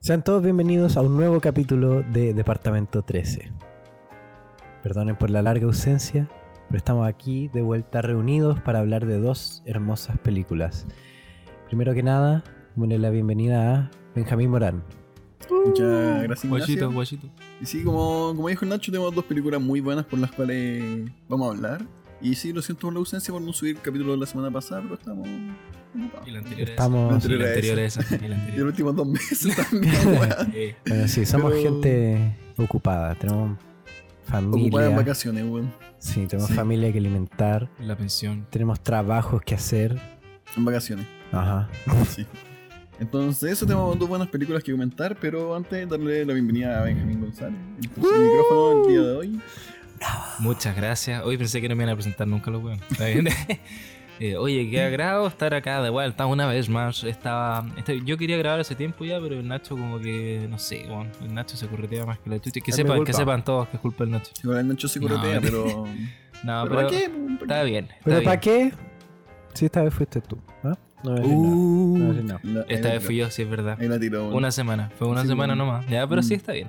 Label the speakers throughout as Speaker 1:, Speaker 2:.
Speaker 1: Sean todos bienvenidos a un nuevo capítulo de Departamento 13. Perdonen por la larga ausencia, pero estamos aquí de vuelta reunidos para hablar de dos hermosas películas. Primero que nada, démosle la bienvenida a Benjamín Morán.
Speaker 2: Oh,
Speaker 3: Muchas gracias,
Speaker 2: Guachito,
Speaker 3: Ignacio.
Speaker 2: guachito.
Speaker 3: Y sí, como, como dijo el Nacho, tenemos dos películas muy buenas por las cuales vamos a hablar. Y sí, lo siento por la ausencia por no subir el capítulo de la semana pasada, pero estamos ocupados.
Speaker 2: Y la anterior
Speaker 1: Estamos.
Speaker 2: esa. Y la anterior esa. Y la
Speaker 3: Y los
Speaker 2: anterior
Speaker 3: últimos dos meses también, weón.
Speaker 2: Eh,
Speaker 1: Bueno, sí, somos
Speaker 3: Pero-
Speaker 1: gente ocupada, tenemos
Speaker 3: Ocupadas en
Speaker 1: familia.
Speaker 3: vacaciones, weón.
Speaker 1: Sí, tenemos
Speaker 3: Sí.
Speaker 1: familia que alimentar,
Speaker 2: La pensión.
Speaker 1: tenemos trabajos que hacer.
Speaker 3: En vacaciones,
Speaker 1: Ajá.
Speaker 3: sí. Entonces, eso tenemos dos buenas películas que comentar, pero antes darle la bienvenida a Benjamín González.
Speaker 2: ¡Uh!
Speaker 3: Entonces, el micrófono el día de hoy.
Speaker 2: Muchas gracias. Hoy pensé que no me iban a presentar nunca los weones. Está bien. Eh, oye, qué agrado estar acá de vuelta una vez más. Estaba, este- yo quería grabar hace tiempo ya, pero el Nacho como que, no sé, weón. el Nacho se corretea más que la chucha. Que,
Speaker 1: Es mi
Speaker 2: sepan,
Speaker 1: culpa.
Speaker 2: que sepan todos que es culpa del Nacho.
Speaker 3: Igual el Nacho se
Speaker 2: No,
Speaker 3: corretea,
Speaker 2: no.
Speaker 3: pero...
Speaker 2: No,
Speaker 3: ¿Pero
Speaker 2: pero,
Speaker 3: para qué? weón? ¿Para
Speaker 2: está
Speaker 3: qué?
Speaker 2: bien. Está
Speaker 1: ¿Pero
Speaker 2: bien.
Speaker 1: para qué? Si esta vez fuiste tú. ¿ah? No me decís
Speaker 2: Uh,
Speaker 1: nada, no me decís nada.
Speaker 3: La- ahí
Speaker 2: esta
Speaker 3: la tiró.
Speaker 2: vez fui yo, sí es verdad.
Speaker 3: Ahí la tiró, weón.
Speaker 2: Una semana, fue una
Speaker 3: Sí,
Speaker 2: semana
Speaker 3: bueno.
Speaker 2: nomás, ya, pero sí
Speaker 3: Mm.
Speaker 2: está bien.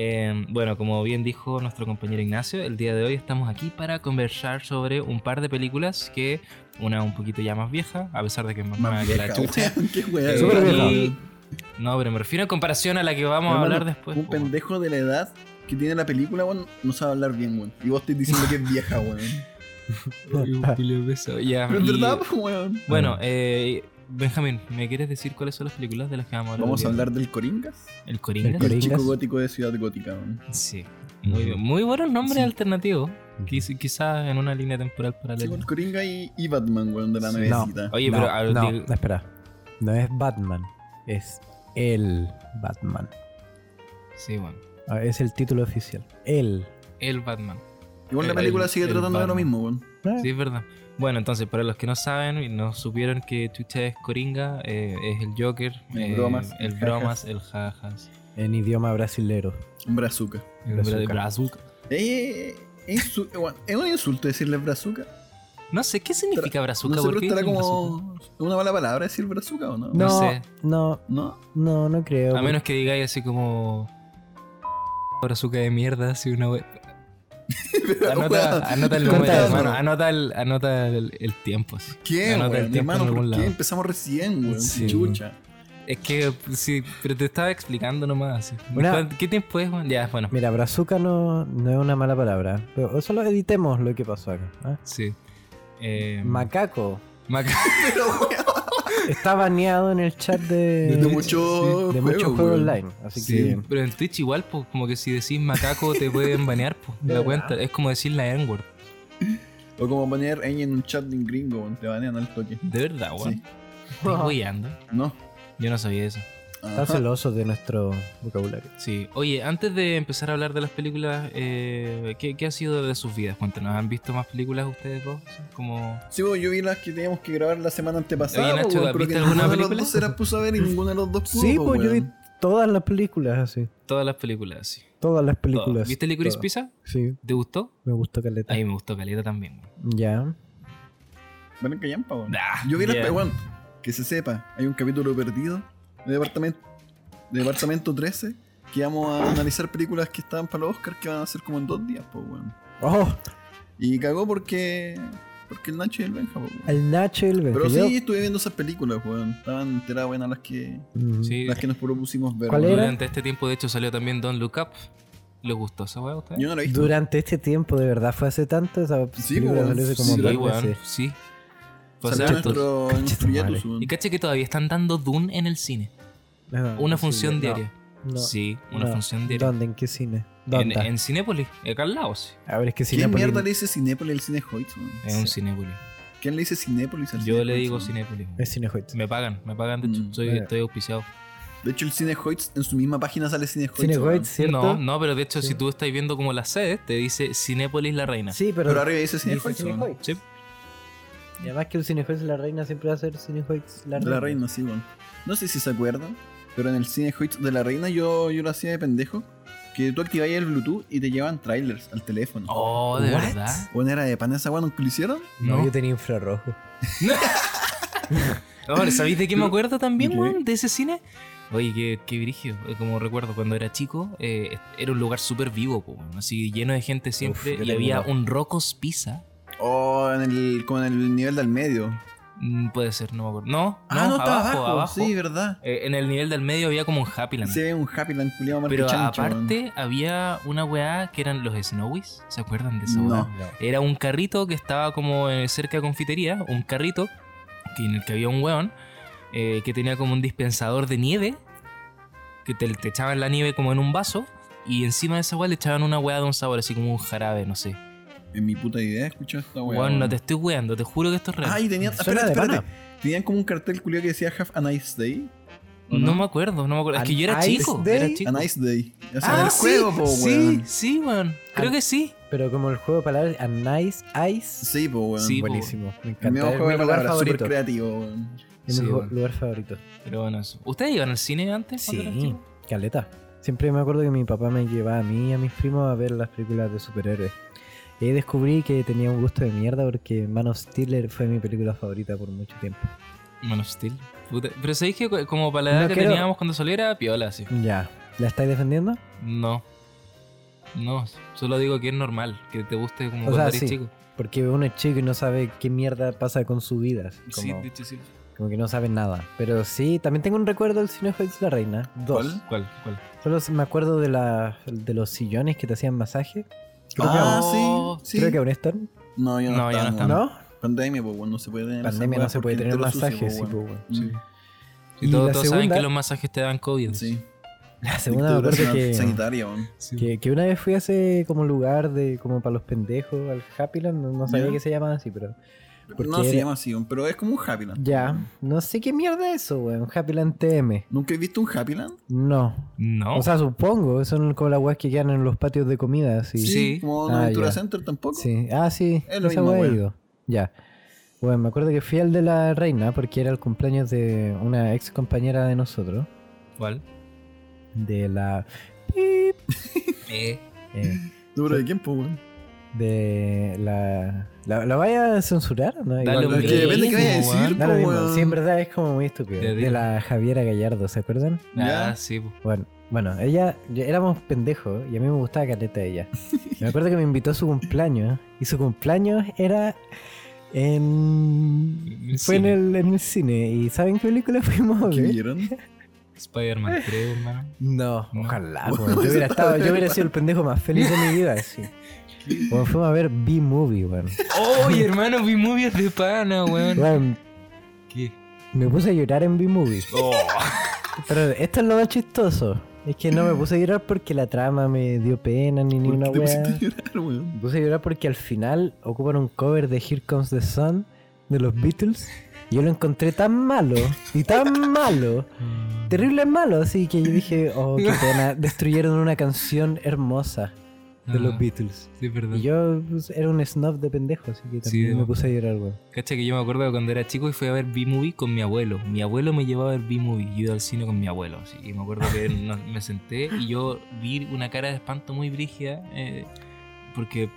Speaker 2: Eh, bueno, como bien dijo nuestro compañero Ignacio, el día de hoy estamos aquí para conversar sobre un par de películas que una un poquito ya más vieja, a pesar de que es más,
Speaker 3: Más
Speaker 2: nueva que la
Speaker 3: vieja,
Speaker 2: chucha.
Speaker 3: weón. Ah, Qué weón.
Speaker 2: Eh,
Speaker 1: Súper vieja.
Speaker 2: y- No, pero me refiero en comparación a la que vamos a
Speaker 3: Hermano,
Speaker 2: hablar después.
Speaker 3: Un
Speaker 2: po, weón.
Speaker 3: pendejo de la edad que tiene la película, weón, no sabe hablar bien, weón. Y vos estás diciendo que es vieja, weón.
Speaker 2: Ya,
Speaker 3: Pero es
Speaker 2: Ah, y-
Speaker 3: verdad, pues, weón.
Speaker 2: Bueno, eh, Benjamín, ¿me quieres decir cuáles son las películas de las que vamos a hablar?
Speaker 3: Vamos
Speaker 2: hoy
Speaker 3: a
Speaker 2: día?
Speaker 3: hablar del Coringas.
Speaker 2: ¿El Coringa?
Speaker 1: El Coringas.
Speaker 3: El chico gótico de Ciudad Gótica, weón.
Speaker 2: Sí, muy, bien. muy buenos nombres
Speaker 3: Sí.
Speaker 2: alternativos. Quiz- Quizás en una línea temporal paralela.
Speaker 3: Sí, el Coringa y, y Batman, weón, de la
Speaker 2: Sí.
Speaker 3: nuevecita.
Speaker 2: Oye,
Speaker 1: no,
Speaker 2: pero al-
Speaker 1: no,
Speaker 2: digo-
Speaker 1: no, espera. No es Batman, es el Batman.
Speaker 2: Sí, bueno.
Speaker 1: Ah, Es el título oficial. El.
Speaker 2: El Batman.
Speaker 3: Igual la
Speaker 2: el-
Speaker 3: película sigue
Speaker 2: el
Speaker 3: tratando de lo
Speaker 2: Batman.
Speaker 3: mismo, weón.
Speaker 1: Ah,
Speaker 2: Sí, es verdad. Bueno, entonces, para los que no saben y no supieron que Chucha es Coringa, eh, es el Joker,
Speaker 3: El
Speaker 2: eh,
Speaker 3: Bromas,
Speaker 2: el,
Speaker 3: el
Speaker 2: Bromas, el Jajas,
Speaker 1: En idioma brasilero.
Speaker 3: Un brazuca.
Speaker 2: el
Speaker 1: Brazuca.
Speaker 2: Bra- Brazuca.
Speaker 3: Eh, es, su- weón, es un insulto decirle brazuca.
Speaker 2: No sé, ¿qué significa Brazuca?
Speaker 3: No sé, pero
Speaker 2: ¿Por qué
Speaker 3: estará
Speaker 2: dicen brazuca?
Speaker 3: como una mala palabra decir brazuca o no.
Speaker 1: No,
Speaker 2: sé.
Speaker 1: no,
Speaker 3: ¿No?
Speaker 1: no, no creo.
Speaker 2: A menos que digáis así como... Brazuca de mierda, así una we-
Speaker 3: Weón,
Speaker 2: Anota, anota el
Speaker 1: Corta
Speaker 2: número,
Speaker 1: eso.
Speaker 2: hermano. Anota el, anota el, el tiempo. así.
Speaker 3: ¿Qué,
Speaker 2: Anota el
Speaker 3: weón?
Speaker 2: tiempo
Speaker 3: Hermano,
Speaker 2: en
Speaker 3: ¿por
Speaker 2: algún
Speaker 3: qué?
Speaker 2: lado.
Speaker 3: Empezamos recién, weón.
Speaker 2: Sí.
Speaker 3: Chucha.
Speaker 2: Es que, sí, pero te estaba explicando nomás. así.
Speaker 1: Una-
Speaker 2: ¿Cuán- ¿Qué tiempo es, Juan? Ya, bueno.
Speaker 1: Mira, brazuca no, no es una mala palabra. Pero solo editemos lo que pasó acá. ¿ah?
Speaker 2: Sí. Eh,
Speaker 1: Macaco
Speaker 2: Maca-
Speaker 3: Pero, weón.
Speaker 1: está baneado en el chat de,
Speaker 3: De,
Speaker 2: De
Speaker 3: mucho
Speaker 1: de muchos juegos
Speaker 3: weón.
Speaker 1: online. Así
Speaker 2: Sí,
Speaker 1: que.
Speaker 2: pero en Twitch igual, pues, como que si decís macaco te pueden banear, pues, la
Speaker 1: ¿Verdad?
Speaker 2: cuenta. Es como decir la N-word.
Speaker 3: O como poner ñ en un chat de un gringo, weón, te banean al toque.
Speaker 2: De verdad, weón.
Speaker 3: Sí.
Speaker 2: Estoy hueando.
Speaker 3: No.
Speaker 2: Yo no sabía eso.
Speaker 3: Ajá.
Speaker 1: Están celosos de nuestro vocabulario.
Speaker 2: Sí. Oye, antes de empezar a hablar de las películas, eh, ¿qué, qué ha sido de sus vidas? Cuéntanos, ¿han visto más películas ustedes dos? Así Como...
Speaker 3: Sí, weón, yo vi las que teníamos que grabar la semana antepasada.
Speaker 2: Oye, Nacho,
Speaker 3: weón,
Speaker 2: ¿has
Speaker 3: pero
Speaker 2: visto
Speaker 3: que
Speaker 2: alguna
Speaker 3: ninguno de
Speaker 2: película?
Speaker 3: los dos se las puso a ver y ninguno de los dos pudo.
Speaker 1: Sí,
Speaker 3: po,
Speaker 1: pues yo vi
Speaker 3: weón.
Speaker 1: todas las películas así.
Speaker 2: Todas las películas, sí.
Speaker 1: Todas las
Speaker 2: Todas.
Speaker 1: películas.
Speaker 2: ¿Viste Licorice
Speaker 1: todas.
Speaker 2: Pizza?
Speaker 1: Sí,
Speaker 2: ¿Te gustó?
Speaker 1: me gustó Caleta.
Speaker 2: A mí me gustó Caleta también. weón.
Speaker 1: Ya.
Speaker 3: Ven que llampa, weón.
Speaker 2: Ah,
Speaker 3: Yo vi las
Speaker 2: ya.
Speaker 3: pe- weón, Que se sepa, hay un capítulo perdido de Departamento, de departamento 13 que vamos a analizar películas que estaban para los Oscar que van a ser como en dos días, pues, weón.
Speaker 1: ¡Oh!
Speaker 3: Y cagó porque. Porque el Nacho y el Benja, po, weón.
Speaker 1: Al Nacho y el
Speaker 3: Pero
Speaker 1: Benjo.
Speaker 3: sí, estuve viendo esas películas, weón. Estaban enteras buenas las que,
Speaker 1: Mm.
Speaker 2: Sí.
Speaker 3: las que nos propusimos ver.
Speaker 1: ¿Cuál
Speaker 3: weón.
Speaker 1: era?
Speaker 2: Durante este tiempo, de hecho, salió también Don't Look Up. ¿Les gustó esa weá a ustedes?
Speaker 3: Yo no la he visto.
Speaker 1: Durante este tiempo, de verdad, fue hace tanto. Esa
Speaker 3: Sí,
Speaker 1: película
Speaker 3: weón,
Speaker 1: salió hace como
Speaker 3: sí,
Speaker 1: dos
Speaker 2: Sí, weón,
Speaker 1: meses.
Speaker 2: sí. Fue
Speaker 3: Salió
Speaker 2: hace harto.
Speaker 3: nuestro,
Speaker 1: Concha
Speaker 3: nuestro
Speaker 1: tu
Speaker 3: hiatus, weón.
Speaker 2: Y caché que todavía están dando Dune en el cine.
Speaker 1: No,
Speaker 2: Una
Speaker 1: no,
Speaker 2: función
Speaker 1: Ah, sí, no,
Speaker 2: diaria.
Speaker 1: No,
Speaker 2: sí, una
Speaker 1: no.
Speaker 2: función diaria.
Speaker 1: ¿Dónde? ¿En qué cine?
Speaker 2: En,
Speaker 1: ¿Dónde?
Speaker 2: en Cinépolis, acá al lado, sí.
Speaker 1: A ver, es que
Speaker 3: ¿Qué
Speaker 1: Cinépolis-
Speaker 3: mierda le dice Cinépolis al cine Hoyts, weón?
Speaker 2: Es un Cinépolis.
Speaker 3: ¿Quién le dice Cinépolis al
Speaker 2: Yo
Speaker 3: cine
Speaker 2: le
Speaker 3: Hoyts,
Speaker 2: digo
Speaker 3: weón?
Speaker 2: Cinépolis.
Speaker 1: Es Cinehoit.
Speaker 2: Me pagan, me pagan, de hecho,
Speaker 3: Mm,
Speaker 2: soy-
Speaker 1: bueno.
Speaker 2: estoy auspiciado.
Speaker 3: De hecho, el cine Hoyts en su misma página sale Cine Hoyts.
Speaker 1: Cinehoit,
Speaker 3: weón.
Speaker 1: ¿cierto?
Speaker 2: No, no, pero de hecho,
Speaker 1: Sí.
Speaker 2: si tú estás viendo como las sedes, te dice Cinépolis la reina.
Speaker 1: Sí, pero...
Speaker 3: Pero arriba dice Cine
Speaker 1: dice
Speaker 3: Hoyts, weón.
Speaker 1: Cinehoit.
Speaker 2: Sí.
Speaker 1: Y además que el Cinehoit la reina siempre va a ser Cinehoit la reina.
Speaker 3: De la reina, sí, weón. No sé si se acuerdan, pero en el cine Hoyts de la reina yo, yo lo hacía de pendejo. Que tú activabas el Bluetooth y te llevan trailers al teléfono.
Speaker 2: Oh, de
Speaker 1: What?
Speaker 2: verdad.
Speaker 3: Weón, era de pan esa weón, ¿nunca lo hicieron?
Speaker 1: No,
Speaker 2: No.
Speaker 1: yo tenía infrarrojo.
Speaker 2: Ahora, Oh, ¿sabéis de qué me acuerdo también,
Speaker 3: ¿De qué?
Speaker 2: weón? De ese cine. Oye, qué, qué brígido. Eh, Como recuerdo, cuando era chico, eh, era un lugar súper vivo, po, weón. así lleno de gente siempre.
Speaker 1: yo
Speaker 2: y
Speaker 1: tengo
Speaker 2: había
Speaker 1: una.
Speaker 2: un Rocos Pizza.
Speaker 3: Oh, en el, con el nivel del medio.
Speaker 2: Mm, Puede ser, no me acuerdo. No,
Speaker 3: Ah, no,
Speaker 2: abajo,
Speaker 3: estaba abajo.
Speaker 2: abajo.
Speaker 3: Sí, verdad.
Speaker 2: Eh, en el nivel del medio había como un Happyland.
Speaker 3: Se ve un Happy Land culiado marca
Speaker 2: Pero
Speaker 3: chancho, weón.
Speaker 2: aparte había una weá que eran los Snowies. ¿Se acuerdan de esa weá?
Speaker 3: No.
Speaker 2: Era un carrito que estaba como eh, cerca de confitería, un carrito que- en el que había un weón eh, que tenía como un dispensador de nieve, que te, te echaban la nieve como en un vaso y encima de esa weá le echaban una weá de un sabor así como un jarabe, no sé.
Speaker 3: En mi puta idea escuchó esta weá.
Speaker 2: Weón, no
Speaker 3: weón.
Speaker 2: te estoy weando, te juro que esto es real.
Speaker 3: Ay, tenían.
Speaker 1: Suena
Speaker 3: Espérate,
Speaker 1: de
Speaker 3: espérate.
Speaker 1: pana.
Speaker 3: Tenían como un cartel culiado que decía Have a nice day. ¿o
Speaker 2: no? me acuerdo, no me acuerdo. Es que
Speaker 1: An
Speaker 2: yo era
Speaker 1: ice
Speaker 2: chico,
Speaker 1: day,
Speaker 2: era chico.
Speaker 3: A nice day. O sea,
Speaker 2: Ah,
Speaker 3: el
Speaker 2: sí,
Speaker 3: juego, po,
Speaker 2: sí,
Speaker 3: weón.
Speaker 2: sí, weón. Creo
Speaker 1: An-
Speaker 2: que sí.
Speaker 1: Pero como el juego de palabras, a nice ice.
Speaker 3: Sí, po, weón.
Speaker 2: Sí, po.
Speaker 1: buenísimo. Me
Speaker 3: El mismo
Speaker 1: encanta. Es
Speaker 3: juego
Speaker 1: mi
Speaker 3: de
Speaker 1: lugar
Speaker 3: palabras, súper
Speaker 1: favorito. Es
Speaker 3: creativo, weón.
Speaker 1: mi
Speaker 2: Sí,
Speaker 1: ju-
Speaker 2: bueno.
Speaker 1: lugar favorito.
Speaker 2: Pero bueno, eso. ¿Ustedes iban al cine antes? cuando eran
Speaker 1: Sí,
Speaker 2: chicos?
Speaker 1: caleta. Siempre me acuerdo que mi papá me llevaba a mí y a mis primos a ver las películas de superhéroes. Y ahí descubrí que tenía un gusto de mierda porque Man of Steel fue mi película favorita por mucho tiempo.
Speaker 2: Man of Steel. Puta, Pero sabéis que co- como para la edad
Speaker 1: No
Speaker 2: que
Speaker 1: quiero-
Speaker 2: teníamos cuando saliera, piola, sí.
Speaker 1: Ya. ¿La estáis defendiendo?
Speaker 2: No. No, solo digo que es normal, que te guste como
Speaker 1: O
Speaker 2: cuando
Speaker 1: sea,
Speaker 2: eres
Speaker 1: sí,
Speaker 2: chico.
Speaker 1: Porque uno es chico y no sabe qué mierda pasa con su vida. así
Speaker 2: Sí,
Speaker 1: Como,
Speaker 2: de hecho sí.
Speaker 1: como que no sabe nada. Pero sí, también tengo un recuerdo del Cinehoids La Reina. Dos.
Speaker 3: ¿Cuál?
Speaker 2: ¿Cuál? ¿Cuál?
Speaker 1: Solo me acuerdo de, la, de los sillones que te hacían masaje. Creo que
Speaker 3: Ah,
Speaker 1: aún-
Speaker 2: aún-
Speaker 3: sí. sí.
Speaker 1: Creo que aún están.
Speaker 3: No, yo no,
Speaker 2: No, ya no
Speaker 3: estaba,
Speaker 2: están.
Speaker 3: weón.
Speaker 1: ¿No?
Speaker 3: Pandemia, pues, weón, no se puede tener esa
Speaker 1: Pandemia
Speaker 3: weá
Speaker 1: no se puede
Speaker 3: porque
Speaker 1: tener
Speaker 3: te lo sucio,
Speaker 1: masaje,
Speaker 3: po,
Speaker 1: sí,
Speaker 3: weón. Mm,
Speaker 1: po, weón.
Speaker 2: Sí.
Speaker 1: Y
Speaker 2: Y todos,
Speaker 1: la
Speaker 2: todos saben
Speaker 1: segunda-
Speaker 2: que los masajes te dan COVID.
Speaker 3: Sí.
Speaker 1: La segunda me acuerdo
Speaker 3: Dictadura
Speaker 1: que...
Speaker 3: Sanitaria, weón.
Speaker 2: Sí.
Speaker 1: Que, que una vez fui a ese como lugar de como para los pendejos, al Happyland, no, no sabía
Speaker 3: Ya.
Speaker 1: que se llamaba así, pero Porque
Speaker 3: No se
Speaker 1: era-
Speaker 3: llama así, weón, pero es como un Happyland.
Speaker 1: ya, no sé qué mierda es eso, weón, Happyland TM.
Speaker 3: ¿Nunca he visto un Happyland?
Speaker 1: No.
Speaker 2: No.
Speaker 3: Oh.
Speaker 1: O sea, supongo, son como las weas que quedan en los patios de comida, así.
Speaker 2: Sí.
Speaker 3: Como
Speaker 1: Ah,
Speaker 3: Aventura
Speaker 1: ya.
Speaker 3: Center tampoco.
Speaker 1: Sí. Ah, sí,
Speaker 3: Es lo
Speaker 1: esa
Speaker 3: mismo,
Speaker 1: wea he
Speaker 3: weón.
Speaker 1: ido. Ya. Bueno, me acuerdo que fui al de la reina porque era el cumpleaños de una ex compañera de nosotros,
Speaker 2: ¿Cuál?
Speaker 1: de la pip,
Speaker 2: Eh.
Speaker 1: eh,
Speaker 3: ¿Duro de quién, po, weón?
Speaker 1: de la, la la vaya a censurar, ¿no?
Speaker 2: Dale
Speaker 1: Igual-
Speaker 2: un
Speaker 3: Es que depende
Speaker 2: mismo,
Speaker 3: qué vaya a decir,
Speaker 2: weón.
Speaker 1: Da lo
Speaker 3: po,
Speaker 1: mismo,
Speaker 3: weón.
Speaker 1: sí, en verdad es como muy estúpido.
Speaker 2: Ya,
Speaker 1: De
Speaker 2: dilo.
Speaker 1: la Javiera Gallardo, ¿se acuerdan?
Speaker 3: Ya.
Speaker 2: Ah, sí. po.
Speaker 1: Bueno, bueno, ella, yo- éramos pendejos y a mí me gustaba caleta ella. Me acuerdo que me invitó a su cumpleaños y su cumpleaños era en...
Speaker 2: En el
Speaker 1: Fue en
Speaker 2: cine.
Speaker 1: el, en el cine y ¿saben qué película fuimos a
Speaker 3: ¿Qué
Speaker 1: ver?
Speaker 3: vieron?
Speaker 1: Eh.
Speaker 2: Spider-Man 3, hermano.
Speaker 1: No,
Speaker 2: No.
Speaker 1: ojalá, weón. yo hubiera estado, yo hubiera sido el pendejo más feliz de mi vida, sí. Bueno, fuimos a ver B-Movie, weón.
Speaker 2: ¡Oye, Oh, hermano! Vi movies de pana, weón.
Speaker 1: Weón,
Speaker 2: ¿Qué?
Speaker 1: Me puse a llorar en B-Movie.
Speaker 3: Oh.
Speaker 1: Pero esto es lo más chistoso. Es que no me puse a llorar porque la trama me dio pena ni ni
Speaker 3: ¿Por
Speaker 1: una
Speaker 3: qué te
Speaker 1: weá.
Speaker 3: pusiste a llorar, weón?
Speaker 1: Me puse a llorar porque al final ocupan un cover de Here Comes the Sun de los Beatles. Y yo lo encontré tan malo y tan malo, terrible malo. Así que yo dije, oh, qué pena, destruyeron una canción hermosa de los
Speaker 2: Ah,
Speaker 1: Beatles.
Speaker 2: Sí, perdón.
Speaker 1: Y yo pues, era un snob de pendejo, así que
Speaker 2: Sí,
Speaker 1: también me
Speaker 2: bueno.
Speaker 1: puse a llorar, weón.
Speaker 2: Cacha que yo me acuerdo que cuando era chico y fui a ver B-Movie con mi abuelo. Mi abuelo me llevaba a ver B-Movie. Yo iba al cine con mi abuelo. así, Y me acuerdo que nos- me senté y yo vi una cara de espanto muy brígida eh, porque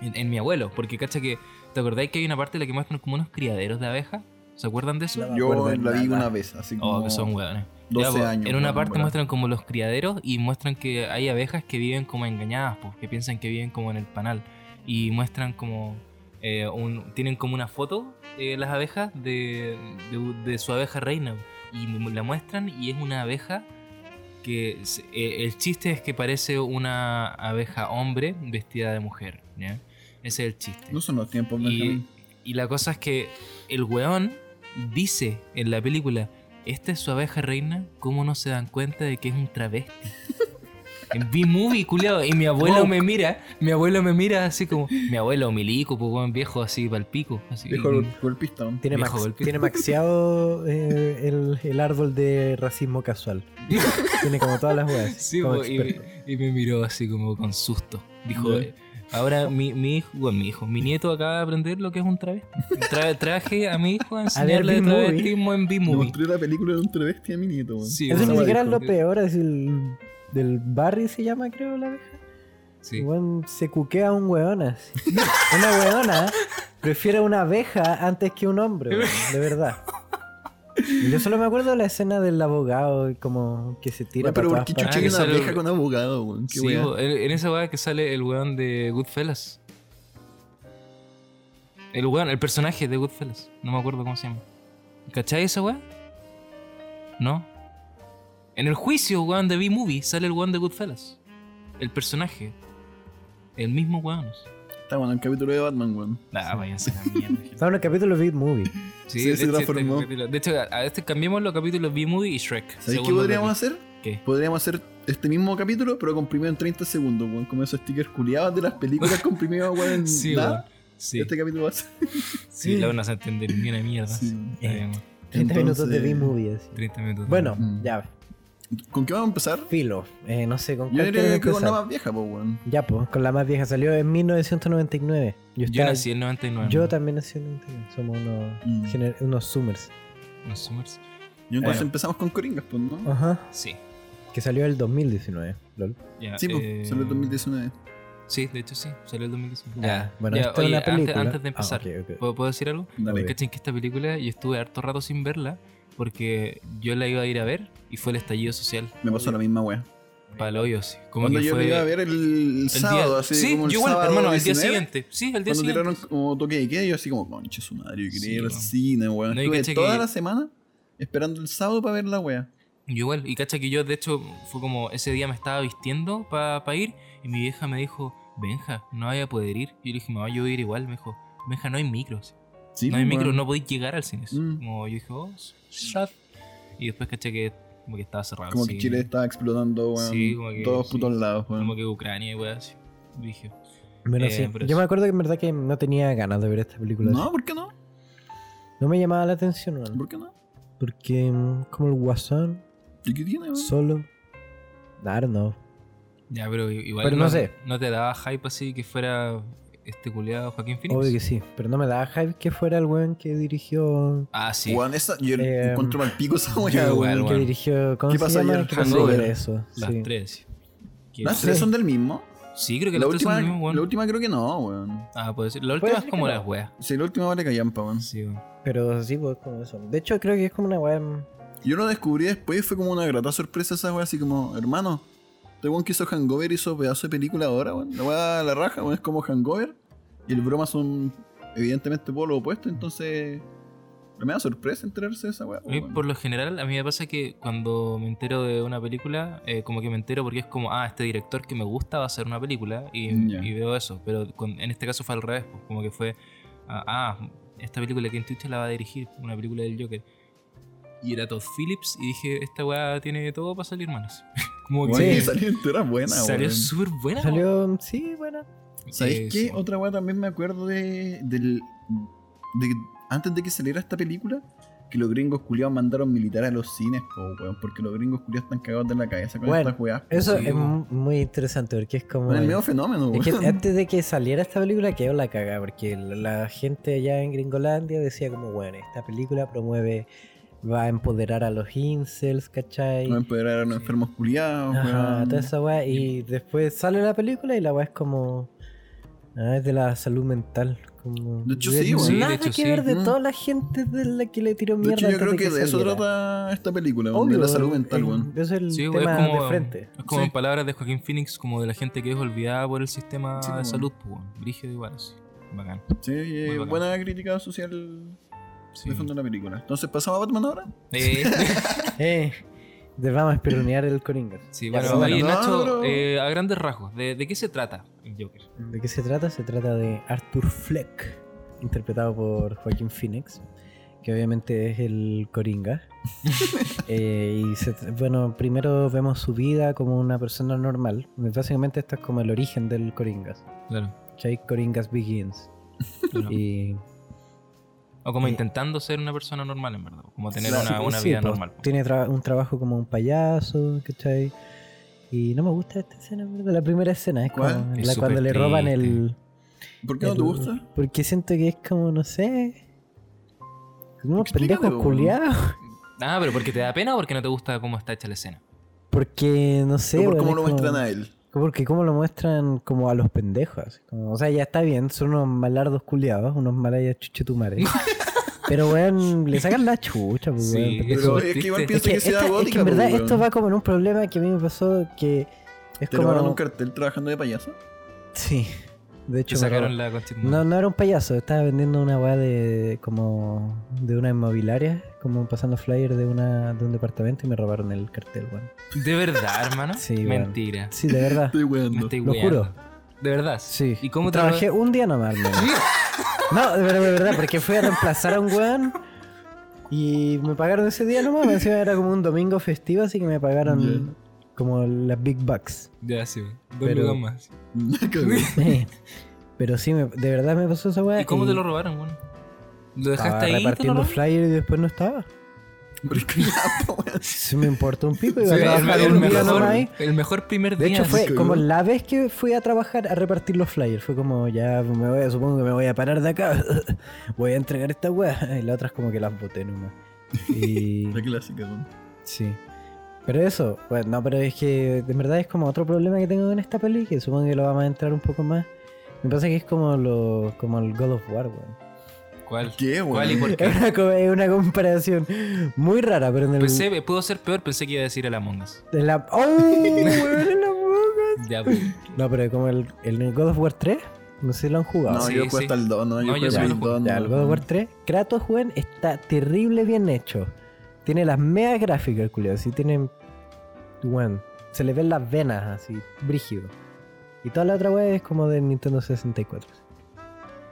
Speaker 2: en, en mi abuelo. Porque cacha que, ¿te acordáis que hay una parte en la que muestran como unos criaderos de abejas? ¿Se acuerdan de eso?
Speaker 1: La-
Speaker 3: Yo
Speaker 1: acuerdo de
Speaker 3: la vi
Speaker 1: nada.
Speaker 3: una vez, así como
Speaker 2: Oh, que son hueones. Ya,
Speaker 3: 12
Speaker 2: pues,
Speaker 3: años.
Speaker 2: En una
Speaker 3: weón,
Speaker 2: parte
Speaker 3: weón.
Speaker 2: muestran como los criaderos y muestran que hay abejas que viven como engañadas, pues, que piensan que viven como en el panal. Y muestran como. eh, un- tienen como una foto eh, las abejas de, de- de su abeja reina. Y mu- la muestran y es una abeja que. se- eh, el chiste es que parece una abeja hombre vestida de mujer. ¿ya? Ese es el chiste.
Speaker 3: No son los tiempos,
Speaker 2: Y,
Speaker 3: Benjamín.
Speaker 2: y la cosa es que el weón dice en la película, esta es su abeja reina, ¿cómo no se dan cuenta de que es un travesti? En B-Movie, culiado. Y mi abuelo me mira, mi abuelo me mira así como, mi abuelo milico, pues buen viejo así palpico. Así,
Speaker 3: Dijo el golpista, weón.
Speaker 1: Tiene,
Speaker 2: Viejo
Speaker 1: max-
Speaker 2: golpe.
Speaker 1: tiene maxiado eh, el, el árbol de racismo casual. tiene como todas las weas.
Speaker 2: Sí,
Speaker 1: como
Speaker 2: po, y,
Speaker 1: experto.
Speaker 2: me- y me miró así como con susto. Dijo,
Speaker 3: Ya.
Speaker 2: ahora mi, mi hijo, bueno, mi hijo, mi nieto acaba de aprender lo que es un travesti. Tra- traje a mi hijo a enseñarle
Speaker 1: B-Movie.
Speaker 2: travestismo en
Speaker 3: Le
Speaker 2: B-Movie.
Speaker 3: mostré la película de un travesti a mi nieto, weón.
Speaker 2: Sí,
Speaker 1: Eso
Speaker 2: weón.
Speaker 1: ni
Speaker 3: Esa
Speaker 1: siquiera es
Speaker 3: weá
Speaker 1: lo
Speaker 3: dijo.
Speaker 1: peor, es el del Barry se llama, creo, la abeja.
Speaker 2: Sí.
Speaker 1: Weón, se cuquea a un weón así. una weona prefiere una abeja antes que un hombre, weón, de verdad. Yo solo me acuerdo de la escena del abogado y como que se tira
Speaker 3: Weón, pero
Speaker 1: para
Speaker 3: ¿por
Speaker 1: todas
Speaker 3: qué chucha
Speaker 2: Ah,
Speaker 3: hay
Speaker 2: que
Speaker 3: una
Speaker 2: sale-
Speaker 3: vieja con abogado, weón? Qué
Speaker 2: Sí,
Speaker 3: weá.
Speaker 2: bo, en, en esa weá que sale el weón de Goodfellas. El weón, el personaje de Goodfellas. No me acuerdo cómo se llama. ¿Cachai esa weá? ¿No? En el juicio, weón, de B-Movie sale el weón de Goodfellas. El personaje. El mismo weón.
Speaker 3: Está bueno, el capítulo de Batman, weón.
Speaker 2: Nah, váyanse a la mierda. gente.
Speaker 1: Estaba en el capítulo Beat Movie.
Speaker 2: Sí,
Speaker 3: Sí,
Speaker 2: de,
Speaker 3: se
Speaker 2: hecho, este
Speaker 3: transformó.
Speaker 2: capítulo- de hecho, a a este cambiamos los capítulos B-Movie y Shrek.
Speaker 3: ¿Sabéis qué
Speaker 2: Segundo
Speaker 3: podríamos hacer?
Speaker 2: capítulo. ¿Qué?
Speaker 3: Podríamos hacer este mismo capítulo, pero comprimido en 30 segundos, weón. Como esos stickers culiados de las películas comprimidos, weón. en
Speaker 2: Sí,
Speaker 3: nada.
Speaker 2: weón. Sí,
Speaker 3: Este capítulo va a ser.
Speaker 2: sí, la van a entender ni una mierda.
Speaker 3: Sí.
Speaker 2: Está bien, weón.
Speaker 1: 30 minutos de
Speaker 3: Entonces,
Speaker 1: Beat Movie. así.
Speaker 2: 30 minutos.
Speaker 1: Bueno,
Speaker 3: Mm.
Speaker 1: ya,
Speaker 3: ¿Con qué vamos a empezar?
Speaker 1: filo. Eh, no sé, ¿con
Speaker 3: Yo
Speaker 1: cuál quieren
Speaker 3: diría que con la
Speaker 1: empezar?
Speaker 3: más vieja, pues, weón.
Speaker 1: Ya, pues, con la más vieja. Salió en 1999. Yo,
Speaker 2: Yo
Speaker 1: estaba-
Speaker 2: nací en 99.
Speaker 1: Yo también nací en 99. Somos unos,
Speaker 3: Mm.
Speaker 1: gener- unos Summers.
Speaker 2: ¿En Summers?
Speaker 3: Y entonces
Speaker 2: Bueno.
Speaker 3: empezamos con Coringas, pues, ¿no?
Speaker 1: Ajá.
Speaker 2: Sí.
Speaker 1: Que salió el 2019. Lol.
Speaker 2: Ya,
Speaker 3: sí, pues,
Speaker 2: eh,
Speaker 3: solo el 2019.
Speaker 2: Sí, de hecho sí, salió el 2019.
Speaker 1: Bueno,
Speaker 2: Ya,
Speaker 1: esta
Speaker 2: oye,
Speaker 1: es una
Speaker 2: antes-
Speaker 1: película.
Speaker 2: Antes, de empezar,
Speaker 1: Ah, ok, ok.
Speaker 2: ¿puedo, puedo decir algo?
Speaker 3: Dale.
Speaker 1: Ok.
Speaker 2: Cachen que esta película yo estuve harto rato sin verla porque yo la iba a ir a ver y fue el estallido social
Speaker 3: Me pasó la misma wea.
Speaker 2: para el hoyo, sí. Como
Speaker 3: Cuando
Speaker 2: que
Speaker 3: yo
Speaker 2: fue
Speaker 3: me iba a ver el,
Speaker 2: el día-
Speaker 3: sábado, así
Speaker 2: sí,
Speaker 3: como el
Speaker 2: yo igual,
Speaker 3: sábado
Speaker 2: hermano, el
Speaker 3: 19,
Speaker 2: día siguiente. Sí, el día
Speaker 3: Cuando
Speaker 2: siguiente.
Speaker 3: tiraron como toque de queda, yo así como, conche su madre, yo quería
Speaker 2: Sí,
Speaker 3: ir al
Speaker 2: weón.
Speaker 3: cine, weón.
Speaker 2: No, y caché
Speaker 3: Estuve toda
Speaker 2: que-
Speaker 3: la semana esperando el sábado para ver la wea.
Speaker 2: Yo igual, y cacha que yo, de hecho, fue como ese día me estaba vistiendo para ir y mi vieja me dijo, Benja, no vaya a poder ir. Y yo le dije, mamá, yo voy a ir igual. Me dijo, Benja, no hay micros.
Speaker 3: Sí,
Speaker 2: no hay
Speaker 3: pues,
Speaker 2: micro,
Speaker 3: weón.
Speaker 2: no podéis llegar al cine.
Speaker 3: Mm.
Speaker 2: Como yo dije, oh, shut. Y después caché que como que estaba cerrado.
Speaker 3: Como
Speaker 2: sí.
Speaker 3: que Chile estaba explotando, weón.
Speaker 2: Sí, como que-
Speaker 3: todos
Speaker 2: sí.
Speaker 3: putos lados, weón.
Speaker 2: Como que Ucrania y weá, así. Dije.
Speaker 1: Bueno,
Speaker 2: Eh,
Speaker 1: sí.
Speaker 2: pero
Speaker 1: Yo
Speaker 2: sí.
Speaker 1: me acuerdo que en verdad que no tenía ganas de ver esta película.
Speaker 3: No,
Speaker 1: así.
Speaker 3: ¿por qué no?
Speaker 1: No me llamaba la atención, weón.
Speaker 3: ¿Por qué no?
Speaker 1: Porque mm, como el guasón,
Speaker 3: ¿Y qué tiene, weón?
Speaker 1: solo... I don't know.
Speaker 2: Ya, pero igual.
Speaker 1: Pero no sé.
Speaker 2: No te daba hype así que fuera este culeado Joaquín Phoenix.
Speaker 1: Obvio que sí. Pero no me daba hype que fuera el weón que dirigió...
Speaker 2: Ah, sí.
Speaker 3: Weón, esa, yo
Speaker 1: Eh,
Speaker 3: encuentro mal pico esa
Speaker 2: yo
Speaker 3: wea,
Speaker 2: igual,
Speaker 3: weón.
Speaker 2: weón.
Speaker 1: Ah, Que dirigió... ¿Cómo
Speaker 3: ¿Qué
Speaker 1: se
Speaker 3: pasó
Speaker 1: llama?
Speaker 3: ayer?
Speaker 1: Que pasó
Speaker 2: Hangover.
Speaker 1: ayer eso.
Speaker 2: Las
Speaker 1: Sí.
Speaker 2: tres. Que-
Speaker 3: ¿Las tres son del mismo?
Speaker 2: Sí, creo que
Speaker 3: La
Speaker 2: las tres son
Speaker 3: última,
Speaker 2: del mismo, weón.
Speaker 3: la última creo que no, weón.
Speaker 2: Ah, puede ser. La última es
Speaker 1: ser
Speaker 2: como
Speaker 1: que no.
Speaker 2: las weas.
Speaker 3: Sí, la última vale callampa, weón.
Speaker 2: Sí, weón.
Speaker 1: Pero sí, pues como eso. De hecho, creo que es como una mm, weón...
Speaker 3: Yo lo descubrí después, fue como una grata sorpresa esa weá, así como, hermano, este weón que hizo Hangover hizo pedazo de película ahora, weón. La weá la raja, weón, es como Hangover. Y el broma son evidentemente polos opuestos, entonces. Me da sorpresa enterarse de esa weá.
Speaker 2: A mí,
Speaker 3: weón.
Speaker 2: por lo general, a mí me pasa que cuando me entero de una película, eh, como que me entero porque es como, ah, este director que me gusta va a hacer una película y,
Speaker 3: Ya.
Speaker 2: y veo eso. Pero con- en este caso fue al revés, pues, como que fue, ah, ah, esta película que en Twitch la va a dirigir, una película del Joker. Y era Todd Phillips y dije, esta weá tiene todo para salir manos. como
Speaker 3: Weón,
Speaker 2: que
Speaker 3: que salió entera buena,
Speaker 2: salió
Speaker 3: weón.
Speaker 2: súper buena.
Speaker 1: Salió... mm, Sí, bueno.
Speaker 2: weón. Eh,
Speaker 3: ¿Sabéis
Speaker 2: sí,
Speaker 3: qué?
Speaker 2: weón.
Speaker 3: Otra weá también me acuerdo de, del, de. Antes de que saliera esta película, que los gringos culiados mandaron militar a los cines, po, weón, porque los gringos culiados están cagados de la cabeza con
Speaker 1: Bueno,
Speaker 3: estas weas. po,
Speaker 1: Eso
Speaker 2: Sí,
Speaker 1: es
Speaker 2: weón.
Speaker 1: muy interesante porque es como...
Speaker 3: Bueno, el
Speaker 1: el-
Speaker 3: medio fenómeno,
Speaker 1: Es que
Speaker 3: weón.
Speaker 1: antes de que saliera esta película quedó la cagada, porque la, la gente allá en Gringolandia decía como, bueno, esta película promueve, va a empoderar a los incels, ¿cachai?
Speaker 3: No empoderar a los enfermos culiados,
Speaker 1: Ajá,
Speaker 3: weón.
Speaker 1: toda esa weá. Y después sale la película y la weá es como... ah, es de la salud mental. Como,
Speaker 3: De hecho,
Speaker 1: y es
Speaker 3: sí, weón.
Speaker 2: Sí, de
Speaker 1: Nada
Speaker 2: hecho,
Speaker 1: que
Speaker 2: sí.
Speaker 1: ver de
Speaker 3: Mm.
Speaker 1: toda la gente de la que le tiró
Speaker 3: De
Speaker 1: mierda.
Speaker 3: hecho, yo
Speaker 1: antes
Speaker 3: creo que de eso
Speaker 1: saliera.
Speaker 3: trata esta película, weón,
Speaker 1: Obvio,
Speaker 3: de la salud mental,
Speaker 1: eh,
Speaker 3: weón.
Speaker 1: Eso es el
Speaker 2: Sí, weón,
Speaker 1: tema
Speaker 2: es como,
Speaker 1: de frente.
Speaker 2: es como
Speaker 3: Sí.
Speaker 2: en palabras de Joaquín Phoenix, como de la gente que es olvidada por el sistema
Speaker 3: Sí,
Speaker 2: de
Speaker 3: weón.
Speaker 2: salud, pues, weón. brígido igual, así. Bacán.
Speaker 3: Sí, eh,
Speaker 2: Muy bacán.
Speaker 3: buena crítica social
Speaker 2: Sí.
Speaker 3: de fondo de la película. Entonces, ¿pasamos a Batman ahora?
Speaker 2: Eh,
Speaker 1: Eh, te vamos a esperonear el Coringa.
Speaker 2: Sí,
Speaker 1: Ya,
Speaker 2: bueno,
Speaker 1: pero
Speaker 2: oye,
Speaker 3: bueno.
Speaker 2: Nacho,
Speaker 3: No, no.
Speaker 2: eh, a grandes rasgos, ¿de, de qué se trata el Joker?
Speaker 1: ¿De qué se trata? Se trata de Arthur Fleck, interpretado por Joaquín Phoenix, que obviamente es el Coringa. Eh, y se tr- bueno, primero vemos su vida como una persona normal. Básicamente esto es como el origen del Coringas.
Speaker 2: Claro.
Speaker 1: ¿Cachai? Coringas Begins. Y,
Speaker 2: O como
Speaker 1: eh,
Speaker 2: intentando ser una persona normal, en verdad. Como tener
Speaker 3: claro,
Speaker 2: una,
Speaker 1: sí,
Speaker 2: una
Speaker 1: sí,
Speaker 2: vida
Speaker 1: pues,
Speaker 2: normal.
Speaker 1: Tiene tra- un trabajo como un payaso, ¿cachai? Y no me gusta esta escena, ¿verdad? la primera escena es como
Speaker 3: ¿Cuál?
Speaker 2: Es
Speaker 1: la,
Speaker 2: súper
Speaker 1: cuando le roban
Speaker 2: triste.
Speaker 1: el,
Speaker 3: ¿Por qué no te
Speaker 1: El-
Speaker 3: gusta?
Speaker 1: Porque siento que es como, no sé. Como unos
Speaker 3: Explícate,
Speaker 1: pendejos
Speaker 3: weón.
Speaker 1: culiados.
Speaker 2: Ah, pero porque te da pena o porque no te gusta cómo está hecha la escena.
Speaker 1: Porque, no sé.
Speaker 3: ¿O por
Speaker 1: weón,
Speaker 3: cómo
Speaker 1: es
Speaker 3: lo
Speaker 1: como-
Speaker 3: muestran a él?
Speaker 1: Porque cómo lo muestran como a los pendejos. así como- o sea, ya está bien, son unos malardos culiados, unos malayas chuchetumares. Pero weón, le sacan la chucha, pues,
Speaker 2: Sí,
Speaker 1: weón, porque-
Speaker 3: Pero
Speaker 2: Eso es
Speaker 3: es que igual
Speaker 2: triste.
Speaker 1: Es
Speaker 3: pienso
Speaker 1: que,
Speaker 3: que sea
Speaker 1: esta- es que
Speaker 3: gótica.
Speaker 1: en verdad
Speaker 3: pues,
Speaker 1: esto
Speaker 3: weón.
Speaker 1: va como en un problema que a mí me pasó que es
Speaker 3: Te
Speaker 1: como...
Speaker 3: robaron un cartel trabajando de payaso.
Speaker 1: Sí, de
Speaker 2: Te
Speaker 1: hecho... me
Speaker 2: sacaron
Speaker 1: robaron-
Speaker 2: la conchita.
Speaker 1: No, no era un payaso, estaba vendiendo una weá de como de una inmobiliaria, como pasando flyer de una de un departamento y me robaron el cartel, weón.
Speaker 2: De verdad, hermano.
Speaker 1: Sí, weón.
Speaker 2: Mentira.
Speaker 1: Sí, de verdad.
Speaker 3: Estoy
Speaker 2: Me
Speaker 3: weando.
Speaker 2: estoy
Speaker 1: Lo
Speaker 2: weando.
Speaker 1: juro.
Speaker 2: De verdad.
Speaker 1: Sí.
Speaker 2: ¿Y cómo
Speaker 1: trabajé un día nomás, weón. No, de verdad, de verdad, porque fui a reemplazar a un weón y me pagaron ese día nomás, encima era como un domingo festivo, así que me pagaron como las big bucks.
Speaker 2: Ya, sí. weón. Dos
Speaker 1: Pero-
Speaker 2: lucas más.
Speaker 3: Cagó.
Speaker 1: Pero sí, me- de verdad me pasó esa weá.
Speaker 2: ¿Y cómo te lo robaron, weón? ¿Lo
Speaker 1: Estaba
Speaker 2: dejaste ahí? y te lo
Speaker 1: repartiendo
Speaker 2: robaron?
Speaker 1: flyers y después no estaba.
Speaker 3: Pero es que ya, po, weón.
Speaker 1: Sí, me importó un pico. Iba
Speaker 3: Sí,
Speaker 1: a
Speaker 3: el-
Speaker 1: trabajar
Speaker 3: el
Speaker 1: un día
Speaker 3: mejor-
Speaker 1: nomás ahí.
Speaker 2: el mejor primer
Speaker 1: De
Speaker 2: día.
Speaker 1: hecho, fue
Speaker 3: Cagó.
Speaker 1: como la vez que fui a trabajar a repartir los flyers. Fue como, ya me voy, supongo que me voy a parar de acá. Voy a entregar esta weá. Y la otra es como que las boté nomás. Y.
Speaker 3: La clásica, weón.
Speaker 1: sí. Pero eso, bueno, no, pero es que de verdad es como otro problema que tengo con esta peli, que supongo que lo vamos a entrar un poco más. Me pasa que es como lo, como el God of War, weón.
Speaker 2: ¿Cuál?
Speaker 3: ¿Qué, weón?
Speaker 2: ¿Cuál y por
Speaker 1: Es
Speaker 2: qué?
Speaker 1: una, co- es una comparación muy rara, pero en el.
Speaker 3: Pues
Speaker 2: Pensé, pudo ser peor, pensé que iba a decir el Among Us.
Speaker 1: en la- ¡Oh! weón, en la boca!
Speaker 2: Ya, pues.
Speaker 1: No, pero como el, el God of War 3, no sé si lo han jugado.
Speaker 3: No,
Speaker 2: Sí,
Speaker 3: yo juego
Speaker 2: sí.
Speaker 3: hasta el 2, no, yo
Speaker 2: No, yo
Speaker 3: juego
Speaker 2: sí
Speaker 3: hasta
Speaker 2: lo
Speaker 3: el
Speaker 2: juego.
Speaker 3: 2.
Speaker 1: Ya, el God of War 3, Kratos, weón, está terrible bien hecho. Tiene las mega gráficas, culiado. Así tienen. Weón, se le ven las venas así, brígido. Y toda la otra weón es como de Nintendo 64.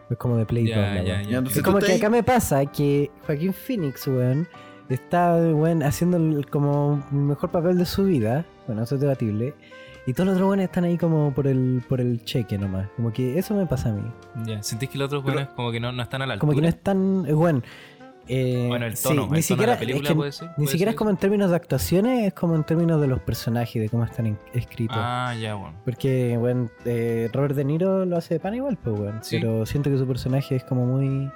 Speaker 1: Es como de Play 2, la
Speaker 2: Ya,
Speaker 1: weá.
Speaker 2: ya,
Speaker 3: Ya,
Speaker 2: ya.
Speaker 3: entonces-
Speaker 1: Es como
Speaker 3: tú
Speaker 1: que
Speaker 3: te-
Speaker 1: acá me pasa que Joaquín Phoenix, weón, está, weón, haciendo el- como el mejor papel de su vida. Bueno, eso es debatible. Y todos los otros weones están ahí como por el, por el cheque nomás. Como que eso me pasa a mí.
Speaker 2: Ya, sentís que los otros
Speaker 3: Pero-
Speaker 2: weones como que no, no están a la altura.
Speaker 1: Como que no es tan, eh, weón. eh,
Speaker 2: Bueno, el
Speaker 1: sí,
Speaker 2: tono,
Speaker 1: ni
Speaker 2: el tono de
Speaker 1: siquiera,
Speaker 2: la película
Speaker 1: es que
Speaker 2: puede ser.
Speaker 1: ni
Speaker 2: puede
Speaker 1: siquiera
Speaker 2: ser.
Speaker 1: es como en términos de actuaciones, es como en términos de los personajes, de cómo están en- escritos.
Speaker 2: Ah, ya, bueno.
Speaker 1: Porque, weón, eh, Robert De Niro lo hace de pan igual, pues, weón.
Speaker 2: Sí.
Speaker 1: Pero siento que su personaje es como muy.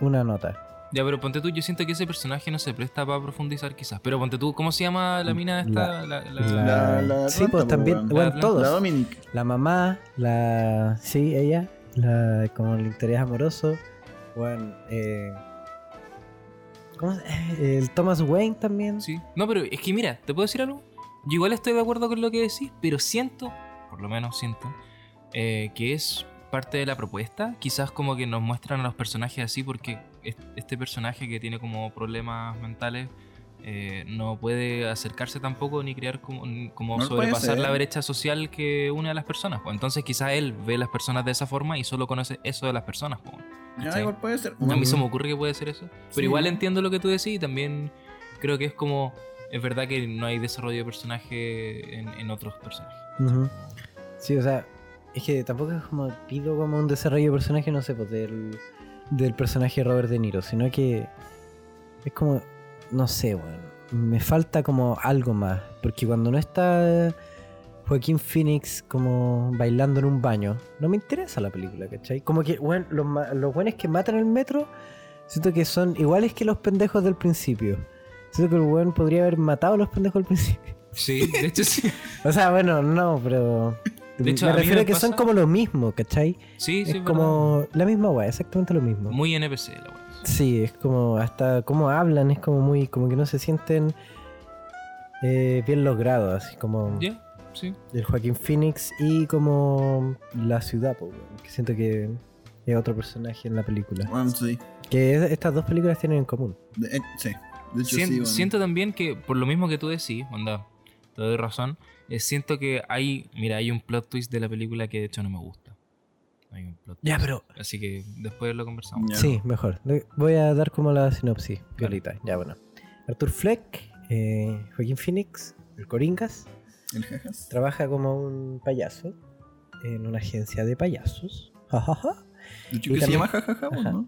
Speaker 1: Una nota.
Speaker 2: Ya, pero ponte tú, yo siento que ese personaje no se presta para profundizar quizás. Pero ponte tú, ¿cómo se llama Mm, la mina esta? La, la,
Speaker 3: La- la
Speaker 1: sí, pues
Speaker 3: Atlanta,
Speaker 1: también,
Speaker 3: pues,
Speaker 1: bueno,
Speaker 2: weón. La-
Speaker 1: todos.
Speaker 3: La
Speaker 1: La,
Speaker 3: Dominic.
Speaker 1: mamá, la. Sí, ella, la como el interés amoroso. Bueno, eh. ¿Cómo se- eh, El Thomas Wayne también.
Speaker 2: Sí. No, pero es que mira, ¿te puedo decir algo? Yo igual estoy de acuerdo con lo que decís, pero siento, por lo menos siento, eh, que es parte de la propuesta. Quizás como que nos muestran a los personajes así porque es- este personaje que tiene como problemas mentales eh, no puede acercarse tampoco ni crear como, ni- como
Speaker 3: No puede
Speaker 2: sobrepasar
Speaker 3: ser.
Speaker 2: la brecha social que une a las personas. pues. Entonces quizás él ve las personas de esa forma y solo conoce eso de las personas. pues.
Speaker 3: Ya,
Speaker 2: ¿Cachai?
Speaker 3: igual puede ser.
Speaker 2: A mí se
Speaker 3: Ujú.
Speaker 2: me ocurre que puede ser eso. Pero
Speaker 3: Sí.
Speaker 2: igual entiendo lo que tú decís y también creo que es como. Es verdad que no hay desarrollo de personaje en, en otros personajes.
Speaker 1: Ujú. Sí, o sea, es que tampoco es como pido como un desarrollo de personaje, no sé, pues del, del personaje Robert De Niro, sino que es como, no sé, bueno, me falta como algo más, porque cuando no está Joaquín Phoenix como bailando en un baño, no me interesa la película, ¿cachai? Como que, bueno, los, ma- los buenos que matan el metro, siento que son iguales que los pendejos del principio. Siento que el buen podría haber matado a los pendejos al principio.
Speaker 2: Sí, de hecho sí.
Speaker 1: O sea, bueno, no, pero.
Speaker 2: De hecho,
Speaker 1: me
Speaker 2: a mí
Speaker 1: refiero
Speaker 2: me
Speaker 1: a que son
Speaker 2: pasa-
Speaker 1: como lo mismo, ¿cachai?
Speaker 2: Sí,
Speaker 1: es
Speaker 2: sí,
Speaker 1: como la misma weá, exactamente lo mismo.
Speaker 2: verdad. Muy NPC la wea.
Speaker 1: Sí, es como hasta cómo hablan, es como muy. como que no se sienten eh, bien logrados, así como
Speaker 2: Ya, sí.
Speaker 1: el Joaquín Phoenix y como la ciudad, po, weón, que siento que es otro personaje en la película.
Speaker 3: Bueno, sí.
Speaker 1: Que es- estas dos películas tienen en común.
Speaker 3: De, eh, sí. De hecho,
Speaker 2: Sien-
Speaker 3: sí, bueno.
Speaker 2: Siento también que, por lo mismo que tú decís, onda, te doy razón, eh, siento que hay, mira, hay un plot twist de la película que de hecho no me gusta. Hay un plot
Speaker 1: Ya, pero.
Speaker 2: Así que después lo conversamos.
Speaker 3: Ya.
Speaker 1: Sí, mejor. Le- Voy a dar como la sinopsis, violita. Ya, bueno. Arthur Fleck, eh, Joaquín Phoenix, el Coringas,
Speaker 3: El jajas.
Speaker 1: trabaja como un payaso en una agencia de payasos. Jajaja.
Speaker 3: El chico
Speaker 1: Y
Speaker 3: que se
Speaker 1: también-
Speaker 3: llama jajaja, bueno,
Speaker 1: Ajá.
Speaker 3: ¿no?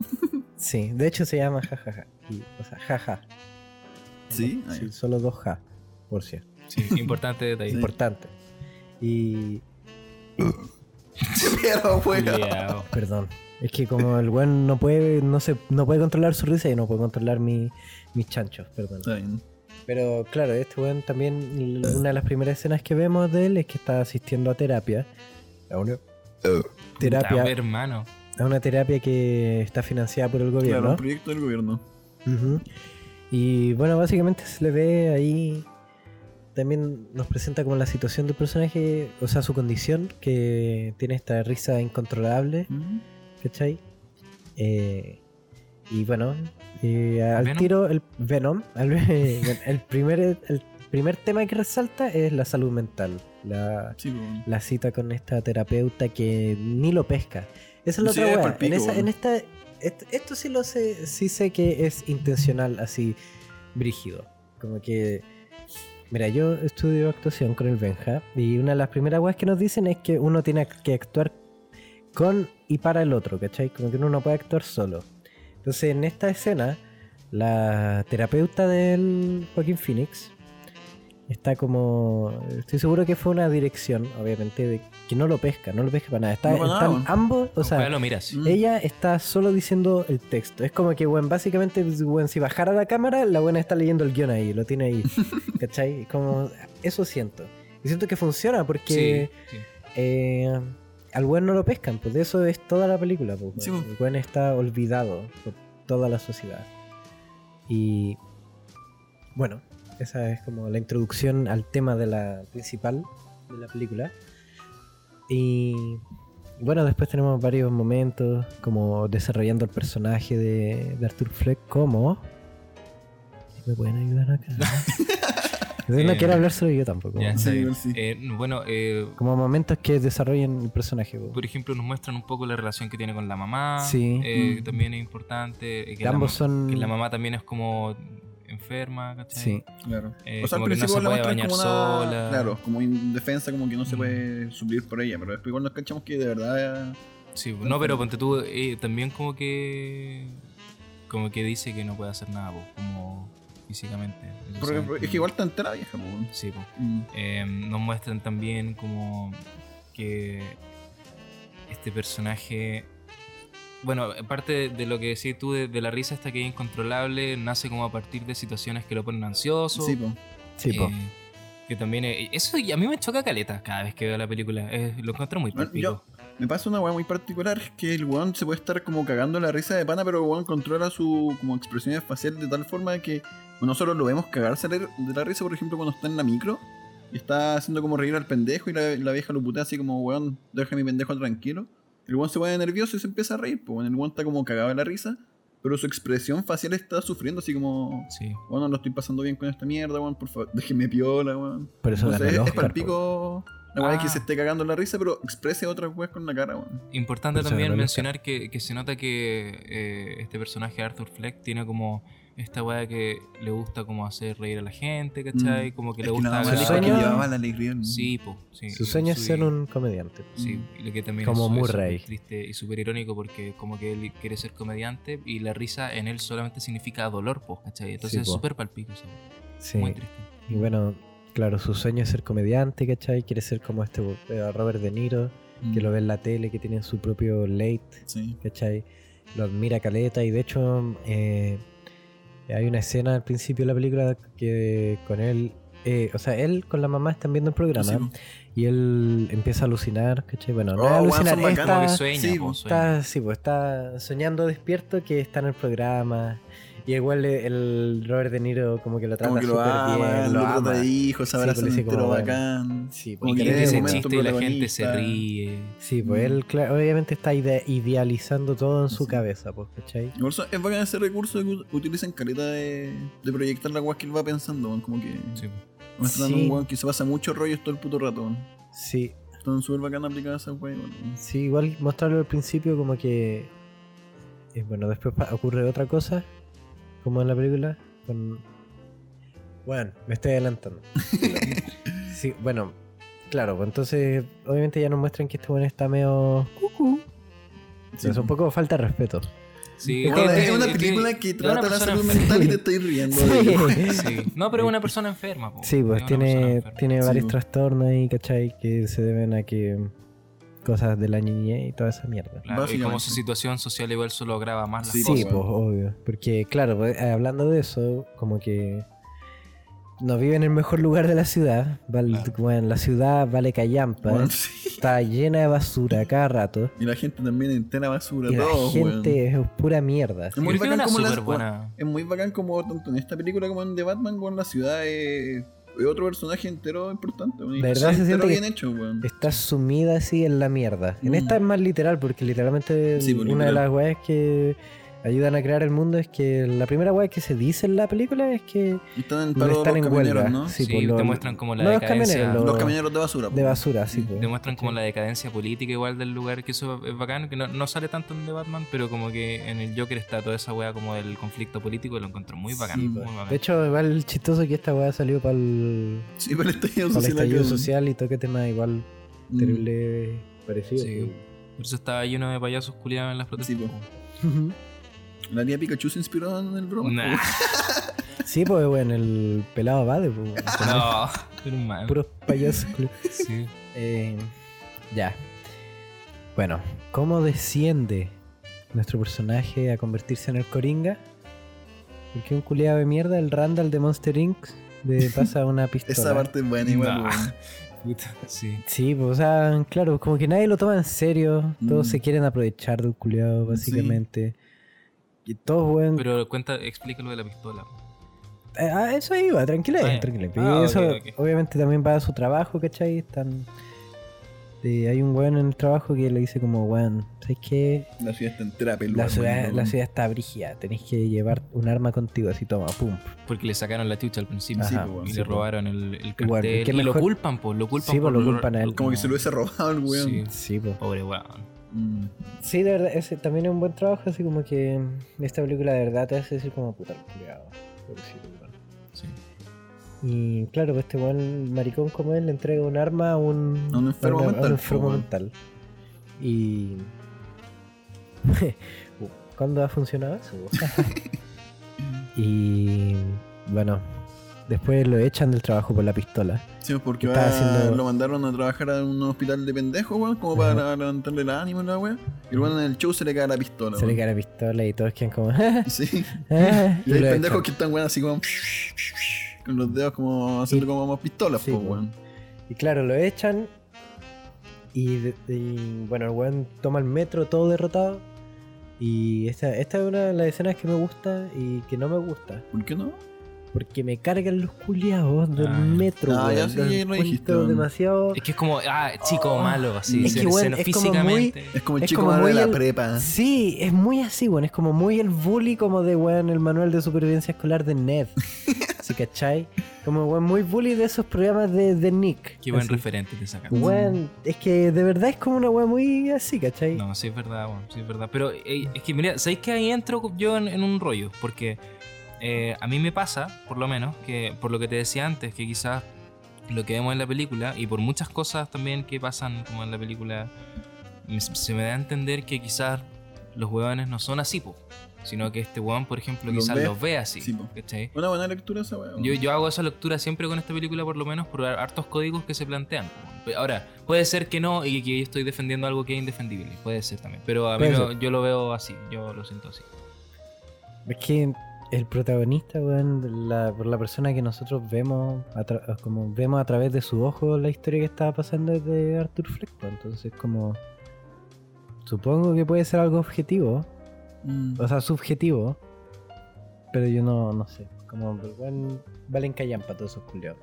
Speaker 1: Sí, de hecho se llama jajaja. Y, o sea, jaja.
Speaker 3: Sí, ah, ya.
Speaker 1: solo dos ja, por cierto.
Speaker 2: Sí, importante detalle.
Speaker 3: Sí.
Speaker 1: Importante. Y.
Speaker 3: Pero, bueno.
Speaker 2: Culeao.
Speaker 1: Perdón. Es que como el weón no puede, no se, no puede controlar su risa y no puede controlar mi, mis chanchos, perdón.
Speaker 3: Está bien.
Speaker 1: Pero claro, este weón también, l- una de las primeras escenas que vemos de él es que está asistiendo a terapia. La una-
Speaker 3: Eh,
Speaker 1: Terapia
Speaker 2: Puta, hermano.
Speaker 1: Es una terapia que está financiada por el
Speaker 3: Claro,
Speaker 1: gobierno.
Speaker 3: un proyecto del gobierno.
Speaker 1: Ujú. Y bueno, básicamente se le ve ahí. También nos presenta como la situación del personaje, o sea, su condición, que tiene esta risa incontrolable,
Speaker 3: Ujú.
Speaker 1: ¿cachai? Eh, y bueno, eh, al
Speaker 2: ¿Venom?
Speaker 1: tiro, el Venom, al- el, primer, el primer tema que resalta es la salud mental. La,
Speaker 3: Sí, po.
Speaker 1: la cita con esta terapeuta que ni lo pesca. Esa es la
Speaker 3: Sí,
Speaker 1: otra
Speaker 3: es
Speaker 1: weá.
Speaker 3: palpico,
Speaker 1: en, esa-
Speaker 3: weón.
Speaker 1: en esta, et- esto sí lo sé, sí sé que es intencional, así, brígido. Como que. Mira, yo estudio actuación con el Benja y una de las primeras weas que nos dicen es que uno tiene que actuar con y para el otro, ¿cachai? Como que uno no puede actuar solo. Entonces, en esta escena, la terapeuta del Joaquín Phoenix está como. Estoy seguro que fue una dirección, obviamente, de que no lo pesca, no lo pesca para nada. Está-
Speaker 3: No para nada,
Speaker 1: están
Speaker 3: weón.
Speaker 1: ambos, o sea,
Speaker 2: Ojalá lo miras.
Speaker 3: Mm.
Speaker 1: ella está solo diciendo el texto. Es como que, bueno, básicamente, bueno, si bajara la cámara, la buena está leyendo el guión ahí, lo tiene ahí. ¿Cachai? Como, eso siento. Y siento que funciona porque
Speaker 2: Sí, sí.
Speaker 1: eh, al buen no lo pescan, pues de eso es toda la película. pues,
Speaker 3: Sí,
Speaker 1: weón.
Speaker 3: pues.
Speaker 1: el buen está olvidado por toda la sociedad. Y bueno, esa es como la introducción al tema de la principal de la película. Y bueno, después tenemos varios momentos como desarrollando el personaje de, de Arthur Fleck como... ¿Me pueden ayudar acá? Yo no
Speaker 2: Eh,
Speaker 1: quiero hablar solo yo tampoco. weón.
Speaker 2: Ya, está
Speaker 3: Sí,
Speaker 2: bien.
Speaker 3: igual sí.
Speaker 2: Eh, bueno, eh,
Speaker 1: Como momentos que desarrollen el personaje. po.
Speaker 2: por ejemplo, nos muestran un poco la relación que tiene con la mamá.
Speaker 1: Sí.
Speaker 2: eh,
Speaker 3: Mm.
Speaker 2: También es importante. eh,
Speaker 1: Que
Speaker 2: la
Speaker 1: ambos
Speaker 2: ma-
Speaker 1: son.
Speaker 2: que la mamá también es como enferma, ¿cachai?
Speaker 1: Sí.
Speaker 3: Claro.
Speaker 2: Eh,
Speaker 3: o sea, al
Speaker 2: como que no
Speaker 3: principio
Speaker 2: se
Speaker 3: la
Speaker 2: puede
Speaker 3: muestran como
Speaker 2: bañar
Speaker 3: una-
Speaker 2: sola.
Speaker 3: Claro, como indefensa, como que no se
Speaker 2: Mm.
Speaker 3: puede suplir por ella. Pero después igual nos cachamos que de verdad.
Speaker 2: Sí, no, pero ponte tú eh, también como que como que dice que no puede hacer nada, po, como físicamente. Ellos
Speaker 3: porque-
Speaker 2: saben
Speaker 3: es que igual está entera vieja, po.
Speaker 2: Sí, po.
Speaker 3: Mm.
Speaker 2: Eh, nos muestran también como que este personaje bueno, parte de lo que decís tú de, de la risa esta que es incontrolable nace como a partir de situaciones que lo ponen ansioso.
Speaker 3: Sí, po.
Speaker 1: Sí, po.
Speaker 2: eh, que también eh, eso y a mí me choca caleta cada vez que veo la película. eh, lo encuentro muy
Speaker 3: Bueno,
Speaker 2: palpico.
Speaker 3: yo- Me pasa una weá muy particular que el weón se puede estar como cagando la risa de pana, pero el weón controla su como expresión facial de tal forma que nosotros lo vemos cagarse de la risa, por ejemplo, cuando está en la micro y está haciendo como reír al pendejo y la, la vieja lo putea así como, weón, deja a mi pendejo tranquilo. El weón se pone nervioso y se empieza a reír, pues el weón está como cagado de la risa, pero su expresión facial está sufriendo así como,
Speaker 2: Sí.
Speaker 3: bueno, lo estoy pasando bien con esta mierda, weón, por favor, déjeme piola, weón.
Speaker 1: Por eso ganó el
Speaker 3: Entonces, es, es
Speaker 1: Oscar, po.
Speaker 3: palpico la weá
Speaker 2: Ah.
Speaker 3: que se esté cagando la risa, pero exprese otras weas con la cara, weón.
Speaker 2: Importante
Speaker 1: Pero se
Speaker 2: también
Speaker 1: ganó el
Speaker 2: mencionar que, que se nota que eh, este personaje Arthur Fleck tiene como esta weá que le gusta como hacer reír a la gente, ¿cachai?
Speaker 3: Mm.
Speaker 2: Como que
Speaker 3: Es
Speaker 2: le
Speaker 3: que
Speaker 2: gusta...
Speaker 3: nada más
Speaker 1: Su
Speaker 3: le
Speaker 2: la-
Speaker 3: dijo que
Speaker 1: sueño-
Speaker 3: llevaba la alegría. ¿no?
Speaker 2: Sí, po, sí.
Speaker 1: Su sueño es
Speaker 2: Sí,
Speaker 1: ser un comediante.
Speaker 2: Sí, y lo que también
Speaker 1: Como
Speaker 2: es- es
Speaker 1: Murray.
Speaker 2: súper triste y súper irónico porque como que él quiere ser comediante y la risa en él solamente significa dolor, po, ¿cachai? Entonces
Speaker 1: Sí,
Speaker 2: es
Speaker 1: po.
Speaker 2: súper palpico, o sea,
Speaker 1: Sí.
Speaker 2: muy triste.
Speaker 1: Y bueno, claro, su sueño es ser comediante, ¿cachai? Quiere ser como este eh, Robert De Niro, que lo ve en la tele, que tiene su propio late,
Speaker 3: Sí.
Speaker 1: ¿cachai? Lo admira Caleta y de hecho eh, hay una escena al principio de la película que con él, eh, o sea, él con la mamá están viendo el programa
Speaker 3: Sí, po.
Speaker 1: y él empieza a alucinar, ¿cachai? Bueno, no
Speaker 3: Oh,
Speaker 1: es
Speaker 3: weón,
Speaker 1: alucinar,
Speaker 3: son
Speaker 1: esta-
Speaker 2: Como que
Speaker 3: bacanas.
Speaker 2: sueña,
Speaker 3: sí,
Speaker 2: po,
Speaker 3: po,
Speaker 2: sueña.
Speaker 1: Está, sí, pues está soñando despierto que está en el programa. Y igual le- el Robert De Niro como que lo
Speaker 3: Como
Speaker 1: trata
Speaker 3: que lo
Speaker 1: súper
Speaker 3: ama,
Speaker 1: bien, lo
Speaker 3: lo trata
Speaker 1: ama.
Speaker 3: de hijo, se
Speaker 1: Sí,
Speaker 3: abraza
Speaker 1: pues, le dice
Speaker 3: entero
Speaker 1: como, bueno.
Speaker 3: bacán.
Speaker 1: Sí, pues,
Speaker 3: Como
Speaker 2: Y
Speaker 3: que
Speaker 2: que
Speaker 3: tiene
Speaker 1: tiene
Speaker 3: ese
Speaker 2: ese
Speaker 1: momento-
Speaker 3: momento
Speaker 2: chiste y la gente se
Speaker 3: protagonista.
Speaker 2: ríe.
Speaker 1: Sí, pues él cla- obviamente está ide- idealizando todo en su
Speaker 3: Sí.
Speaker 1: cabeza, pues, ¿cachai?
Speaker 3: Igual so- es bacán ese recurso que u- utilizan caleta de, de proyectar la weá que él va pensando, weón. Como que
Speaker 2: Sí, po.
Speaker 3: muestran
Speaker 1: Sí.
Speaker 3: un weón que se pasa mucho rollo todo el puto rato, weón.
Speaker 1: Sí,
Speaker 3: Están súper bacán aplicadas esas weas, weón.
Speaker 1: sí, igual mostrarlo al principio como que... eh, bueno, después pa- ocurre otra cosa, como en la película, con... Bueno, me estoy adelantando. Sí, bueno, claro, pues entonces obviamente ya nos muestran que este bueno está medio... cucú.
Speaker 3: Sí,
Speaker 1: es un
Speaker 3: po.
Speaker 1: poco falta de respeto.
Speaker 2: Sí,
Speaker 1: Es
Speaker 3: Weón,
Speaker 1: que-
Speaker 3: es una
Speaker 2: tiene-
Speaker 3: película que
Speaker 2: es una
Speaker 3: trata la
Speaker 2: persona
Speaker 3: salud
Speaker 2: enferma.
Speaker 3: mental y te estáis riendo.
Speaker 1: Sí,
Speaker 3: weón.
Speaker 2: Sí. No, pero es una persona enferma. po.
Speaker 1: Sí, pues
Speaker 2: Es una persona
Speaker 1: tiene,
Speaker 2: enferma.
Speaker 1: tiene
Speaker 3: Sí,
Speaker 1: varios
Speaker 3: pues.
Speaker 1: trastornos ahí, ¿cachai? Que se deben a que cosas de la niñez y toda esa mierda.
Speaker 2: Claro, y como
Speaker 3: Básicamente.
Speaker 2: su situación social igual solo agrava más las
Speaker 3: Sí,
Speaker 1: Sí,
Speaker 2: cosas.
Speaker 1: pues, obvio. Porque, claro, pues, eh, hablando de eso, como que no vive en el mejor lugar de la ciudad. Val- bueno, la ciudad vale callampa.
Speaker 3: Bueno, sí.
Speaker 1: Está llena de basura cada rato.
Speaker 3: Y la gente también entera basura,
Speaker 1: Y la
Speaker 3: todo, weón.
Speaker 1: gente es pura mierda.
Speaker 3: Es muy
Speaker 2: Yo creo que
Speaker 3: bacán
Speaker 2: una
Speaker 3: como la-
Speaker 2: súper buena.
Speaker 3: Es muy bacán como tanto en esta película como en The Batman, weón, la ciudad es, es otro personaje entero importante, weón. y
Speaker 1: De verdad
Speaker 3: personaje
Speaker 1: se siente que-
Speaker 3: entero bien hecho, weón.
Speaker 1: Está sumida así en la mierda. En
Speaker 3: Mm.
Speaker 1: esta es más literal, porque literalmente
Speaker 3: Sí, pues,
Speaker 1: una de
Speaker 3: literal.
Speaker 1: las weas que ayudan a crear el mundo es que la primera wea que se dice en la película es que
Speaker 3: Y Están en
Speaker 1: no
Speaker 3: paro
Speaker 1: están
Speaker 3: los
Speaker 1: en
Speaker 3: camioneros,
Speaker 1: huelga.
Speaker 3: ¿no?
Speaker 1: Sí,
Speaker 2: Sí,
Speaker 1: pues, los-
Speaker 2: te muestran como la
Speaker 1: no los
Speaker 2: decadencia.
Speaker 1: camioneros,
Speaker 3: Los camioneros de basura,
Speaker 1: de
Speaker 3: weón.
Speaker 1: basura, sí.
Speaker 3: Sí,
Speaker 1: pues.
Speaker 2: Demuestran como
Speaker 1: Sí.
Speaker 2: la decadencia política igual del lugar, que eso es bacán, que no, no sale tanto en The Batman, pero como que en el Joker está toda esa wea como del conflicto político y lo encuentro muy bacán.
Speaker 1: Sí,
Speaker 2: muy
Speaker 1: pues.
Speaker 2: bacán.
Speaker 1: De hecho, igual chistoso que esta weá salió para el,
Speaker 3: Sí, pero este el
Speaker 1: para
Speaker 3: estallido
Speaker 1: el
Speaker 3: social.
Speaker 1: estallido
Speaker 3: acá, weón.
Speaker 1: social y toque tema igual
Speaker 3: Mm.
Speaker 1: terrible parecido.
Speaker 2: Sí. Por eso estaba lleno de payasos culiados en las protestas.
Speaker 3: Sí, pues.
Speaker 1: pues.
Speaker 3: La tía Pikachu se inspiró en el broma.
Speaker 2: Nah,
Speaker 1: Sí, pues bueno, el pelado va de
Speaker 2: no, pero mal.
Speaker 1: puros payasos.
Speaker 2: Sí.
Speaker 1: Eh, ya. Bueno, ¿cómo desciende nuestro personaje a convertirse en el Coringa? Porque un culiado de mierda, el Randall de Monster Inc. le pasa una pistola.
Speaker 3: Esa parte es buena igual,
Speaker 2: Nah.
Speaker 3: weón.
Speaker 2: Puta, sí.
Speaker 1: Sí, pues, o sea, claro, como que nadie lo toma en serio. Todos
Speaker 3: Mm.
Speaker 1: se quieren aprovechar del culiado, básicamente. Y todos, weón.
Speaker 2: Pero cuenta, explica lo de la pistola.
Speaker 1: Eh, ah, eso iba, tranquila,
Speaker 2: Ah, ya.
Speaker 1: tranquila. Y
Speaker 2: Ah, ok,
Speaker 1: eso
Speaker 2: ok.
Speaker 1: obviamente también va a su trabajo, ¿cachai? Están, eh, hay un weón en el trabajo que le dice como, weón, ¿sabes qué?
Speaker 3: La ciudad está entera peluda.
Speaker 1: La ciudad,
Speaker 3: weón.
Speaker 1: la ciudad está brígida, tenés que llevar un arma contigo, así toma, pum.
Speaker 2: Porque le sacaron la chucha al principio.
Speaker 3: Sí,
Speaker 1: Ajá,
Speaker 3: pues,
Speaker 2: Y
Speaker 3: sí,
Speaker 2: le
Speaker 1: pues.
Speaker 2: robaron el, el cartel.
Speaker 1: Igual, ¿qué
Speaker 2: y lo
Speaker 1: mejor?
Speaker 2: culpan, pues, lo culpan
Speaker 1: Sí,
Speaker 2: por
Speaker 1: pues, lo culpan a él.
Speaker 3: Como que
Speaker 1: No.
Speaker 3: se lo hubiese robado el weón.
Speaker 2: Sí.
Speaker 1: Sí, pues. po.
Speaker 2: Pobre weón.
Speaker 3: Mm.
Speaker 1: Sí, de verdad, ese también es un buen trabajo, así como que esta película de verdad te hace decir como puta, el culiao, pobrecito, weón".
Speaker 2: Sí.
Speaker 1: Y claro, pues este buen maricón como él le entrega un arma a un,
Speaker 3: A un enfermo
Speaker 1: a
Speaker 3: mental,
Speaker 1: un enfermo
Speaker 3: po, weón.
Speaker 1: mental. Y. Uh, ¿Cuándo ha funcionado eso? weón? y. Bueno, después lo echan del trabajo por la pistola.
Speaker 3: Sí, porque
Speaker 1: Estaba
Speaker 3: va-
Speaker 1: haciendo-
Speaker 3: lo mandaron a trabajar a un hospital de pendejos, weón, como
Speaker 1: Ajá.
Speaker 3: para levantarle el ánimo a la weón. Y luego en el show se le cae la pistola.
Speaker 1: Se le
Speaker 3: weón.
Speaker 1: cae la pistola y todos quedan como. "Ah",
Speaker 3: Sí. Y
Speaker 1: y
Speaker 3: hay
Speaker 1: lo
Speaker 3: pendejos
Speaker 1: echan.
Speaker 3: que están, weón, así como. Con los dedos como haciendo
Speaker 1: Y-
Speaker 3: como más pistolas,
Speaker 1: sí,
Speaker 3: po,
Speaker 1: po.
Speaker 3: weón.
Speaker 1: Y claro, lo echan. Y, de- y, bueno, el weón toma el metro todo derrotado. Y esta, esta es una de las escenas que me gusta y que no me gusta.
Speaker 3: ¿Por qué no?
Speaker 1: Porque me cargan los culiados del
Speaker 2: Ah, ya.
Speaker 1: metro.
Speaker 3: Ah, ya
Speaker 1: weón.
Speaker 3: sí,
Speaker 1: Los
Speaker 3: ya lo
Speaker 1: encuentro
Speaker 3: dijiste, weón.
Speaker 1: demasiado.
Speaker 2: Es que es como, ah, chico
Speaker 1: Oh.
Speaker 2: malo, así.
Speaker 3: Es
Speaker 2: se-
Speaker 1: que, weón,
Speaker 2: se-
Speaker 1: es como
Speaker 2: físicamente.
Speaker 3: Es como el
Speaker 1: Es
Speaker 3: chico
Speaker 1: como
Speaker 3: malo de
Speaker 1: muy
Speaker 3: la
Speaker 1: el-
Speaker 3: prepa.
Speaker 1: Sí, es muy así, weón. Es como muy el bully como de weón el manual de supervivencia escolar de Ned. ¿Sí cachai? Como weón muy bully de esos programas de, de Nick.
Speaker 2: Qué buen
Speaker 1: Así.
Speaker 2: referente te sacaron.
Speaker 1: Weón, es que de verdad es como una weón muy así, ¿cachai?
Speaker 2: No, sí es verdad, bueno, sí es verdad. Pero eh, es que, mira, ¿sabéis que ahí entro yo en, en un rollo? Porque eh, a mí me pasa, por lo menos, que por lo que te decía antes, que quizás lo que vemos en la película, y por muchas cosas también que pasan como en la película, me- se me da a entender que quizás los huevones no son así, po, sino que este huevón, por ejemplo,
Speaker 3: Los
Speaker 2: quizás
Speaker 3: ve.
Speaker 2: los ve así.
Speaker 3: Sí, po.
Speaker 2: ¿cachai?
Speaker 3: Una buena lectura esa weón.
Speaker 2: Yo, yo hago esa lectura siempre con esta película, por lo menos, por hartos códigos que se plantean. Ahora, puede ser que no y que yo estoy defendiendo algo que es indefendible. Puede ser también. Pero a mí
Speaker 1: Puede
Speaker 2: lo- yo lo veo así, yo lo siento así.
Speaker 1: Es que el protagonista, weón, la, por la persona que nosotros vemos a, tra- como vemos a través de su ojo la historia que estaba pasando es de Arthur Fleck, weón. entonces como supongo que puede ser algo objetivo,
Speaker 3: Mm.
Speaker 1: o sea subjetivo, pero yo no, no sé, como el weón valen callampa todos esos culiados.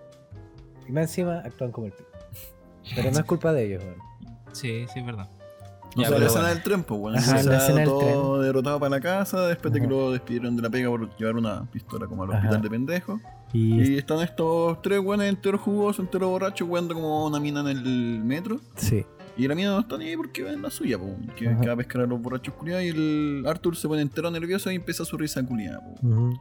Speaker 1: Y más encima actúan como el pico. Pero no es culpa de ellos, weón.
Speaker 2: Sí, sí, es verdad.
Speaker 3: No
Speaker 2: Ya,
Speaker 3: sé, la
Speaker 2: pero
Speaker 3: escena
Speaker 2: bueno.
Speaker 3: del tren, pues, weón.
Speaker 1: Ajá,
Speaker 3: Se
Speaker 1: la
Speaker 3: va
Speaker 1: escena del
Speaker 3: todo derrotado para la casa, después de que
Speaker 1: Ajá.
Speaker 3: lo despidieron de la pega por llevar una pistola como al
Speaker 1: Ajá.
Speaker 3: hospital de pendejos.
Speaker 1: Y,
Speaker 3: Y están estos tres weones enteros jugosos, enteros borrachos, jugando como una mina en el metro.
Speaker 1: sí,
Speaker 3: Y la mina no está ni ahí porque va en la suya, po, que,
Speaker 1: Ajá.
Speaker 3: que va a pescar a los borrachos culiados. Y el Arthur se pone entero nervioso y empieza su risa culiada, po.
Speaker 1: ujú.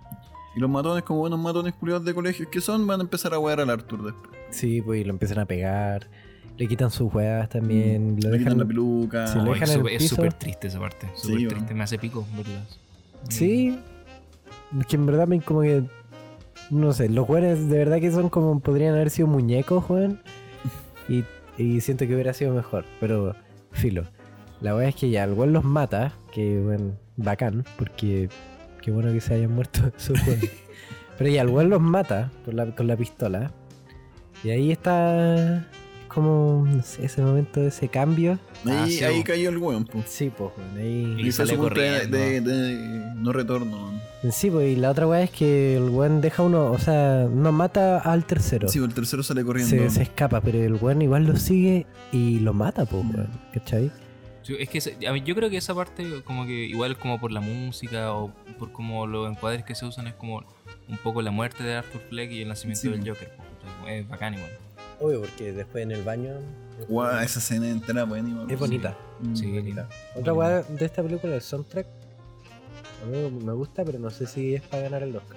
Speaker 3: Y los matones, como buenos matones culiados de colegios que son, van a empezar a huear al Arthur después.
Speaker 1: sí, pues y lo empiezan a pegar. Le quitan sus weas también. lo
Speaker 3: Mm. Le
Speaker 1: dejan
Speaker 3: quitan la peluca.
Speaker 1: Sí, lo
Speaker 2: Ay,
Speaker 1: dejan
Speaker 2: es
Speaker 1: en el
Speaker 2: súper- es
Speaker 1: piso.
Speaker 2: súper triste esa parte. Súper
Speaker 3: Sí,
Speaker 2: triste.
Speaker 3: bueno.
Speaker 2: Me hace pico, ¿verdad?
Speaker 1: Sí. Que en verdad me como que. No sé, los jugadores de verdad que son como. Podrían haber sido muñecos, Juan. Y, y siento que hubiera sido mejor. Pero, filo. La verdad es que ya, el weón los mata. Que, bueno, bacán. Porque. Qué bueno que se hayan muerto esos weones. Pero ya, el weón los mata por la- con la pistola. Y ahí está como no sé, ese momento, ese cambio.
Speaker 2: Ah,
Speaker 3: Ahí,
Speaker 2: sí,
Speaker 3: ahí
Speaker 2: bo.
Speaker 3: cayó el weón, po.
Speaker 1: Sí, pues, weón, ahí.
Speaker 2: Y
Speaker 3: Y fue
Speaker 2: sale
Speaker 3: su punto de,
Speaker 2: corriendo.
Speaker 3: de- de no retorno. weón.
Speaker 1: Sí, pues, y la otra weá es que el weón deja uno, o sea, no mata al tercero.
Speaker 3: Sí, bo, el tercero sale corriendo.
Speaker 1: se, se escapa, pero el weón igual lo sigue y lo mata, pues, weón. ¿Cachai?
Speaker 2: Sí, Es que ese- a mí- yo creo que esa parte, como que igual como por la música o por como los encuadres que se usan, es como un poco la muerte de Arthur Fleck y el nacimiento
Speaker 3: Sí.
Speaker 2: del Joker. po. Es bacán igual.
Speaker 1: Obvio, porque después en el baño.
Speaker 3: Guau, esa escena entera buena.
Speaker 1: Es bonita.
Speaker 3: Mm,
Speaker 2: Sí,
Speaker 1: Otra weá de esta película, el soundtrack, a mí me gusta, pero no sé si es para ganar el Oscar.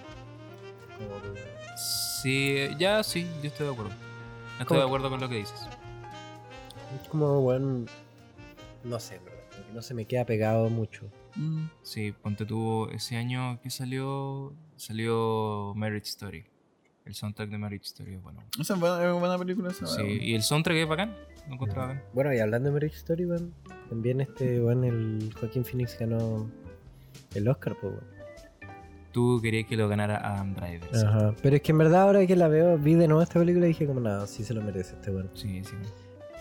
Speaker 1: Como que-
Speaker 2: Sí, ya sí, yo estoy de acuerdo. No estoy
Speaker 1: ¿Cómo?
Speaker 2: de acuerdo con lo que dices.
Speaker 1: Es como, weón, no sé, en verdad, como que no se me queda pegado mucho.
Speaker 3: Mm.
Speaker 2: Sí, ponte tú ese año que salió, salió Marriage Story. El soundtrack de Marriage Story es
Speaker 1: Ah,
Speaker 2: bueno.
Speaker 3: Esa es buena, es buena película esa.
Speaker 2: Sí,
Speaker 3: weón.
Speaker 2: y el soundtrack es bacán. Lo encontré bacán.
Speaker 1: Mm. Bueno, y hablando de Marriage Story, weón, también este, weón, el Joaquín Phoenix ganó el Oscar, pues, weón.
Speaker 2: Tú querías que lo ganara Adam Driver. ¿sí?
Speaker 1: Ajá. Pero es que en verdad ahora que la veo, vi de nuevo esta película y dije como, no, sí se lo merece este weón.
Speaker 2: Sí, sí.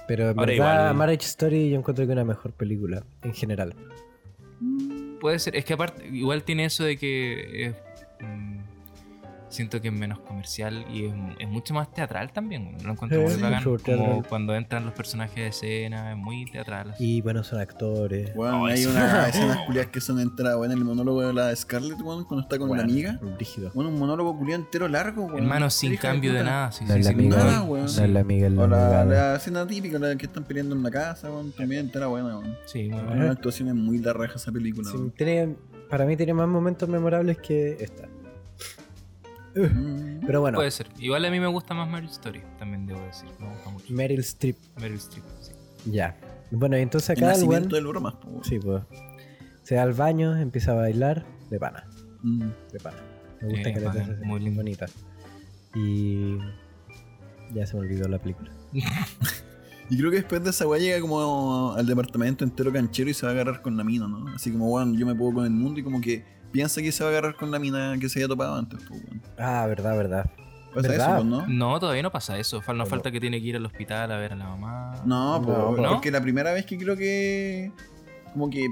Speaker 1: Pero en
Speaker 2: Ahora
Speaker 1: verdad,
Speaker 2: igual-
Speaker 1: Marriage Story yo encuentro que es una mejor película, en general.
Speaker 3: Mm.
Speaker 2: Puede ser, es que aparte, igual tiene eso de que es, mm, siento que es menos comercial y es, es mucho más teatral también. güey. Lo encuentro
Speaker 1: Sí,
Speaker 2: muy
Speaker 3: sí,
Speaker 2: bacán.
Speaker 1: mucho
Speaker 2: Como
Speaker 1: teatral.
Speaker 2: cuando entran los personajes de escena, es muy teatral. así.
Speaker 1: Y bueno, son actores.
Speaker 3: Weón,
Speaker 2: Oh,
Speaker 3: hay
Speaker 2: eso.
Speaker 3: unas escenas culiadas que son entradas buenas. El monólogo de la Scarlett, weón, cuando está con
Speaker 1: Bueno,
Speaker 3: la amiga.
Speaker 1: Rígido.
Speaker 3: Bueno, un monólogo culiado entero largo, weón.
Speaker 2: Hermano, sin
Speaker 3: Hija
Speaker 2: cambio de
Speaker 3: puta.
Speaker 2: nada. Sí,
Speaker 1: No
Speaker 2: sí,
Speaker 1: es la
Speaker 2: sí,
Speaker 1: amiga,
Speaker 2: igual.
Speaker 3: nada, weón.
Speaker 1: No
Speaker 2: Sí,
Speaker 1: es la amiga, es la
Speaker 3: O la,
Speaker 1: abogada.
Speaker 3: la escena típica, la que están peleando en la casa, weón, también entera buena, weón.
Speaker 2: sí, bueno.
Speaker 3: Una actuación es muy la raja esa película,
Speaker 1: Sí,
Speaker 3: weón.
Speaker 1: tiene- para mí tiene más momentos memorables que esta.
Speaker 3: Mm.
Speaker 1: Pero bueno,
Speaker 2: Puede ser. Igual a mí me gusta más Meryl Story, también debo decir. Me gusta mucho.
Speaker 1: Meryl Streep,
Speaker 2: Meryl Streep, sí.
Speaker 1: ya. Bueno, y entonces
Speaker 3: El
Speaker 1: acá el weón.
Speaker 3: nacimiento del bromas, po, weón.
Speaker 1: Sí, pues. Se va al baño, empieza a bailar, de pana,
Speaker 3: Mm.
Speaker 1: de pana. Me gusta
Speaker 2: Eh,
Speaker 1: que le
Speaker 2: bacán,
Speaker 1: haces
Speaker 2: muy
Speaker 1: muy
Speaker 2: lindo.
Speaker 1: bonita. Y. Ya se me olvidó la película.
Speaker 3: Y creo que después de esa weá llega como al departamento entero canchero y se va a agarrar con la mina, ¿no? Así como, weón, yo me puedo con el mundo y como que piensa que se va a agarrar con la mina que se había topado antes, pues, weón.
Speaker 1: Ah, verdad, verdad.
Speaker 3: Pasa
Speaker 1: ¿Verdad?
Speaker 3: eso, pues, ¿no?
Speaker 2: No, todavía no pasa eso. Fal- Nos
Speaker 1: Pero-
Speaker 2: falta que tiene que ir al hospital a ver a la mamá.
Speaker 3: No, po,
Speaker 1: No, po.
Speaker 3: porque la primera vez que creo que como que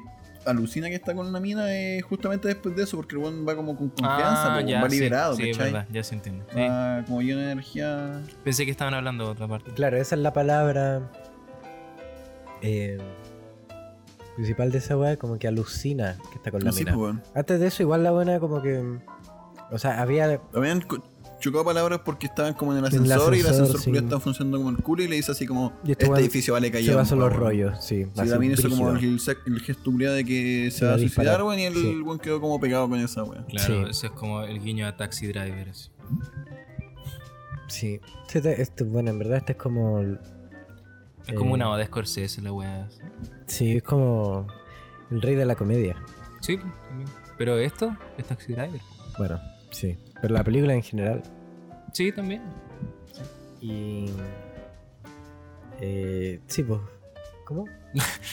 Speaker 3: alucina que está con la mina es justamente después de eso, porque el weón va como con confianza,
Speaker 2: Ah,
Speaker 3: po,
Speaker 2: ya,
Speaker 3: va
Speaker 2: sí,
Speaker 3: liberado,
Speaker 2: sí, es
Speaker 3: ¿cachai? Ah.
Speaker 2: verdad, ya se entiende. Sí.
Speaker 3: Va como lleno de energía.
Speaker 2: Pensé que estaban hablando de otra parte.
Speaker 1: Claro, esa es la palabra. eh, principal de esa weá, como que alucina que está con la
Speaker 3: Así,
Speaker 1: mina.
Speaker 3: po, weón.
Speaker 1: Antes de eso, igual la buena, como que. O sea, había
Speaker 3: Habían co- chocado palabras porque estaban como en
Speaker 1: En
Speaker 3: el
Speaker 1: el
Speaker 3: ascensor, y el
Speaker 1: ascensor,
Speaker 3: ascensor
Speaker 1: sí.
Speaker 3: culiao estaba funcionando como el culo y le dice así como,
Speaker 1: Y este
Speaker 3: este,
Speaker 1: weón
Speaker 3: edificio vale callar.
Speaker 1: Se basó los rollos, sí.
Speaker 3: Sí,
Speaker 1: así,
Speaker 3: también hizo como el,
Speaker 1: brígido.
Speaker 3: el gesto culiao de que se,
Speaker 1: Se
Speaker 3: va
Speaker 1: va
Speaker 3: a
Speaker 1: a
Speaker 3: suicidar,
Speaker 1: disparar.
Speaker 3: weón, y el
Speaker 1: Sí.
Speaker 3: weón quedó como pegado con esa weón.
Speaker 2: Claro,
Speaker 1: Sí.
Speaker 2: eso es como el guiño a Taxi Driver. así.
Speaker 1: Sí. Sí, te- esto- bueno, en verdad este es como... el-
Speaker 2: Es como
Speaker 1: Eh.
Speaker 2: una oda de Scorsese la weá.
Speaker 1: Sí, es como el rey de la comedia.
Speaker 2: Sí, también. Pero esto es Taxi Driver.
Speaker 1: Bueno, sí. Pero la película en general.
Speaker 2: Sí, también.
Speaker 1: Y... eh, sí, pues... ¿Cómo?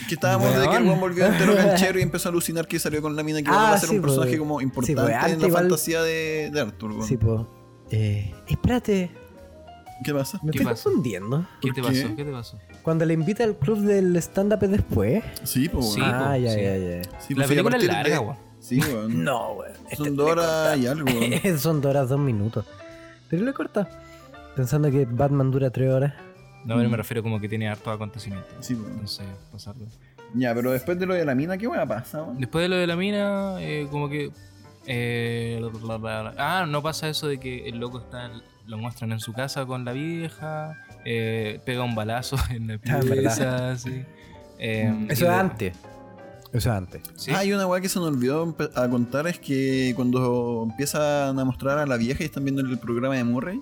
Speaker 3: Que estábamos de que el
Speaker 2: Weón.
Speaker 3: weón volvió entero canchero y empezó a alucinar que salió con la mina que
Speaker 1: Ah,
Speaker 3: ahora va a ser
Speaker 1: sí,
Speaker 3: un personaje
Speaker 1: pues.
Speaker 3: como
Speaker 1: Sí,
Speaker 3: importante
Speaker 1: pues,
Speaker 3: en
Speaker 1: antes
Speaker 3: la
Speaker 1: igual-
Speaker 3: fantasía de, de Arthur. weón.
Speaker 1: Sí, pues... Eh, espérate,
Speaker 3: ¿Qué pasa?
Speaker 1: me
Speaker 2: ¿Qué
Speaker 1: estoy
Speaker 2: pasa?
Speaker 1: confundiendo.
Speaker 2: ¿Qué
Speaker 3: ¿Por
Speaker 2: te
Speaker 3: qué?
Speaker 2: pasó? ¿Qué te pasó?
Speaker 1: Cuando le invita al club del stand-up es después.
Speaker 3: Sí, pues, weón.
Speaker 2: Sí,
Speaker 1: ah,
Speaker 2: po,
Speaker 1: ya,
Speaker 2: sí.
Speaker 1: ya, ya.
Speaker 3: Sí,
Speaker 2: La
Speaker 3: pues, sí, a
Speaker 2: película es
Speaker 3: partir
Speaker 2: larga,
Speaker 3: de-
Speaker 2: weón.
Speaker 3: Sí, weón.
Speaker 1: No, weón. este
Speaker 3: Son
Speaker 1: le
Speaker 3: dos horas y algo, weón.
Speaker 1: corta. Son dos horas, dos minutos. Pero le corta. Pensando que Batman dura tres horas.
Speaker 2: No, pero me refiero como que tiene harto acontecimiento.
Speaker 3: Sí, weón.
Speaker 2: Entonces, pasarlo.
Speaker 3: Ya, pero después de lo de la mina, ¿qué weón pasa, weón?
Speaker 2: Después de lo de la mina, eh, como que. eh, la- la- la- ah, no pasa eso de que el loco está. Lo muestran en su casa con la vieja. eh, pega un balazo en la
Speaker 1: Ah, verdad.
Speaker 2: pieza. sí. Eh, y
Speaker 3: pues.
Speaker 1: Eso es
Speaker 2: de-
Speaker 1: antes. Eso es antes.
Speaker 2: Sí.
Speaker 3: Ah, y una weá que se nos olvidó empe- a contar es que cuando empiezan a mostrar a la vieja y están viendo el programa de Murray,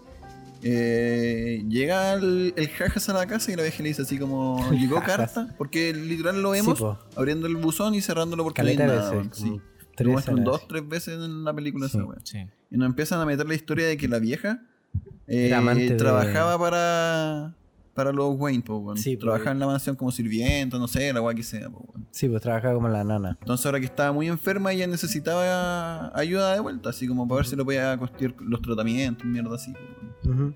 Speaker 3: eh, llega el, el jajas a la casa y la vieja le dice así como, llegó
Speaker 1: Jajas.
Speaker 3: carta, porque literal lo
Speaker 1: Sí,
Speaker 3: vemos
Speaker 1: po.
Speaker 3: abriendo el buzón y cerrándolo porque
Speaker 1: Caleta
Speaker 3: no
Speaker 1: de
Speaker 3: hay
Speaker 1: veces.
Speaker 3: nada, weón,
Speaker 1: como
Speaker 3: sí.
Speaker 1: tres
Speaker 3: lo muestran
Speaker 1: escenas.
Speaker 3: dos, tres veces en la película
Speaker 1: Sí.
Speaker 3: esa weá.
Speaker 2: Sí.
Speaker 3: Y nos empiezan a meter la historia de que la vieja eh,
Speaker 1: Era amante de-
Speaker 3: trabajaba para para los Wayne, pues, weón.
Speaker 1: Sí, pues,
Speaker 3: Trabajar
Speaker 1: weón.
Speaker 3: en la mansión como sirvienta, no sé, la weá que sea, pues, weón.
Speaker 1: Sí, pues trabajaba como la nana.
Speaker 3: Entonces ahora que estaba muy enferma, ella necesitaba ayuda de vuelta, así como para ver si lo podía costear los tratamientos, mierda así. pues, weón.
Speaker 1: Ujú.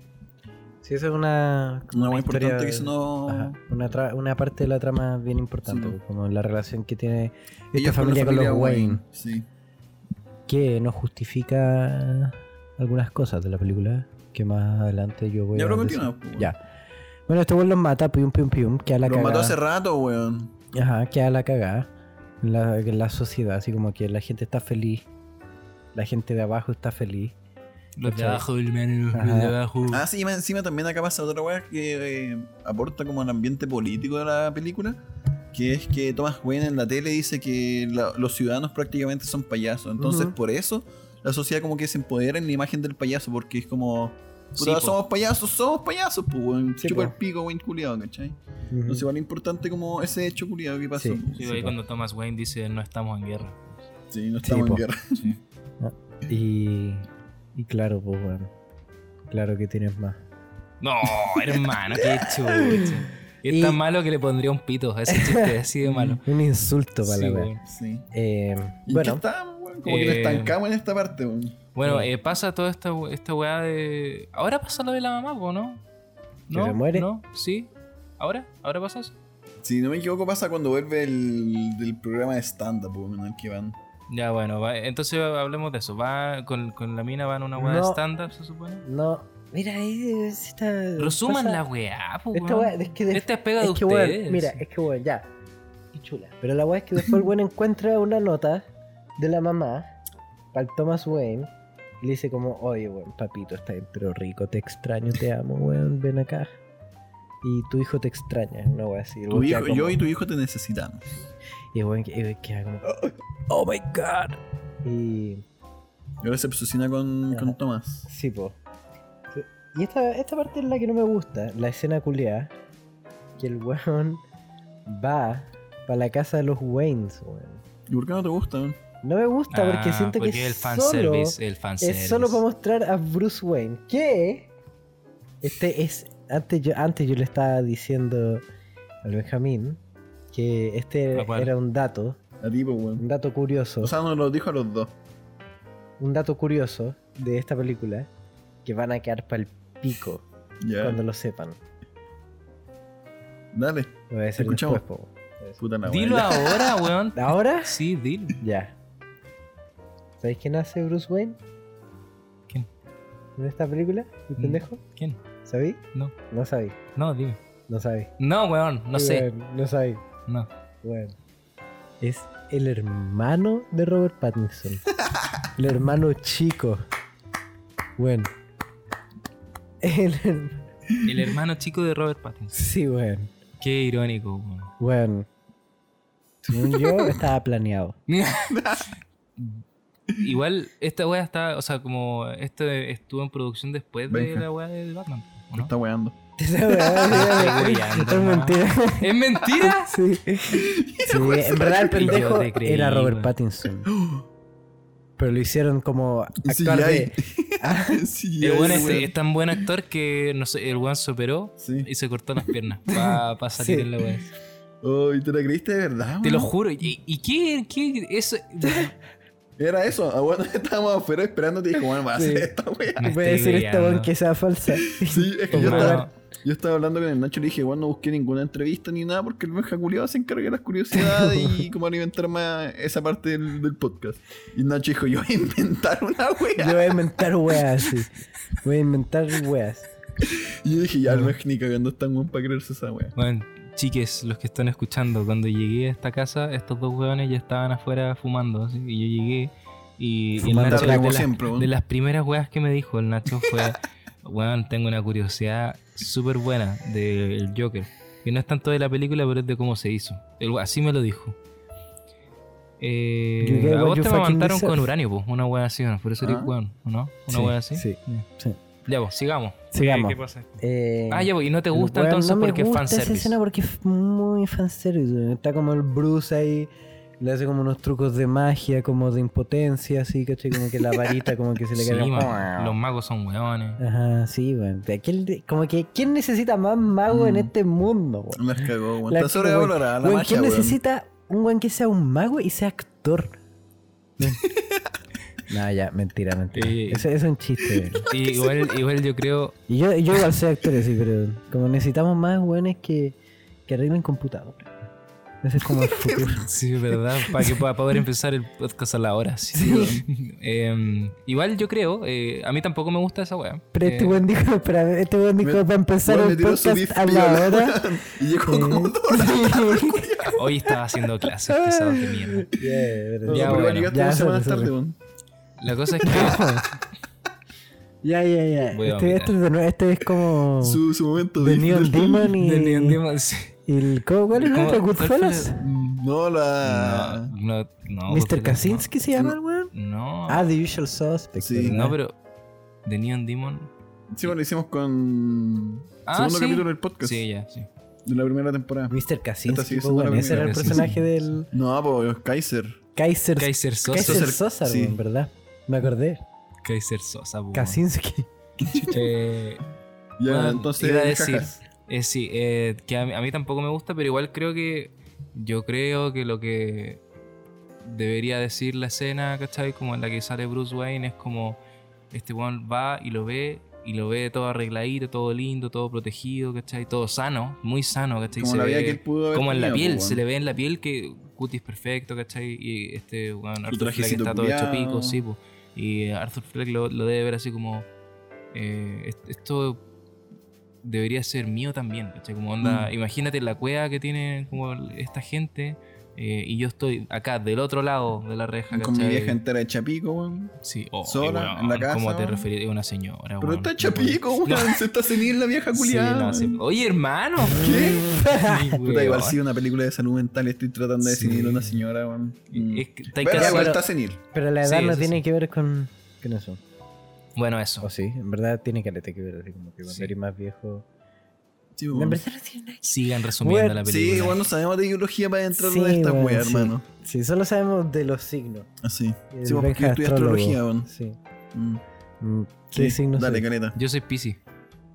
Speaker 1: Sí, eso es una.
Speaker 3: Una weá
Speaker 1: historia
Speaker 3: importante que
Speaker 1: de-
Speaker 3: eso no...
Speaker 1: Ajá, una, tra- una parte de la trama bien importante,
Speaker 3: Sí.
Speaker 1: pues, como la relación que tiene esta
Speaker 3: Ella fue la
Speaker 1: familia con los Wayne,
Speaker 3: Sí.
Speaker 1: que nos justifica algunas cosas de la película, que más adelante yo voy
Speaker 3: Ya,
Speaker 1: a
Speaker 3: pero
Speaker 1: decir.
Speaker 3: continuamos, pues, weón.
Speaker 1: Ya. Bueno, este güey los mata, pium, pium, pium, que a la
Speaker 3: Los mató
Speaker 1: cagada.
Speaker 3: hace rato, weón.
Speaker 1: Ajá, queda la cagada en la, en la sociedad, así como que la gente está feliz, la gente de abajo está feliz.
Speaker 2: Los de
Speaker 1: Cachai.
Speaker 2: abajo, el menú, los de
Speaker 1: Ajá.
Speaker 2: abajo.
Speaker 3: Ah, sí, más encima también acá pasa otra weá que eh, aporta como al ambiente político de la película, que es que Thomas Wayne en la tele dice que la- los ciudadanos prácticamente son payasos, entonces
Speaker 1: Ujú.
Speaker 3: por eso la sociedad como que se empodera en la imagen del payaso, porque es como...
Speaker 2: Sí,
Speaker 3: "Puta,
Speaker 2: po.
Speaker 3: somos payasos, somos payasos, pues, weón.
Speaker 1: Sí,
Speaker 3: Chupa
Speaker 1: po.
Speaker 3: el pico, Wayne culiado, ¿cachai? Entonces, igual es importante como ese hecho culiado que pasó.
Speaker 1: Sí.
Speaker 3: po.
Speaker 2: Sí,
Speaker 1: Sí,
Speaker 2: ahí
Speaker 1: po.
Speaker 2: cuando Thomas Wayne dice no estamos en guerra.
Speaker 3: Sí, no estamos
Speaker 1: po.
Speaker 3: en guerra.
Speaker 1: Y,
Speaker 2: Sí.
Speaker 1: y claro, pues bueno, claro que tienes más.
Speaker 2: No, hermano, qué chucha. Es tan
Speaker 1: Y-
Speaker 2: malo que le pondría un pito a ese chiste, así de malo.
Speaker 1: Un insulto para
Speaker 2: Sí,
Speaker 1: la wea.
Speaker 2: weón.
Speaker 3: Sí.
Speaker 1: Eh,
Speaker 3: ¿Y en qué
Speaker 1: bueno,
Speaker 3: estábamos, weón? Como que nos
Speaker 2: Eh,
Speaker 3: estancamos en esta parte, weón.
Speaker 2: Bueno,
Speaker 1: Sí.
Speaker 2: eh, pasa toda esta, we- esta weá de. Ahora pasa lo de la mamá, po, ¿no?
Speaker 1: ¿Que se muere?
Speaker 2: ¿No? ¿Sí? ¿Ahora? ¿Ahora pasa eso?
Speaker 3: Si no me equivoco, pasa cuando vuelve el del programa de stand-up, weón, en el que van.
Speaker 2: Ya, bueno, va- entonces hablemos de eso. Va con, con la mina, van a una weá de
Speaker 1: No.
Speaker 2: stand-up, se supone.
Speaker 1: no. Mira, es esta.
Speaker 2: Resuman
Speaker 1: pasa-
Speaker 2: la weá, po,
Speaker 1: Esta
Speaker 2: weón.
Speaker 1: wea, es que de-
Speaker 2: Esta es pega de
Speaker 1: es que
Speaker 2: ustedes.
Speaker 1: weón, mira, es que weón, ya. Qué chula. Pero la weá es que después el weón encuentra una nota de la mamá para el Thomas Wayne. Y le dice como, oye weón, papito, está bien, pero rico, te extraño, te amo, weón, ven acá. Y tu hijo te extraña, una weá así. El
Speaker 3: Tu
Speaker 1: weón queda
Speaker 3: hijo-
Speaker 1: como-
Speaker 3: yo y tu hijo te necesitamos.
Speaker 1: Y el weón que- eh, queda como, "Oh, oh my god. Y
Speaker 3: Y ahora se obsesiona con,
Speaker 1: Ajá.
Speaker 3: con Tomás.
Speaker 1: sí, po. Sí. Y esta, esta parte es la que no me gusta, la escena culeada. Que el weón va para la casa de los Waynes, weón.
Speaker 3: ¿Y por qué no te gusta, weón?
Speaker 1: No me gusta porque
Speaker 2: Ah,
Speaker 1: siento
Speaker 2: porque
Speaker 1: que
Speaker 2: el
Speaker 1: solo
Speaker 2: fanservice, el fanservice.
Speaker 1: es solo para mostrar a Bruce Wayne. Que este es antes yo antes yo le estaba diciendo al Benjamín que este
Speaker 2: Ah, bueno.
Speaker 1: era un dato,
Speaker 3: A ti, pues, weón.
Speaker 1: un dato curioso,
Speaker 3: O sea, nos lo dijo a los dos.
Speaker 1: un dato curioso de esta película que van a quedar para el pico
Speaker 3: Ya.
Speaker 1: cuando lo sepan.
Speaker 3: Dale.
Speaker 1: Lo voy a decir
Speaker 3: Escuchamos.
Speaker 1: después, po.
Speaker 3: Puta la
Speaker 2: Dilo
Speaker 3: weá.
Speaker 2: ahora, weón.
Speaker 1: Ahora
Speaker 2: Sí, dilo.
Speaker 1: ya. ¿Sabéis quién hace Bruce Wayne?
Speaker 2: ¿Quién?
Speaker 1: ¿En esta película? ¿El
Speaker 2: Mm.
Speaker 1: pendejo?
Speaker 2: ¿Quién?
Speaker 1: ¿Sabí?
Speaker 2: No.
Speaker 1: No sabí.
Speaker 2: No, dime.
Speaker 1: No sabí.
Speaker 2: No, weón, no sé.
Speaker 1: Weón, no sabí.
Speaker 2: No.
Speaker 1: Weón. Es el hermano de Robert Pattinson. el hermano chico. Bueno. El herma-
Speaker 2: El hermano chico de Robert Pattinson.
Speaker 1: Sí, weón.
Speaker 2: Qué irónico, weón.
Speaker 1: Weón. Según yo, estaba planeado.
Speaker 2: Igual, esta weá está, o sea, como este estuvo en producción después de
Speaker 3: Benja.
Speaker 2: la weá de Batman. ¿o
Speaker 3: Me
Speaker 2: no?
Speaker 3: Está weando.
Speaker 1: Esa weá,
Speaker 2: Estoy
Speaker 1: weón,
Speaker 2: weyando,
Speaker 1: Es
Speaker 2: hermano.
Speaker 1: mentira.
Speaker 2: ¿Es mentira?
Speaker 1: Sí. Sí, en verdad el pendejo
Speaker 2: Yo te creí,
Speaker 1: era Robert
Speaker 2: weón.
Speaker 1: Pattinson. Pero lo hicieron como
Speaker 3: Sí,
Speaker 1: actuar
Speaker 3: ya
Speaker 1: de...
Speaker 3: sí, ya,
Speaker 2: Ah, El weón
Speaker 3: ese
Speaker 2: es, este.
Speaker 3: weón.
Speaker 2: es tan buen actor que no sé, el weón se operó
Speaker 3: Sí.
Speaker 2: y se cortó las piernas para salir
Speaker 1: Sí.
Speaker 2: en la weá.
Speaker 3: Oh, ¿y te la creíste de verdad,
Speaker 2: Te
Speaker 3: weón?
Speaker 2: lo juro. ¿Y, y qué, qué? Eso.
Speaker 3: Era eso. Ah, bueno, estábamos afuera esperando y te dije, bueno, va a
Speaker 1: Sí.
Speaker 3: hacer esta weá.
Speaker 2: Me
Speaker 1: Voy a
Speaker 2: estoy
Speaker 1: decir esta
Speaker 2: weyando.
Speaker 1: weón que sea falsa.
Speaker 3: Sí, es que yo
Speaker 1: Hermano.
Speaker 3: estaba, yo estaba hablando con el Nacho y le dije, bueno, no busqué ninguna entrevista ni nada porque el Benja culiado se encarga de las curiosidades y cómo alimentar más esa parte del, del podcast. Y Nacho dijo, yo voy a inventar una
Speaker 1: Yo
Speaker 3: wea.
Speaker 1: voy a inventar weas, sí. Voy a inventar weas.
Speaker 3: Y yo dije, ya, el Benja ni cagando es tan buen para creerse esa wea.
Speaker 2: Bueno, chiques, los que están escuchando, cuando llegué a esta casa, estos dos hueones ya estaban afuera fumando. así que yo llegué y, y
Speaker 1: Fumando
Speaker 2: el Nacho,
Speaker 3: tarde
Speaker 2: de,
Speaker 3: como
Speaker 2: las-
Speaker 3: siempre, weón.
Speaker 2: de las primeras hueas que me dijo el Nacho fue, weón, tengo una curiosidad súper buena del Joker. Que no es tanto de la película, pero es de cómo se hizo. El we- así me lo dijo. Eh,
Speaker 1: You get
Speaker 2: a
Speaker 1: what
Speaker 2: vos
Speaker 1: you
Speaker 2: te
Speaker 1: fucking
Speaker 2: amamantaron
Speaker 1: deserve.
Speaker 2: con uranio, pues, una hueá así, ¿no? por eso eres
Speaker 3: Ah.
Speaker 2: hueón, ¿o ¿no? Una
Speaker 1: Sí,
Speaker 2: hueá así.
Speaker 1: sí,
Speaker 2: Ya.
Speaker 1: sí.
Speaker 2: Ya, pues, sigamos.
Speaker 1: Sigamos.
Speaker 2: ¿Qué, qué pasa?
Speaker 1: Eh,
Speaker 2: Ah, ya, pues, y no te
Speaker 1: el
Speaker 2: gusta
Speaker 1: weón
Speaker 2: entonces
Speaker 1: no me
Speaker 2: porque es
Speaker 1: gusta esa
Speaker 2: fanservice.
Speaker 1: escena porque es muy fanservice. weón. Está como el Bruce ahí Le hace como unos trucos de magia, como de impotencia, así, ¿cachai? Como que la varita, como "Ah". que se le
Speaker 2: Sí,
Speaker 1: cae. la-
Speaker 2: man, los magos son weones.
Speaker 1: Ajá, sí, weón. ¿De quién- Como que, ¿quién necesita más mago
Speaker 2: Mm.
Speaker 1: en este mundo, weón?
Speaker 3: Las cagó, weón.
Speaker 1: La-
Speaker 3: Está sobrevalorada la
Speaker 1: weón,
Speaker 3: magia,
Speaker 1: ¿Quién
Speaker 3: weón.
Speaker 1: necesita un weón que sea un mago y sea actor? no, ya, mentira, mentira.
Speaker 2: Eh.
Speaker 1: Eso, eso es un chiste, weón.
Speaker 2: Y igual, igual yo creo.
Speaker 1: Y yo, yo igual soy actor, sí, pero como necesitamos más weones que, que arreglen computadores. Ese es como el futuro.
Speaker 2: Sí, es verdad, para que pueda poder empezar el podcast a la hora. sí. Em, igual yo creo, eh, a mí tampoco me gusta esa wea.
Speaker 1: Pero este
Speaker 2: Eh,
Speaker 1: weón dijo, espera, este weón dijo
Speaker 3: Me-
Speaker 1: para empezar
Speaker 3: Weón, le
Speaker 1: el
Speaker 3: tiró su
Speaker 1: podcast
Speaker 3: beef
Speaker 1: a la
Speaker 3: piola,
Speaker 1: hora.
Speaker 3: weón. Y llegó como dos horas.
Speaker 1: Sí.
Speaker 2: hoy estaba haciendo clases, pesado de mierda.
Speaker 1: Yeah,
Speaker 3: Ya,
Speaker 2: bueno,
Speaker 3: pero llegaste
Speaker 1: ya,
Speaker 3: dos semanas
Speaker 1: sorry,
Speaker 3: tarde,
Speaker 1: sorry.
Speaker 3: weón.
Speaker 2: La cosa es que.
Speaker 1: Ah, Ya, ya, ya.
Speaker 2: Voy a
Speaker 1: Este,
Speaker 2: vomitar.
Speaker 1: este es de nue- este es como
Speaker 3: Su, su momento
Speaker 1: The
Speaker 3: de
Speaker 1: Neon Demon y,
Speaker 2: del Neon Demon, sí.
Speaker 1: y el ¿cómo- ¿cuál es el
Speaker 2: ¿Cómo-
Speaker 1: otro?
Speaker 2: cuál fue la-
Speaker 1: Goodfellas.
Speaker 3: No, la.
Speaker 2: No, no, no.
Speaker 1: Mr.
Speaker 2: Goodfellas,
Speaker 1: Kaczynski se llama el weón.
Speaker 2: No.
Speaker 1: Ah, The Usual Suspect.
Speaker 3: Sí.
Speaker 1: ¿verdad?
Speaker 2: no, pero. The Neon Demon.
Speaker 3: Sí, bueno, lo hicimos con.
Speaker 2: Ah,
Speaker 3: segundo
Speaker 2: sí.
Speaker 3: capítulo del podcast.
Speaker 2: Sí, ya, sí.
Speaker 3: De la primera temporada.
Speaker 1: Mr.
Speaker 3: Esta
Speaker 1: Kaczynski,
Speaker 3: sigue
Speaker 1: po,
Speaker 3: siendo
Speaker 1: weón,
Speaker 3: la
Speaker 1: ese era el
Speaker 2: primera, sí,
Speaker 1: personaje
Speaker 2: sí.
Speaker 1: del
Speaker 3: No, pues Kaiser.
Speaker 1: Kaiser
Speaker 2: Kaiser Sosa.
Speaker 1: Kaiser
Speaker 3: Kaiser-
Speaker 1: Sosa,
Speaker 3: sí.
Speaker 1: weón, ¿verdad? Me acordé.
Speaker 2: Kaiser Sosa, po,
Speaker 1: Kaczynski.
Speaker 2: eh,
Speaker 3: Ya,
Speaker 2: Bueno,
Speaker 3: entonces.
Speaker 2: iba a decir,
Speaker 3: jajas.
Speaker 2: eh, sí, eh, que a mí, a mí tampoco me gusta, pero igual creo que yo creo que lo que debería decir la escena, ¿cachai? Como en la que sale Bruce Wayne es como este weón va y lo ve y lo ve todo arregladito, todo lindo, todo protegido, ¿cachai? Todo sano, muy sano, ¿cachai?
Speaker 3: Como
Speaker 2: Se
Speaker 3: la vida
Speaker 2: ve
Speaker 3: que él pudo haber
Speaker 2: como en la
Speaker 3: tenido,
Speaker 2: piel,
Speaker 3: pues,
Speaker 2: se le
Speaker 3: weón.
Speaker 2: ve en la piel que cutis perfecto, ¿cachai? Y este weón
Speaker 3: Su
Speaker 2: Arthur Fleck
Speaker 3: trajecito
Speaker 2: está todo hecho
Speaker 3: culiao.
Speaker 2: pico, sí, po. Y Arthur Fleck lo, lo debe ver así como. eh, est- esto debería ser mío también, ¿cachai? Como onda,
Speaker 3: Mm.
Speaker 2: imagínate la cueva que tiene como esta gente eh, y yo estoy acá, del otro lado de la reja,
Speaker 3: Con mi
Speaker 2: ¿cachai?
Speaker 3: vieja entera de Chapico, weón.
Speaker 2: Sí, oh,
Speaker 3: sola,
Speaker 2: weón,
Speaker 3: en la casa,
Speaker 2: ¿Cómo te
Speaker 3: weón?
Speaker 2: referís? Es una señora,
Speaker 3: Pero
Speaker 2: weón.
Speaker 3: está
Speaker 2: No puede-
Speaker 3: Chapico, weón.
Speaker 2: No,
Speaker 3: Se está senil la vieja
Speaker 2: sí,
Speaker 3: culiada.
Speaker 2: no, sí.
Speaker 3: weón.
Speaker 2: Oye, hermano.
Speaker 3: ¿Qué?
Speaker 2: Sí,
Speaker 3: Puta, igual
Speaker 2: weón.
Speaker 3: sí, una película de salud mental. Estoy tratando de
Speaker 2: Sí.
Speaker 3: senil a una señora, weón. Mm.
Speaker 2: Es que está
Speaker 3: Pero ya,
Speaker 2: casado-
Speaker 3: igual está senil.
Speaker 1: Pero la
Speaker 2: Sí,
Speaker 1: edad no
Speaker 2: eso
Speaker 1: tiene
Speaker 2: sí.
Speaker 1: que ver con, con eso.
Speaker 2: Bueno,
Speaker 1: O
Speaker 2: eso.
Speaker 1: sí, en verdad tiene caleta que ver, así como que cuando
Speaker 2: Sí.
Speaker 1: eres más viejo.
Speaker 3: Sí,
Speaker 1: En
Speaker 3: weón.
Speaker 1: verdad no tiene nada que
Speaker 2: Sigan resumiendo
Speaker 1: Bueno,
Speaker 2: la película.
Speaker 3: Sí, weón, no sabemos de ideología para entrar
Speaker 1: Sí,
Speaker 3: en esta
Speaker 1: weón,
Speaker 3: wea,
Speaker 1: sí.
Speaker 3: hermano.
Speaker 1: Sí, solo sabemos de los signos.
Speaker 3: Así.
Speaker 1: El
Speaker 3: Sí, weón, porque
Speaker 1: Benja
Speaker 3: yo estudié
Speaker 1: astrólogo.
Speaker 3: astrología, weón.
Speaker 1: Sí.
Speaker 3: Mm.
Speaker 1: Mm, ¿Qué signos
Speaker 3: Dale,
Speaker 1: soy?
Speaker 3: caleta.
Speaker 2: Yo soy Pisi.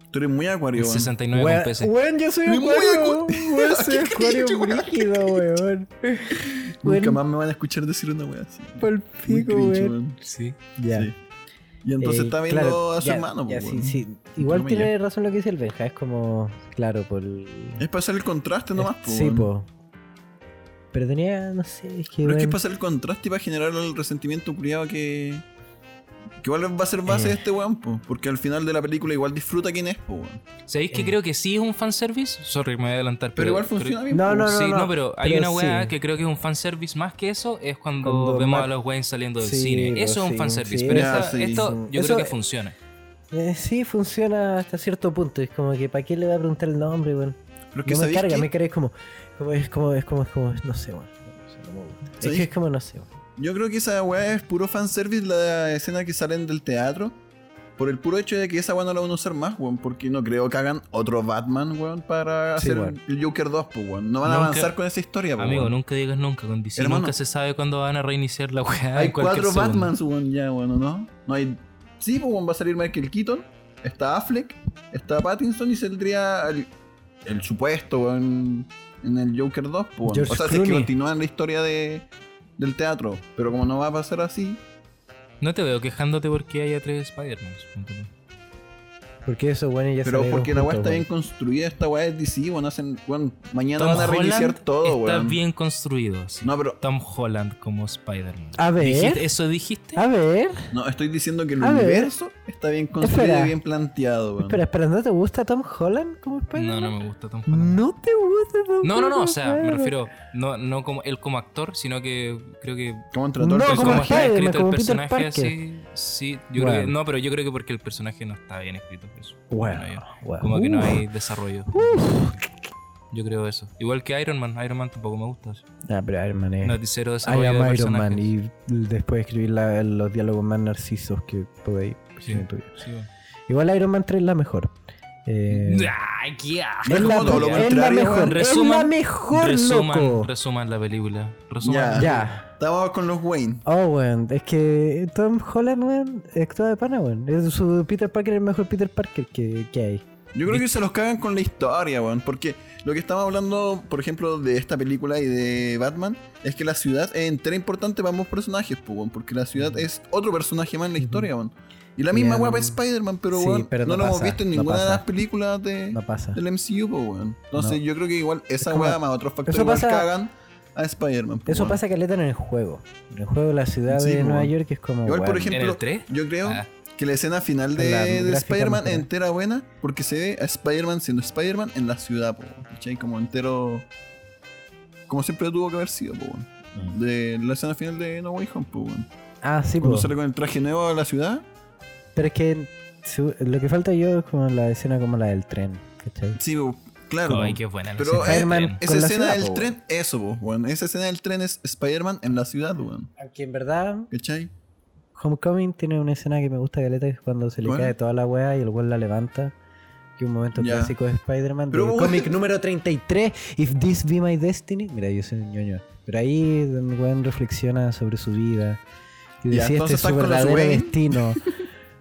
Speaker 3: Tú eres muy acuario, weón.
Speaker 2: 69
Speaker 1: Wea-
Speaker 2: con PC.
Speaker 1: Weón, yo soy
Speaker 3: Me voy a
Speaker 1: acuario. Weón, soy
Speaker 3: ¿Qué
Speaker 1: acuario
Speaker 3: crees, weón?
Speaker 1: brígido, weón.
Speaker 3: Nunca
Speaker 1: Weón,
Speaker 3: más me van a escuchar decir una wea así.
Speaker 1: pa'l
Speaker 3: Muy
Speaker 1: pico,
Speaker 3: cringe,
Speaker 1: weón.
Speaker 3: weón.
Speaker 2: Sí.
Speaker 1: Ya.
Speaker 3: Sí. Y entonces
Speaker 1: Eh,
Speaker 3: está viendo
Speaker 1: claro,
Speaker 3: a su
Speaker 1: ya,
Speaker 3: hermano,
Speaker 1: ya, sí,
Speaker 3: pues, weón.
Speaker 1: sí. Igual
Speaker 3: Entre
Speaker 1: tiene razón lo que dice el Benja. Es como, claro, por. el-
Speaker 3: Es para hacer el contraste nomás, pues.
Speaker 1: Eh, Sí,
Speaker 3: weón.
Speaker 1: po. Pero tenía, no sé, es que.
Speaker 3: Pero es que es
Speaker 1: weón,
Speaker 3: para hacer el contraste y para generar el resentimiento culiado que. Que igual va a ser base
Speaker 1: Eh.
Speaker 3: de este weón, pues. Porque al final de la película igual disfruta quién es, pues, weón.
Speaker 2: ¿Sabéis que
Speaker 1: Eh.
Speaker 2: creo que sí es un fanservice? Sorry, me voy a adelantar.
Speaker 3: Pero igual funciona bien.
Speaker 1: No,
Speaker 3: pues,
Speaker 1: no,
Speaker 3: weón.
Speaker 2: sí, no, pero hay
Speaker 1: pero
Speaker 2: una weá
Speaker 1: sí.
Speaker 2: que creo que es un fanservice más que eso, es cuando,
Speaker 1: Cuando
Speaker 2: vemos
Speaker 1: Matt-
Speaker 2: a los Wayne saliendo del
Speaker 1: Sí,
Speaker 2: cine.
Speaker 1: pues
Speaker 2: Eso es
Speaker 1: sí,
Speaker 2: un fanservice,
Speaker 1: sí.
Speaker 2: pero
Speaker 3: Ya,
Speaker 2: esta-
Speaker 3: sí.
Speaker 2: esto yo
Speaker 1: Eso-
Speaker 2: creo que funciona.
Speaker 1: Eh, sí, funciona hasta cierto punto. Es como que, ¿para qué le va a preguntar el nombre, weón?
Speaker 3: Pero es que
Speaker 1: No me
Speaker 3: sabéis
Speaker 1: carga,
Speaker 3: que
Speaker 1: me carga, es como, como, es como, es como, es como, no sé, weón. No sé, no me gusta. Es
Speaker 3: ¿Sabéis?
Speaker 1: que es como, no sé, weón.
Speaker 3: Yo creo que esa weá es puro fanservice la escena que salen del teatro. Por el puro hecho de que esa weá no la van a usar más, weón. Porque no creo que hagan otro Batman, weón, para
Speaker 1: Sí,
Speaker 3: hacer
Speaker 1: weón.
Speaker 3: el Joker 2, pues, weón. No van a
Speaker 2: Nunca-
Speaker 3: avanzar con esa historia, pues,
Speaker 2: Amigo,
Speaker 3: weón.
Speaker 2: nunca digas nunca, con DC
Speaker 3: Hermano.
Speaker 2: nunca se sabe cuándo van a reiniciar la
Speaker 1: Ah,
Speaker 2: weá.
Speaker 3: Hay
Speaker 2: en cualquier
Speaker 3: cuatro
Speaker 2: segundo.
Speaker 3: Batmans, weón, ya, weón, ¿o ¿no? No hay. Sí, pues, weón, va a salir Michael Keaton. Está Affleck. Está Pattinson y saldría el, el supuesto, weón, en el Joker 2, pues, weón.
Speaker 1: George
Speaker 3: O sea, si es que
Speaker 1: Clooney.
Speaker 3: continúan la historia de, del teatro. Pero como no va a pasar así,
Speaker 2: No te veo quejándote porque haya tres Spider-Man. supongo.
Speaker 1: Porque eso, weón, ya
Speaker 3: Pero
Speaker 1: salieron
Speaker 3: porque la weá
Speaker 1: juntos,
Speaker 3: está bien
Speaker 1: weón.
Speaker 3: construida, esta weá es DC, weón, hacen, weón, mañana
Speaker 2: Tom
Speaker 3: van a reiniciar
Speaker 2: Holland
Speaker 3: todo,
Speaker 2: está
Speaker 3: weón.
Speaker 2: bien construido. sí.
Speaker 3: No, pero,
Speaker 2: Tom Holland como Spider-Man.
Speaker 1: A ver.
Speaker 2: Dijiste- ¿Eso dijiste?
Speaker 1: A ver,
Speaker 3: no, estoy diciendo que el
Speaker 1: A ver.
Speaker 3: universo está bien construido
Speaker 1: Espera.
Speaker 3: y bien planteado, weón.
Speaker 1: espera, espera, ¿no te gusta Tom Holland como
Speaker 2: No,
Speaker 1: Spider-Man?
Speaker 2: no me gusta Tom Holland.
Speaker 1: ¿No te gusta Tom Holland?
Speaker 2: No, no, no, o sea, me
Speaker 1: Spider-Man?
Speaker 2: refiero, no, no como él como actor, sino que creo que
Speaker 3: ¿Cómo trató
Speaker 1: No,
Speaker 3: el
Speaker 2: pero
Speaker 1: como
Speaker 3: personaje?
Speaker 1: Spider-Man, como Peter
Speaker 2: personaje
Speaker 1: Parker.
Speaker 2: así, sí, yo creo
Speaker 1: Bueno.
Speaker 2: que, no, pero yo creo que porque el personaje no está bien escrito, eso.
Speaker 1: Bueno,
Speaker 2: Bueno,
Speaker 1: bueno.
Speaker 2: como que no
Speaker 1: Uf,
Speaker 2: hay desarrollo. Yo creo eso. Igual que Iron Man, Iron Man tampoco me gusta. así.
Speaker 1: Ah, pero Iron Man es...
Speaker 2: No, cero
Speaker 1: I
Speaker 2: desarrollo
Speaker 1: am
Speaker 2: de
Speaker 1: Iron
Speaker 2: personajes.
Speaker 1: Man y después escribir la- los diálogos más narcisos que podéis.
Speaker 2: Sí.
Speaker 1: siento yo.
Speaker 2: Sí, bueno.
Speaker 1: Igual Iron Man 3 es la mejor. Eh,
Speaker 2: ¡Ay, qué asco!
Speaker 3: No es como todo lo
Speaker 1: es la
Speaker 3: contrario,
Speaker 1: mejor,
Speaker 3: weón.
Speaker 2: Resuman-
Speaker 1: es la mejor,
Speaker 2: resuman,
Speaker 1: loco.
Speaker 2: resuman la película. Resuman.
Speaker 3: Ya.
Speaker 1: Ya.
Speaker 3: Estaba con los Wayne.
Speaker 1: Oh, weón. Es que Tom Holland, weón, actúa de pana, weón. Es su Peter Parker es el mejor Peter Parker que, que hay.
Speaker 3: Yo creo que se los cagan con la historia, weón. Porque lo que estamos hablando, por ejemplo, de esta película y de Batman, es que la ciudad es entera importante para ambos personajes, pues, weón. Porque la ciudad es otro personaje más en la historia, weón. Y la misma
Speaker 1: Bien.
Speaker 3: weá para Spider-Man, pero,
Speaker 1: Sí,
Speaker 3: weón,
Speaker 1: pero
Speaker 3: no,
Speaker 1: no
Speaker 3: lo hemos
Speaker 1: pasa,
Speaker 3: visto en
Speaker 1: no
Speaker 3: ninguna de
Speaker 1: pasa.
Speaker 3: las películas de,
Speaker 1: No pasa.
Speaker 3: del MCU, pues, weón. Entonces,
Speaker 1: No.
Speaker 3: yo creo que igual esa
Speaker 1: Es como-
Speaker 3: weá más otros factores
Speaker 1: eso
Speaker 3: igual
Speaker 1: pasa-
Speaker 3: cagan a Spider-Man. pues,
Speaker 1: Eso
Speaker 3: weón.
Speaker 1: pasa caleta en el juego. En el juego la ciudad
Speaker 3: Sí,
Speaker 1: de
Speaker 3: po,
Speaker 1: Nueva
Speaker 3: weón.
Speaker 1: York es como.
Speaker 3: Igual, por
Speaker 1: weón,
Speaker 3: ejemplo,
Speaker 2: ¿En el 3?
Speaker 3: yo creo
Speaker 2: Ah.
Speaker 3: que la escena final de,
Speaker 1: La
Speaker 3: de
Speaker 1: gráfica
Speaker 3: Spider-Man
Speaker 1: mejora.
Speaker 3: es entera buena porque se ve a Spider-Man siendo Spider-Man en la ciudad, po, ¿cachai? Como entero. Como siempre tuvo que haber sido, po, weón. De la escena final de No Way Home, po, weón.
Speaker 1: Ah, Mm. sí,
Speaker 3: Cuando
Speaker 1: po.
Speaker 3: sale con el traje nuevo a la ciudad.
Speaker 1: Pero es que su- lo que falta yo es como la escena como la del tren. ¿Cachai?
Speaker 3: Sí, po, claro.
Speaker 2: Ay,
Speaker 3: po.
Speaker 2: qué buena. la
Speaker 3: Pero,
Speaker 2: escena del
Speaker 1: Spider-Man-
Speaker 2: tren.
Speaker 3: Esa
Speaker 1: con la
Speaker 3: escena
Speaker 1: ciudad,
Speaker 3: del
Speaker 1: po,
Speaker 3: tren, eso, po, weón. Esa escena del tren es Spider-Man en la ciudad, weón.
Speaker 1: Aunque en verdad,
Speaker 3: ¿Cachai?
Speaker 1: Homecoming tiene una escena que me gusta caleta que es cuando se le
Speaker 3: ¿Cuál?
Speaker 1: cae toda la wea y el weón la levanta. Que un momento
Speaker 3: Ya.
Speaker 1: clásico de Spider-Man.
Speaker 3: Pero,
Speaker 1: Del
Speaker 3: weón.
Speaker 1: cómic número 33, If This Be My Destiny. Mira, yo soy un ñoño. Pero ahí el weón reflexiona sobre su vida. Y
Speaker 3: Ya,
Speaker 1: decía este
Speaker 3: entonces
Speaker 1: es su
Speaker 3: estás con los
Speaker 1: verdadero
Speaker 3: Wayne".
Speaker 1: destino.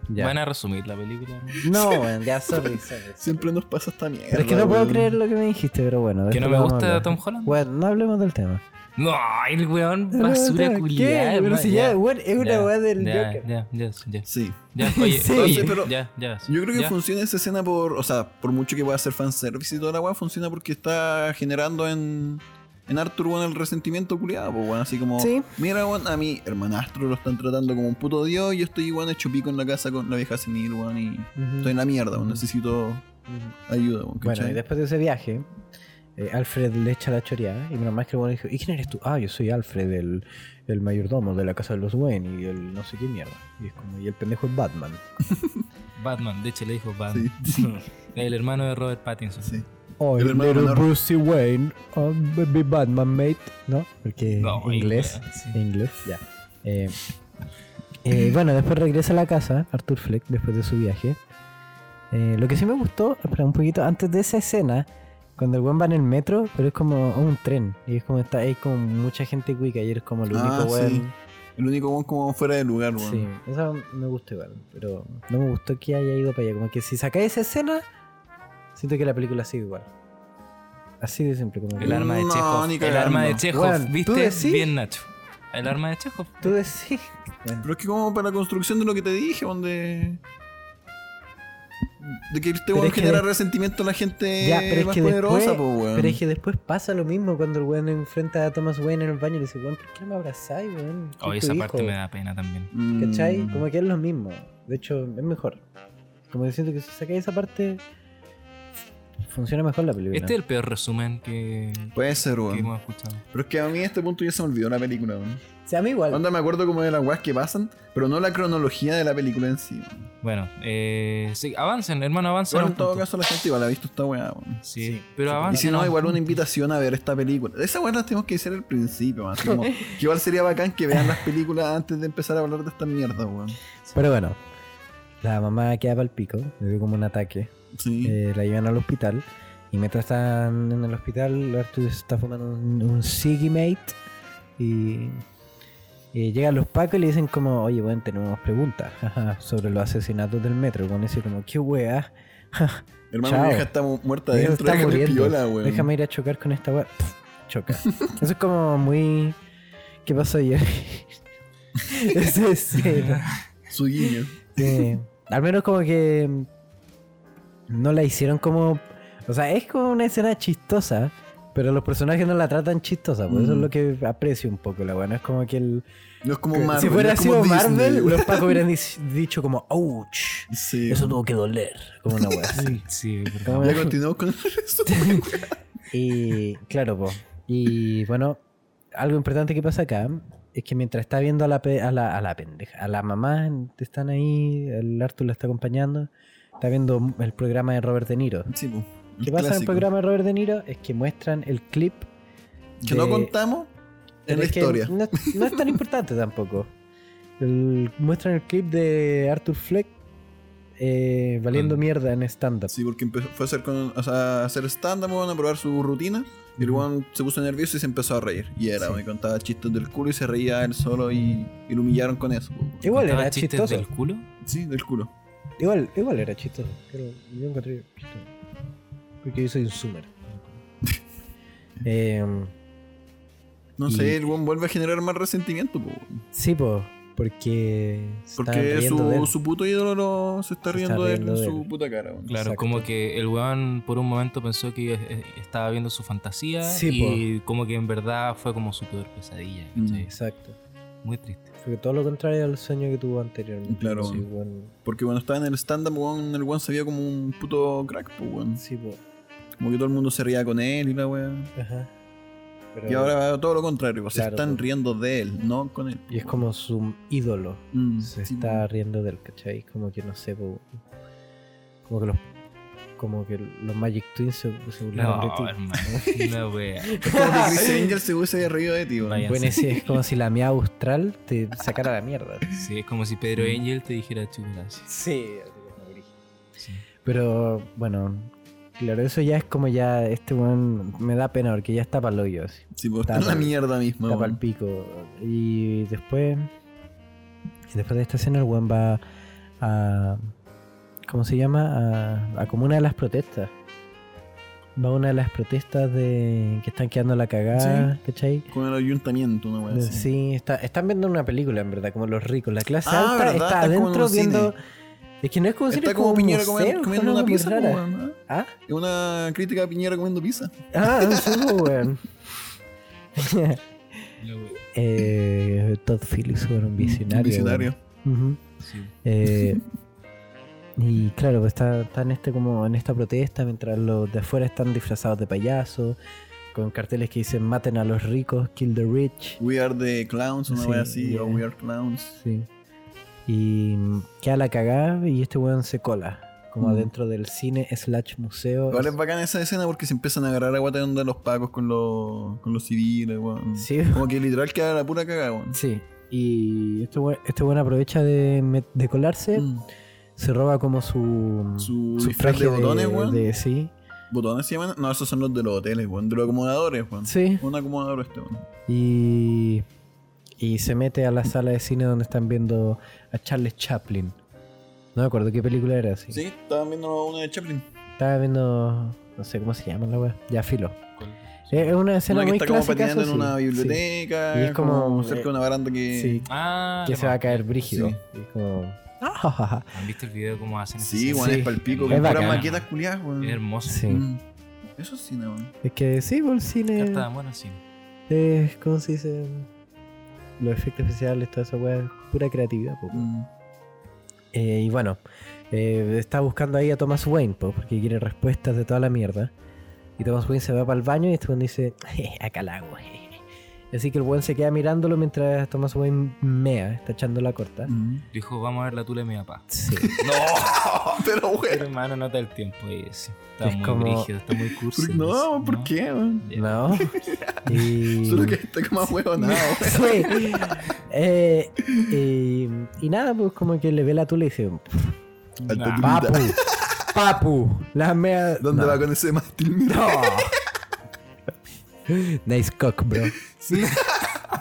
Speaker 1: Ya.
Speaker 2: Van a resumir la película. ¿no?
Speaker 1: No, weón, ya, sorry, sorry.
Speaker 3: Siempre nos pasa esta mierda.
Speaker 1: Pero es que no puedo
Speaker 3: weón.
Speaker 1: creer lo que me dijiste, pero bueno. después
Speaker 2: ¿Que no
Speaker 1: lo
Speaker 2: me
Speaker 1: vamos a
Speaker 2: gusta
Speaker 1: hablar.
Speaker 2: Tom Holland?
Speaker 1: Bueno, no hablemos del tema.
Speaker 2: No, el
Speaker 1: No hablemos
Speaker 2: weón
Speaker 1: del
Speaker 2: basura
Speaker 1: tema.
Speaker 2: culiada.
Speaker 1: ¿Qué? Pero
Speaker 2: hermano,
Speaker 1: si ya, weón, es una
Speaker 2: ya,
Speaker 1: weá del
Speaker 2: ya,
Speaker 1: Joker.
Speaker 2: Ya, ya, ya.
Speaker 3: Sí.
Speaker 2: Ya, oye,
Speaker 1: Sí.
Speaker 2: oye,
Speaker 3: Entonces, pero-
Speaker 2: ya, ya. sí,
Speaker 3: Yo creo que
Speaker 2: ya.
Speaker 3: funciona esa escena por. O sea, por mucho que pueda ser fanservice y toda la weá, funciona porque está generando en. En Arthur, weón, el resentimiento culiado, pues, weón. Así como.
Speaker 1: Sí.
Speaker 3: Mira, weón, a mi hermanastro lo están tratando como un puto dios y yo estoy, weón, hecho pico en la casa con la vieja senil, weón, y.
Speaker 1: Ujú.
Speaker 3: Estoy en la mierda, weón. Necesito
Speaker 1: Ujú.
Speaker 3: ayuda, weón.
Speaker 1: Bueno,
Speaker 3: ¿cachai?
Speaker 1: y después de ese viaje, eh, Alfred le echa la choreada y menos mal que el weón le dijo, ¿y quién eres tú? Ah, yo soy Alfred, el, el mayordomo de la casa de los Wayne y el no sé qué mierda. Y es como, y el pendejo es Batman.
Speaker 2: Batman, de hecho le dijo Batman.
Speaker 3: Sí.
Speaker 2: El hermano de Robert Pattinson.
Speaker 3: Sí.
Speaker 1: Oh,
Speaker 3: El hermano menor.
Speaker 1: Brucey Wayne, oh, baby Batman mate, ¿no? Porque
Speaker 2: No,
Speaker 1: en inglés,
Speaker 2: inglés, sí.
Speaker 1: en inglés, ya. Eh, eh, bueno, después regresa a la casa, Arthur Fleck, después de su viaje. Eh, lo que sí me gustó, espera un poquito, antes de esa escena, cuando el buen va en el metro, pero es como un tren, y es como está ahí con mucha gente cuica, y eres como el
Speaker 3: Ah,
Speaker 1: único weón.
Speaker 3: sí. El único weón como fuera de lugar, weón.
Speaker 1: Sí, eso me gustó igual, pero no me gustó que haya ido para allá. Como que si sacáis esa escena, siento que la película sigue igual. Así de simple. Como que
Speaker 2: El arma de
Speaker 3: No,
Speaker 2: Chekhov.
Speaker 3: ni
Speaker 2: el arma de
Speaker 3: cagando.
Speaker 2: Chekhov.
Speaker 1: Weón, ¿tú
Speaker 2: ¿Viste?
Speaker 1: decís?
Speaker 2: Bien, Nacho. El arma de Chekhov.
Speaker 1: Tú decís. Bueno,
Speaker 3: Pero es que como para la construcción de lo que te dije, weón, de. De que este
Speaker 1: Pero
Speaker 3: weón
Speaker 1: es que
Speaker 3: genera
Speaker 1: de-
Speaker 3: resentimiento a la gente
Speaker 1: Ya, pero es
Speaker 3: más
Speaker 1: que
Speaker 3: poderosa,
Speaker 1: después-
Speaker 3: pues, weón.
Speaker 1: pero es que después pasa lo mismo cuando el weón enfrenta a Thomas Wayne en el baño y le dice, weón, ¿por qué no me abrazáis, weón? Soy
Speaker 2: Hoy
Speaker 1: tu
Speaker 2: esa
Speaker 1: hijo".
Speaker 2: parte me da pena también.
Speaker 3: Mm.
Speaker 1: ¿Cachai? Como que es lo mismo. De hecho, es mejor. Como que siento que si sacáis esa parte, funciona mejor la película.
Speaker 2: Este es el peor resumen que,
Speaker 3: Puede ser,
Speaker 2: que
Speaker 3: weón.
Speaker 2: hemos escuchado.
Speaker 3: Pero es que a mí a este punto ya se me olvidó la película, weón.
Speaker 1: O sea, a mí igual.
Speaker 3: Onda, me acuerdo como de las weas que pasan, pero no la cronología de la película en sí. weón.
Speaker 2: Bueno, eh, sí, avancen, hermano, avancen.
Speaker 3: Bueno,
Speaker 2: a
Speaker 3: en
Speaker 2: un
Speaker 3: todo
Speaker 2: punto.
Speaker 3: caso la gente igual ha visto esta wea, weón.
Speaker 2: Sí, pero
Speaker 3: Y
Speaker 2: avancen.
Speaker 3: si
Speaker 2: a
Speaker 3: Ah, no,
Speaker 2: un
Speaker 3: igual una
Speaker 2: punto.
Speaker 3: invitación a ver esta película. Esa wea la tenemos que decir al principio, man. Así como, que igual sería bacán que vean las películas antes de empezar a hablar de esta mierda, weón.
Speaker 1: Pero bueno, la mamá queda pa'l pico, le dio como un ataque.
Speaker 3: Sí.
Speaker 1: Eh, la llevan al hospital. Y mientras están en el hospital, Arthur está fumando un, un Siggy Mate. Y, y llegan los pacos y le dicen como, oye, bueno, tenemos preguntas jaja, sobre los asesinatos del metro. Con ese como, qué wea. ja,
Speaker 3: Hermano,
Speaker 1: chao.
Speaker 3: mi hija está mu- muerta
Speaker 1: Mi hija
Speaker 3: adentro,
Speaker 1: está
Speaker 3: déjame
Speaker 1: muriendo.
Speaker 3: piola, weón.
Speaker 1: Déjame ir a chocar con esta wea. Pff, choca. Eso es como muy... ¿Qué pasó ayer? Esa escena.
Speaker 3: Su guiño.
Speaker 1: Sí. Al menos como que no la hicieron como... O sea, es como una escena chistosa, pero los personajes no la tratan chistosa. Por eso es
Speaker 3: Mm.
Speaker 1: lo que aprecio un poco la buena. Es como que el...
Speaker 3: No es como Marvel.
Speaker 1: si fuera
Speaker 3: no es como
Speaker 1: sido
Speaker 3: Disney,
Speaker 1: Marvel,
Speaker 3: weón.
Speaker 1: los pacos hubieran dis- dicho como, ouch,
Speaker 3: Sí.
Speaker 1: eso tuvo que doler. Como una wea así.
Speaker 2: Sí,
Speaker 1: Como-
Speaker 2: por favor.
Speaker 3: Ya continuamos con el resto.
Speaker 1: Y claro, po. Y bueno, algo importante que pasa acá es que mientras está viendo a la, pe- a la, a la pendeja, a la mamá, en- están ahí, el Arthur la está acompañando, está viendo el programa de Robert De Niro.
Speaker 3: Sí, po.
Speaker 1: ¿Qué pasa en el
Speaker 3: Clásico.
Speaker 1: programa de Robert De Niro? Es que muestran el clip.
Speaker 3: Que
Speaker 1: de-
Speaker 3: no contamos en
Speaker 1: pero
Speaker 3: la
Speaker 1: es que
Speaker 3: historia.
Speaker 1: No, no es tan importante tampoco. El- muestran el clip de Arthur Fleck eh, valiendo
Speaker 2: Con-
Speaker 1: mierda en stand-up.
Speaker 3: Sí, porque empezó, fue a hacer, con, o sea, a hacer stand-up, weón, a probar su rutina. Y el
Speaker 1: Ujú.
Speaker 3: weón se puso nervioso y se empezó a reír. Y era,
Speaker 1: Sí.
Speaker 3: me contaba chistes del culo y se reía él solo y, y lo humillaron con eso. po.
Speaker 1: Igual
Speaker 2: Contaba
Speaker 1: era
Speaker 2: chistes
Speaker 1: chistoso.
Speaker 2: del culo?
Speaker 3: Sí, del culo.
Speaker 1: Igual, igual era chistoso. Pero yo encontré chistoso. Porque yo soy un zoomer. Em,
Speaker 3: No
Speaker 1: Y-
Speaker 3: sé, el weón vuelve a generar más resentimiento, po, weón.
Speaker 1: sí, po, porque. se estaban
Speaker 3: Porque
Speaker 1: riendo de él.
Speaker 3: su, su puto ídolo lo- se está
Speaker 1: Se está
Speaker 3: riendo,
Speaker 1: riendo
Speaker 3: de
Speaker 1: de
Speaker 3: él en su
Speaker 1: él.
Speaker 3: puta cara, weón.
Speaker 2: Claro,
Speaker 1: Exacto.
Speaker 2: como que el weón por un momento pensó que eh, estaba viendo su fantasía
Speaker 1: Sí,
Speaker 2: y como que en verdad fue como su peor pesadilla.
Speaker 3: Mm.
Speaker 2: ¿cachai?
Speaker 1: Exacto.
Speaker 2: Muy triste.
Speaker 1: Fue todo lo contrario al sueño que tuvo anteriormente.
Speaker 3: Claro.
Speaker 1: Sí, bueno,
Speaker 3: Porque cuando estaba en el stand-up, weón, el weón se veía como un puto crack, po, weón.
Speaker 1: sí, po.
Speaker 3: Como que todo el mundo se reía con él y la weón.
Speaker 1: Ajá. Pero-
Speaker 3: Y ahora todo lo contrario, pues, se
Speaker 1: Claro,
Speaker 3: están
Speaker 1: pues.
Speaker 3: riendo de él, no con él.
Speaker 1: Y es como su ídolo.
Speaker 3: Mm,
Speaker 1: Se
Speaker 3: sí,
Speaker 1: está riendo del, ¿cachai? Como que no sé, po, como que los. Como que los Magic Twins se, se burlaron de
Speaker 2: No,
Speaker 1: ti.
Speaker 2: hermano. la wea.
Speaker 3: Es como que Chris Angel se hubiese reído de ti, weón.
Speaker 2: Vaya.
Speaker 1: Bueno, ese es como si la mía austral te sacara la mierda.
Speaker 2: Sí, es como si Pedro
Speaker 3: Mm.
Speaker 2: Angel te dijera chulas.
Speaker 1: Sí.
Speaker 2: Sí.
Speaker 1: Pero bueno, claro, eso ya es como ya este weón me da pena porque ya está para el hoyo, así,
Speaker 3: Sí, pues, está
Speaker 1: Está
Speaker 3: en la
Speaker 1: pa'l-
Speaker 3: mierda misma,
Speaker 1: está para
Speaker 3: weón.
Speaker 1: el pico. Y después, y después de esta escena el weón va a, ¿cómo se llama? A, a como una de las protestas. Va a una de las protestas de que están quedando la cagada, ¿cachai?
Speaker 3: Con el ayuntamiento, una weón.
Speaker 1: Sí, está- están viendo una película, en verdad, como los ricos. La clase
Speaker 3: Ah,
Speaker 1: alta
Speaker 3: ¿verdad?
Speaker 1: está
Speaker 3: Están como en
Speaker 1: adentro
Speaker 3: un cine.
Speaker 1: viendo. Es que no es como si
Speaker 3: Está como Piñera comer- comiendo una pizza, pues,
Speaker 1: rara.
Speaker 3: weón. ¿ah?
Speaker 1: ¿Ah?
Speaker 3: Es una crítica a Piñera comiendo pizza.
Speaker 1: ah, sí, pues, weón.
Speaker 2: La wea.
Speaker 1: eh, Todd Phillips era un visionario.
Speaker 3: Visionario.
Speaker 1: weón. Ujú.
Speaker 2: Sí.
Speaker 1: Eh, y claro, pues está, está en este como en esta protesta mientras los de afuera están disfrazados de payasos, con carteles que dicen maten a los ricos, kill the rich.
Speaker 3: We are the clowns, una
Speaker 1: Sí,
Speaker 3: weón así,
Speaker 1: yeah.
Speaker 3: o we are clowns.
Speaker 1: Sí. Y mm, queda la cagada y este weón se cola. Como
Speaker 3: Mm.
Speaker 1: adentro del cine slash museo.
Speaker 3: Igual es bacana esa escena porque se empiezan a agarrar a guata onda los pacos con los, con los civiles, weón.
Speaker 1: Sí.
Speaker 3: Como que literal queda la pura cagada, weón.
Speaker 1: Sí. Y este weón, este weón aprovecha de, met- de colarse.
Speaker 3: Mm.
Speaker 1: Se roba como su,
Speaker 3: Su disfraz de botones, weón.
Speaker 1: de- sí.
Speaker 3: ¿Botones se llaman? No, esos son los de los hoteles, weón. De los acomodadores, weón.
Speaker 1: Sí.
Speaker 3: Un acomodador este, weón.
Speaker 1: Y, y se mete a la sala de cine donde están viendo a Charles Chaplin. No me acuerdo qué película era así.
Speaker 3: Sí, estaban viendo una de Chaplin.
Speaker 1: Estaba viendo. No sé cómo se llama la weá. Ya filo.
Speaker 2: ¿Cuál?
Speaker 1: Eh, Es es una escena
Speaker 3: Una que
Speaker 1: muy
Speaker 3: está como
Speaker 1: clásica,
Speaker 3: patinando en
Speaker 1: eso sí.
Speaker 3: una
Speaker 1: Sí.
Speaker 3: biblioteca.
Speaker 1: Y es como-
Speaker 3: cerca de una baranda que.
Speaker 1: Sí.
Speaker 2: Ah,
Speaker 1: que
Speaker 2: la
Speaker 1: se va a
Speaker 2: wea.
Speaker 1: caer brígido.
Speaker 3: Sí.
Speaker 1: Y es como. "Ah, ja, ja, ja".
Speaker 2: ¿Han visto el video cómo hacen esa
Speaker 3: Sí,
Speaker 2: escena?
Speaker 3: weón,
Speaker 1: Sí.
Speaker 3: es palpico.
Speaker 1: Es
Speaker 3: Con puras
Speaker 1: bacana.
Speaker 3: maquetas culiadas, weón.
Speaker 2: Es hermoso.
Speaker 1: Sí.
Speaker 3: Mm. Eso sí, no, weón.
Speaker 1: Es que sí, pues, el
Speaker 2: Carta de
Speaker 1: cine.
Speaker 2: amor al cine.
Speaker 1: Es como se dice. Los efectos especiales, toda esa weá. es Pura creatividad, po.
Speaker 3: Mm.
Speaker 1: Eh, y bueno, eh, está buscando ahí a Thomas Wayne, po, porque quiere respuestas de toda la mierda. Y Thomas Wayne se va para el baño y este weón dice, "Je, acá la hago. je". Así que el buen se queda mirándolo mientras Thomas Wayne mea, está echando la corta.
Speaker 3: Mm.
Speaker 2: Dijo, vamos a ver la tula de mi papá.
Speaker 1: Sí.
Speaker 3: No, pero
Speaker 2: Pero
Speaker 3: weón.
Speaker 2: hermano, no da el tiempo ahí ese. Está
Speaker 1: Es
Speaker 2: muy
Speaker 1: como-
Speaker 2: brígido, está muy curso.
Speaker 3: ¿Por- No, ¿por qué, weón?
Speaker 1: ¿No? Y...
Speaker 3: Solo que está como huevonado, weón.
Speaker 1: Sí. Eh, y, y nada, pues como que le ve la tula y dice,
Speaker 3: Alta
Speaker 2: Nah.
Speaker 3: tulita.
Speaker 1: papu, papu, la mea...
Speaker 3: ¿Dónde
Speaker 1: No.
Speaker 3: va con ese mástil? Mira.
Speaker 1: nice cock, bro.
Speaker 3: Sí.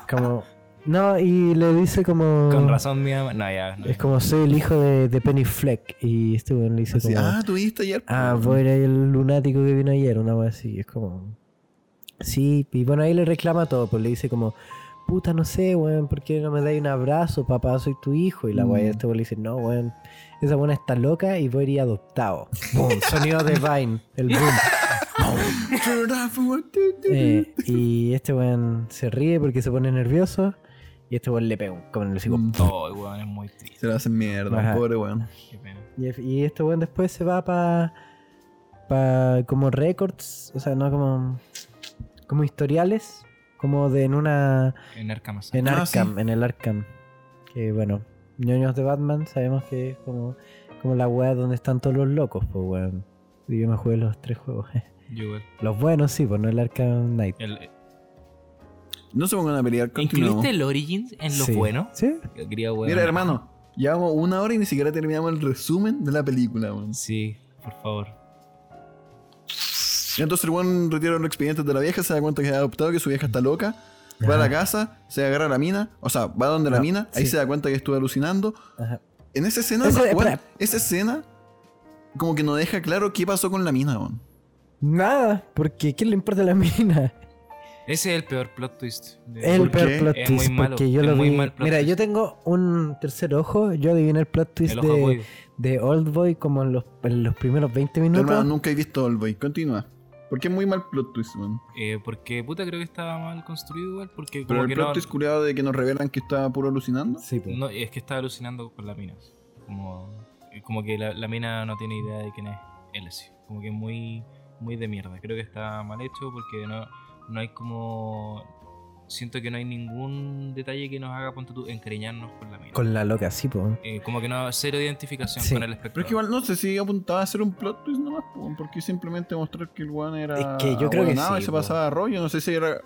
Speaker 1: Como. No, y le dice como.
Speaker 2: Con razón, mi mamá. No, ya. no.
Speaker 1: Es como soy el hijo de, de Penny Fleck. Y este weón le dice
Speaker 3: Así,
Speaker 1: como.
Speaker 3: ah, tuviste ayer.
Speaker 1: Ah,
Speaker 3: weón.
Speaker 1: voy a ir el lunático que vino ayer, una cosa así. Es como. Sí, y bueno, ahí le reclama todo, pues le dice como. Puta, no sé, weón, ¿por qué no me dais un abrazo, papá? Soy tu hijo. Y la weá,
Speaker 3: Mm.
Speaker 1: este weón le dice, no, weón, esa buena está loca y voy a ir adoptado. Boom, sonido de Vine, el boom.
Speaker 3: Turn it off, weón. Tu, tu, tu.
Speaker 1: Eh, y este weón se ríe porque se pone nervioso. Y este weón le pega un- como en el hocico.
Speaker 3: Mm.
Speaker 2: Oh, weón, es muy triste.
Speaker 3: Se lo hacen mierda,
Speaker 1: Ajá.
Speaker 3: pobre weón.
Speaker 2: Qué pena.
Speaker 1: Y, y este weón después se va para. Pa como records, o sea, no como. Como historiales. Como de en una.
Speaker 2: En Arkansas.
Speaker 1: En
Speaker 3: Ah,
Speaker 1: Arkham,
Speaker 3: sí.
Speaker 1: en el Arkham. Que bueno, ñoños de Batman sabemos que es como. Como la weá donde están todos los locos, pues weón. Y yo me jugué los tres juegos.
Speaker 2: Yo igual.
Speaker 1: Los buenos sí, pues no el Arkham Knight.
Speaker 2: El-
Speaker 3: No se pongan a pelear, continuamos.
Speaker 2: ¿Incluiste el Origins en lo
Speaker 1: Sí.
Speaker 2: bueno?
Speaker 1: Sí,
Speaker 2: Quería, weón.
Speaker 3: Mira, hermano, Llevamos una hora y ni siquiera terminamos el resumen de la película, weón.
Speaker 2: Sí, por favor.
Speaker 3: Y Entonces el weón retira los expedientes de la vieja, se da cuenta que es adoptado, que su vieja está loca. Va a la casa, se agarra a la mina, o sea, va donde la
Speaker 1: No,
Speaker 3: mina, ahí
Speaker 1: sí.
Speaker 3: se da cuenta que estuvo alucinando.
Speaker 1: Ajá.
Speaker 3: En esa escena,
Speaker 1: Eso,
Speaker 3: weón,
Speaker 1: espera.
Speaker 3: esa escena como que no deja claro qué pasó con la mina, weón.
Speaker 1: Nada, porque ¿qué le importa a la mina?
Speaker 2: Ese es el peor plot twist. de-
Speaker 1: El
Speaker 3: ¿Por
Speaker 1: peor
Speaker 3: qué?
Speaker 1: plot
Speaker 2: Es
Speaker 1: twist,
Speaker 2: muy malo,
Speaker 1: porque yo
Speaker 2: es
Speaker 1: lo
Speaker 2: muy
Speaker 1: vi.
Speaker 2: mal plot
Speaker 1: Mira,
Speaker 2: twist.
Speaker 1: yo tengo un tercer ojo, yo adiviné el plot twist
Speaker 2: el ojo
Speaker 1: de,
Speaker 2: apoyo.
Speaker 1: de Old Boy como en los, en los primeros 20
Speaker 3: Hermano,
Speaker 1: minutos.
Speaker 3: nunca he visto Oldboy. Continúa. Porque es muy mal plot twist, weón.
Speaker 2: Eh, porque puta creo que estaba mal construido igual, porque
Speaker 3: Pero
Speaker 2: como
Speaker 3: el
Speaker 2: que
Speaker 3: plot
Speaker 2: no,
Speaker 3: twist culiado de que nos revelan que estaba puro alucinando.
Speaker 1: Sí, po.
Speaker 2: no- es que estaba alucinando con la mina. Como, como que la, la mina no tiene idea de quién es él así. Como que muy, muy de mierda. Creo que está mal hecho porque no, no hay como siento que no hay ningún detalle que nos haga ponte tú, encariñarnos con la mina.
Speaker 1: Con la loca, sí, po.
Speaker 2: Eh, como que no cero identificación
Speaker 1: Sí.
Speaker 2: con el espectador.
Speaker 3: Pero es que igual no sé si apuntaba a ser un plot twist nomás, po, porque simplemente mostrar que el weón era.
Speaker 1: Es que yo creo que
Speaker 3: ahueonado y
Speaker 1: sí,
Speaker 3: se
Speaker 1: po.
Speaker 3: pasaba de rollo. No sé si era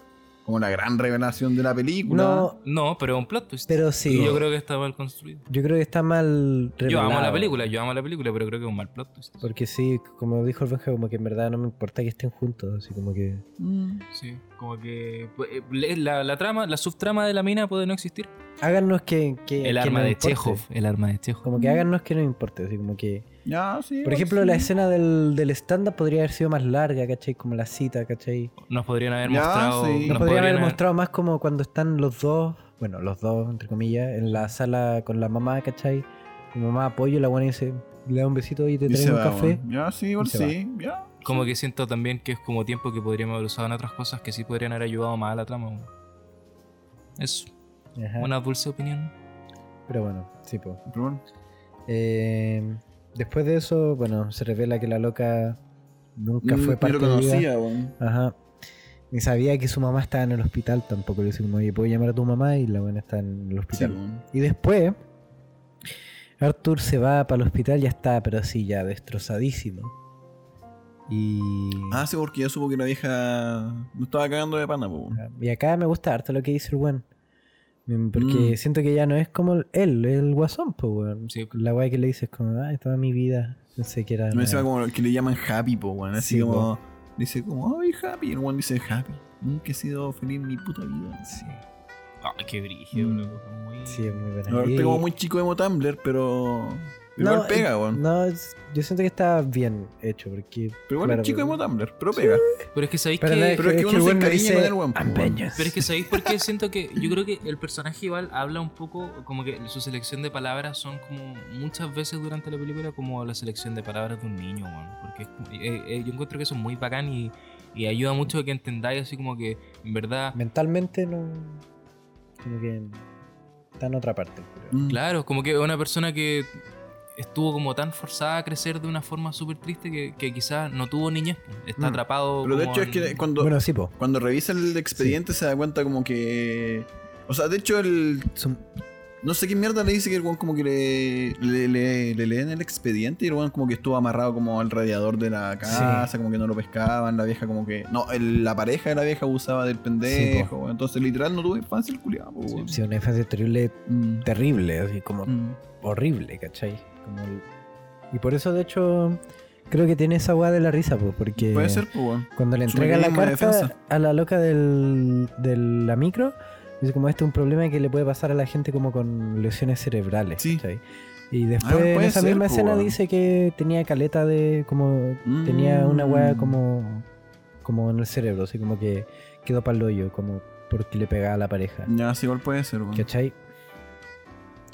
Speaker 3: como la gran revelación de la película.
Speaker 1: No,
Speaker 2: No, pero es un plot twist.
Speaker 1: pero sí.
Speaker 2: Y yo
Speaker 1: Yo creo,
Speaker 2: creo que está mal construido.
Speaker 1: que está mal
Speaker 2: Yo amo la
Speaker 1: revelado,
Speaker 2: película, yo amo la película, pero creo que es un mal plot twist.
Speaker 1: Porque sí, como dijo el Benja, como que en verdad no me importa que estén juntos, así como que.
Speaker 3: Mm.
Speaker 2: Sí, como que pues, eh, le- la, la trama, la subtrama de la mina puede no existir.
Speaker 1: Háganos que. que- que
Speaker 2: El arma
Speaker 1: nos
Speaker 2: de
Speaker 1: importe.
Speaker 2: Chekhov, el arma de Chekhov.
Speaker 1: Como que háganos que no importe, así como que.
Speaker 3: Ya, sí.
Speaker 1: Por
Speaker 3: igual
Speaker 1: ejemplo,
Speaker 3: sí.
Speaker 1: la escena del, del stand-up podría haber sido más larga, ¿cachai? Como la cita, ¿cachai?
Speaker 2: Nos podrían haber
Speaker 3: Ya,
Speaker 2: mostrado.
Speaker 3: sí.
Speaker 2: nos
Speaker 3: Nos
Speaker 1: Nos podrían haber mostrado más como cuando están los dos, bueno, los dos, entre comillas, en la sala con la mamá, ¿cachai? Mi mamá apoya, la buena dice, le da un besito y te
Speaker 3: Y se
Speaker 1: trae un
Speaker 3: va,
Speaker 1: café.
Speaker 3: weón. Ya, sí, igual
Speaker 1: Y se va.
Speaker 3: sí. Ya.
Speaker 2: Como que siento también que es como tiempo que podríamos haber usado en otras cosas que sí podrían haber ayudado más a la trama. weón. Es
Speaker 1: Ajá.
Speaker 2: una dulce opinión.
Speaker 1: Pero bueno, sí, po.
Speaker 3: Pero bueno,
Speaker 1: Eh, después de eso, bueno, se revela que la loca nunca
Speaker 3: ni-
Speaker 1: fue
Speaker 3: Mm, ni
Speaker 1: parte
Speaker 3: lo
Speaker 1: de ella.
Speaker 3: conocía, weón.
Speaker 1: Ajá. Ni sabía que su mamá estaba en el hospital tampoco. Le decía, como, oye, ¿puedo llamar a tu mamá? Y la buena está en el
Speaker 3: Sí,
Speaker 1: hospital.
Speaker 3: weón.
Speaker 1: Y después, Arthur se va para el hospital, ya está, pero así, ya destrozadísimo. Y,
Speaker 3: Ah, sí, porque ya supo que la vieja no estaba cagando de pana, po, weón.
Speaker 1: y acá me gusta harto lo que dice el weón. Mm, Porque
Speaker 3: Mm.
Speaker 1: siento que ya no es como el- él, el guasón, pues, weón.
Speaker 2: Sí.
Speaker 1: La weá que le dices, como, ah, toda mi vida. Pensé que era.
Speaker 3: No encima
Speaker 1: nada".
Speaker 3: como que le llaman happy, po, weón. Así
Speaker 1: Ah. Sí,
Speaker 3: como. Dice como, ay, happy. Y el weón dice happy. Nunca he sido feliz en mi puta vida.
Speaker 1: Sí,
Speaker 2: Ay, qué brígido,
Speaker 3: Mm.
Speaker 2: loco, muy-
Speaker 1: sí, es muy buena.
Speaker 3: Ahora
Speaker 1: Y-
Speaker 3: estoy como muy chico emo Tumblr, pero. Igual
Speaker 1: eh,
Speaker 3: pega, weón.
Speaker 1: No, es- yo siento que está bien hecho, porque.
Speaker 3: pero igual
Speaker 1: claro,
Speaker 3: es chico
Speaker 1: pero-
Speaker 3: emo Tumblr, pero pega.
Speaker 2: Pero es que sabéis
Speaker 1: Pero,
Speaker 2: que.
Speaker 1: es,
Speaker 3: pero
Speaker 1: que,
Speaker 3: es que uno
Speaker 1: el
Speaker 3: se
Speaker 1: weón me
Speaker 3: encariña
Speaker 1: dice,
Speaker 3: con el
Speaker 1: "I'm
Speaker 3: weón, po, weón".
Speaker 1: vengeance".
Speaker 2: Pero es que sabéis por qué siento que yo creo que el personaje igual habla un poco, como que su selección de palabras son como muchas veces durante la película como la selección de palabras de un niño, weón. Porque es como- eh, eh, yo encuentro que eso es muy bacán y, y ayuda mucho a que entendáis así como que en verdad,
Speaker 1: mentalmente no. Como que está en otra parte. creo.
Speaker 3: Mm.
Speaker 2: claro, como que es una persona que estuvo como tan forzada a crecer de una forma súper triste que, que quizás no tuvo niñez, pues, está
Speaker 3: Mm.
Speaker 2: atrapado.
Speaker 3: Pero de
Speaker 2: como
Speaker 3: hecho es
Speaker 2: en-
Speaker 3: que cuando,
Speaker 1: Bueno, sí, po.
Speaker 3: cuando revisa el expediente se da cuenta como que. O sea, de hecho el.
Speaker 1: Son-
Speaker 3: No sé qué mierda le dice que el weón como que le, le, le- le leen el expediente y el weón como que estuvo amarrado como al radiador de la casa, como que no lo pescaban, la vieja como que... No, el- la pareja de la vieja abusaba del pendejo, weón. entonces literal no tuve infancia el culiado. weón.
Speaker 1: sí, una infancia terrible,
Speaker 3: Mm.
Speaker 1: terrible, así como
Speaker 3: Mm.
Speaker 1: horrible, ¿cachai? Como el- Y por eso, de hecho, creo que tiene esa weá de la risa, po, porque.
Speaker 3: Puede ser, pues, weón.
Speaker 1: Cuando le
Speaker 3: Su
Speaker 1: entrega la
Speaker 3: mecanismo de
Speaker 1: carta
Speaker 3: defensa.
Speaker 1: a la loca del, de la micro, dice como este es un problema que le puede pasar a la gente como con lesiones cerebrales.
Speaker 3: Sí. Ah,
Speaker 1: ¿cachai? Y después
Speaker 3: puede
Speaker 1: en esa
Speaker 3: ser,
Speaker 1: misma
Speaker 3: po,
Speaker 1: escena
Speaker 3: weón.
Speaker 1: dice que tenía caleta de como tenía una weá
Speaker 3: Mm.
Speaker 1: como como en el cerebro, así como que quedó para el hoyo, como porque le pegaba a la pareja.
Speaker 3: Ya, sí, igual puede ser, weón.
Speaker 1: ¿Cachai?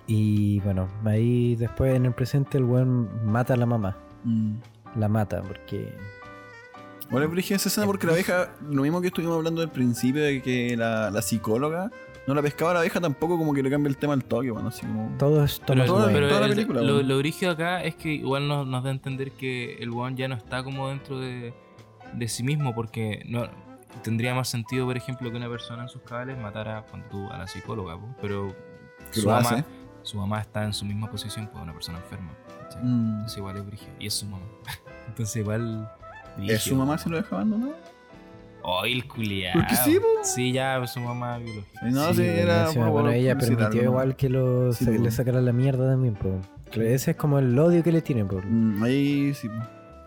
Speaker 1: Y bueno, ahí después en el presente el weón mata a la mamá.
Speaker 3: Mm.
Speaker 1: La mata porque
Speaker 3: Bueno, es brígida esa escena porque la abeja, lo mismo que estuvimos hablando al principio de que la, la psicóloga no la pescaba, la abeja tampoco como que le cambia el tema al toque, bueno, así como...
Speaker 1: todo es
Speaker 2: Pero,
Speaker 1: Thomas
Speaker 3: toda-
Speaker 1: Wayne.
Speaker 2: pero
Speaker 3: toda la
Speaker 2: el-
Speaker 3: película,
Speaker 2: lo,
Speaker 3: weón.
Speaker 2: lo brígido acá es que igual nos, nos da a entender que el weón ya no está como dentro de, de sí mismo, porque no tendría más sentido, por ejemplo, que una persona en sus cabales matara ponte tú, a la psicóloga, po, pero
Speaker 3: Que
Speaker 2: su
Speaker 3: lo
Speaker 2: mamá,
Speaker 3: hace.
Speaker 2: su mamá está en su misma posición pues una persona enferma. ¿cachai?
Speaker 3: Mm.
Speaker 2: Entonces igual es brígido, y es su mamá. Entonces igual...
Speaker 3: ¿Es su
Speaker 2: brígido.
Speaker 3: mamá si lo deja abandonado?
Speaker 2: Oh, el culiado.
Speaker 3: Porque sí, po.
Speaker 2: Sí, ya su mamá biológica.
Speaker 3: Y no,
Speaker 1: Sí,
Speaker 3: sí, era.
Speaker 1: encima,
Speaker 3: por-
Speaker 1: bueno,
Speaker 3: por
Speaker 1: ella
Speaker 3: publicitar
Speaker 1: permitió
Speaker 3: algo.
Speaker 1: igual que lo,
Speaker 3: Sí, pues.
Speaker 1: se-
Speaker 3: po.
Speaker 1: le sacaran la mierda también, po. Que Ese es como el odio que le tienen, po.
Speaker 3: Mm, ahí sí. po.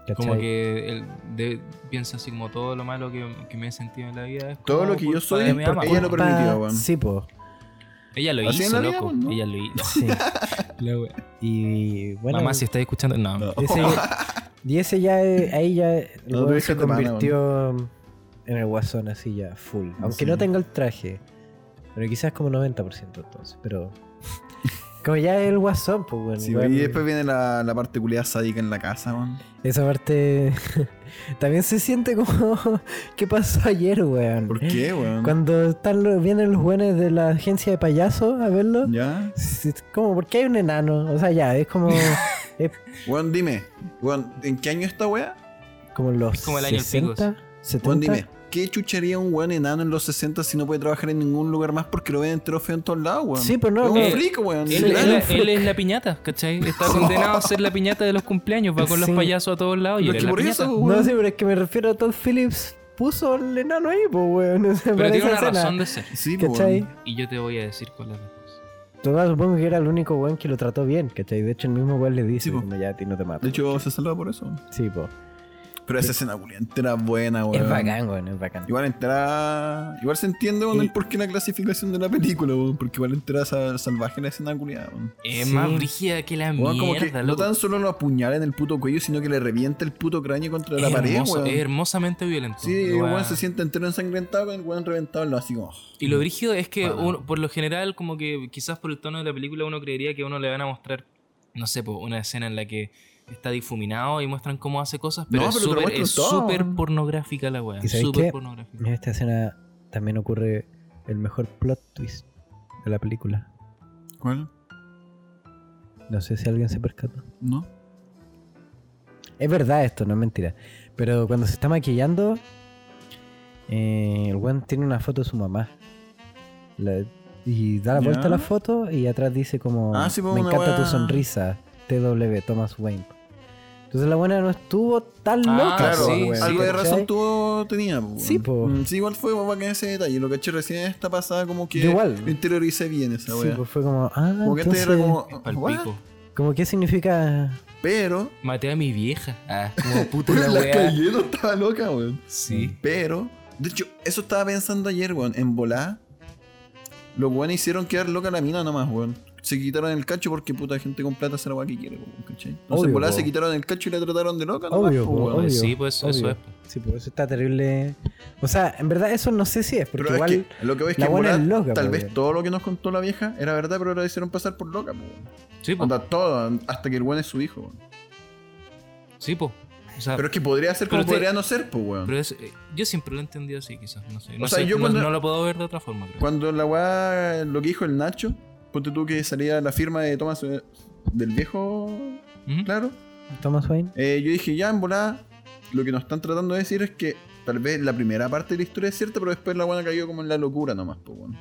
Speaker 1: ¿cachai?
Speaker 2: Como que él de- piensa así como todo lo malo que, que me he sentido en la vida. es
Speaker 3: Todo
Speaker 2: como
Speaker 3: lo que yo
Speaker 2: culpa
Speaker 3: soy,
Speaker 2: de mi mamá.
Speaker 3: ella lo
Speaker 1: Culpa-
Speaker 3: permitió, weón.
Speaker 1: Sí, po.
Speaker 2: Ella lo
Speaker 3: Así en
Speaker 2: hizo,
Speaker 3: la vida,
Speaker 2: loco.
Speaker 3: pues, ¿no?
Speaker 2: Ella lo hizo.
Speaker 1: Sí.
Speaker 2: La wea.
Speaker 1: Y bueno.
Speaker 2: Mamá, si estás escuchando. No.
Speaker 3: No.
Speaker 1: ese- y ese ya, eh, ahí ya el
Speaker 3: No,
Speaker 1: weón
Speaker 3: tú
Speaker 1: se
Speaker 3: déjate, pana, weón.
Speaker 1: convirtió en el guasón así ya, full. Aunque
Speaker 3: Sí.
Speaker 1: no tenga el traje. Pero quizás como 90% entonces, pero... Como ya es el guasón, pues bueno.
Speaker 3: Sí,
Speaker 1: igual-
Speaker 3: y después viene la, la parte culiada sádica en la casa, weón.
Speaker 1: Esa parte también se siente como ¿qué pasó ayer, weón?
Speaker 3: ¿Por qué, weón?
Speaker 1: Cuando están los- vienen los buenos de la agencia de payasos a verlo,
Speaker 3: ¿Ya?
Speaker 1: es- es como ¿por qué hay un enano? O sea, ya, es como
Speaker 3: Weón, dime. Weón, ¿en qué año esta weá?
Speaker 1: como los
Speaker 2: Es como el año del
Speaker 1: 60, 70.
Speaker 3: Weón, dime. ¿Qué chucharía un weón enano en los 60 si no puede trabajar en ningún lugar más porque lo ven entero feo en todos lados, weón?
Speaker 1: Sí, pero no,
Speaker 3: Es un
Speaker 2: eh,
Speaker 3: flico, weón.
Speaker 2: Él,
Speaker 1: Sí,
Speaker 2: él-
Speaker 1: claro.
Speaker 2: él es la piñata, ¿cachai? Está condenado a ser la piñata de los cumpleaños. Va con los
Speaker 1: Sí.
Speaker 2: payasos a todos lados y
Speaker 3: Pero
Speaker 2: él
Speaker 3: es
Speaker 2: es
Speaker 3: que
Speaker 2: la
Speaker 3: por
Speaker 2: piñata.
Speaker 3: eso, weón.
Speaker 1: No, sí, pero es que me refiero a Todd Phillips puso el enano ahí, pues weón, o sea,
Speaker 2: Pero
Speaker 1: para
Speaker 2: tiene una
Speaker 1: esa escena,
Speaker 2: razón de ser.
Speaker 3: Sí, po,
Speaker 1: ¿Cachai?
Speaker 3: weón.
Speaker 2: Y yo te voy a decir cuál es la cosa.
Speaker 1: Tomás, supongo que era el único weón que lo trató bien, ¿cachai? De hecho el mismo weón le dice,
Speaker 3: Sí, po.
Speaker 1: como, ya a ti no te mato.
Speaker 3: De hecho, se salva por eso. weón.
Speaker 1: sí, pues.
Speaker 3: Pero esa escena culiada entera buena, weón.
Speaker 1: Es bacán, weón, es bacán.
Speaker 3: Igual entera. Igual se entiende, weón,
Speaker 1: Y-
Speaker 3: el por qué la clasificación de la película, weón. Porque igual entera sa- salvaje la escena culiada, weón.
Speaker 2: Es
Speaker 1: Sí.
Speaker 2: más brígida que la
Speaker 3: Weón, como que
Speaker 2: mierda,
Speaker 3: no
Speaker 2: loco.
Speaker 3: tan solo lo apuñala en el puto cuello, sino que le revienta el puto cráneo contra la
Speaker 2: es,
Speaker 3: pared,
Speaker 2: hermoso,
Speaker 3: weón.
Speaker 2: es hermosamente violento.
Speaker 3: Sí, el
Speaker 2: Weón.
Speaker 3: weón se siente entero ensangrentado con el weón reventado en los así como.
Speaker 2: Y lo brígido es que
Speaker 3: Para.
Speaker 2: uno- por lo general, como que quizás por el tono de la película, uno creería que a uno le van a mostrar, no sé, po, una escena en la que está difuminado y muestran cómo hace cosas, pero
Speaker 3: No,
Speaker 2: es
Speaker 3: pero te lo
Speaker 2: súper
Speaker 3: muestran
Speaker 2: es
Speaker 3: todo.
Speaker 2: súper pornográfica la weá.
Speaker 1: ¿Y sabéis
Speaker 2: Súper
Speaker 1: qué?
Speaker 2: pornográfica.
Speaker 1: En esta escena también ocurre el mejor plot twist de la película.
Speaker 3: ¿Cuál?
Speaker 1: No sé si alguien se percató.
Speaker 3: ¿No?
Speaker 1: Es verdad esto, no es mentira. Pero cuando se está maquillando, eh, el weón tiene una foto de su mamá. La- y da la
Speaker 3: Ya.
Speaker 1: vuelta a la foto y atrás dice como
Speaker 3: Ah, sí, pues,
Speaker 1: me
Speaker 3: una
Speaker 1: encanta tu
Speaker 3: weá".
Speaker 1: sonrisa, TW, Thomas Wayne. Entonces la buena no estuvo tan
Speaker 2: Ah,
Speaker 1: loca.
Speaker 3: Claro,
Speaker 1: po,
Speaker 2: sí,
Speaker 1: weón,
Speaker 3: algo de
Speaker 1: ¿cachai?
Speaker 3: razón tuvo, tenía. po,
Speaker 1: Sí, po.
Speaker 3: Mm, Sí, igual fue para que ese detalle. Lo caché recién esta pasada, como que
Speaker 1: Yo igual.
Speaker 3: lo interioricé bien esa
Speaker 1: Sí,
Speaker 3: wea.
Speaker 1: pues fue como, ah,
Speaker 3: como que este
Speaker 1: entonces,
Speaker 3: era como.
Speaker 2: Palpico.
Speaker 3: "What?".
Speaker 1: como qué significa
Speaker 3: Pero.
Speaker 2: Maté a mi vieja. Ah, como puta
Speaker 3: Weón, la
Speaker 2: la
Speaker 3: Mm.
Speaker 2: weá.
Speaker 3: callé, no estaba loca, weón.
Speaker 2: Sí.
Speaker 3: Pero. De hecho, eso estaba pensando ayer, weón. En volá. Los weones hicieron quedar loca la mina nomás, weón. Se quitaron el cacho porque puta gente con plata se la weá que quiere, weón, ¿cachai? Entonces,
Speaker 1: Obvio,
Speaker 3: en volá
Speaker 1: po.
Speaker 3: se quitaron el cacho y la trataron de loca, nomás,
Speaker 1: Obvio,
Speaker 3: po,
Speaker 1: po,
Speaker 3: weón.
Speaker 1: obvio,
Speaker 2: sí, pues eso
Speaker 1: obvio.
Speaker 2: es.
Speaker 1: Sí, pues eso está terrible. O sea, en verdad eso no sé si es, porque
Speaker 3: Pero
Speaker 1: igual.
Speaker 3: es que, lo que ves que
Speaker 1: la
Speaker 3: en
Speaker 1: buena
Speaker 3: volá,
Speaker 1: es loca,
Speaker 3: tal
Speaker 1: po,
Speaker 3: vez
Speaker 1: weón.
Speaker 3: todo lo que nos contó la vieja era verdad, pero la hicieron pasar por loca, po, weón.
Speaker 2: Sí, pues.
Speaker 3: Onda todo, hasta que el weón es su hijo, weón.
Speaker 2: Sí, pues. O sea,
Speaker 3: Pero es que podría ser
Speaker 2: Pero
Speaker 3: como
Speaker 2: te-
Speaker 3: podría no ser, pues, weón.
Speaker 2: pero es- eh, yo siempre lo he entendido así, quizás. No sé. No,
Speaker 3: sea,
Speaker 2: sé,
Speaker 3: yo
Speaker 2: no-
Speaker 3: cuando-
Speaker 2: no lo puedo ver de otra forma, creo.
Speaker 3: Cuando la weá, lo que dijo el Nacho, ponte tú que salía la firma de Thomas eh, del viejo,
Speaker 2: Ujú.
Speaker 3: claro.
Speaker 1: Thomas Wayne.
Speaker 3: Eh, yo dije, ya en volada, lo que nos están tratando de decir es que tal vez la primera parte de la historia es cierta, pero después la buena cayó como en la locura nomás, pues, weón.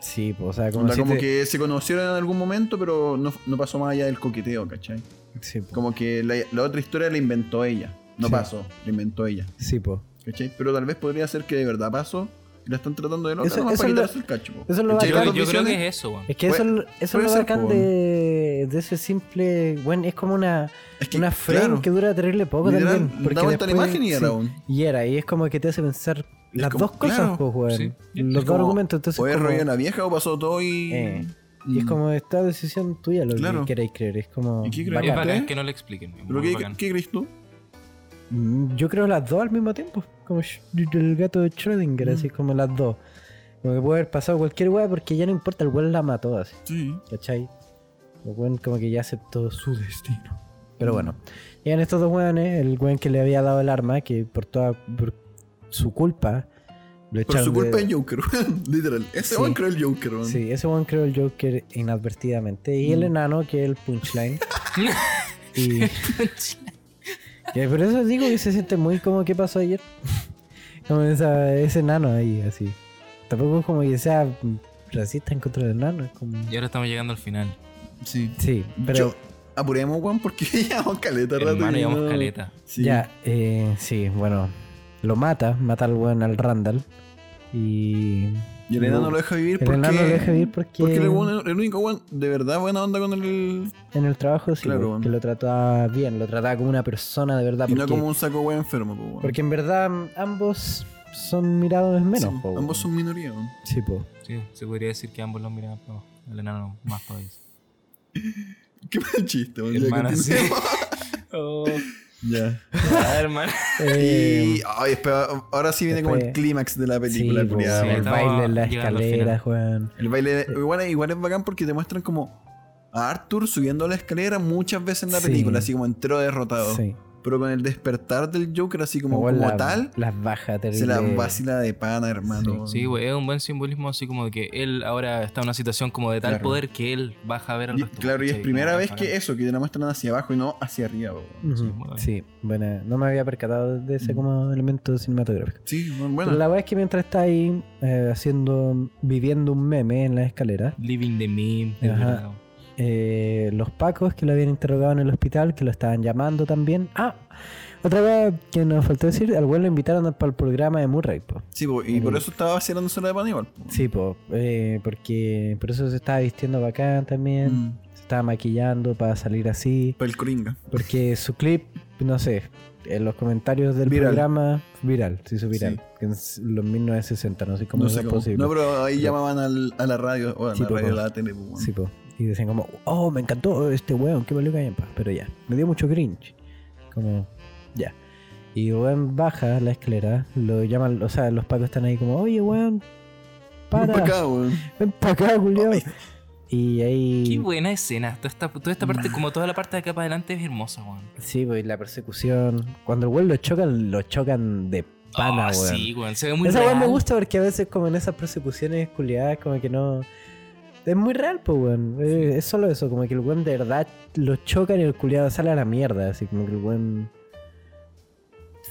Speaker 1: Sí, pues, o sea, como,
Speaker 3: Onda,
Speaker 1: si
Speaker 3: como
Speaker 1: te-
Speaker 3: que se conocieron en algún momento, pero no, no pasó más allá del coqueteo, ¿cachai?
Speaker 1: Sí, pues, po.
Speaker 3: Como que la, la otra historia la inventó ella. No
Speaker 1: Sí.
Speaker 3: pasó, la inventó ella.
Speaker 1: Sí, pues. po.
Speaker 3: ¿Cachai? Pero tal vez podría ser que de verdad pasó y la están tratando de loca
Speaker 1: Eso-
Speaker 3: nomás
Speaker 1: eso
Speaker 3: para
Speaker 1: es lo-
Speaker 3: quitarse el cacho. po.
Speaker 1: eso es lo
Speaker 3: ¿Cachai?
Speaker 2: Yo,
Speaker 1: bacán.
Speaker 3: Las dos
Speaker 2: yo creo
Speaker 3: visiones-
Speaker 2: que es eso, weón.
Speaker 1: Es que eso,
Speaker 3: Puede-
Speaker 1: eso
Speaker 3: puede
Speaker 1: es lo
Speaker 3: ser,
Speaker 1: bacán
Speaker 3: po,
Speaker 1: de, de ese simple. Bueno, es como una,
Speaker 3: es que,
Speaker 1: una frame
Speaker 3: claro,
Speaker 1: que dura terrible poco
Speaker 3: literal,
Speaker 1: también. Porque
Speaker 3: da vuelta la
Speaker 1: después-
Speaker 3: imagen y era
Speaker 1: sí,
Speaker 3: un-
Speaker 1: y era, y es como que te hace pensar las
Speaker 3: como-
Speaker 1: dos cosas,
Speaker 3: claro,
Speaker 1: pues, weón.
Speaker 2: sí.
Speaker 1: Los
Speaker 3: es
Speaker 1: dos
Speaker 3: como,
Speaker 1: argumentos. Entonces,
Speaker 3: O es
Speaker 1: como-
Speaker 3: rollo una vieja o pasó todo y. Mm.
Speaker 1: Eh, y es como esta decisión tuya lo
Speaker 3: Claro.
Speaker 1: que queréis creer. Es como.
Speaker 3: ¿Y qué crees?
Speaker 2: Es
Speaker 1: bacán.
Speaker 2: bacán
Speaker 3: ¿Usted?
Speaker 2: que no le expliquen. es
Speaker 3: ¿Pero
Speaker 2: muy
Speaker 3: qué,
Speaker 2: bacán.
Speaker 3: qué crees tú?
Speaker 1: Mm, Yo creo las dos al mismo tiempo. Como Sch- el gato de Schrödinger,
Speaker 3: Mm.
Speaker 1: así como las dos. Como que puede haber pasado cualquier weá porque ya no importa, el weón la mató así,
Speaker 3: Sí.
Speaker 1: ¿cachai? El weón como que ya aceptó su destino. Pero bueno, llegan estos dos weones, el weón que le había dado el arma, que por toda por su culpa lo
Speaker 3: Por
Speaker 1: echaron
Speaker 3: su culpa
Speaker 1: de-
Speaker 3: es Joker, weón. Literal. Ese
Speaker 1: Sí.
Speaker 3: weón creó el Joker, weón.
Speaker 1: Sí, ese weón creó el Joker inadvertidamente. Y el
Speaker 3: Mm.
Speaker 1: enano, que es el punchline. y... y por eso digo que se siente muy como que pasó ayer. como esa- ese enano ahí, así. Tampoco es como que sea racista en contra del enano. Es como...
Speaker 2: Y ahora estamos llegando al final.
Speaker 3: Sí.
Speaker 1: Sí, pero
Speaker 3: Yo- apuremos, weón, porque llevamos caleta rato.
Speaker 2: Hermano,
Speaker 3: y
Speaker 2: llevamos
Speaker 3: no-
Speaker 2: caleta.
Speaker 3: Sí.
Speaker 1: ya, eh, sí, bueno. Lo mata, mata al weón al Randall. Y.
Speaker 3: Y el enano lo deja vivir
Speaker 1: El
Speaker 3: porque.
Speaker 1: enano lo deja vivir porque,
Speaker 3: Porque el, weón- el único weón de verdad buena onda con el.
Speaker 1: en el trabajo sí,
Speaker 3: Claro,
Speaker 1: pues,
Speaker 3: weón.
Speaker 1: que lo trataba bien, lo trataba como una persona de verdad.
Speaker 3: Y no
Speaker 1: porque-
Speaker 3: como un saco weón enfermo, pues, weón.
Speaker 1: Porque en verdad mm, ambos son mirados menos.
Speaker 3: Sí,
Speaker 1: po,
Speaker 3: ambos
Speaker 1: weón.
Speaker 3: son minoría, weón.
Speaker 1: Sí, po.
Speaker 2: Sí, se podría decir que ambos lo miraban para abajo. El enano más todavía.
Speaker 3: Qué mal chiste, weón. Ya,
Speaker 2: Hermana, sí.
Speaker 3: continuemos.
Speaker 2: Oh,
Speaker 3: Ya.
Speaker 2: ya, hermano.
Speaker 1: Eh,
Speaker 3: Y. Ay, espera, ahora sí viene como el
Speaker 1: después-
Speaker 3: clímax de la
Speaker 1: sí,
Speaker 3: película,
Speaker 1: po,
Speaker 3: culiao,
Speaker 1: el
Speaker 2: sí,
Speaker 3: weón.
Speaker 2: estamos
Speaker 1: baile en la
Speaker 2: llegando al final.
Speaker 1: escalera, weón.
Speaker 3: El baile. Igual, es- igual es bacán porque te muestran como. A Arthur subiendo la escalera muchas veces en la
Speaker 1: Sí.
Speaker 3: película, así como entró derrotado.
Speaker 1: Sí.
Speaker 3: Pero con el despertar del Joker, así como,
Speaker 1: Igual
Speaker 3: como
Speaker 1: la-
Speaker 3: tal,
Speaker 1: Las baja terrible.
Speaker 3: se la vacila de pana, hermano.
Speaker 2: Sí, güey, es un buen simbolismo así como de que él ahora está en una situación como de tal
Speaker 3: Claro.
Speaker 2: poder que él baja a ver al
Speaker 3: Y-
Speaker 2: resto.
Speaker 3: claro, y es
Speaker 2: ¿cachai?
Speaker 3: primera
Speaker 2: Como
Speaker 3: vez
Speaker 2: bacán.
Speaker 3: que eso, que te la muestran hacia abajo y no hacia arriba. po.
Speaker 1: Ujú,
Speaker 2: Sí, muy bien.
Speaker 1: Sí, bueno, no me había percatado de ese como elemento cinematográfico.
Speaker 3: Sí, bueno, bueno.
Speaker 1: Pero la verdad es que mientras está ahí eh, haciendo, viviendo un meme en la escalera,
Speaker 2: Living the meme. es
Speaker 1: Ajá.
Speaker 2: verdad.
Speaker 1: eh, los pacos que lo habían interrogado en el hospital, que lo estaban llamando también. Ah, otra vez que nos faltó decir, al güey lo invitaron para el programa de Murray, po.
Speaker 3: Sí, po, y por eso estaba vacilando sola de pana igual. po.
Speaker 1: Sí, po, eh, porque por eso se estaba vistiendo bacán también,
Speaker 3: Mm,
Speaker 1: se estaba maquillando para salir así.
Speaker 3: pa' el coringa.
Speaker 1: Porque su clip, no sé, en los comentarios del
Speaker 3: Viral.
Speaker 1: programa, viral, se hizo viral.
Speaker 3: Sí.
Speaker 1: En s- los 1960, no sé cómo
Speaker 3: No
Speaker 1: eso
Speaker 3: sé
Speaker 1: es
Speaker 3: cómo.
Speaker 1: posible.
Speaker 3: No, pero ahí llamaban al- a la radio, o a
Speaker 1: Sí,
Speaker 3: la
Speaker 1: po,
Speaker 3: radio,
Speaker 1: po.
Speaker 3: a la tele. po, bueno.
Speaker 1: Sí, po. Y decían como, oh, me encantó este weón, qué valió que Pero ya, me dio mucho cringe. Como, ya. Y weón baja la escalera, lo llaman, o sea, los pacos están ahí como, oye weón,
Speaker 3: Ven
Speaker 1: para,
Speaker 3: pa' acá, weón.
Speaker 1: ven para acá, culiao.
Speaker 3: Ay.
Speaker 1: Y ahí...
Speaker 2: Qué buena escena. Toda esta, toda esta parte, como toda la parte de acá para adelante, es hermosa, weón.
Speaker 1: Sí, pues la persecución. Cuando el weón lo chocan, lo chocan de pana,
Speaker 2: Ah,
Speaker 1: weón.
Speaker 2: Sí, weón. Se ve muy
Speaker 1: Esa weá me
Speaker 2: real.
Speaker 1: gusta porque a veces como en esas persecuciones culiadas como que no... Es muy real, pues, weón. Eh, Es solo eso, como que el weón de verdad lo chocan y el culiado sale a la mierda. Así como que el weón...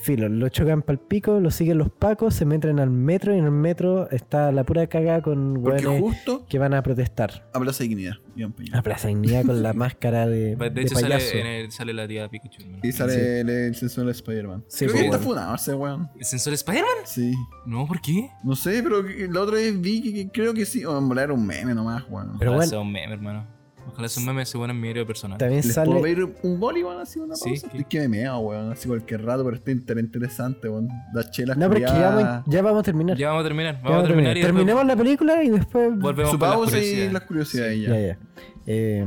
Speaker 1: Filo, lo chocan pa'l pico, lo siguen los pacos, se meten al metro y en el metro está la pura caga con
Speaker 3: Porque
Speaker 1: weones
Speaker 3: justo
Speaker 1: que van a protestar.
Speaker 3: a Plaza Dignidad. pues, iban pa' allá.
Speaker 1: A Plaza Dignidad con la máscara de,
Speaker 2: De,
Speaker 1: de
Speaker 2: hecho,
Speaker 1: payaso.
Speaker 2: sale, en el- sale la tía Pikachu, hermano.
Speaker 3: Y sale el, el sensor de Spider-Man.
Speaker 1: Sí, pues,
Speaker 3: Creo
Speaker 1: po,
Speaker 3: que está
Speaker 1: weón.
Speaker 3: funado ese weón.
Speaker 2: ¿El sensor Spider-Man?
Speaker 3: Sí.
Speaker 2: No, ¿por qué?
Speaker 3: No sé, pero que- la otra vez vi que, que creo que sí. O en volar era un meme nomás, weón.
Speaker 1: Pero
Speaker 2: Ojalá
Speaker 1: bueno.
Speaker 2: sea un meme, hermano. Ojalá sea un meme, ese bueno es mi héroe personal.
Speaker 1: También
Speaker 3: ¿Les
Speaker 1: sale...
Speaker 3: puedo pedir un boli, weón? Así una
Speaker 2: Sí,
Speaker 3: pausa.
Speaker 2: que-
Speaker 3: Estoy que me meo, weón. Así cualquier rato, pero está inter- interesante, weón. Las chelas
Speaker 1: No, pero es que ya,
Speaker 3: culiadas.
Speaker 1: voy- ya vamos a terminar.
Speaker 2: Ya vamos a terminar.
Speaker 1: Ya
Speaker 2: Vamos a terminar, y después
Speaker 1: Terminemos la película y después...
Speaker 2: volvemos
Speaker 3: Su
Speaker 2: con las
Speaker 3: pausa y
Speaker 2: curiosidades.
Speaker 3: las curiosidades ya.
Speaker 1: Ya, ya. Eh,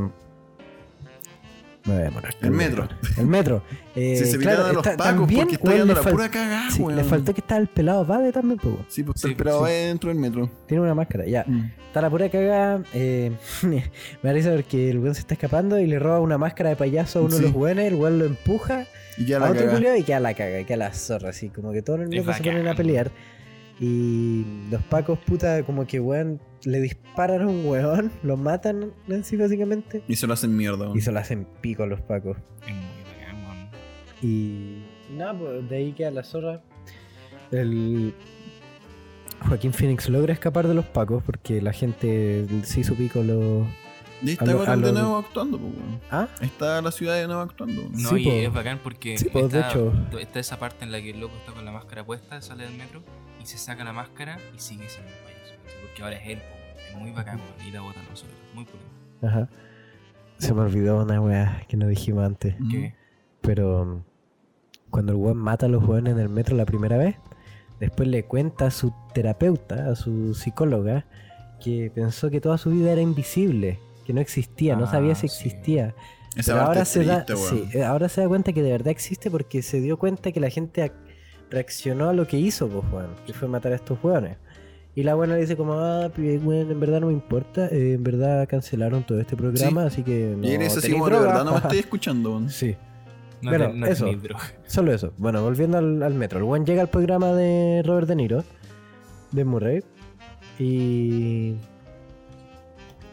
Speaker 1: me voy a demorar.
Speaker 3: El metro.
Speaker 1: El metro. Eh,
Speaker 3: Si
Speaker 1: claro,
Speaker 3: se miraron a los
Speaker 1: está-
Speaker 3: pacos
Speaker 1: también,
Speaker 3: porque está
Speaker 1: weón,
Speaker 3: yendo
Speaker 1: le
Speaker 3: la
Speaker 1: fal-
Speaker 3: pura cagada,
Speaker 1: sí,
Speaker 3: weón.
Speaker 1: le faltó que está el pelado Bade también, pues. weón.
Speaker 3: Sí, pues
Speaker 2: Sí,
Speaker 3: el pelado
Speaker 2: sí.
Speaker 3: va dentro del metro.
Speaker 1: Tiene una máscara, ya. Está la pura cagada. eh, me da risa porque el weón se está escapando y le roba una máscara de payaso a uno
Speaker 3: Sí.
Speaker 1: de los weones. El weón lo empuja
Speaker 3: Y ya
Speaker 1: a
Speaker 3: la
Speaker 1: otro
Speaker 3: cagada.
Speaker 1: culiao y queda la caga, queda la zorra. Así como que todos los locos se
Speaker 2: bacán.
Speaker 1: ponen a pelear. Y los pacos, puta, como que weón, le disparan a un weón, lo matan, Nancy, básicamente.
Speaker 3: Y se lo hacen mierda, weón.
Speaker 1: Y se lo hacen pico a los pacos.
Speaker 2: Es muy bacán, weón.
Speaker 1: Y nada, pues de ahí queda la zorra. El Joaquín Phoenix logra escapar de los pacos porque la gente sí su pico lo.
Speaker 3: Y ahí
Speaker 1: a
Speaker 3: está
Speaker 1: lo-
Speaker 3: weón,
Speaker 1: a lo-
Speaker 3: de nuevo actuando, pues, weón.
Speaker 1: Ah,
Speaker 3: Ahí está la ciudad de nuevo actuando. weón.
Speaker 2: No,
Speaker 1: Sí,
Speaker 2: y
Speaker 1: po.
Speaker 2: es bacán porque
Speaker 1: Sí, po, de
Speaker 2: está,
Speaker 1: hecho.
Speaker 2: está esa parte en la que el loco está con la máscara puesta, sale del metro y se saca la máscara y sigue siendo un payaso. ¿cachai? Porque ahora es él, po. es muy bacán, weón, y la botan los suelos. Muy cool.
Speaker 1: ajá. Se me olvidó una weá que no dijimos antes.
Speaker 3: Mm.
Speaker 2: ¿Qué?
Speaker 1: Pero um, cuando el weón mata a los weones en el metro la primera vez, después le cuenta a su terapeuta, a su psicóloga, que pensó que toda su vida era invisible, que no existía, no
Speaker 2: Ah,
Speaker 1: sabía si
Speaker 2: sí.
Speaker 1: existía.
Speaker 3: Esa
Speaker 1: Pero
Speaker 3: parte
Speaker 1: ahora
Speaker 3: es
Speaker 1: se, da,
Speaker 3: triste,
Speaker 1: sí,
Speaker 3: weón.
Speaker 1: eh, ahora se da cuenta que de verdad existe porque se dio cuenta que la gente ac- reaccionó a lo que hizo, pues, weón, que fue matar a estos weones. Y la buena le dice como, ah, pi- weón, en verdad no me importa, eh, en verdad cancelaron todo este programa, así que no
Speaker 3: Y en eso sí,
Speaker 1: tenéis
Speaker 3: weón, de
Speaker 1: droga,
Speaker 3: verdad no me
Speaker 1: jaja".
Speaker 3: estoy escuchando, weón.
Speaker 1: Sí,
Speaker 2: No,
Speaker 1: Bueno,
Speaker 2: te- no
Speaker 1: eso.
Speaker 2: tenéis droga.
Speaker 1: solo eso. Bueno, volviendo al, al metro. El weón llega al programa de Robert De Niro, de Murray, y...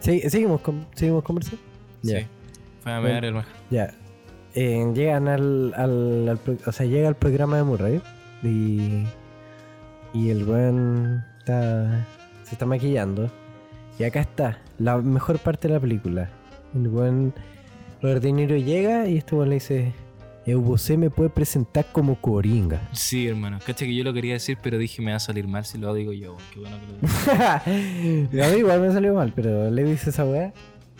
Speaker 1: Sí, seguimos, con- seguimos conversando. Ya.
Speaker 2: Sí. Fue a mear el weón.
Speaker 1: Ya. Eh, llegan al, al, al pro- O sea, llega al programa de Murray. Y. Y el weón está. Se está maquillando. Y acá está. La mejor parte de la película. El weón. Robert De Niro llega y este weón le dice. Eubose me puede presentar como Coringa.
Speaker 2: Sí, hermano. Cacha que yo lo quería decir, pero dije me va a salir mal si lo digo yo. weón. Qué bueno que lo
Speaker 1: a mí igual me salió mal, pero le dice esa weá.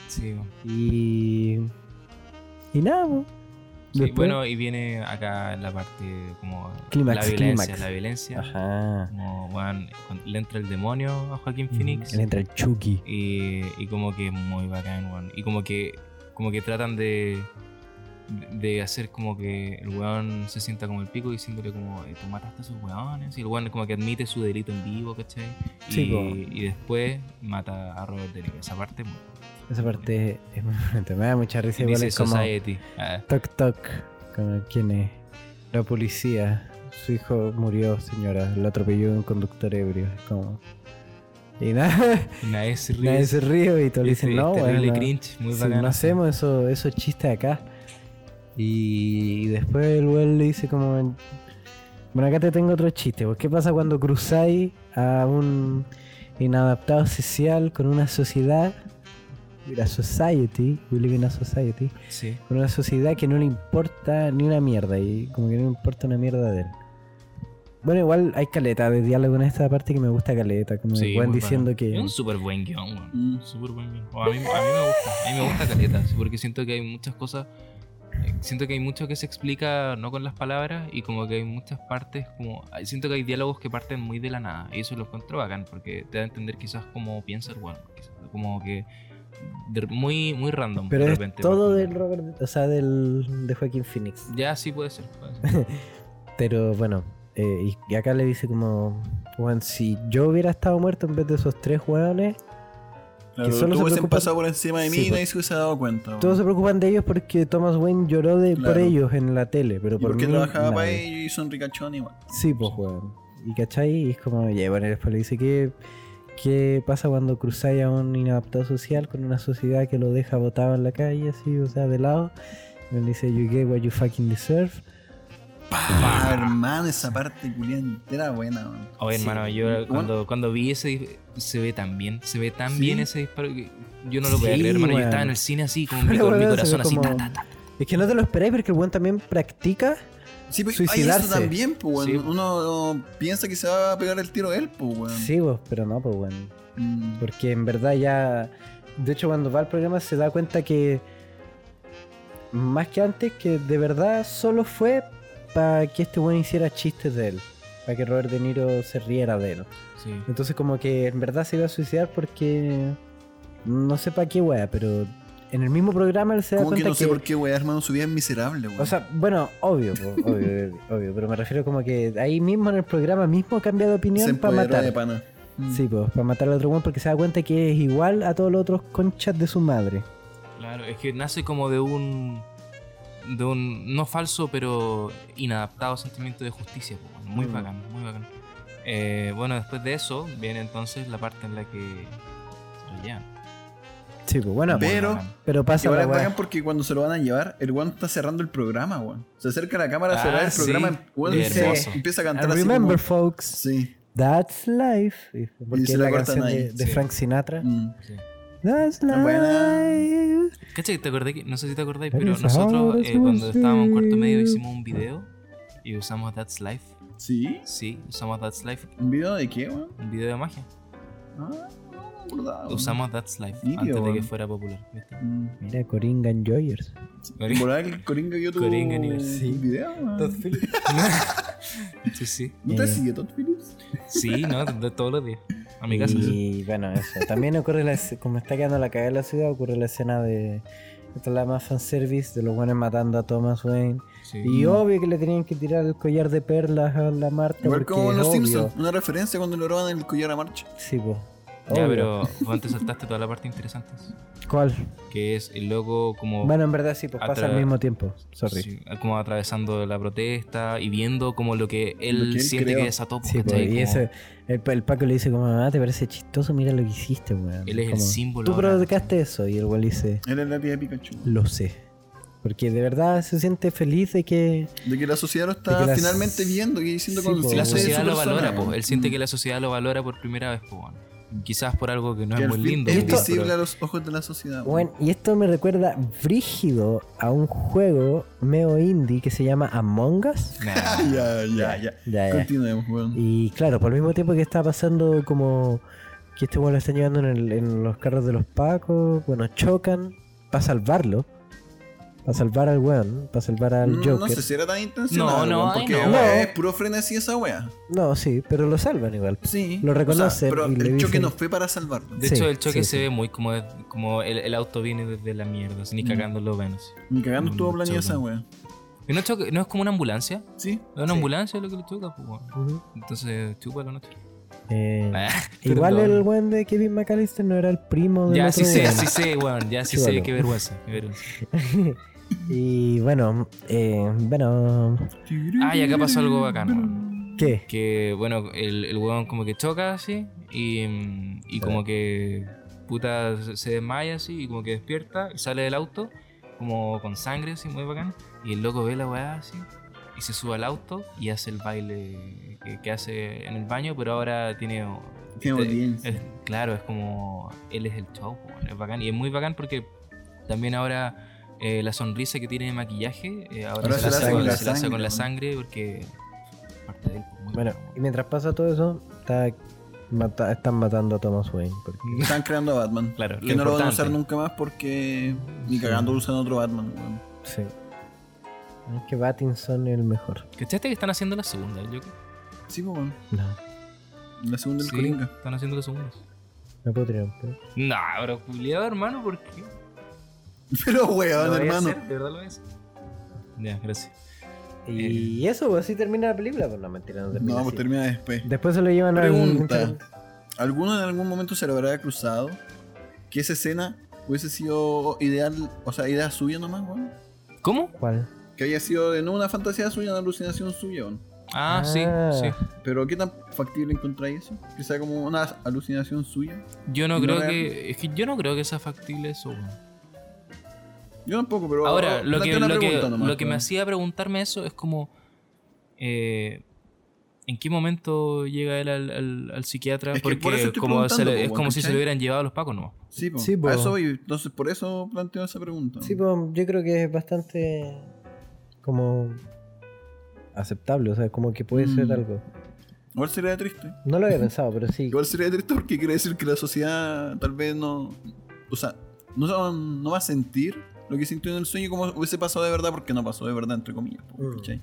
Speaker 2: Sí, weón.
Speaker 1: Y. Y nada, po.
Speaker 2: Sí,
Speaker 1: Después-
Speaker 2: bueno, y viene acá la parte como
Speaker 1: Clímax,
Speaker 2: la violencia,
Speaker 1: clímax.
Speaker 2: la violencia.
Speaker 1: Ajá.
Speaker 2: Como, weón, cuando le entra el demonio a Joaquín Phoenix.
Speaker 1: Le entra Mm, el Chucky.
Speaker 2: Y, y como que es muy bacán, weón. Y como que, como que tratan de, de hacer como que el weón se sienta como el pico diciéndole como, eh, tú mataste a esos weones. Y el weón como que admite su delito en vivo, ¿cachai?
Speaker 1: Sí,
Speaker 2: y,
Speaker 1: po.
Speaker 2: y después mata a Robert De Niro. Esa parte muy-
Speaker 1: Esa parte es muy bonita. Me da mucha risa. Igual
Speaker 2: dice
Speaker 1: es como.
Speaker 2: Society. Ah,
Speaker 1: Toc toc. Con quién es. La policía. Su hijo murió, señora. Lo atropelló un conductor ebrio. Es como. Y nada.
Speaker 2: nadie se ríe.
Speaker 1: Nadie se ríe y todos le
Speaker 2: Es-
Speaker 1: dicen
Speaker 2: es
Speaker 1: no,
Speaker 2: terrible
Speaker 1: bueno,
Speaker 2: cringe, muy
Speaker 1: si
Speaker 2: bacán.
Speaker 1: no hacemos eso, esos chistes acá. Y después el weón le dice como... Bueno, acá te tengo otro chiste. pues, ¿Qué pasa cuando cruzáis a un inadaptado social con una sociedad? La society, we live in a society.
Speaker 2: Sí.
Speaker 1: Con una sociedad que no le importa ni una mierda y como que no le importa una mierda de él. Bueno, igual hay caleta de diálogo en esta parte que me gusta caleta. Como el
Speaker 2: Sí,
Speaker 1: weón
Speaker 2: muy
Speaker 1: diciendo
Speaker 2: bacán.
Speaker 1: que...
Speaker 2: Es un súper buen guión, weón.
Speaker 3: Mm.
Speaker 2: Súper buen guión. O A mí, a mí me gusta, a mí me gusta Caleta, sí, porque siento que hay muchas cosas, eh, siento que hay mucho que se explica no con las palabras y como que hay muchas partes, como ay, siento que hay diálogos que parten muy de la nada y eso lo encuentro bacán porque te da a entender quizás cómo piensa el bueno, como que de- muy, muy random.
Speaker 1: Pero
Speaker 2: de
Speaker 1: es
Speaker 2: repente,
Speaker 1: todo
Speaker 2: porque-
Speaker 1: del Robert, o sea, del de Joaquín Phoenix.
Speaker 2: Ya, sí puede ser. puede ser.
Speaker 1: Pero bueno, eh, y- y acá le dice como, Juan, si yo hubiera estado muerto en vez de esos tres hueones,
Speaker 3: Claro,
Speaker 1: solo
Speaker 3: tú
Speaker 1: se
Speaker 3: hubiesen
Speaker 1: preocupa-
Speaker 3: pasado por encima de mí
Speaker 1: Sí,
Speaker 3: y
Speaker 1: po.
Speaker 3: nadie se hubiese dado cuenta. weón.
Speaker 1: todos se preocupan de ellos porque Thomas Wayne lloró de, por
Speaker 3: Claro.
Speaker 1: ellos en la tele, pero
Speaker 3: ¿Y
Speaker 1: por
Speaker 3: por qué
Speaker 1: mí,
Speaker 3: trabajaba para
Speaker 1: nadie.
Speaker 3: ellos y son ricachones igual?
Speaker 1: Sí, pues weón. Y cachai, y es como, ya, bueno, y después le dice que... ¿Qué pasa cuando cruzáis a un inadaptado social con una sociedad que lo deja botado en la calle, así, o sea, de lado? Y él dice, you get what you fucking deserve.
Speaker 3: Ah, hermano, esa parte culia entera buena, weón.
Speaker 2: Oye,
Speaker 1: Sí.
Speaker 2: hermano, yo cuando, cuando vi ese dis- se ve tan bien, se ve tan
Speaker 3: Sí.
Speaker 2: bien ese disparo que yo no lo podía
Speaker 1: Sí,
Speaker 2: creer, hermano.
Speaker 1: weón.
Speaker 2: Yo estaba en el cine así, con mi,
Speaker 1: Pero,
Speaker 2: con mi
Speaker 1: weón, se ve
Speaker 2: corazón así,
Speaker 1: como-
Speaker 2: ta, ta, ta.
Speaker 1: Es que no te lo esperáis porque el buen también practica.
Speaker 3: Sí, pues,
Speaker 1: Suicidarse.
Speaker 3: Ay, eso también, pues, weón.
Speaker 2: Sí.
Speaker 3: Uno no, piensa que se va a pegar el tiro él, pues, weón.
Speaker 1: Sí, vos, pero no, pues bueno.
Speaker 3: Mm,
Speaker 1: Porque en verdad ya. De hecho, cuando va al programa se da cuenta que. Más que antes, que de verdad solo fue para que este buen hiciera chistes de él. Para que Robert De Niro se riera de él.
Speaker 2: Sí.
Speaker 1: Entonces, como que en verdad se iba a suicidar porque. No sé para qué wea, pero. En el mismo programa él se da
Speaker 3: Como que
Speaker 1: cuenta
Speaker 3: no sé por qué, weón, hermano, su vida es miserable, weón.
Speaker 1: O sea, bueno, obvio, po, obvio, obvio, obvio, pero me refiero como que ahí mismo en el programa mismo cambia de
Speaker 3: se
Speaker 1: opinión para
Speaker 3: empoderó
Speaker 1: matar.
Speaker 3: de pana. Mm.
Speaker 1: Sí, pues, para matar al otro weón porque se da cuenta que es igual a todos los otros conchas de su madre.
Speaker 2: Claro, es que nace como de un. de un. no falso, pero inadaptado sentimiento de justicia, po, bueno, muy
Speaker 1: Mm.
Speaker 2: bacán, muy bacán. Eh, bueno, después de eso viene entonces la parte en la que. se lo llevan.
Speaker 1: Sí, pues, bueno,
Speaker 3: Ve- Pero-
Speaker 2: Muy bacán.
Speaker 1: pero pasa
Speaker 3: Igual
Speaker 1: la
Speaker 3: es bacán
Speaker 1: weá.
Speaker 3: porque cuando se lo van a llevar, el weón está cerrando el programa, weón. Se acerca a la cámara a
Speaker 2: Ah,
Speaker 3: cerrar el
Speaker 2: sí.
Speaker 3: programa. weón,
Speaker 1: Dice,
Speaker 3: hermoso. empieza a
Speaker 1: And
Speaker 3: cantar así
Speaker 1: remember,
Speaker 3: como...
Speaker 1: folks,
Speaker 3: Sí.
Speaker 1: that's life. Y- Porque
Speaker 3: se
Speaker 1: es
Speaker 3: la
Speaker 1: la
Speaker 3: cortan
Speaker 1: canción de,
Speaker 3: ahí,
Speaker 1: de
Speaker 2: sí.
Speaker 1: Frank Sinatra.
Speaker 3: Mm.
Speaker 2: Sí.
Speaker 1: That's life.
Speaker 3: Buena.
Speaker 2: Cacha, que te acordé que, no sé si te acordáis,
Speaker 1: That
Speaker 2: pero
Speaker 1: is
Speaker 2: nosotros
Speaker 1: how
Speaker 2: eh,
Speaker 1: it was
Speaker 2: cuando estábamos en cuarto medio
Speaker 1: made.
Speaker 2: hicimos un video y usamos That's Life.
Speaker 3: ¿Sí?
Speaker 2: Sí, usamos That's Life,
Speaker 3: ¿Un video de qué, weón?
Speaker 2: un video de magia.
Speaker 3: Ah, no me acordaba, weón.
Speaker 2: Usamos That's Life
Speaker 3: Video,
Speaker 2: antes de que
Speaker 3: bueno.
Speaker 2: fuera popular. ¿viste?
Speaker 3: Mm.
Speaker 1: Mira, Coringa Enjoyers.
Speaker 3: Por ahí el Coringa vio tu
Speaker 2: Coringa, ni-
Speaker 1: sí.
Speaker 3: video, weón.
Speaker 2: sí, sí.
Speaker 3: ¿No te
Speaker 1: Eh.
Speaker 3: sigue Todd Phillips?
Speaker 2: Sí, no, de todos los días. A mi casa. sí.
Speaker 1: Y bueno, eso. También ocurre, la, escena- como está quedando la cagada de la ciudad, ocurre la escena de. Esta es la más fanservice de los buenos matando a Thomas Wayne.
Speaker 2: Sí.
Speaker 1: Y obvio que le tenían que tirar el collar de perlas a la Marta.
Speaker 3: Igual
Speaker 1: porque
Speaker 3: como
Speaker 1: es
Speaker 3: en Los
Speaker 1: obvio.
Speaker 3: Simpsons, una referencia cuando le roban el collar a March.
Speaker 1: Sí, pues.
Speaker 2: Ya, pero vos te saltaste toda la parte interesante.
Speaker 1: ¿Cuál?
Speaker 2: Que es el loco como,
Speaker 1: Bueno, en verdad sí, pues pasa
Speaker 2: Atra-
Speaker 1: al mismo tiempo. Sorry.
Speaker 2: sí, como atravesando la protesta y viendo como lo que él,
Speaker 3: Lo que él
Speaker 2: siente
Speaker 3: creó.
Speaker 2: que desató.
Speaker 1: Sí, pues,
Speaker 2: ¿cachai?
Speaker 1: y
Speaker 2: Como
Speaker 1: ese, el, el Paco le dice como, ah, te parece chistoso, mira lo que hiciste, weón.
Speaker 2: Él es el
Speaker 1: Como,
Speaker 2: símbolo
Speaker 1: Tú
Speaker 2: ahora".
Speaker 1: provocaste eso y el weón le dice,
Speaker 3: Era la tía de Pikachu.
Speaker 1: lo sé. Porque de verdad se siente feliz de que...
Speaker 3: De que la sociedad lo
Speaker 1: De
Speaker 3: está
Speaker 1: que la-
Speaker 3: finalmente viendo, que diciendo
Speaker 1: Sí, po,
Speaker 3: con
Speaker 2: La
Speaker 1: Como
Speaker 3: parte de
Speaker 2: sociedad
Speaker 3: su
Speaker 2: lo
Speaker 3: persona,
Speaker 2: valora, po.
Speaker 3: weón. Mm.
Speaker 2: Él siente que la sociedad lo valora por primera vez, po. bueno. quizás por algo que no
Speaker 3: que
Speaker 2: es
Speaker 3: al
Speaker 2: muy
Speaker 3: fin
Speaker 2: lindo.
Speaker 3: es
Speaker 2: weón, pero-
Speaker 3: visible a los ojos de la sociedad.
Speaker 1: Bueno, y esto me recuerda frígido a un juego meo indie que se llama Among Us.
Speaker 2: Nah.
Speaker 3: Ya, ya, ya.
Speaker 1: Ya, ya.
Speaker 3: Continuemos, weón.
Speaker 1: Y claro, por el mismo tiempo que está pasando como que este weón lo están llevando en, el- en los carros de los pacos, bueno, chocan para salvarlo, para salvar al weón, para salvar al
Speaker 3: Mm,
Speaker 1: Joker.
Speaker 3: No sé si era tan intencional,
Speaker 2: No, no,
Speaker 3: weón,
Speaker 2: ay,
Speaker 3: porque
Speaker 2: no.
Speaker 3: weón,
Speaker 1: No.
Speaker 3: es puro frenesí esa wea.
Speaker 1: No, sí, pero lo salvan igual.
Speaker 3: Sí.
Speaker 1: Lo reconocen
Speaker 3: pero
Speaker 1: y le
Speaker 3: el choque
Speaker 1: dicen-
Speaker 3: no fue para salvarlo.
Speaker 2: De
Speaker 1: Sí,
Speaker 2: hecho, el choque
Speaker 1: sí,
Speaker 2: se
Speaker 1: sí.
Speaker 2: ve muy como, como el, el auto viene desde la mierda, así, ni
Speaker 3: Mm.
Speaker 2: cagando lo ven. así.
Speaker 3: Ni cagando
Speaker 2: Mm,
Speaker 3: estuvo planeado
Speaker 2: choque.
Speaker 3: esa wea.
Speaker 2: Y no, choque- no es como una ambulancia,
Speaker 3: Sí.
Speaker 2: es una
Speaker 1: Sí.
Speaker 2: ambulancia lo que le choca, pues, weón.
Speaker 1: Ujú.
Speaker 2: Entonces, chupa lo nuestro.
Speaker 1: Eh,
Speaker 2: Ah, Perdón.
Speaker 1: igual el weón de Kevin McAllister no era el primo de
Speaker 2: Ya
Speaker 1: otro
Speaker 2: sí sé,
Speaker 1: weón.
Speaker 2: sí sé, weón. Ya sí sé,
Speaker 1: Chúpalo.
Speaker 2: qué vergüenza, qué vergüenza.
Speaker 1: Y bueno, eh, bueno,
Speaker 2: Ah, y acá pasó algo bacán, weón.
Speaker 1: ¿qué?
Speaker 2: Que, bueno, el, el weón como que choca así y, mm, y como que puta se- se desmaya así y como que despierta y sale del auto como con sangre así, muy bacán. Y el loco ve la weá así y se sube al auto y hace el baile que, que hace en el baño, pero ahora tiene...
Speaker 3: Tiene
Speaker 2: este,
Speaker 3: audiencia.
Speaker 2: es- claro, es como él es el show, weón, es bacán. Y es muy bacán porque también ahora eh, la sonrisa que tiene de maquillaje, eh, ahora, se, la hace con la, se la hace
Speaker 3: sangre,
Speaker 2: con la
Speaker 3: weón.
Speaker 2: sangre porque es parte de él. pues, muy
Speaker 1: Bueno,
Speaker 2: bacán,
Speaker 1: y mientras pasa todo eso, está mata- están matando a Thomas Wayne. porque-
Speaker 2: weón.
Speaker 3: Están creando a Batman.
Speaker 2: Claro,
Speaker 3: Que
Speaker 2: lo
Speaker 3: no lo van a
Speaker 2: importante.
Speaker 3: usar nunca más porque ni
Speaker 1: Sí.
Speaker 3: cagando usan otro Batman, weón.
Speaker 1: sí. Es que Battinson es el mejor.
Speaker 2: ¿Cachaste que están haciendo la segunda? Yo
Speaker 3: Sí, pues, weón.
Speaker 1: No,
Speaker 3: La segunda del
Speaker 2: sí,
Speaker 3: Coringa.
Speaker 2: están haciendo la segunda.
Speaker 1: no puedo triunfar.
Speaker 2: No, pero culiado, hermano, ¿por qué?
Speaker 3: Pero
Speaker 2: Lo
Speaker 3: weón,
Speaker 2: voy a
Speaker 3: hermano.
Speaker 2: hacer, de verdad lo voy a hacer. Ya, gracias.
Speaker 1: Y eso, pues así termina la película. Pues no, mentira, no termina.
Speaker 3: No,
Speaker 1: así.
Speaker 3: pues termina después.
Speaker 1: Después se lo llevan a
Speaker 3: Pregunta.
Speaker 1: un.
Speaker 3: ¿Alguno en algún momento se lo habrá cruzado? Que esa escena hubiese sido ideal, o sea, idea suya nomás, weón.
Speaker 2: ¿Cómo?
Speaker 1: ¿Cuál?
Speaker 3: Que haya sido de no una fantasía suya, una alucinación suya, weón.
Speaker 2: Ah, sí,
Speaker 1: Ah.
Speaker 2: sí.
Speaker 3: Pero ¿qué tan factible encontráis eso? Que sea como una alucinación suya.
Speaker 2: Yo no,
Speaker 3: No
Speaker 2: creo
Speaker 3: real.
Speaker 2: que. Es que yo no creo que sea factible eso, weón.
Speaker 3: Yo tampoco, pero.
Speaker 2: Ahora, lo
Speaker 3: planteo
Speaker 2: que,
Speaker 3: una
Speaker 2: lo, que,
Speaker 3: pregunta nomás,
Speaker 2: lo que me
Speaker 3: weón.
Speaker 2: hacía preguntarme eso es como... eh, ¿En qué momento llega él al, al- al psiquiatra?
Speaker 3: Es que
Speaker 2: Porque
Speaker 3: por eso estoy
Speaker 2: como se le-
Speaker 3: preguntando,
Speaker 2: es
Speaker 3: po,
Speaker 2: como si se
Speaker 3: ¿cachai?
Speaker 2: lo hubieran llevado a los pacos, ¿no?
Speaker 3: Sí, pues.
Speaker 1: Sí, po.
Speaker 3: eso voy. Entonces, por eso planteo esa pregunta.
Speaker 1: Sí,
Speaker 3: weón.
Speaker 1: pues yo creo que es bastante. como. aceptable, o sea, como que puede ser
Speaker 3: Mm.
Speaker 1: algo.
Speaker 3: Igual sería triste.
Speaker 1: No lo había pensado, pero sí.
Speaker 3: Igual sería triste porque quiere decir que la sociedad tal vez no. O sea, no, se va- no va a sentir lo que sintió en el sueño como hubiese pasado de verdad, porque no pasó de verdad, entre comillas. po,
Speaker 1: Mm.
Speaker 3: ¿cachai?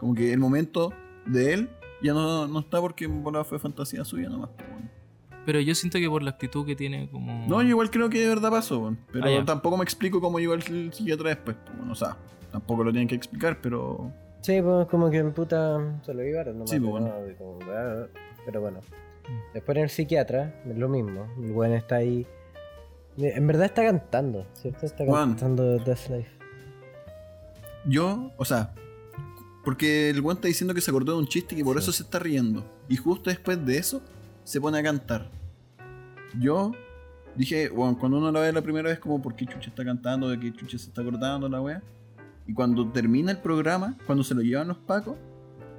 Speaker 3: Como que el momento de él ya no, no está porque en volada fue fantasía suya nomás. po, weón.
Speaker 2: Pero yo siento que por la actitud que tiene como...
Speaker 3: No, yo igual creo que de verdad pasó, weón, pero
Speaker 2: Ah, ya.
Speaker 3: tampoco me explico cómo llegó el psiquiatra después. po, weón, o sea, tampoco lo tienen que explicar, pero.
Speaker 1: Sí, pues como que en puta se lo llevaron nomás.
Speaker 3: Sí, pues, Mm.
Speaker 1: pero no, como, ah, pero bueno. Después en el psiquiatra, es lo mismo. El weón está ahí. En verdad está cantando, ¿cierto? Está
Speaker 3: Weón.
Speaker 1: cantando Death Life.
Speaker 3: Yo, o sea, porque el weón está diciendo que se acordó de un chiste y que por
Speaker 1: Sí.
Speaker 3: eso se está riendo. Y justo después de eso, se pone a cantar. Yo dije, bueno, cuando uno la ve la primera vez, como, ¿por qué Chucha está cantando? ¿De qué Chucha se está acordando la wea? Y cuando termina el programa, cuando se lo llevan los pacos,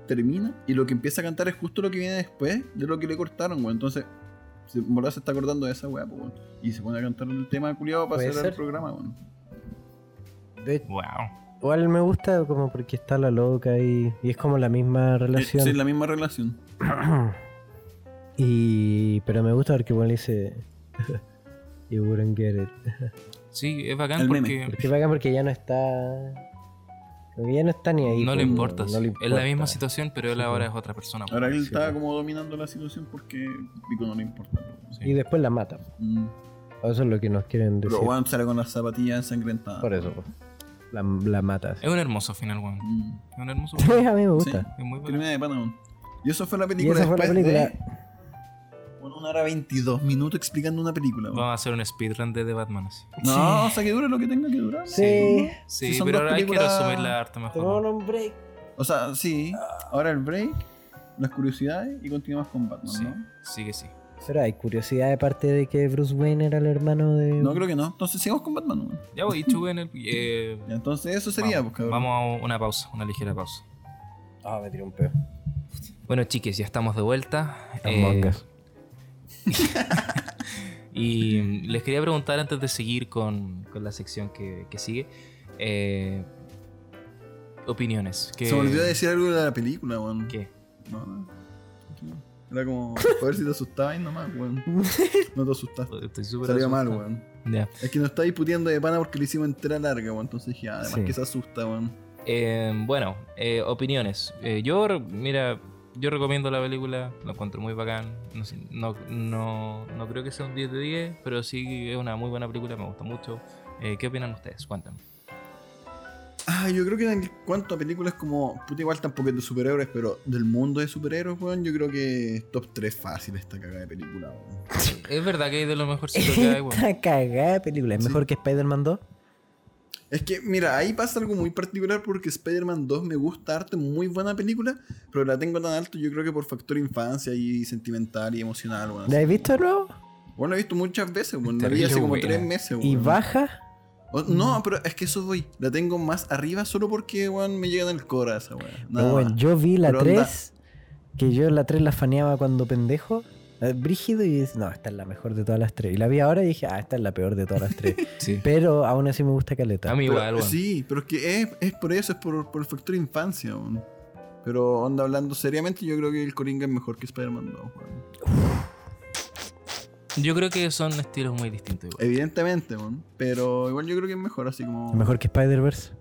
Speaker 3: termina y lo que empieza a cantar es justo lo que viene después de lo que le cortaron, weón. Entonces, se, en verdad se está acordando de esa wea, pues, weón. Y se pone a cantar el tema culiado para
Speaker 1: Puede
Speaker 3: cerrar el
Speaker 1: ser.
Speaker 3: programa, weón.
Speaker 1: De-
Speaker 2: Wow.
Speaker 1: igual me gusta como porque está la loca y, y es como la misma
Speaker 3: Eh,
Speaker 1: relación.
Speaker 3: Sí, la misma relación.
Speaker 1: y pero me gusta ver que igual dice You wouldn't get it.
Speaker 2: Sí, es bacán
Speaker 3: El meme.
Speaker 2: porque
Speaker 1: Porque bacán porque ya no está. Como que ya no está ni ahí.
Speaker 2: no le
Speaker 1: pues,
Speaker 2: importa.
Speaker 1: no le
Speaker 2: Es la misma
Speaker 1: importa.
Speaker 2: situación, pero él
Speaker 1: Sí,
Speaker 2: ahora
Speaker 1: po.
Speaker 2: es otra persona. po.
Speaker 3: Ahora él
Speaker 1: Sí,
Speaker 3: estaba
Speaker 1: pues.
Speaker 3: como dominando la situación porque Pico no le importa. ¿no?
Speaker 2: Sí.
Speaker 1: Y después la mata.
Speaker 3: Mm.
Speaker 1: Eso es lo que nos quieren decir.
Speaker 3: Pero Juan sale con las zapatillas ensangrentadas.
Speaker 1: Por eso, pues. la, la matas.
Speaker 2: Es un hermoso final, weón.
Speaker 3: Mm.
Speaker 2: Es un hermoso
Speaker 1: Sí,
Speaker 2: final.
Speaker 1: a mí me
Speaker 3: Sí,
Speaker 1: gusta.
Speaker 2: Es muy bacán.
Speaker 3: termina de pana, weón. Y eso fue la
Speaker 1: Y
Speaker 3: película.
Speaker 1: esa fue la
Speaker 3: después
Speaker 1: película.
Speaker 3: De, bueno, una hora 22 minutos explicando una película. weón.
Speaker 1: Ah,
Speaker 2: Vamos a hacer un speedrun de The Batman así.
Speaker 3: No, o sea, que dure lo que tenga que durar.
Speaker 1: Sí.
Speaker 2: Sí,
Speaker 3: Sí, son
Speaker 2: pero
Speaker 3: dos
Speaker 2: ahora hay que
Speaker 3: películas-
Speaker 2: resumirla harto mejor.
Speaker 1: Tomamos un break.
Speaker 3: O sea, sí. Ahora el break, las curiosidades y continuamos con Batman,
Speaker 2: Sí,
Speaker 3: ¿no?
Speaker 2: sí que sí.
Speaker 1: Pero hay curiosidad de parte de que Bruce Wayne era el hermano de.
Speaker 3: No creo que no. Entonces sigamos con Batman, weón.
Speaker 2: Ya voy, chuve en el... eh,
Speaker 3: Ya, Entonces eso sería,
Speaker 2: vamos,
Speaker 3: pues, cabrón.
Speaker 2: vamos a una pausa, una ligera pausa.
Speaker 1: Ah, me tiró un peo.
Speaker 2: Bueno, chiques, ya estamos de vuelta. Eh,
Speaker 1: Among Us.
Speaker 2: y les quería preguntar antes de seguir con, con la sección que, que sigue. eh, opiniones. ¿Qué-
Speaker 3: Se me olvidó decir algo de la película, weón.
Speaker 2: ¿Qué?
Speaker 3: No, no. Era como, a ver si te asustabas nomás, weón. No te asustaste.
Speaker 2: Estoy súper
Speaker 3: Salió mal,
Speaker 2: asustado.
Speaker 3: weón.
Speaker 2: Ya.
Speaker 3: Es que nos está disputiendo de pana porque le hicimos entera larga, weón. Entonces dije, ah, además
Speaker 2: Sí.
Speaker 3: que se asusta, weón.
Speaker 2: Eh, bueno, eh, opiniones. Eh, yo, re- mira, yo recomiendo la película, la encuentro muy bacán. No, sé, no, no, no creo que sea un 10 de 10, pero sí es una muy buena película, me gusta mucho. Eh, ¿Qué opinan ustedes? Cuéntame.
Speaker 3: Ah, yo creo que en cuanto a películas como, puta, igual tampoco es de superhéroes, pero del mundo de superhéroes, weón, yo creo que es top 3 fácil esta cagada de película, weón.
Speaker 2: Es verdad que es de lo mejorcito que hay, weón.
Speaker 1: Eh, Esta cagada de película. ¿Es
Speaker 3: Sí.
Speaker 1: mejor que Spider-Man 2?
Speaker 3: Es que, mira, ahí pasa algo muy particular porque Spider-Man 2 me gusta harto, muy buena película, pero la tengo tan alto yo creo que por factor infancia y sentimental y emocional, weón.
Speaker 1: ¿La has visto de nuevo?
Speaker 3: Bueno, la he visto muchas veces, weón. La vi
Speaker 2: Terrible
Speaker 3: hace como
Speaker 2: buena.
Speaker 3: tres meses, weón.
Speaker 1: ¿Y baja?
Speaker 3: O- no, pero es que eso voy. La tengo más arriba solo porque, weón, me llega en el cora esa, weón. Nada
Speaker 1: Pero Oh, bueno,
Speaker 3: más.
Speaker 1: yo vi la
Speaker 3: Pero onda-
Speaker 1: 3, que yo la 3 la faneaba cuando pendejo. eh, Brígido y dice, no, esta es la mejor de todas las tres. Y la vi ahora y dije, ah, esta es la peor de todas las tres.
Speaker 2: Sí.
Speaker 1: Pero aún así me gusta Caleta.
Speaker 2: A mí
Speaker 3: Pero-
Speaker 2: igual, weón.
Speaker 3: Sí, pero es que es, es por eso, es por, por el factor infancia, weón. Pero, onda, hablando seriamente, yo creo que el Coringa es mejor que Spider-Man 2, weón.
Speaker 2: Yo creo que son estilos muy distintos. igual.
Speaker 3: Evidentemente, weón. Pero igual yo creo que es mejor, así como...
Speaker 1: Mejor que Spider-Verse.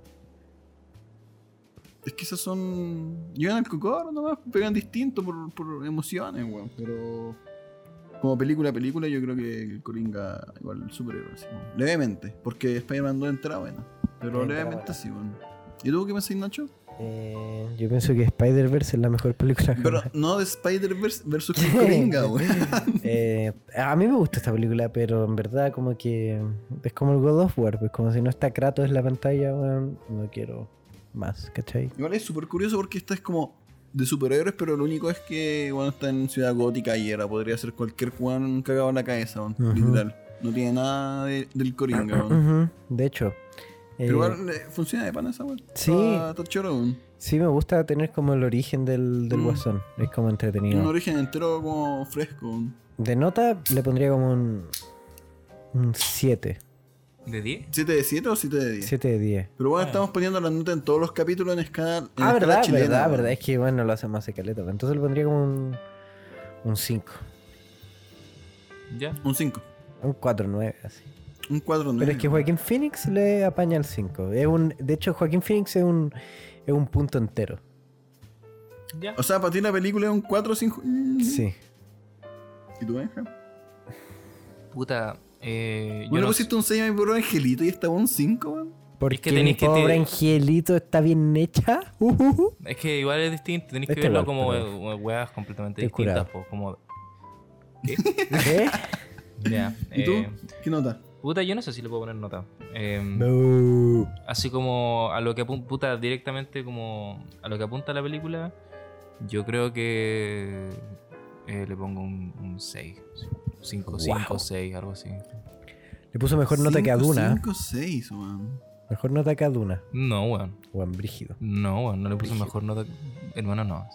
Speaker 3: Es que esas son... Llegan al cocoro nomás, pegan distinto por, por emociones, weón. Pero... Como película a película, yo creo que el Coringa igual el superhéroe, así, weón. Levemente, porque Spider-Man 2 entra buena. Pero
Speaker 1: Entra
Speaker 3: levemente
Speaker 1: buena.
Speaker 3: sí, weón. ¿Y tú qué pensás, Nacho?
Speaker 1: Eh, yo pienso que Spider-Verse es la mejor película.
Speaker 3: Pero
Speaker 1: jamás.
Speaker 3: no de Spider-Verse versus el Coringa, weón.
Speaker 1: Eh, a mí me gusta esta película, pero en verdad como que es como el God of War, pues como si no está Kratos en la pantalla, weón, no quiero más, ¿cachai?
Speaker 3: Igual es súper curioso porque esta es como de superhéroes, pero lo único es que, bueno, está en Ciudad Gótica y era. Podría ser cualquier Juan cagado en la cabeza, weón,
Speaker 1: Ujú.
Speaker 3: literal. No tiene nada de- del Coringa, weón.
Speaker 1: Ujú, De hecho, eh,
Speaker 3: Pero igual eh, funciona de pana esa weón.
Speaker 1: sí.
Speaker 3: Está, está choro, weón.
Speaker 1: sí me gusta tener como el origen del, del
Speaker 3: Mm.
Speaker 1: guasón, es como
Speaker 3: Un
Speaker 1: entretenido.
Speaker 3: origen entero como fresco, weón.
Speaker 1: De nota le pondría como un 7,
Speaker 2: ¿De 10?
Speaker 3: ¿7 de 7 o 7 de 10?
Speaker 1: 7 de 10.
Speaker 3: Pero bueno,
Speaker 2: Ah.
Speaker 3: estamos poniendo la nota en todos los capítulos en escala, en
Speaker 1: Ah,
Speaker 3: escala
Speaker 1: verdad,
Speaker 3: chilena.
Speaker 1: verdad,
Speaker 3: weón.
Speaker 1: verdad, es que bueno, lo hacemos hace caleta, pues, entonces le pondría como un un 5,
Speaker 2: ¿Ya?
Speaker 3: Un 5.
Speaker 1: un 4, 9, así.
Speaker 3: Un 4
Speaker 1: Pero es que Joaquín Phoenix le apaña el 5. Es un, de hecho, Joaquín Phoenix es un, es un punto entero.
Speaker 2: ¿Ya?
Speaker 3: O sea, para ti la película es un 4 sin... ju-
Speaker 1: Sí.
Speaker 3: ¿Y tú, Benja?
Speaker 2: Puta, eh,
Speaker 3: Bueno,
Speaker 2: yo
Speaker 3: pues
Speaker 2: no
Speaker 3: pusiste un 6 a mi pobre angelito y estaba un 5, weón.
Speaker 1: Porque mi
Speaker 2: tenés que te-
Speaker 1: pobre angelito está bien hecha. Uh, uh, uh.
Speaker 2: Es que igual es distinto, tenéis que
Speaker 1: Este
Speaker 2: verlo
Speaker 1: igual,
Speaker 2: como
Speaker 1: pero-
Speaker 2: we- weas completamente
Speaker 1: Estoy
Speaker 2: distintas,
Speaker 1: curado.
Speaker 2: po, como...
Speaker 1: ¿Qué?
Speaker 2: Ya,
Speaker 3: ¿Y tú?
Speaker 2: eh,
Speaker 3: ¿Qué nota?
Speaker 2: puta, yo no sé si le puedo poner nota. Eh,
Speaker 1: no.
Speaker 2: Así como a lo que apunta, puta, directamente como a lo que apunta la película, yo creo que eh, le pongo un 6, 5, 5,
Speaker 1: Wow.
Speaker 2: 6, algo así.
Speaker 1: Le puso mejor nota que a Duna.
Speaker 3: 5, 6, weón.
Speaker 1: Mejor nota que a Duna.
Speaker 2: No, weón.
Speaker 1: Juan Brígido.
Speaker 2: No, weón, no le puse
Speaker 1: Brígido.
Speaker 2: mejor nota. Hermano, no.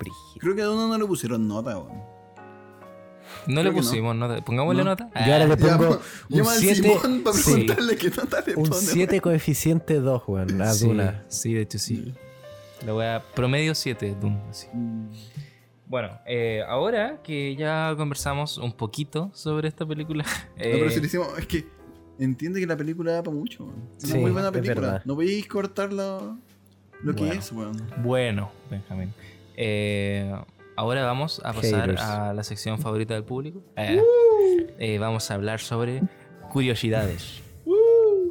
Speaker 1: Brígido.
Speaker 3: Creo que a Duna no le pusieron nota, weón.
Speaker 2: No
Speaker 3: Creo
Speaker 2: le
Speaker 3: que no.
Speaker 2: pusimos nota. Pongámosle
Speaker 3: No.
Speaker 2: nota.
Speaker 1: Yo ahora le pongo un
Speaker 3: Ah, pues, Llama al
Speaker 1: 7.
Speaker 3: Simón para
Speaker 2: sí.
Speaker 3: preguntarle qué nota le
Speaker 1: Un
Speaker 3: pone,
Speaker 1: 7 coeficiente 2, weón, a
Speaker 2: sí,
Speaker 1: Duna.
Speaker 2: Ah, Sí, de hecho sí.
Speaker 3: Mm.
Speaker 2: La wea promedio 7 es Doom, así.
Speaker 3: weón.
Speaker 2: Bueno, eh, ahora que ya conversamos un poquito sobre esta película.
Speaker 3: No,
Speaker 2: eh,
Speaker 3: pero si le hicimos, es que entiende que la película da para mucho, weón. Es una
Speaker 1: Sí,
Speaker 3: muy buena
Speaker 1: es
Speaker 3: película.
Speaker 1: verdad.
Speaker 3: No podéis cortar lo, lo que
Speaker 2: Bueno.
Speaker 3: es, weón.
Speaker 2: Bueno, Benjamín. Eh, ahora vamos a pasar
Speaker 1: Haters. Uh.
Speaker 2: a la sección favorita del público. Eh, eh, vamos a hablar sobre curiosidades.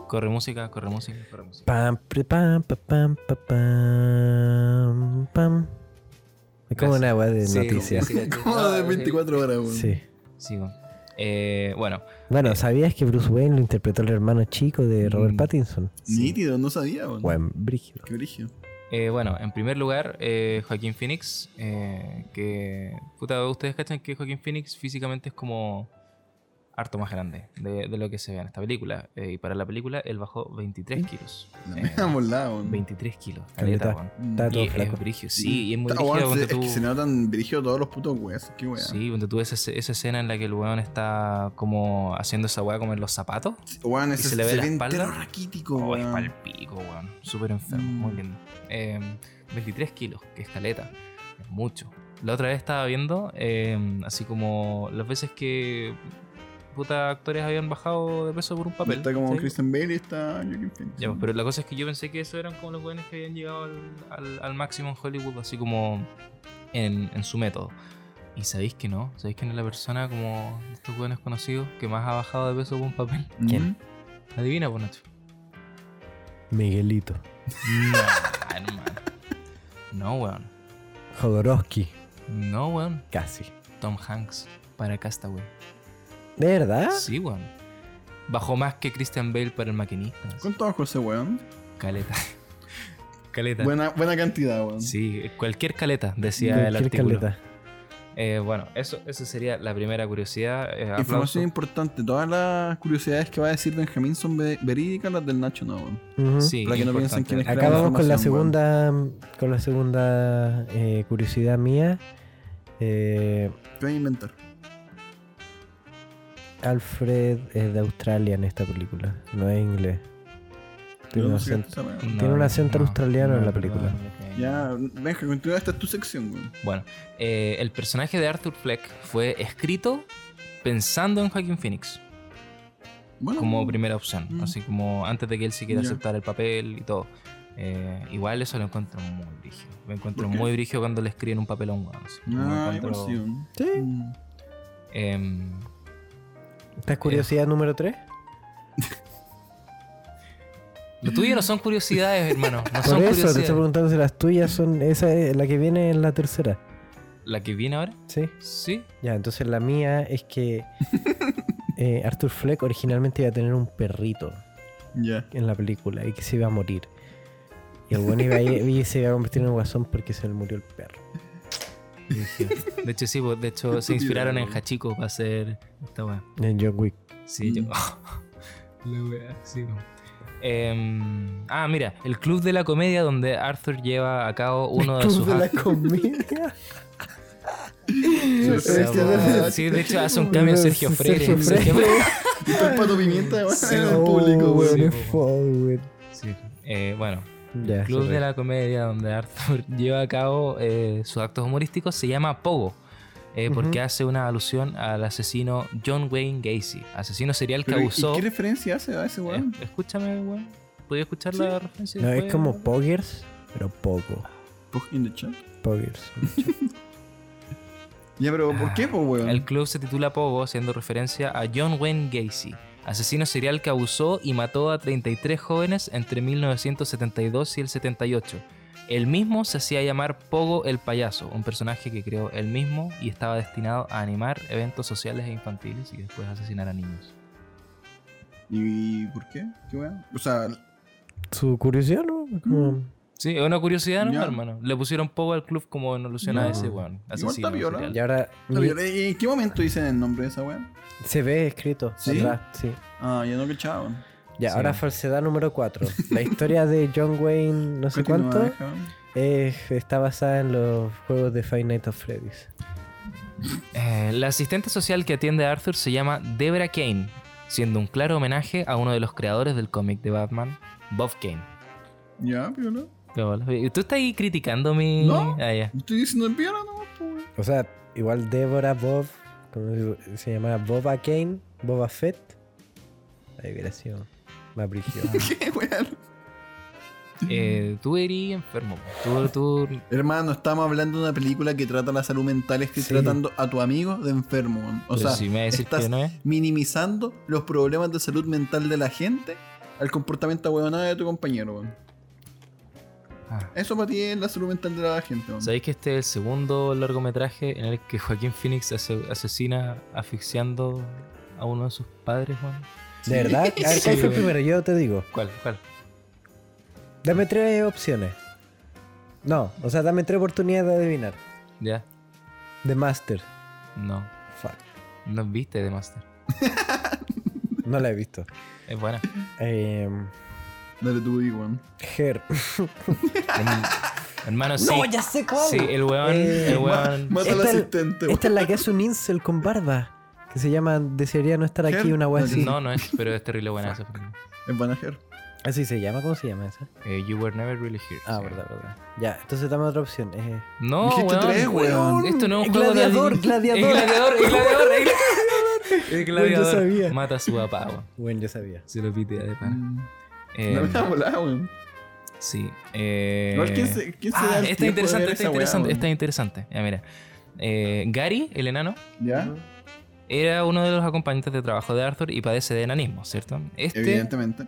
Speaker 2: Corre música, corre música, corre música.
Speaker 1: Pam, pre, pam, pa, pam, pa, pam, pam. Es como
Speaker 2: Gracias.
Speaker 1: una weá de
Speaker 2: Sí,
Speaker 1: noticias.
Speaker 2: sí, sí.
Speaker 3: Como de 24 horas, weón.
Speaker 1: Sí.
Speaker 2: Sigo. Eh, bueno,
Speaker 1: Bueno, ¿sabías que Bruce Wayne lo interpretó el hermano chico de Robert
Speaker 2: Mm.
Speaker 1: Pattinson?
Speaker 3: Nítido, no sabía, weón.
Speaker 1: Buen brígido.
Speaker 3: Qué brillo.
Speaker 2: Eh, bueno, en primer lugar, eh, Joaquín Phoenix, eh, que... Puta, ustedes cachan que Joaquín Phoenix físicamente es como harto más grande de, de lo que se ve en esta película. Eh, y para la película él bajó 23 kilos.
Speaker 3: La
Speaker 2: Eh,
Speaker 3: mega volada, weón.
Speaker 2: 23 kilos.
Speaker 1: Caleta.
Speaker 2: Caleta, weón.
Speaker 1: Está todo
Speaker 2: Y
Speaker 1: flaco.
Speaker 2: es brigio, sí, y es muy
Speaker 3: Está, weón, se-
Speaker 2: brígido. ponte
Speaker 3: es que
Speaker 2: tú-
Speaker 3: se notan dirigidos todos los putos huesos, qué weón.
Speaker 2: Sí, cuando tú ves esa, esa escena en la que el weón está como haciendo esa weá como en los zapatos.
Speaker 3: Weón,
Speaker 2: ¿Y
Speaker 3: ese
Speaker 2: se le ve la espalda?
Speaker 3: entero raquítico,
Speaker 2: Oh, es
Speaker 3: weón.
Speaker 2: pal pico, weón. Súper enfermo,
Speaker 3: Mm.
Speaker 2: muy lindo. Eh, 23 kilos, que es caleta. Es mucho. La otra vez estaba viendo, eh, así como las veces que puta actores habían bajado de peso por un papel.
Speaker 3: Está como
Speaker 2: ¿cachai?
Speaker 3: Christian Bale y está Joaquin Phoenix.
Speaker 2: Ya, pues, pero la cosa es que yo pensé que eso eran como los jóvenes que habían llegado al, al- al máximo en Hollywood, así como en, en su método. Y sabéis que no, sabéis que no es la persona como de estos jóvenes conocidos que más ha bajado de peso por un papel.
Speaker 3: Mm.
Speaker 1: ¿Quién?
Speaker 2: Adivina, por Nacho.
Speaker 1: Miguelito.
Speaker 2: No, hermano. No, weón.
Speaker 1: Jodorowsky.
Speaker 2: No, weón.
Speaker 1: Casi.
Speaker 2: Tom Hanks para Castaway.
Speaker 1: ¿De verdad?
Speaker 2: Sí, weón. Bajó más que Christian Bale para el maquinista.
Speaker 3: ¿Cuánto bajó ese weón?
Speaker 2: Caleta. Caleta.
Speaker 3: Buena, buena cantidad, weón.
Speaker 2: Sí, cualquier caleta, decía el
Speaker 1: Cualquier
Speaker 2: artículo.
Speaker 1: Mm, caleta.
Speaker 2: Eh, bueno, eso, eso sería la primera curiosidad. Eh, aplauso.
Speaker 3: Información importante. Todas las curiosidades que va a decir Benjamín son ve- verídicas las del Nacho, no, weón.
Speaker 1: Ujú.
Speaker 2: Sí,
Speaker 3: Para que no piensen
Speaker 2: importante.
Speaker 3: quién es
Speaker 1: Acá
Speaker 3: Gran
Speaker 1: vamos con la
Speaker 3: información,
Speaker 1: segunda, con la segunda eh, curiosidad mía. Eh,
Speaker 3: ¿Qué voy a inventar?
Speaker 1: Alfred es de Australia en esta película, no es inglés. Tiene
Speaker 3: Yo
Speaker 1: un
Speaker 3: no sé qué
Speaker 1: acento.
Speaker 3: esa weá.
Speaker 1: Tiene un acento australiano en la película.
Speaker 2: perdón, ok.
Speaker 3: Ya, Benja, continúa. Esta es tu sección, weón.
Speaker 2: Bueno, eh, el personaje de Arthur Fleck fue escrito pensando en Joaquin Phoenix
Speaker 3: Bueno,
Speaker 2: como primera opción,
Speaker 3: Mm.
Speaker 2: así como antes de que él siquiera
Speaker 3: Ya.
Speaker 2: aceptara el papel y todo. Eh, igual eso lo encuentro muy brígido. Lo encuentro
Speaker 3: ¿Por qué?
Speaker 2: muy brígido cuando le escriben un papel a un weón. así. Lo
Speaker 3: Ah,
Speaker 2: encuentro,
Speaker 3: igual sí, weón. Mm.
Speaker 2: em,
Speaker 1: ¿Esta es curiosidad número 3?
Speaker 2: lo tuyo no son curiosidades, hermano. No Ah, son
Speaker 1: Por eso te
Speaker 2: curiosidades.
Speaker 1: estoy preguntando si las tuyas son. Esa es la que viene en la tercera.
Speaker 2: La que viene ahora,
Speaker 1: ¿Sí?
Speaker 2: sí.
Speaker 1: Ya, entonces la mía es que eh, Arthur Fleck originalmente iba a tener un perrito
Speaker 3: Ya.
Speaker 1: en la película y que se iba a morir. Y el buen iba a ir- y se iba a convertir en un guasón porque se le murió el perro.
Speaker 2: De hecho, sí, pues, de hecho se inspiraron en Hachiko para hacer esta weá.
Speaker 1: En John Wick.
Speaker 2: Sí, yo.
Speaker 3: Mm.
Speaker 2: La weá, sí. no. Em, ah, mira, el Club de la Comedia donde Arthur lleva a cabo uno de sus actos.
Speaker 1: comedia.
Speaker 3: Sí,
Speaker 1: Pero es que de-
Speaker 2: Sí, de hecho hace un cambio en Sergio Freire.
Speaker 1: Sergio
Speaker 2: Sergio
Speaker 1: Freire.
Speaker 2: Freire.
Speaker 3: Está el pato pimienta, weón,
Speaker 2: Sí,
Speaker 3: en el
Speaker 1: Oh,
Speaker 3: público,
Speaker 1: weón,
Speaker 3: weón.
Speaker 1: es
Speaker 2: Sí, weón.
Speaker 1: foda, weón.
Speaker 2: Sí, eh, bueno,
Speaker 1: Ya,
Speaker 2: Club
Speaker 1: se
Speaker 2: de
Speaker 1: ríe.
Speaker 2: la Comedia donde Arthur lleva a cabo eh, sus actos humorísticos se llama Pogo. eh, porque
Speaker 1: Ujú.
Speaker 2: hace una alusión al asesino John Wayne Gacy, asesino serial que
Speaker 3: Pero, ¿y
Speaker 2: abusó.
Speaker 3: qué referencia hace a ese weón?
Speaker 2: Eh, escúchame, weón. ¿Podía escuchar la referencia?
Speaker 1: No, es
Speaker 2: después?
Speaker 1: como Poggers, pero poco.
Speaker 3: Pug Pues, in the chat.
Speaker 1: Poggers.
Speaker 3: Ya, pero ¿por qué, po, weón?
Speaker 2: El club se titula Pogo, haciendo referencia a John Wayne Gacy, asesino serial que abusó y mató a 33 jóvenes entre 1972 y el 78. El mismo se hacía llamar Pogo el Payaso, un personaje que creó él mismo y estaba destinado a animar eventos sociales e infantiles y después asesinar a niños.
Speaker 3: ¿Y por qué? ¿Qué weón? O sea,
Speaker 1: Su curiosidad, ¿no? Como-
Speaker 2: Sí, es una curiosidad, ¿no,
Speaker 3: Ya.
Speaker 2: hermano? Le pusieron Pogo al club como en alusión a
Speaker 3: Ya.
Speaker 2: ese weón.
Speaker 3: está
Speaker 2: Asesino
Speaker 3: piola.
Speaker 2: serial.
Speaker 1: Y ahora
Speaker 3: no,
Speaker 1: mi-
Speaker 3: yo- ¿y ¿en qué momento dicen el nombre de esa weón?
Speaker 1: se ve escrito
Speaker 3: ¿Sí?
Speaker 1: atrás, sí.
Speaker 3: Ah, ya no cachaba. weón.
Speaker 1: Ya,
Speaker 2: Sí.
Speaker 1: ahora falsedad número 4. La historia de John Wayne, no sé
Speaker 3: Continúa,
Speaker 1: cuánto,
Speaker 3: deja, weón.
Speaker 1: es- está basada en los juegos de Five Nights at Freddy's.
Speaker 2: Eh, la asistente social que atiende a Arthur se llama Deborah Kane, siendo un claro homenaje a uno de los creadores del cómic de Batman, Bob Kane.
Speaker 3: Ya, piola.
Speaker 2: Qué bola. Oye, ¿Tú estás ahí criticando mi...?
Speaker 3: No.
Speaker 2: Ah, ya.
Speaker 3: Estoy diciendo el piola nomás, po, weón.
Speaker 1: O sea, igual Deborah Bob, como se- se llamaba Boba Kane, Boba Fett. Ahí hubiera sido más brígido.
Speaker 3: ¿Qué, weón?
Speaker 2: Eh, tú eres enfermo. Tú, tú...
Speaker 3: Hermano, estamos hablando de una película que trata la salud mental. Estoy
Speaker 1: Sí.
Speaker 3: tratando a tu amigo de enfermo, weón. O
Speaker 2: Pero
Speaker 3: sea,
Speaker 2: si me decís
Speaker 3: estás
Speaker 2: que no es.
Speaker 3: minimizando los problemas de salud mental de la gente al comportamiento ahueonado de tu compañero, weón.
Speaker 2: Ah.
Speaker 3: Eso para ti es la salud mental de la gente, weón.
Speaker 2: ¿Sabéis que este es el segundo largometraje en el que Joaquín Phoenix ase- asesina asfixiando a uno de sus padres, Juan?
Speaker 1: ¿De verdad? A ver, ¿cuál
Speaker 2: Sí,
Speaker 1: fue el
Speaker 2: güey.
Speaker 1: primero? Yo te digo.
Speaker 2: ¿Cuál? ¿Cuál?
Speaker 1: Dame tres opciones. No, o sea, dame tres oportunidades de adivinar.
Speaker 2: ¿Ya?
Speaker 1: The Master.
Speaker 2: No.
Speaker 1: Fuck.
Speaker 2: No viste The Master.
Speaker 1: No la he visto.
Speaker 2: Es buena.
Speaker 1: Eh,
Speaker 3: Dale tú, Igwan.
Speaker 1: Her.
Speaker 2: Hermano, sí.
Speaker 1: No, ya sé cuál.
Speaker 2: Sí, el weón,
Speaker 1: Eh,
Speaker 2: el weón.
Speaker 3: Mata al
Speaker 1: Esta es-
Speaker 3: asistente, weón.
Speaker 1: Esta es la que hace un incel con barba. Que se llama Desearía no estar aquí,
Speaker 3: Her.
Speaker 1: una wea así.
Speaker 2: No, no es, pero es terrible buena esa.
Speaker 3: Es Vanager.
Speaker 1: Así se llama, ¿cómo se llama esa?
Speaker 2: Eh, you were never really here.
Speaker 1: Ah,
Speaker 2: sí.
Speaker 1: verdad, verdad. Ya, entonces dame otra opción. eh.
Speaker 2: No,
Speaker 3: Dijiste
Speaker 2: weón.
Speaker 3: tres, weón.
Speaker 2: Esto no es un juego de
Speaker 1: gladiador,
Speaker 2: adiv-
Speaker 1: gladiador.
Speaker 2: Es gladiador, es gladiador, es gladiador. Es
Speaker 1: Weón, yo
Speaker 2: gladiador.
Speaker 1: sabía.
Speaker 2: Mata a su papá, weón.
Speaker 1: Bueno, yo sabía.
Speaker 2: Se lo pitea de pana.
Speaker 3: Mm.
Speaker 2: Eh,
Speaker 3: No me da volada, weón.
Speaker 2: sí. Eh,
Speaker 3: Igual, ¿quién se, quién se da
Speaker 2: Ah,
Speaker 3: el
Speaker 2: esta
Speaker 3: tiempo
Speaker 2: es
Speaker 3: de ver
Speaker 2: interesante, esta
Speaker 3: esa
Speaker 2: es
Speaker 3: weá,
Speaker 2: interesante,
Speaker 3: weón?
Speaker 2: esta es interesante. Ya, mira. Eh, Gary, el enano,
Speaker 3: ¿Ya?
Speaker 2: era uno de los acompañantes de trabajo de Arthur y padece de enanismo, ¿cierto? Este,
Speaker 3: Evidentemente.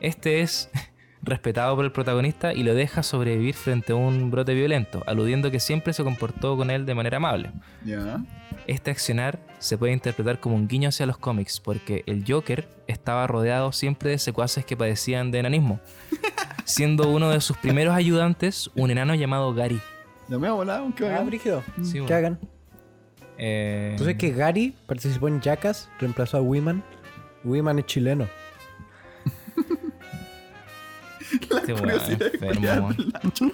Speaker 2: este es respetado por el protagonista y lo deja sobrevivir frente a un brote violento, aludiendo que siempre se comportó con él de manera amable.
Speaker 3: Ya.
Speaker 2: Este accionar se puede interpretar como un guiño hacia los cómics, porque el Joker estaba rodeado siempre de secuaces que padecían de enanismo, siendo uno de sus primeros ayudantes un enano llamado Gary.
Speaker 3: Ya me da volada, weón. Qué
Speaker 1: Ah,
Speaker 3: bacán.
Speaker 1: brígido.
Speaker 2: Sí,
Speaker 1: ¿Qué
Speaker 2: bueno.
Speaker 1: hagan?
Speaker 2: Eh,
Speaker 1: Entonces que Gary participó en Jackass, reemplazó a Wiman. Wiman es chileno.
Speaker 2: este weón es
Speaker 3: curiosidad de
Speaker 2: enfermo,
Speaker 3: culiar.
Speaker 2: weón.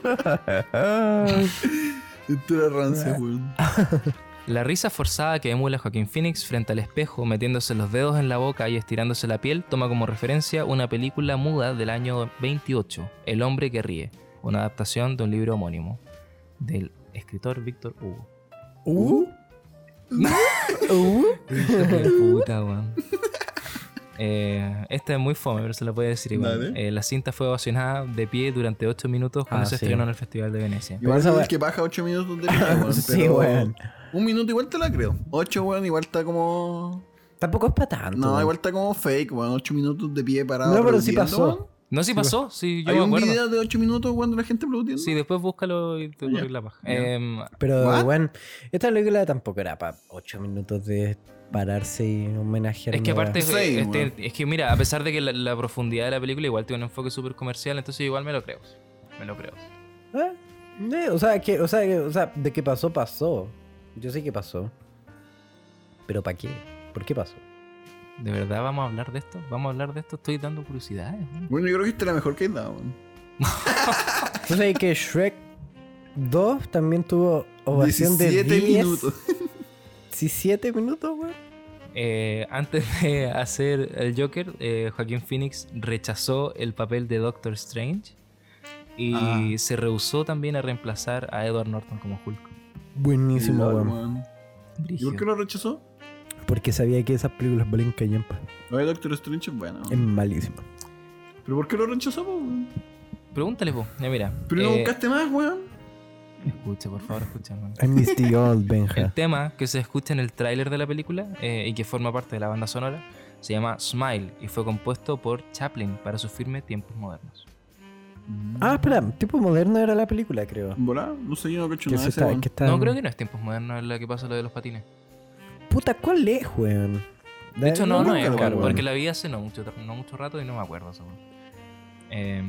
Speaker 3: Esto era
Speaker 1: Ah,
Speaker 3: rancia, weón.
Speaker 2: La risa forzada que emula Joaquín Phoenix frente al espejo, metiéndose los dedos en la boca y estirándose la piel, toma como referencia una película muda del año 28, El hombre que ríe, una adaptación de un libro homónimo del escritor Víctor Hugo.
Speaker 1: ¿Uh? ¿Uh?
Speaker 2: Puta, weón. Eh, esta es muy fome, pero se la puede decir igual.
Speaker 3: Dale.
Speaker 2: Eh, la cinta fue ovacionada de pie durante 8 minutos cuando
Speaker 1: Ah,
Speaker 2: se
Speaker 1: sí.
Speaker 2: estrenó en el Festival de Venecia.
Speaker 1: Pero
Speaker 3: Igual
Speaker 1: esa
Speaker 3: es
Speaker 1: weá-
Speaker 3: el que baja 8 minutos de línea, weón.
Speaker 1: Ah, Sí,
Speaker 3: pero
Speaker 1: weón.
Speaker 3: Un minuto igual te la creo. 8, weón, igual está como.
Speaker 1: Tampoco es para tanto.
Speaker 3: No,
Speaker 1: weón.
Speaker 3: igual está como fake, weón. 8 minutos de pie parado.
Speaker 1: No, pero sí
Speaker 3: aplaudiendo,
Speaker 1: pasó.
Speaker 3: weón.
Speaker 2: No, sí pasó, sí, yo
Speaker 3: Hay
Speaker 2: me
Speaker 3: un
Speaker 2: acuerdo.
Speaker 3: video de 8 minutos, weón, de la gente aplaudiendo.
Speaker 2: Sí, después búscalo y te
Speaker 3: Ya.
Speaker 2: corrí la paja.
Speaker 3: Ya.
Speaker 2: Em,
Speaker 1: Pero
Speaker 3: ¿What?
Speaker 1: bueno, esta película tampoco era para 8 minutos de pararse y homenajear.
Speaker 2: es que
Speaker 1: una
Speaker 2: aparte,
Speaker 1: weá.
Speaker 3: Sí,
Speaker 2: eh, este,
Speaker 3: weón.
Speaker 2: es que mira, a pesar de que la, la profundidad de la película igual tiene un enfoque súper comercial, entonces igual me lo creo. Me lo creo.
Speaker 1: Ah, eh, o, sea, que, o, sea, que- o sea, de qué pasó, pasó. Yo sé que pasó. Pero ¿para qué? ¿Por qué pasó?
Speaker 2: ¿De verdad vamos a hablar de esto? ¿Vamos a hablar de esto? Estoy dando curiosidades. weón.
Speaker 3: Bueno, yo creo que esta es la mejor que he dado, weón.
Speaker 1: Tú sabes que Shrek 2 también tuvo ovación de
Speaker 3: 17
Speaker 1: 10.
Speaker 3: minutos.
Speaker 1: 17 minutos, güey.
Speaker 2: Eh, antes de hacer el Joker, eh, Joaquín Phoenix rechazó el papel de Doctor Strange y
Speaker 3: Ah.
Speaker 2: se rehusó también a reemplazar a Edward Norton como Hulk.
Speaker 1: Buenísimo,
Speaker 3: Lol,
Speaker 1: güey.
Speaker 3: weón. ¿Y por qué lo rechazó?
Speaker 1: Porque sabía que esas películas valen callampa.
Speaker 3: Oye, Doctor Strange es bueno.
Speaker 1: Es malísimo.
Speaker 3: ¿Pero por qué lo rechazó, po, weón?
Speaker 2: Pregúntale vos. Ya, mira.
Speaker 3: ¿Pero no
Speaker 2: eh,
Speaker 3: buscaste más, weón?
Speaker 2: Escucha, por favor, escucha. hermano.
Speaker 1: I missed the old
Speaker 2: El
Speaker 1: Benja.
Speaker 2: tema que se escucha en el tráiler de la película eh, y que forma parte de la banda sonora se llama Smile y fue compuesto por Chaplin para su firme Tiempos Modernos.
Speaker 1: Ah, espera, tipo moderno era la película, creo.
Speaker 3: ¿Volá? No sé, yo no cacho
Speaker 1: Que
Speaker 3: nada
Speaker 1: se
Speaker 3: de ese,
Speaker 1: está,
Speaker 3: weón.
Speaker 1: que está-
Speaker 2: No, creo que no es Tiempos Modernos en la que pasa lo de los patines.
Speaker 1: Puta, ¿cuál es, weón?
Speaker 2: De hecho, no, no,
Speaker 3: Eh, nunca
Speaker 2: es,
Speaker 3: lo
Speaker 2: claro,
Speaker 3: recuerdo.
Speaker 2: porque la vi hace no mucho, no mucho rato y no me acuerdo. esa weá. Em,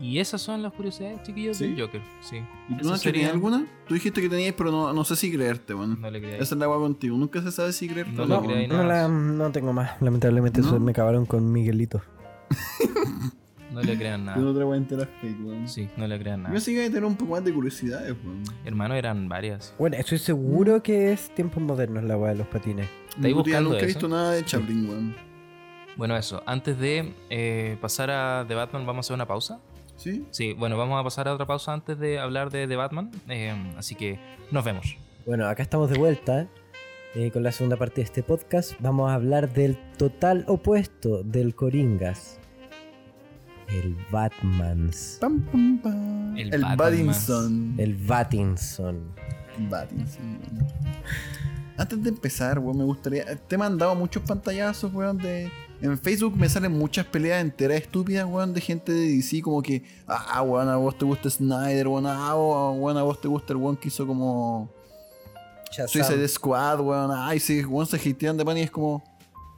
Speaker 2: y esas son las curiosidades, chiquillos,
Speaker 3: Sí.
Speaker 2: del Joker. Sí.
Speaker 3: ¿Y tú
Speaker 2: Esa
Speaker 3: no
Speaker 2: sería-
Speaker 3: tenías alguna? Tú dijiste que tenías, pero no, no sé si creerte, weón.
Speaker 2: No le creáis.
Speaker 3: Esa es la weá contigo. Nunca se sabe si creerte
Speaker 2: No
Speaker 3: o
Speaker 2: le
Speaker 3: no.
Speaker 2: creáis
Speaker 3: weón.
Speaker 1: No, la- no tengo más, lamentablemente eso
Speaker 3: ¿No?
Speaker 1: me acabaron con Miguelito.
Speaker 2: No le crean
Speaker 3: Yo no
Speaker 2: nada.
Speaker 3: te voy a enterar fake, weón.
Speaker 2: Sí, no le crean
Speaker 3: Yo
Speaker 2: nada.
Speaker 3: pensé que iba a tener un poco más de curiosidades, weón.
Speaker 2: Hermano, eran varias.
Speaker 1: Bueno, estoy
Speaker 2: Mm.
Speaker 1: seguro que es tiempos modernos la weá de los patines.
Speaker 3: Puta,
Speaker 2: ahí
Speaker 3: ya
Speaker 2: buscando
Speaker 3: nunca he
Speaker 2: eso?
Speaker 3: visto nada de Chaplin, weón.
Speaker 2: Bueno, eso. Antes de eh, pasar a The Batman, vamos a hacer una pausa.
Speaker 3: ¿Sí?
Speaker 2: Sí, bueno, vamos a pasar a otra pausa antes de hablar de, The Batman. eh, así que nos vemos.
Speaker 1: Bueno, acá estamos de vuelta eh, con la segunda parte de este podcast. Vamos a hablar del total opuesto del Coringas. El Batmans.
Speaker 3: Pam, pam, pam.
Speaker 2: El
Speaker 3: El,
Speaker 2: Batman.
Speaker 3: Badinson.
Speaker 1: El Batinson.
Speaker 3: Battinson, weón. Antes de empezar, weón, me gustaría. Te he mandado muchos pantallazos, weón, de. En Facebook me salen muchas peleas enteras estúpidas, weón, de gente de DC, como que, ah, weón, a vos te gusta Snyder, weón, ah, weón, a vos te gusta el weón que hizo como
Speaker 1: Shazam.
Speaker 3: Suicide Squad, weón, ay, sí, weón, se gitean de pan y es como,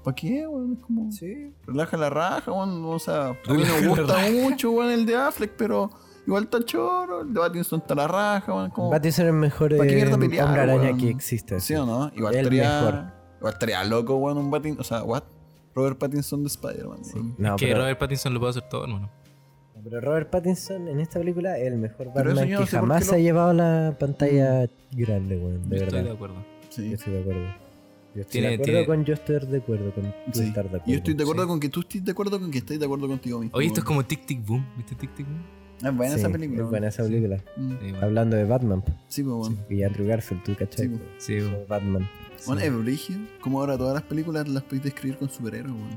Speaker 3: ¿para qué, weón? Es como,
Speaker 1: Sí.
Speaker 3: relaja la raja, weón, o sea, a mí
Speaker 2: Relaja
Speaker 3: me
Speaker 2: la
Speaker 3: gusta mucho, weón, el de Affleck, pero igual está choro, el de Pattinson está la raja, weón, como,
Speaker 1: Batinson es el mejor
Speaker 3: ¿Para qué
Speaker 1: eh,
Speaker 3: mierda
Speaker 1: hombre
Speaker 3: pelear,
Speaker 1: araña
Speaker 3: weón?
Speaker 1: que existe.
Speaker 3: ¿Sí o no? Igual
Speaker 1: El
Speaker 3: estaría.
Speaker 1: mejor.
Speaker 3: Igual Estaría loco, weón, un Pattinson. O sea, what? Robert Pattinson de Spider-Man. weón.
Speaker 1: No,
Speaker 2: que
Speaker 1: pero,
Speaker 2: Robert Pattinson lo puede hacer todo, hermano.
Speaker 1: pero Robert Pattinson en esta película es el mejor
Speaker 3: Pero eso
Speaker 1: Batman
Speaker 3: yo
Speaker 1: que
Speaker 3: no sé por
Speaker 1: jamás
Speaker 3: qué
Speaker 1: se ha
Speaker 3: lo- Mm.
Speaker 1: llevado la pantalla grande, weón. De
Speaker 2: Yo estoy de
Speaker 1: verdad.
Speaker 2: acuerdo.
Speaker 3: Sí.
Speaker 1: Yo estoy de acuerdo. Yo estoy
Speaker 2: Tiene-
Speaker 1: de acuerdo
Speaker 2: tiene-
Speaker 1: con yo estoy de acuerdo con tú
Speaker 3: Sí.
Speaker 1: estar de acuerdo.
Speaker 3: Y yo estoy de acuerdo
Speaker 2: sí.
Speaker 3: con que tú estés de acuerdo con que estés de acuerdo contigo mismo.
Speaker 2: Oye, esto es
Speaker 3: weón.
Speaker 2: como Tic Tic Boom. ¿Viste Tic Tic Boom?
Speaker 3: Es buena esa
Speaker 1: Sí,
Speaker 3: película.
Speaker 1: Es buena
Speaker 3: weón.
Speaker 1: esa película.
Speaker 3: Mm.
Speaker 2: Sí, bueno.
Speaker 1: Hablando de Batman.
Speaker 3: Sí, pues, weón.
Speaker 1: Y Andrew Garfield, tú, ¿cachai?
Speaker 3: Sí,
Speaker 2: Sí,
Speaker 1: Soy
Speaker 2: bueno.
Speaker 1: Batman.
Speaker 3: Bueno, es brígido. Como ahora todas las películas las podéis describir con superhéroes, weón.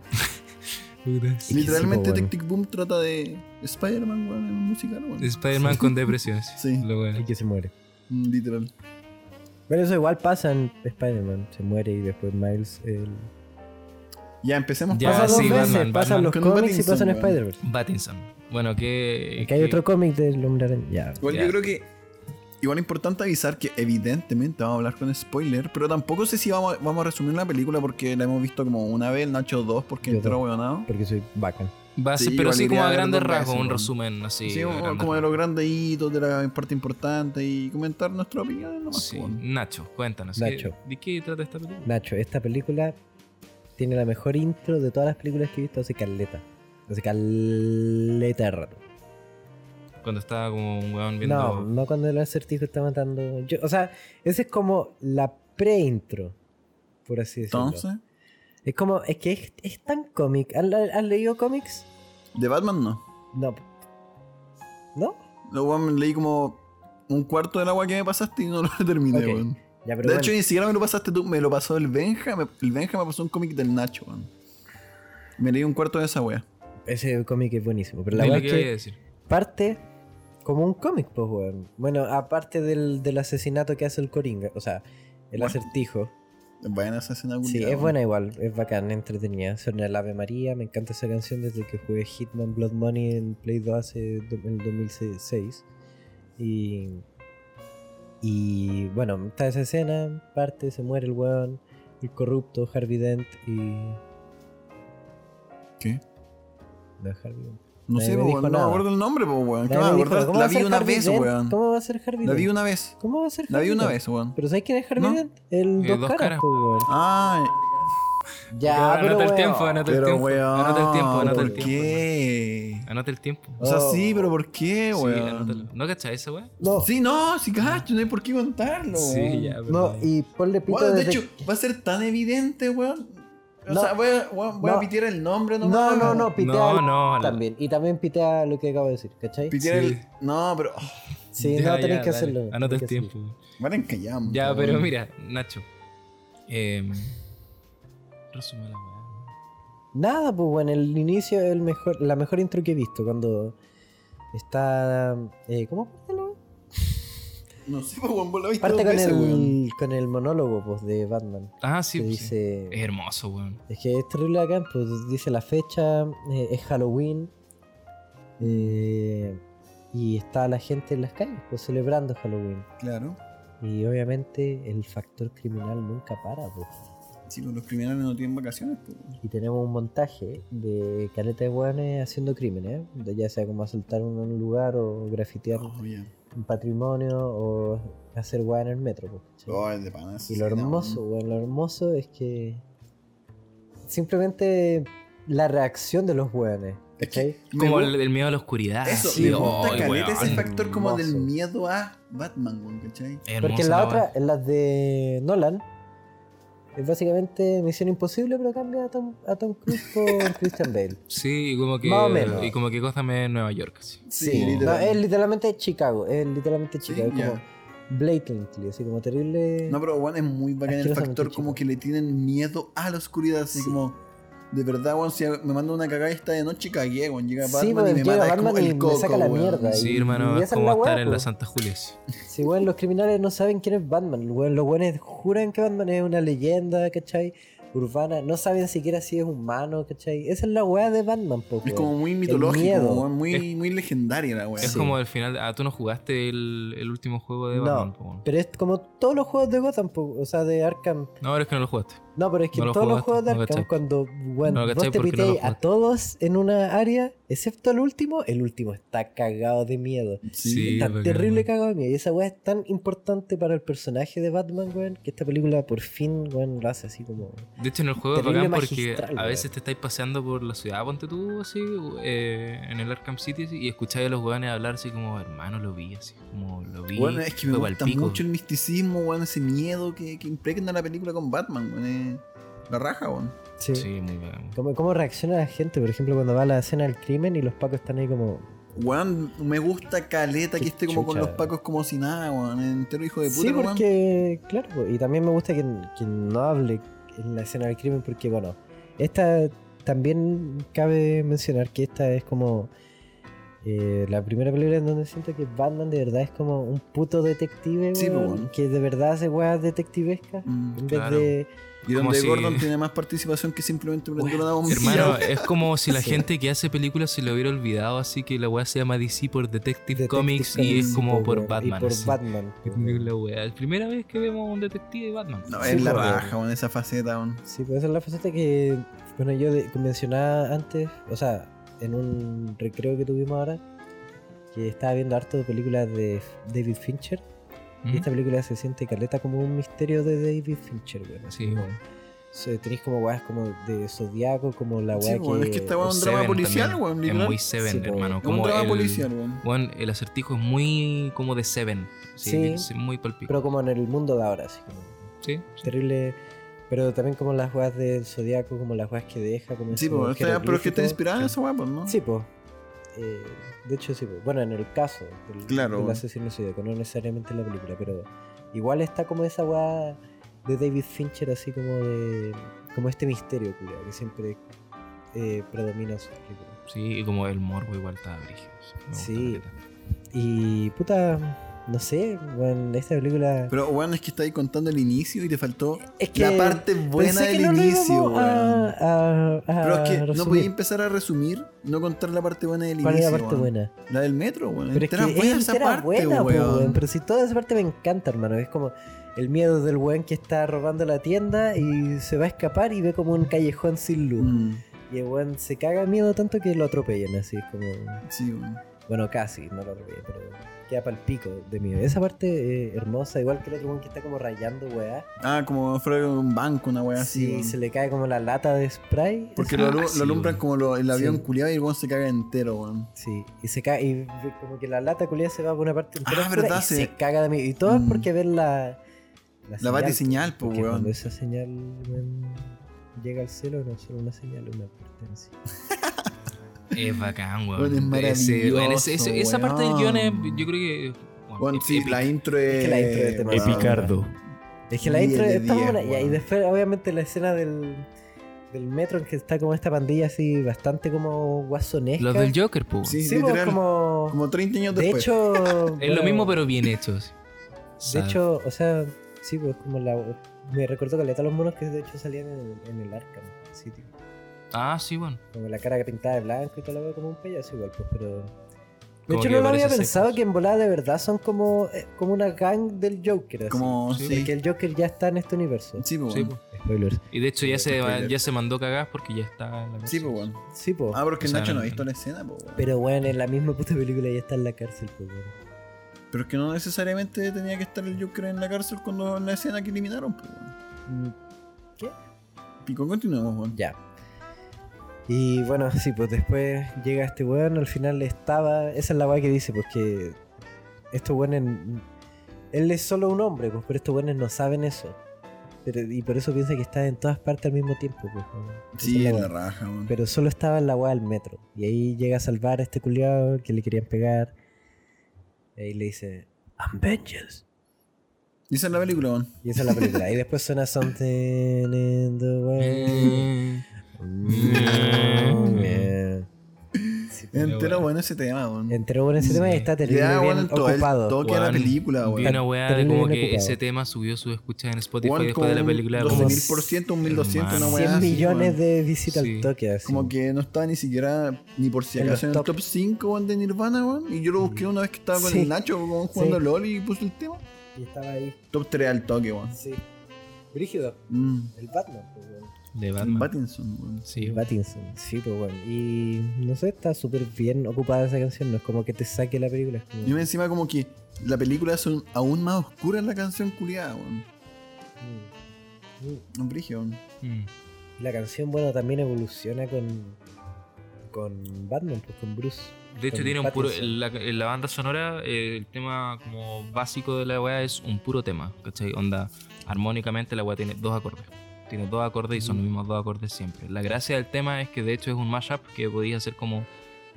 Speaker 1: que sí,
Speaker 3: Literalmente,
Speaker 1: po, weón.
Speaker 3: Tic Tic Boom trata de Spider-Man, weón, en un musical, weón.
Speaker 2: Spider-Man con depresiones.
Speaker 3: Sí.
Speaker 2: Lo bueno.
Speaker 1: Y que se muere.
Speaker 3: Mm, Literal.
Speaker 1: Pero eso igual pasa en Spider-Man. Se muere y después Miles. el-
Speaker 3: Ya empecemos
Speaker 2: Ya,
Speaker 1: pasa dos
Speaker 2: sí,
Speaker 1: veces. pasan
Speaker 2: Batman, Batman.
Speaker 1: los
Speaker 3: Con
Speaker 1: cómics y
Speaker 3: Pattinson,
Speaker 1: pasan en
Speaker 3: weón.
Speaker 1: Spider-Verse.
Speaker 2: Pattinson. Bueno, que.
Speaker 1: Que hay
Speaker 2: que-
Speaker 1: otro cómic del hombre araña. Ya.
Speaker 3: Igual
Speaker 2: Ya.
Speaker 3: yo creo que. Igual importante avisar que evidentemente vamos a hablar con spoiler, pero tampoco sé si vamos, vamos a resumir la película porque la hemos visto como una vez, el Nacho dos porque
Speaker 1: Yo
Speaker 3: entró
Speaker 1: dos.
Speaker 3: weonado.
Speaker 1: Porque soy bacán.
Speaker 2: Va a ser,
Speaker 3: Sí,
Speaker 2: pero
Speaker 3: igual
Speaker 2: sí
Speaker 3: iría
Speaker 2: como
Speaker 3: a
Speaker 2: a
Speaker 3: ver
Speaker 2: grandes
Speaker 3: dos
Speaker 2: rasgos,
Speaker 3: veces,
Speaker 2: un
Speaker 3: ¿no?
Speaker 2: resumen así.
Speaker 3: Sí,
Speaker 2: a
Speaker 3: como-
Speaker 2: grandes
Speaker 3: como de
Speaker 2: rasgos.
Speaker 3: los grandes hitos, de la parte importante y comentar nuestra opinión nomás. pues.
Speaker 2: Sí.
Speaker 3: weón.
Speaker 2: Nacho, cuéntanos.
Speaker 1: Nacho.
Speaker 2: ¿qué- ¿De qué trata esta película?
Speaker 1: Nacho, esta película tiene la mejor intro de todas las películas que he visto hace caleta. Hace caleta de rato.
Speaker 2: Cuando estaba como un weón viendo.
Speaker 1: No, no cuando el acertijo está matando. Yo, o sea, esa es como la pre-intro, por así decirlo.
Speaker 3: Entonces,
Speaker 1: Es como, es que es, es tan cómic. ¿Has, has leído cómics?
Speaker 3: de Batman no.
Speaker 1: No. ¿No?
Speaker 3: Luego weón, leí como un cuarto del agua que me pasaste y no lo terminé,
Speaker 1: Ok.
Speaker 3: weón.
Speaker 1: Ya, pero
Speaker 3: De
Speaker 1: bueno.
Speaker 3: hecho, ni siquiera me lo pasaste tú, me lo pasó el Benja. me- el Benja me pasó un cómic del Nacho, weón. Me leí un cuarto de esa wea.
Speaker 1: ese cómic es buenísimo. Pero la
Speaker 2: Di lo
Speaker 1: verdad
Speaker 2: que
Speaker 1: es
Speaker 2: voy
Speaker 1: que
Speaker 2: a decir.
Speaker 1: parte como un cómic, pues, weón. Bueno, aparte del, del asesinato que hace el Coringa, o sea, el
Speaker 3: Bueno.
Speaker 1: acertijo.
Speaker 3: Es Buena esa escena
Speaker 1: Sí,
Speaker 3: culiada,
Speaker 1: es
Speaker 3: weón.
Speaker 1: buena igual, es bacán, entretenida. Suena el Ave María, me encanta esa canción desde que jugué Hitman Blood Money en Play 2 hace do- en el 2006. Y, y bueno, está esa escena, parte, se muere el weón, el corrupto Harvey Dent y... No
Speaker 3: ¿Qué?
Speaker 1: es Harvey Dent.
Speaker 3: No
Speaker 1: Nadie
Speaker 3: sé,
Speaker 1: me
Speaker 3: po,
Speaker 1: dijo
Speaker 3: weón. No me
Speaker 1: nada.
Speaker 3: acuerdo el nombre, po, weón. ¿Qué
Speaker 1: Nadie
Speaker 3: me voy a
Speaker 1: me dijo,
Speaker 3: acordar?
Speaker 1: ¿cómo va
Speaker 3: La
Speaker 1: a
Speaker 3: vi
Speaker 1: ser
Speaker 3: una
Speaker 1: Harvey
Speaker 3: vez,
Speaker 1: Dent?
Speaker 3: weón.
Speaker 1: ¿Cómo va a ser Harvey
Speaker 3: La vi
Speaker 1: Dent?
Speaker 3: una vez.
Speaker 1: ¿Cómo va a ser
Speaker 3: La vi
Speaker 1: Harvey
Speaker 3: una
Speaker 1: Dent?
Speaker 3: vez, weón.
Speaker 1: ¿Pero sabes quién es Harvey
Speaker 3: No.
Speaker 1: Dent? El
Speaker 2: El
Speaker 1: dos,
Speaker 2: Eh, dos
Speaker 1: caras,
Speaker 2: caras.
Speaker 1: pues, weón.
Speaker 3: Ay,
Speaker 1: Ya, pero
Speaker 2: anota el
Speaker 1: weón.
Speaker 2: tiempo, anota el
Speaker 3: pero
Speaker 2: tiempo. Anota el tiempo,
Speaker 3: weón.
Speaker 2: anota
Speaker 3: ¿Por
Speaker 2: el tiempo.
Speaker 3: qué?
Speaker 2: Anota el tiempo.
Speaker 3: O sea,
Speaker 1: Oh.
Speaker 3: sí, pero ¿por qué,
Speaker 2: Sí,
Speaker 3: Eh, weón?
Speaker 2: anótalo. ¿No cachai esa weón?
Speaker 1: No,
Speaker 3: Sí, no, sí, cacho, no hay por qué contarlo, weón.
Speaker 2: Sí, ya,
Speaker 1: no,
Speaker 2: perdón.
Speaker 1: y ponle pito
Speaker 3: Weón, de
Speaker 1: desde-
Speaker 3: hecho, va a ser tan evidente, weón. O
Speaker 1: No.
Speaker 3: sea, voy a, weón, voy a
Speaker 1: No.
Speaker 3: pitear el nombre nomás.
Speaker 1: No, no,
Speaker 3: weón.
Speaker 1: no, pitea
Speaker 2: No,
Speaker 1: al-
Speaker 2: no, la-
Speaker 1: también. Y también pitea lo que acabo de decir, ¿cachai?
Speaker 3: Pitear
Speaker 2: Sí.
Speaker 3: el. No, pero. oh,
Speaker 1: Sí,
Speaker 2: Ya,
Speaker 1: no tenés
Speaker 2: ya,
Speaker 1: que
Speaker 2: dale. Ah,
Speaker 1: hacerlo.
Speaker 2: Anota
Speaker 1: tenés
Speaker 2: el
Speaker 1: que hacerlo.
Speaker 2: tiempo. weón.
Speaker 3: Valen callamos.
Speaker 2: Ya,
Speaker 3: weón.
Speaker 2: pero mira, Nacho. Eh, resume la weá.
Speaker 1: Nada, pues bueno, el inicio es el mejor, la mejor intro que he visto cuando está. Eh, ¿Cómo parte la weá?
Speaker 3: No sé, pues, weón, vos lo viste
Speaker 1: Parte
Speaker 3: dos
Speaker 1: con
Speaker 3: veces, weón.
Speaker 1: el, con el monólogo pues, de Batman.
Speaker 2: Ah,
Speaker 1: que
Speaker 2: sí, pues, sí.
Speaker 1: dice.
Speaker 2: Es hermoso, weón.
Speaker 1: Es que es terrible acá, pues dice la fecha, eh, es Halloween. eh, y está la gente en las calles, pues celebrando Halloween.
Speaker 3: Claro.
Speaker 1: Y obviamente el factor criminal nunca para, pues.
Speaker 3: Sí, pues, los criminales no tienen vacaciones, pues. weón.
Speaker 1: Y tenemos un montaje de caleta de hueones haciendo crímenes, de ya sea como asaltar un- un lugar o grafitear
Speaker 3: Oh, ya.
Speaker 1: un patrimonio o hacer hueá en el metro. po, ¿cachai?
Speaker 3: Oh, el de panas.
Speaker 1: y lo hermoso,
Speaker 3: mm.
Speaker 1: weón, lo hermoso es que simplemente la reacción de los hueones,
Speaker 3: Es
Speaker 1: ¿cachai?
Speaker 3: que me
Speaker 2: Como
Speaker 3: gu-
Speaker 2: el, el miedo a la oscuridad.
Speaker 3: Eso,
Speaker 1: sí,
Speaker 3: me
Speaker 1: oh,
Speaker 3: gusta
Speaker 2: ay,
Speaker 3: caleta
Speaker 2: weón.
Speaker 3: ese factor como del
Speaker 1: hermoso.
Speaker 3: miedo a Batman, weón, ¿cachai?
Speaker 2: Hermosa
Speaker 1: Porque en la
Speaker 2: weá.
Speaker 1: otra, en las de Nolan, es básicamente Misión Imposible, pero cambia a Tom, a Tom Cruise por Christian Bale.
Speaker 2: Sí, y como que.
Speaker 1: Más o menos.
Speaker 2: Y como que cóstame Nueva York, sí.
Speaker 1: Sí,
Speaker 3: Sí,
Speaker 1: no,
Speaker 3: literalmente.
Speaker 1: es literalmente Chicago, es literalmente
Speaker 3: Sí,
Speaker 1: Chicago, es
Speaker 3: ya.
Speaker 1: como blatantly, así como terrible.
Speaker 3: No, pero weón, es muy bacán el
Speaker 1: Asquerosamente
Speaker 3: factor
Speaker 1: chico.
Speaker 3: como que le tienen miedo a la oscuridad, así
Speaker 1: Sí.
Speaker 3: como. De verdad, weón, si me manda una cagada esta de noche, cagué, weón. Llega Batman
Speaker 1: Sí,
Speaker 3: y
Speaker 1: weón,
Speaker 3: me
Speaker 1: llega
Speaker 3: mata, es
Speaker 1: Batman
Speaker 3: como
Speaker 1: y
Speaker 3: el
Speaker 1: me
Speaker 3: coco,
Speaker 1: saca la
Speaker 3: weón.
Speaker 1: mierda.
Speaker 3: Sí.
Speaker 1: Y-
Speaker 2: Sí, hermano,
Speaker 1: y esa
Speaker 2: es
Speaker 1: es
Speaker 2: como
Speaker 1: la
Speaker 2: estar
Speaker 1: weá,
Speaker 2: en la
Speaker 1: po.
Speaker 2: Santa Julia. sí.
Speaker 1: Si weón, los criminales no saben quién es Batman, weón, los weones juran que Batman es una leyenda, ¿cachai? Urbana, no saben siquiera si es humano, ¿cachai? Esa es la weá de Batman, po,
Speaker 3: Es
Speaker 1: weón.
Speaker 3: como muy mitológico,
Speaker 1: miedo.
Speaker 3: weón, muy, muy legendaria la weá.
Speaker 2: Es
Speaker 1: Sí.
Speaker 2: como el final. Ah, tú no jugaste el, el último juego de
Speaker 1: No.
Speaker 2: Batman. po, weón.
Speaker 1: Pero es como todos los juegos de Gotham, po, o sea, de Arkham.
Speaker 2: No, pero es que no lo jugaste.
Speaker 1: No, pero es que
Speaker 2: No
Speaker 1: en
Speaker 2: lo
Speaker 1: todos los
Speaker 2: jugaste,
Speaker 1: juegos de
Speaker 2: no lo
Speaker 1: Arkham,
Speaker 2: cachai.
Speaker 1: cuando weón,
Speaker 2: No lo
Speaker 1: vos
Speaker 2: cachai
Speaker 1: te
Speaker 2: porque no lo
Speaker 1: piteis a
Speaker 2: jugaste.
Speaker 1: todos en una área, excepto el último, el último está cagado de miedo.
Speaker 2: Sí,
Speaker 1: Está
Speaker 2: bacán,
Speaker 1: terrible
Speaker 2: weón.
Speaker 1: cagado de miedo. Y esa weá es tan importante para el personaje de Batman, weón, que esta película por fin, weón, lo hace así como.
Speaker 2: De hecho, en el juego es
Speaker 1: Terrible
Speaker 2: bacán porque
Speaker 1: magistral,
Speaker 2: a
Speaker 1: weón.
Speaker 2: veces te estáis paseando por la ciudad, ponte tú así, eh, en el Arkham City, así, y escucháis a los weones hablar así como, hermano, lo vi, así como, lo vi.
Speaker 3: Bueno, es que me
Speaker 2: fue pa'l
Speaker 3: gusta
Speaker 2: pico".
Speaker 3: mucho el misticismo, weón, ese miedo que, que impregna la película con Batman, weón. eh, la raja, weón.
Speaker 1: Sí.
Speaker 2: Sí, muy bacán.
Speaker 1: ¿Cómo, ¿Cómo reacciona la gente, por ejemplo, cuando va a la escena del crimen y los pacos están ahí como.
Speaker 3: Weón, me gusta caleta que
Speaker 1: Qué
Speaker 3: esté como con
Speaker 1: chucha.
Speaker 3: los pacos como si nada, weón. Entero hijo de puta,
Speaker 1: Sí,
Speaker 3: weón.
Speaker 1: porque, claro, po, y también me gusta que, que no hable en la escena del crimen, porque, bueno, esta también cabe mencionar que esta es como eh, la primera película en donde siento que Batman de verdad es como un puto detective,
Speaker 3: Sí, po,
Speaker 1: weón,
Speaker 3: weón.
Speaker 1: que de verdad hace weas detectivescas.
Speaker 3: Mm.
Speaker 1: En
Speaker 2: Claro.
Speaker 1: vez de.
Speaker 3: Y
Speaker 2: Como
Speaker 3: donde
Speaker 2: si-
Speaker 3: Gordon tiene más participación que simplemente prender una bombilla.
Speaker 2: Hermano, es como si la
Speaker 1: Sí.
Speaker 2: gente que hace películas se lo hubiera olvidado, así que la weá se llama DC por Detective,
Speaker 1: Detective
Speaker 2: Comics, y es
Speaker 1: Comics,
Speaker 2: como
Speaker 1: po,
Speaker 2: por
Speaker 1: weón,
Speaker 2: Batman.
Speaker 1: Y por
Speaker 2: así.
Speaker 1: Batman. po, weón.
Speaker 2: La weá, es la primera vez que vemos a un detective de Batman.
Speaker 3: No,
Speaker 1: Sí,
Speaker 3: es la
Speaker 1: po, weón.
Speaker 3: raja, weón, esa faceta, weón.
Speaker 1: Sí, pues esa es la faceta que, bueno, yo de- mencionaba antes, o sea, en un recreo que tuvimos ahora, que estaba viendo harto de películas de F- David Fincher, y
Speaker 2: ¿Mm?
Speaker 1: esta película se siente caleta como un misterio de David Fincher, weón. así
Speaker 2: Sí,
Speaker 1: como-
Speaker 2: weón.
Speaker 1: se- Tenéis como weas como de Zodiaco, como la
Speaker 3: Sí,
Speaker 1: wea
Speaker 3: weón,
Speaker 1: que...
Speaker 3: es que esta weón es un
Speaker 2: Seven
Speaker 3: drama policial,
Speaker 2: también.
Speaker 3: weón,
Speaker 2: Es
Speaker 3: literal.
Speaker 2: muy Seven,
Speaker 1: Sí, po.
Speaker 2: hermano.
Speaker 3: Es un
Speaker 2: Como
Speaker 3: drama
Speaker 2: el-
Speaker 3: policial, weón.
Speaker 2: Weón, el acertijo es muy como de Seven.
Speaker 1: Sí.
Speaker 2: Sí. es muy palpico.
Speaker 1: Pero como en el mundo de ahora, así como
Speaker 2: Sí, sí.
Speaker 1: terrible... Pero también como las weas del Zodiaco, como las weas que deja, como
Speaker 3: Sí,
Speaker 1: esos
Speaker 3: po, esta- pero es que está
Speaker 1: jeroglíficos.
Speaker 3: inspirada en esa weá, pues, ¿no?
Speaker 1: Sí, pues. de hecho, sí, po. Bueno, en el caso del,
Speaker 3: Claro.
Speaker 1: del asesino suicida, no necesariamente en la película, pero igual está como esa weá de David Fincher, así como de. como este misterio, culiao, que siempre eh, predomina en sus películas.
Speaker 2: Sí, y como el morbo igual está brígido. Me gusta
Speaker 1: Sí.
Speaker 2: caleta.
Speaker 1: Y puta, no sé, weón, esta película.
Speaker 3: Pero, weón, es que está ahí contando el inicio y te faltó
Speaker 1: es que
Speaker 3: la parte buena
Speaker 1: pensé
Speaker 3: del
Speaker 1: que no lo
Speaker 3: inicio,
Speaker 1: íbamos
Speaker 3: weón.
Speaker 1: a- a- a
Speaker 3: Pero es que no
Speaker 1: resumir.
Speaker 3: podía empezar a resumir, no contar la parte buena del
Speaker 1: ¿Cuál es
Speaker 3: inicio.
Speaker 1: la parte
Speaker 3: weón.
Speaker 1: buena?
Speaker 3: La del metro, weón.
Speaker 1: Pero es que
Speaker 3: Entera buena
Speaker 1: es
Speaker 3: esa
Speaker 1: entera
Speaker 3: parte,
Speaker 1: buena, po,
Speaker 3: weón.
Speaker 1: weón. Pero si toda esa parte me encanta, hermano. Es como el miedo del weón que está robando la tienda y se va a escapar y ve como un callejón sin luz.
Speaker 3: Mm,
Speaker 1: Y el weón se caga de miedo tanto que lo atropellan, así es como.
Speaker 3: sí, weón.
Speaker 1: Bueno, casi, no lo atropellan, pero queda pa'l pico de miedo. Esa parte eh, hermosa, igual que el otro weón que está como rayando, weá.
Speaker 3: Ah, como fuera de un banco, una weá así.
Speaker 1: Sí,
Speaker 3: weón.
Speaker 1: se le cae como la lata de spray.
Speaker 3: Porque
Speaker 2: Ah,
Speaker 3: lo, alu-
Speaker 2: sí,
Speaker 3: lo alumbran
Speaker 2: weón.
Speaker 3: como lo- el avión
Speaker 1: Sí.
Speaker 3: culiado y el weón se caga entero, weón.
Speaker 1: Sí, y se cae, y ve como que la lata culia se va por una parte entera
Speaker 3: Ah,
Speaker 1: oscura
Speaker 3: verdad,
Speaker 1: y
Speaker 3: sí.
Speaker 1: se caga de mí. Y todo es
Speaker 3: Mm.
Speaker 1: porque ven la
Speaker 3: La batiseñal, po,
Speaker 1: porque
Speaker 3: weón.
Speaker 1: Cuando esa señal weón, llega al cielo, no es solo una señal, es una advertencia.
Speaker 2: Es bacán, weón.
Speaker 3: Bueno, es
Speaker 2: Ese- weón, ese- ese-
Speaker 3: maravilloso,
Speaker 2: esa parte del guión es,
Speaker 3: weón.
Speaker 2: yo creo que. bueno,
Speaker 3: Weón,
Speaker 2: es
Speaker 3: sí,
Speaker 2: épica.
Speaker 3: la intro es.
Speaker 1: Es que la intro este del tema es
Speaker 3: weón.
Speaker 1: Epicardo. Es que la
Speaker 3: Diez
Speaker 1: intro
Speaker 3: de
Speaker 1: está
Speaker 3: diez,
Speaker 1: buena. Y ahí
Speaker 3: weón.
Speaker 1: después, obviamente, la escena del, del metro en que está como esta pandilla así, bastante como guasonesca.
Speaker 2: Los del Joker, pues.
Speaker 3: Sí,
Speaker 1: Sí, pues,
Speaker 3: literal. Como...
Speaker 1: como.
Speaker 3: 30 años
Speaker 1: de
Speaker 3: después.
Speaker 1: hecho.
Speaker 2: Es lo mismo, pero bien hechos.
Speaker 1: De
Speaker 2: Sad.
Speaker 1: hecho, o sea, sí, pues como la. Me recuerdo caleta los monos que de hecho salían en, en el Arkham City.
Speaker 2: Ah, sí, bueno.
Speaker 1: Como la cara pintada de blanco y todo lo como un payaso igual, pues, pero. De
Speaker 2: Como
Speaker 1: hecho,
Speaker 2: que
Speaker 1: no lo había
Speaker 2: parecen
Speaker 1: pensado
Speaker 2: secos.
Speaker 1: que en volada de verdad son como, eh, como una gang del Joker. Así.
Speaker 3: Como,
Speaker 2: Sí,
Speaker 3: sí.
Speaker 1: Porque el Joker ya está en este universo.
Speaker 3: Sí, pues,
Speaker 2: Sí,
Speaker 3: weón.
Speaker 2: po.
Speaker 1: Spoilers.
Speaker 2: Y de hecho
Speaker 3: Sí,
Speaker 2: ya
Speaker 3: este
Speaker 2: se,
Speaker 3: trailer.
Speaker 2: ya se mandó cagás porque ya está en
Speaker 3: Sí,
Speaker 2: la cárcel.
Speaker 3: pues, weón.
Speaker 1: Sí, po.
Speaker 3: Ah, pero es que
Speaker 2: O sea,
Speaker 3: Nacho no ha
Speaker 2: no-
Speaker 3: visto la escena, pues, weón.
Speaker 1: Pero bueno, en la misma puta película ya está en la cárcel, pues. weón.
Speaker 3: Pero es que no necesariamente tenía que estar el Joker en la cárcel cuando en la escena que eliminaron, pues, weón.
Speaker 1: Mm,
Speaker 3: Pico, continuamos, weón.
Speaker 1: Ya. Y bueno, sí, pues después llega este weón, al final estaba. Esa es la weá que dice, pues que. Estos weones. Él es solo un hombre, pues, pero estos weones no saben eso. Pero- y por eso piensa que está en todas partes al mismo tiempo, pues. weón. Esa es
Speaker 3: Sí,
Speaker 1: la
Speaker 3: en
Speaker 1: weá.
Speaker 3: la raja, weón.
Speaker 1: Pero solo estaba en la weá del metro. Y ahí llega a salvar a este culiado que le querían pegar. Y ahí le dice. I'm vengeance.
Speaker 3: Dice en la película, weón.
Speaker 1: Y esa es la película. y después suena Something in the Way.
Speaker 2: Eh,
Speaker 1: Mm. Ah,
Speaker 3: Mm.
Speaker 1: Eh. Sí, pues.
Speaker 3: Entero
Speaker 2: weón.
Speaker 3: bueno ese tema, weón.
Speaker 1: Entró en ese tema y
Speaker 2: Sí.
Speaker 1: está
Speaker 3: Le
Speaker 1: terrible
Speaker 3: da,
Speaker 1: bien
Speaker 3: weón, todo el
Speaker 1: ocupado.
Speaker 3: toque a la
Speaker 2: Weón,
Speaker 3: película,
Speaker 2: Vi
Speaker 3: weón.
Speaker 2: una weá de
Speaker 1: Terrible
Speaker 2: como
Speaker 1: bien
Speaker 2: que
Speaker 1: ocupado.
Speaker 2: ese tema subió sus escuchas en Spotify
Speaker 3: Weón,
Speaker 2: después de la
Speaker 3: como un
Speaker 2: película.
Speaker 3: 12.000%, 1.200, una
Speaker 2: Hermano.
Speaker 3: weá
Speaker 1: 100
Speaker 3: así,
Speaker 1: millones
Speaker 3: weón.
Speaker 1: de visitas
Speaker 2: Sí.
Speaker 1: al toque, así.
Speaker 3: Como que no estaba ni siquiera, ni por si
Speaker 1: En los
Speaker 3: acaso, en el
Speaker 1: top.
Speaker 3: top 5 weón, de Nirvana, weón. Y yo lo busqué una vez que estaba con
Speaker 1: Sí.
Speaker 3: el Nacho, weón, jugando
Speaker 1: Sí.
Speaker 3: LOL y puse el tema.
Speaker 1: Y estaba ahí,
Speaker 3: Top 3 al toque, weón.
Speaker 1: sí. Brígido.
Speaker 3: Mm.
Speaker 1: El Batman, pues, weón.
Speaker 2: De Batman. Mm,
Speaker 3: Pattinson, weón.
Speaker 2: sí, weón.
Speaker 1: Pattinson, sí, pues, weón. Y no sé, está súper bien ocupada esa canción. No es como que te saque la película. es como-
Speaker 3: Y encima como que la película es un- aún más oscura en la canción culiada, weón.
Speaker 1: Mm. Mm.
Speaker 3: Un brigio, weón.
Speaker 2: Mm.
Speaker 1: La canción, bueno, también evoluciona con. con Batman, pues con Bruce.
Speaker 2: De hecho,
Speaker 1: Con
Speaker 2: tiene un puro.
Speaker 1: Pattinson.
Speaker 2: La, la banda sonora, eh, el tema como básico de la weá es un puro tema, ¿cachai? Onda, armónicamente la weá tiene dos acordes. Tiene dos acordes y son
Speaker 1: Mm.
Speaker 2: los mismos dos acordes siempre. La gracia del tema es que de hecho es un mashup que podías hacer como.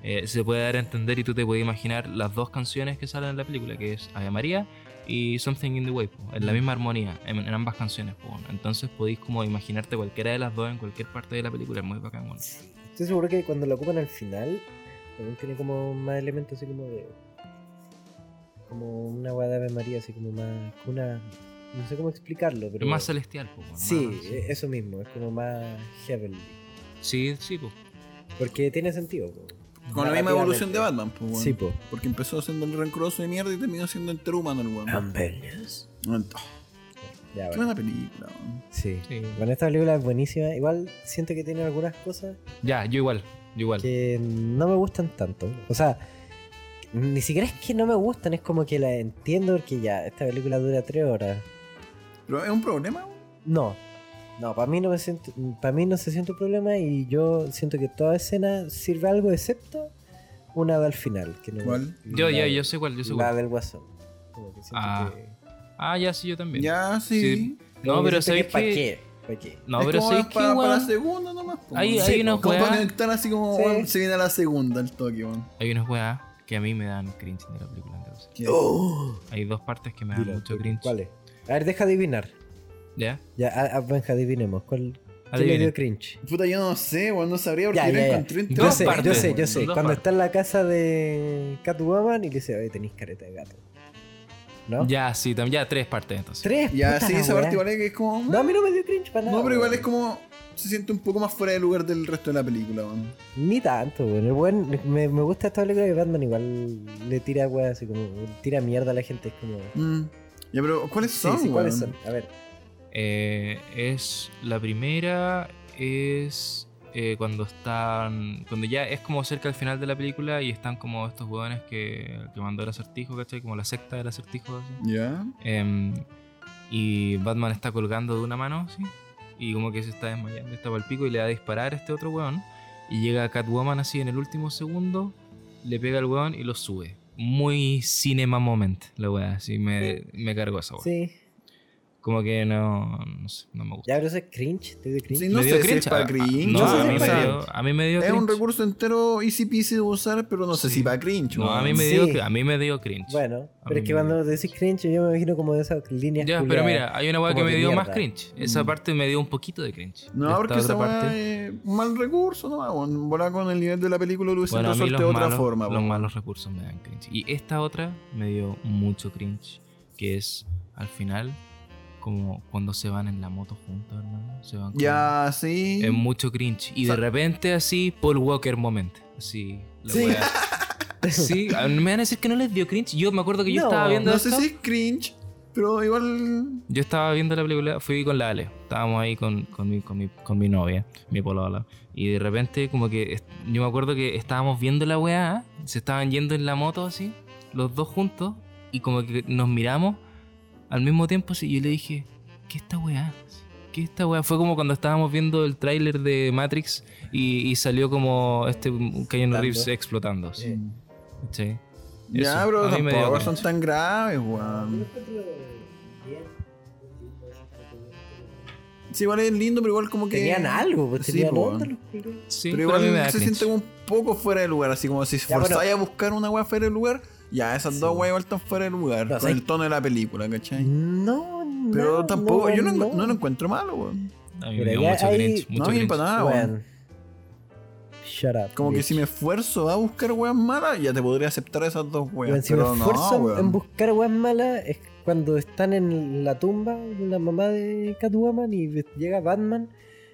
Speaker 2: eh, se puede dar a entender y tú te puedes imaginar las dos canciones que salen en la película, que es Ave María y Something in the Way, po,
Speaker 1: Mm.
Speaker 2: en la misma armonía, en, en ambas canciones. po. Entonces podéis como imaginarte cualquiera de las dos en cualquier parte de la película, es muy bacán. bueno.
Speaker 1: Estoy seguro que cuando la ocupan al final, también tiene como más elementos así como de. como una weá de Ave María, así como más. como una. no sé cómo explicarlo, pero.
Speaker 2: Es más celestial. po, más-
Speaker 1: Sí, e- eh. eso mismo, es como más heavenly.
Speaker 2: Sí, sí, po.
Speaker 1: Porque tiene sentido. po.
Speaker 3: Con la misma
Speaker 1: Narrativamente.
Speaker 3: evolución de Batman, pues, weón.
Speaker 1: Sí, po.
Speaker 3: Porque empezó siendo el rencoroso de mierda y terminó siendo entero humano el weón.
Speaker 1: Ambellious.
Speaker 3: Weón,
Speaker 1: Ya,
Speaker 3: Qué
Speaker 1: bueno.
Speaker 3: buena película, weón.
Speaker 1: Sí.
Speaker 2: Sí.
Speaker 1: Bueno, esta película es buenísima. Igual siento que tiene algunas cosas
Speaker 2: Ya, yo igual, yo igual.
Speaker 1: que no me gustan tanto. O sea, ni siquiera es que no me gustan, es como que la entiendo porque ya, esta película dura tres horas.
Speaker 3: Pero es un problema, weón.
Speaker 1: No, no, para mí no me siento, para mí no se siente un problema y yo siento que toda escena sirve algo excepto una del final. Que no,
Speaker 3: ¿Cuál?
Speaker 2: Yo,
Speaker 1: la-
Speaker 2: ya, yo sé igual, yo sé
Speaker 1: La
Speaker 2: igual.
Speaker 1: del guasón. Como que siento
Speaker 2: Ah.
Speaker 1: que-
Speaker 2: Ah, ya, sí, yo también.
Speaker 3: Ya, sí.
Speaker 2: Sí. No, pero sabéis
Speaker 1: ¿Para
Speaker 2: que.
Speaker 1: qué? ¿Para qué?
Speaker 2: No,
Speaker 3: es
Speaker 2: pero
Speaker 3: como
Speaker 2: sabéis que,
Speaker 3: para, para la
Speaker 2: weón,
Speaker 3: segunda nomás, po,
Speaker 2: Hay,
Speaker 3: weón.
Speaker 2: hay
Speaker 1: Sí,
Speaker 2: unas
Speaker 3: Como para
Speaker 2: weas.
Speaker 3: conectar así como,
Speaker 1: Sí.
Speaker 3: weón, se viene a la segunda el toque, weón.
Speaker 2: Hay unas weas que a mí me dan cringe de la película entonces.
Speaker 3: Que-
Speaker 1: Oh.
Speaker 2: Hay dos partes que me dan
Speaker 1: Dila,
Speaker 2: mucho
Speaker 1: ¿cuál
Speaker 2: cringe.
Speaker 1: es? A ver, deja adivinar.
Speaker 2: ¿Ya?
Speaker 1: Ya, a, a- Benja, adivinemos. ¿Cuál qué le
Speaker 2: Adivinen.
Speaker 1: dio cringe?
Speaker 3: Puta, yo no sé, weón, no sabría porque
Speaker 1: Ya,
Speaker 3: yo
Speaker 1: ya,
Speaker 3: la
Speaker 1: ya.
Speaker 3: encontré en
Speaker 2: Yo
Speaker 1: Yo
Speaker 2: Dos
Speaker 1: sé, yo
Speaker 2: partes,
Speaker 1: sé,
Speaker 2: weón,
Speaker 1: yo sé.
Speaker 2: dos
Speaker 1: Cuando
Speaker 2: partes.
Speaker 1: está en la casa de Catwoman y le dice, oye, tenéis careta de gato. ¿No?
Speaker 2: Ya, sí, también. Ya, tres partes entonces.
Speaker 1: Tres.
Speaker 3: Ya,
Speaker 1: puta
Speaker 3: sí,
Speaker 1: la
Speaker 3: esa
Speaker 1: weá.
Speaker 3: parte igual es que es como.
Speaker 1: No, a mí no me dio cringe para nada.
Speaker 3: No, pero igual
Speaker 1: weón.
Speaker 3: es como. Se siente un poco más fuera de lugar del resto de la película, weón.
Speaker 1: Ni tanto, weón. El weón- me, me gusta esta película que Batman igual le tira weá, así como, tira mierda a la gente. Es como.
Speaker 3: Mm. Ya, pero ¿cuáles
Speaker 1: Sí,
Speaker 3: son?
Speaker 1: sí, ¿cuáles
Speaker 3: weón?
Speaker 1: son? A ver.
Speaker 2: Eh, es. La primera es. eh, cuando están. Cuando ya es como cerca al final de la película y están como estos hueones que, que mandó el acertijo, ¿cachai? Como la secta del acertijo, así.
Speaker 3: Ya.
Speaker 2: Em, y Batman está colgando de una mano, ¿sí? Y como que se está desmayando, está pa'l pico y le va a disparar a este otro weón. Y llega Catwoman así en el último segundo, le pega al weón y lo sube. Muy cinema moment, la weá, así me, me cargó esa weá.
Speaker 1: Sí.
Speaker 2: Como que no, no sé, no me gusta.
Speaker 1: Ya, pero eso es cringe. ¿Te dio cringe?
Speaker 3: Sí, no
Speaker 2: ¿Le dio
Speaker 3: sé si
Speaker 2: cringe?
Speaker 3: es para
Speaker 2: Ah,
Speaker 3: cringe.
Speaker 2: No,
Speaker 3: no
Speaker 1: sé
Speaker 2: a,
Speaker 3: sé
Speaker 1: si
Speaker 3: si
Speaker 2: mí me
Speaker 3: para-
Speaker 2: dio, a mí me dio
Speaker 3: Es un
Speaker 2: cringe.
Speaker 3: recurso entero easy peasy de usar, pero no sé
Speaker 2: Sí.
Speaker 3: si para cringe,
Speaker 2: No, a mí
Speaker 3: weón.
Speaker 2: me
Speaker 1: Sí.
Speaker 2: dio, cri- a mí me dio cringe.
Speaker 1: Bueno,
Speaker 2: A
Speaker 1: pero
Speaker 2: mí
Speaker 1: es que
Speaker 2: me
Speaker 1: cuando decís cringe, yo me imagino como de esas líneas.
Speaker 2: ya, pero
Speaker 1: culiadas.
Speaker 2: mira, hay una weá
Speaker 1: como
Speaker 2: que me
Speaker 1: de
Speaker 2: dio
Speaker 1: mierda.
Speaker 2: más cringe. Esa
Speaker 3: Mm.
Speaker 2: parte me dio un poquito de cringe.
Speaker 3: No,
Speaker 2: Esta
Speaker 3: porque esa
Speaker 2: otra
Speaker 3: weá es un mal recurso, no, weón. Volá con el nivel de la película lo hubiesen
Speaker 2: Bueno, a mí
Speaker 3: resuelto
Speaker 2: los,
Speaker 3: de Pues otra
Speaker 2: malos,
Speaker 3: forma,
Speaker 2: los
Speaker 3: weón.
Speaker 2: malos recursos me dan cringe. Y esta otra me dio mucho cringe, que es al final, como cuando se van en la moto juntos, hermano. Se van como-
Speaker 3: Ya, sí.
Speaker 2: Es mucho cringe. Y
Speaker 3: O sea-
Speaker 2: de repente así, Paul Walker moment. Así, la
Speaker 1: Sí.
Speaker 2: wea. Sí, a- me van a decir que no les dio cringe. Yo me acuerdo que yo
Speaker 1: No,
Speaker 2: estaba viendo
Speaker 3: No sé
Speaker 2: esto.
Speaker 3: si es cringe, pero igual.
Speaker 2: Yo estaba viendo la película, fui con la Ale, estábamos ahí con, con, mi, con, mi, con mi novia, mi polola, y de repente como que est- yo me acuerdo que estábamos viendo la weá, se estaban yendo en la moto así, los dos juntos, y como que nos miramos al mismo tiempo así, y yo le dije, ¿qué esta weá? ¿Qué esta weá? Fue como cuando estábamos viendo el tráiler de Matrix y, y salió como este Keanu
Speaker 1: Explotando.
Speaker 2: Reeves explotando. así,
Speaker 1: Sí.
Speaker 2: ¿cachai?
Speaker 3: Ya,
Speaker 2: Eso, a
Speaker 3: pero
Speaker 2: mí me dio
Speaker 3: tampoco son
Speaker 2: cringe.
Speaker 3: tan graves,
Speaker 1: Yo
Speaker 3: weón.
Speaker 1: encuentro bien.
Speaker 3: Sí, igual es lindo, pero igual como que.
Speaker 1: Tenían algo, pues
Speaker 3: Sí,
Speaker 1: tenían
Speaker 3: po,
Speaker 1: onda
Speaker 3: weón.
Speaker 1: los culiados.
Speaker 2: Sí,
Speaker 3: pero
Speaker 2: pero a mí
Speaker 3: igual
Speaker 2: me da
Speaker 3: se
Speaker 2: cringe.
Speaker 3: siente un poco fuera de lugar, así como si
Speaker 1: Ya, bueno.
Speaker 3: forzáis a buscar una weá fuera de lugar, ya esas dos weas igual están fuera de lugar,
Speaker 1: No,
Speaker 3: con
Speaker 1: ¿sabes?
Speaker 3: el tono de la película, ¿cachai?
Speaker 1: No, no.
Speaker 3: Pero
Speaker 1: no,
Speaker 3: tampoco, yo no,
Speaker 1: weón,
Speaker 3: encu- no lo encuentro malo, weón.
Speaker 2: A mí me
Speaker 1: Mira,
Speaker 2: dio
Speaker 1: ya
Speaker 2: mucho
Speaker 1: ahí-
Speaker 2: cringe, mucho
Speaker 3: No, bien
Speaker 2: cringe.
Speaker 3: para nada, weón.
Speaker 1: Weón. Shut up.
Speaker 3: Como que
Speaker 1: bitch.
Speaker 3: si me esfuerzo a buscar weas malas, ya te podría aceptar esas dos weas.
Speaker 1: Weón, si me
Speaker 3: pero
Speaker 1: esfuerzo
Speaker 3: no,
Speaker 1: en-
Speaker 3: weón.
Speaker 1: en buscar weas malas es cuando están en la tumba de la mamá de Catwoman y ve- llega Batman.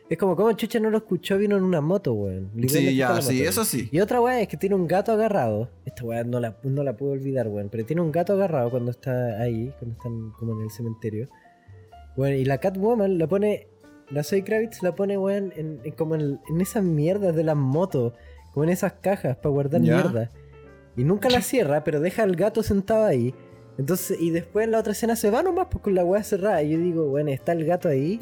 Speaker 1: Es como, como chucha no lo escuchó? Vino en una moto, weón. Literalmente
Speaker 3: Sí,
Speaker 1: está la
Speaker 3: ya,
Speaker 1: moto,
Speaker 3: sí,
Speaker 1: weón.
Speaker 3: eso sí.
Speaker 1: Y otra weá es que tiene un gato agarrado. Esta weá no la, no la puedo olvidar, weón. Pero tiene un gato agarrado cuando está ahí, cuando están como en el cementerio. Bueno, y la Catwoman la pone. La Zoe Kravitz la pone, weón, en, en como en, en esas mierdas de las motos. Como en esas cajas para guardar
Speaker 3: Ya.
Speaker 1: mierda. Y nunca la cierra, pero deja al gato sentado ahí. Entonces, y después en la otra escena se va nomás pues, con la weá cerrada. Y yo digo, bueno, ¿está el gato ahí?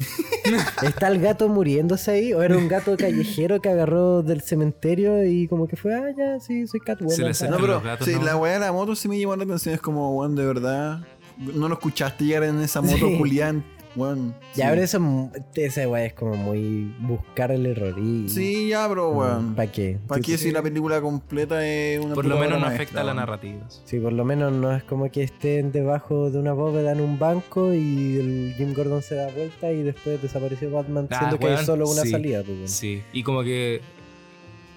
Speaker 1: ¿Está el gato muriéndose ahí? ¿O era un gato callejero que agarró del cementerio y como que fue, ah, ya, sí, soy Catwoman?
Speaker 2: Se le acerca
Speaker 3: No,
Speaker 1: ah".
Speaker 2: Pero
Speaker 3: pero
Speaker 2: los gatos
Speaker 3: sí,
Speaker 2: no.
Speaker 3: la weá de la moto sí me llamó la atención. Es como, weón, de verdad. No lo escuchaste llegar en esa moto,
Speaker 1: Sí.
Speaker 3: Julián. Weón.
Speaker 1: Ya,
Speaker 3: sí.
Speaker 1: pero eso, esa weá es como muy buscar el error y...
Speaker 3: Sí, ya, bro,
Speaker 1: Mm,
Speaker 3: weón.
Speaker 1: ¿Para qué?
Speaker 3: ¿Para qué si la película completa es una
Speaker 2: Por lo
Speaker 3: puta
Speaker 2: menos no
Speaker 3: obra
Speaker 2: afecta
Speaker 3: maestra,
Speaker 2: a la
Speaker 3: weón?
Speaker 2: narrativa.
Speaker 1: Sí, por lo menos no es como que estén debajo de una bóveda en un banco y el Jim Gordon se da vuelta y después desapareció Batman
Speaker 2: Ah,
Speaker 1: siendo que
Speaker 2: weón,
Speaker 1: hay solo una
Speaker 2: sí,
Speaker 1: salida. pues, weón.
Speaker 2: Sí. Y como que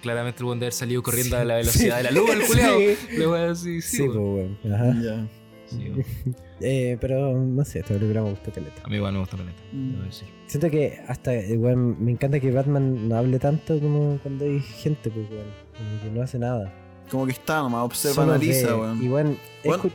Speaker 2: claramente el buen de haber salido corriendo a la
Speaker 1: Sí.
Speaker 2: velocidad de la luz, el culiao.
Speaker 1: Sí,
Speaker 2: Le voy a decir, sí,
Speaker 1: sí, pues,
Speaker 2: weón.
Speaker 1: weón. Ajá.
Speaker 3: Ya.
Speaker 2: Sí, weón.
Speaker 1: Eh, pero no sé, este película me gustó caleta.
Speaker 2: A mí igual me gusta la neta. debo decir.
Speaker 1: Siento que hasta, eh, weón, me encanta que Batman no hable tanto como cuando hay gente, pues, weón. Como que no hace nada.
Speaker 3: Como que está nomás, observa,
Speaker 1: Solo
Speaker 3: analiza,
Speaker 1: ve.
Speaker 3: weón.
Speaker 1: Y, weón,
Speaker 3: Weón,
Speaker 1: escu-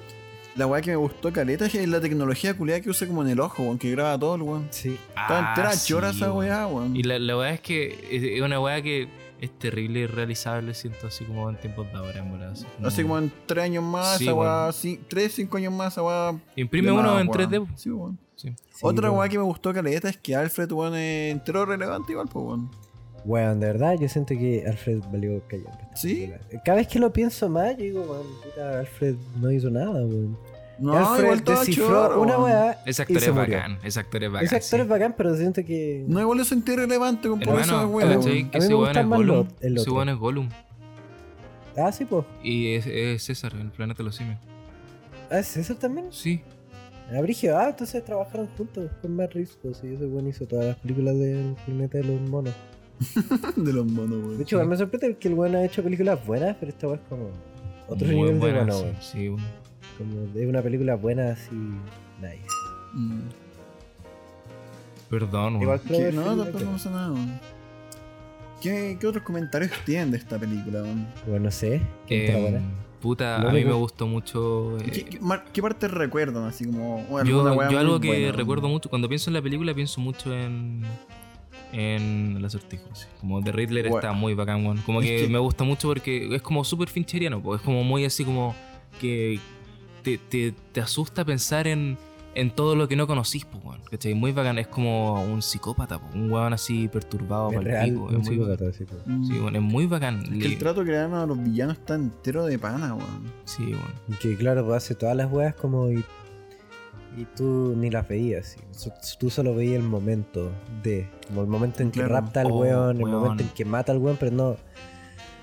Speaker 3: La weá que me gustó caleta es la tecnología culiada que usa como en el ojo, weón, que graba todo el weón.
Speaker 1: Sí.
Speaker 3: Está
Speaker 2: Ah,
Speaker 3: entera
Speaker 2: sí,
Speaker 3: chora esa
Speaker 2: weón.
Speaker 3: weá, weón.
Speaker 2: Y la, la weá es que es es una weá que es terrible y realizable, siento así como en tiempos de ahora, en verdad. así como-
Speaker 3: Así como en 3 años más,
Speaker 2: Sí,
Speaker 3: esa weá,
Speaker 2: weón.
Speaker 3: 3, 5 años más, esa weá.
Speaker 2: Imprime
Speaker 3: de
Speaker 2: uno
Speaker 3: más,
Speaker 2: en
Speaker 3: weón.
Speaker 2: 3D. po.
Speaker 3: Sí, weón.
Speaker 2: Sí.
Speaker 1: Sí,
Speaker 3: Otra
Speaker 1: weón.
Speaker 3: weá que me gustó caleta es que Alfred, weón, es entero relevante igual, pues, weón.
Speaker 1: Weón, de verdad, yo siento que Alfred valió callando. esta
Speaker 3: ¿Sí?
Speaker 1: película. Cada vez que lo pienso más, yo digo, weón, puta, Alfred no hizo nada, weón.
Speaker 3: No,
Speaker 1: Alfred
Speaker 3: igual todo
Speaker 1: descifró
Speaker 3: choro,
Speaker 1: una
Speaker 3: weón.
Speaker 1: weá.
Speaker 2: Ese
Speaker 1: y
Speaker 2: actor
Speaker 1: se
Speaker 2: es
Speaker 1: murió.
Speaker 2: bacán. Ese actor es bacán.
Speaker 1: Ese actor
Speaker 2: sí.
Speaker 1: es bacán, pero siento que.
Speaker 3: No, igual lo sentí relevante, compadre. Esa
Speaker 2: Hermano,
Speaker 3: weá,
Speaker 2: ¿cachai?
Speaker 3: weón.
Speaker 2: que
Speaker 1: A mí
Speaker 2: ese
Speaker 1: me
Speaker 2: weón
Speaker 1: gusta
Speaker 2: es
Speaker 1: más
Speaker 2: Gollum.
Speaker 1: lo- el
Speaker 2: Ese
Speaker 1: otro.
Speaker 2: weón es Gollum.
Speaker 1: Ah, sí, pues.
Speaker 2: Y es, es César, el planeta de los simios.
Speaker 1: Ah, ¿es César también.
Speaker 2: Sí.
Speaker 1: Ah, Brigio, ah, entonces trabajaron juntos con Matt Reeves, pues, y ese weón hizo todas las películas del planeta de los monos.
Speaker 3: De los monos, weón.
Speaker 1: De hecho, igual me sorprende que el weón ha hecho películas buenas, pero esta weá es como. Otro
Speaker 2: Muy
Speaker 1: nivel de
Speaker 2: buena,
Speaker 1: bueno,
Speaker 2: sí,
Speaker 1: weón.
Speaker 2: Sí, weón.
Speaker 1: Como es una película buena así. Nice.
Speaker 3: Mm.
Speaker 2: Perdón, weón.
Speaker 1: Igual
Speaker 3: Que
Speaker 1: Cloverfield,
Speaker 3: no,
Speaker 1: la
Speaker 3: tampoco
Speaker 1: que-
Speaker 3: pasa nada, weón. ¿Qué, ¿Qué otros comentarios tienen de esta película, weón?
Speaker 1: Bueno, no sé. ¿Quién
Speaker 2: Eh,
Speaker 1: está buena?
Speaker 2: puta,
Speaker 1: Lo
Speaker 2: a mí
Speaker 1: único-
Speaker 2: me gustó mucho. eh,
Speaker 3: ¿Qué, qué, mar- qué partes recuerdan? Así como. o alguna
Speaker 2: yo,
Speaker 3: weá
Speaker 2: yo
Speaker 3: muy
Speaker 2: algo que
Speaker 3: buena,
Speaker 2: recuerdo
Speaker 3: weón?
Speaker 2: mucho, cuando pienso en la película, pienso mucho en. En el acertijo, sí. Como de Riddler
Speaker 3: Bueno.
Speaker 2: está muy bacán, weón. Como
Speaker 3: Es
Speaker 2: que,
Speaker 3: que-
Speaker 2: me gusta mucho porque es como súper fincheriano, po. es como muy así como que te, te- te asusta pensar en, en todo lo que no conocís, po, weón. ¿Cachai? Muy bacán, es como un psicópata, po. un weón así perturbado,
Speaker 1: Es
Speaker 2: pa'l
Speaker 1: real,
Speaker 2: pico,
Speaker 1: un
Speaker 2: es muy
Speaker 1: psicópata,
Speaker 2: bacán.
Speaker 1: sí, pues.
Speaker 3: Mm.
Speaker 2: Sí, weón, es muy bacán.
Speaker 3: Es que
Speaker 2: Le-
Speaker 3: el trato que le dan a los villanos está entero de pana, weón.
Speaker 2: Sí, weón.
Speaker 1: Y Que claro, pues hace todas las weas como y, y tú ni las veías. sí. So- Tú solo veías el momento de. Como el momento en que
Speaker 3: Claro.
Speaker 1: rapta al
Speaker 2: Oh,
Speaker 1: weón, el
Speaker 2: weón.
Speaker 1: momento en que mata al weón, pero no.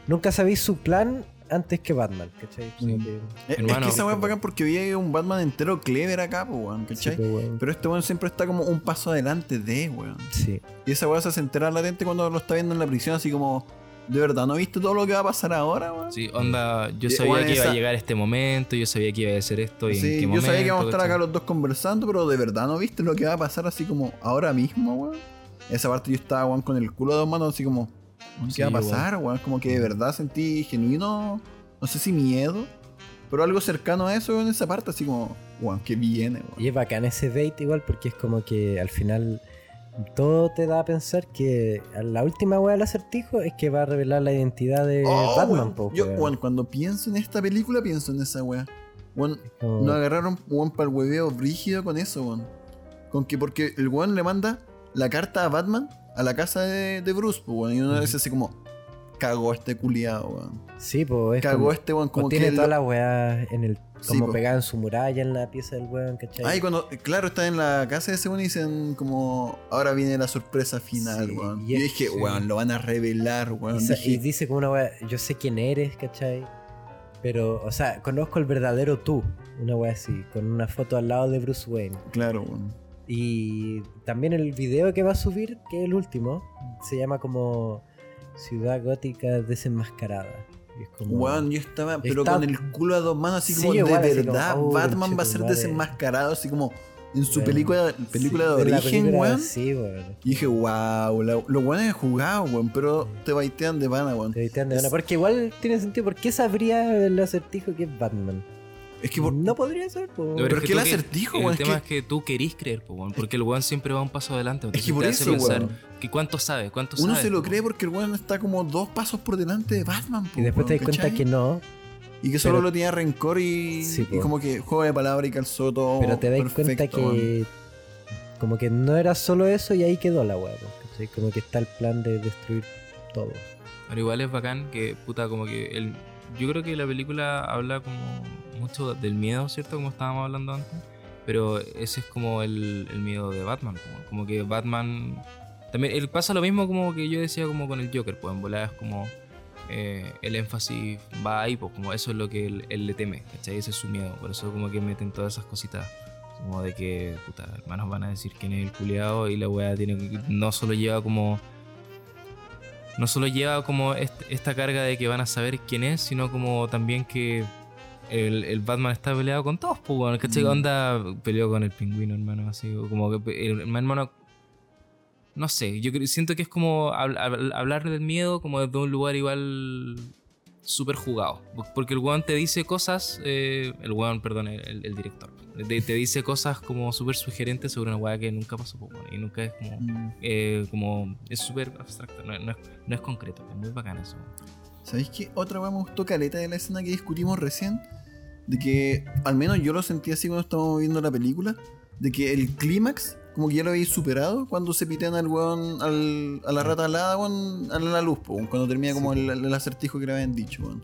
Speaker 1: Nunca sabéis su plan antes que Batman, ¿cachai?
Speaker 2: Sí.
Speaker 3: Mm.
Speaker 1: Como que-
Speaker 3: Es, es
Speaker 2: Hermano.
Speaker 3: que esa weá es bacán porque vi un Batman entero clever acá, po, weón,
Speaker 1: sí,
Speaker 3: ¿cachai?
Speaker 1: pues, weón.
Speaker 3: Pero este weón siempre está como un paso adelante de, weón.
Speaker 1: Sí.
Speaker 3: Y esa weá se hace enterar latente cuando lo está viendo en la prisión, así como. De verdad, ¿no viste todo lo que va a pasar ahora, weón?
Speaker 2: Sí, onda, yo
Speaker 3: Eh,
Speaker 2: sabía
Speaker 3: weón,
Speaker 2: que iba
Speaker 3: esa-
Speaker 2: a llegar este momento, yo sabía que iba a hacer esto y en
Speaker 3: Sí,
Speaker 2: qué
Speaker 3: yo
Speaker 2: momento.
Speaker 3: sabía que íbamos a estar acá
Speaker 2: ¿cachai?
Speaker 3: los dos conversando, pero de verdad no viste lo que va a pasar así como ahora mismo, weón. Esa parte yo estaba, weón, con el culo de dos manos así como, weón, ¿qué
Speaker 2: Sí,
Speaker 3: va a pasar, weón? Como que de verdad sentí genuino, no sé si miedo, pero algo cercano a eso, weón, esa parte así como, weón, que viene, weón.
Speaker 1: Y es bacán ese bait igual porque es como que al final todo te da a pensar que a la última wea del acertijo es que va a revelar la identidad de
Speaker 3: Oh,
Speaker 1: Eh, Batman,
Speaker 3: weón.
Speaker 1: po,
Speaker 3: Yo,
Speaker 1: weón.
Speaker 3: weón, cuando pienso en esta película, pienso en esa weá. Weón,
Speaker 1: Como-
Speaker 3: Nos agarraron, weón, para el hueveo brígido con eso, weón. Con que porque el weón le manda la carta a Batman a la casa de, de Bruce, pues, weón. Y uno dice así como, cagó este culiado, weón.
Speaker 1: Sí, pues.
Speaker 3: Cagó este weón, como
Speaker 1: tiene
Speaker 3: que...
Speaker 1: toda
Speaker 3: lo-
Speaker 1: la weá en el.
Speaker 3: Sí,
Speaker 1: Como
Speaker 3: po.
Speaker 1: pegada en su muralla, en la pieza del weón, ¿cachai?
Speaker 3: Ay, cuando, claro, está en la casa de ese weón y dicen como, ahora viene la sorpresa final,
Speaker 1: Sí,
Speaker 3: weón.
Speaker 1: y
Speaker 3: Y
Speaker 1: es-
Speaker 3: yo dije,
Speaker 2: sí.
Speaker 3: weón, lo van a revelar, weón.
Speaker 1: y, sa- y
Speaker 3: Dije,
Speaker 1: dice como una weá, yo sé quién eres, ¿cachai? Pero, o sea, conozco el verdadero tú. Una weá así, con una foto al lado de Bruce Wayne.
Speaker 3: claro, weón.
Speaker 1: Y también el video que va a subir, que es el último, se llama como Ciudad Gótica Desenmascarada. Y es como-
Speaker 3: Weón, yo estaba, pero
Speaker 1: Está-
Speaker 3: con el culo a dos manos, así
Speaker 1: Sí,
Speaker 3: como,
Speaker 1: igual,
Speaker 3: de
Speaker 1: así como,
Speaker 3: verdad,
Speaker 1: oh,
Speaker 3: Batman va a ser
Speaker 1: conchetumare.
Speaker 3: desenmascarado, así como en su
Speaker 1: Weón,
Speaker 3: película, película
Speaker 1: sí,
Speaker 3: de
Speaker 1: la
Speaker 3: origen,
Speaker 1: película-
Speaker 3: weón.
Speaker 1: Sí, weón.
Speaker 3: Y dije, wow, la- los guanes jugado, weón, pero te baitean de pana, weón.
Speaker 1: Te evitean de
Speaker 3: Es-
Speaker 1: una- Porque igual tiene sentido, ¿por qué sabría el acertijo que es Batman?
Speaker 3: Es que por-
Speaker 1: No podría ser, po.
Speaker 2: Pero,
Speaker 3: es que
Speaker 2: tú
Speaker 3: el acertijo,
Speaker 2: El
Speaker 3: weón, es
Speaker 2: tema es
Speaker 3: que-
Speaker 2: que... tú querís creer, po, weón, porque el weón siempre va un paso
Speaker 3: Es
Speaker 2: adelante. entonces
Speaker 3: que por
Speaker 2: te hace
Speaker 3: eso,
Speaker 2: pensar
Speaker 3: weón.
Speaker 2: que cuánto sabe, cuánto
Speaker 3: Uno
Speaker 2: sabe,
Speaker 3: se lo
Speaker 2: po,
Speaker 3: cree porque el weón está como dos pasos por delante de Batman. po,
Speaker 1: Y después te das
Speaker 3: weón,
Speaker 1: cuenta
Speaker 3: ¿cachai?
Speaker 1: que no,
Speaker 3: Y que solo
Speaker 1: pero-
Speaker 3: lo tenía rencor y,
Speaker 1: Sí,
Speaker 3: y
Speaker 1: po.
Speaker 3: como que juego de palabra y calzó todo.
Speaker 1: pero te das cuenta
Speaker 3: Oh, perfecto,
Speaker 1: que
Speaker 3: weón.
Speaker 1: como que no era solo eso y ahí quedó la weá, po, ¿cachai? Como que está el plan de destruir todo.
Speaker 2: Pero igual es bacán que, puta, como que el, yo creo que la película habla como mucho del miedo, ¿cierto? Como estábamos hablando antes. Pero ese es como el, el miedo de Batman. Como, como que Batman... También él pasa lo mismo como que yo decía como con el Joker, pues en volar es como eh, el énfasis va ahí, pues como eso es lo que él, él le teme, ¿cachai? Ese es su miedo, por eso como que meten todas esas cositas, como de que, puta, hermanos van a decir quién es el culiado y la weá tiene, no solo lleva como no solo lleva como est- esta carga de que van a saber quién es, sino como también que el, el Batman está peleado con todos, pues, weón. ¿Cachai?
Speaker 3: Mm.
Speaker 2: Onda peleó con el pingüino, hermano, así, o como que pe- el, el hermano. No sé, yo creo- siento que es como habl- habl- hablar del miedo como desde un lugar igual súper jugado. Porque el weón te dice cosas, eh, el weón, perdón, el, el director, te, te dice cosas como súper sugerentes sobre una weá que nunca pasó, pues, weón, y nunca es como
Speaker 3: Mm.
Speaker 2: eh, como es súper abstracto, no, no es, no es concreto, es muy bacán eso.
Speaker 3: ¿Sabéis qué? Otra vez me gustó caleta de la escena que discutimos recién. De que, al menos yo lo sentí así cuando estábamos viendo la película. De que el clímax, como que ya lo habéis superado cuando se pitean al weón, al- a la rata alada, weón, a la luz, po, weón, cuando termina como el, el acertijo que le habían dicho, weón.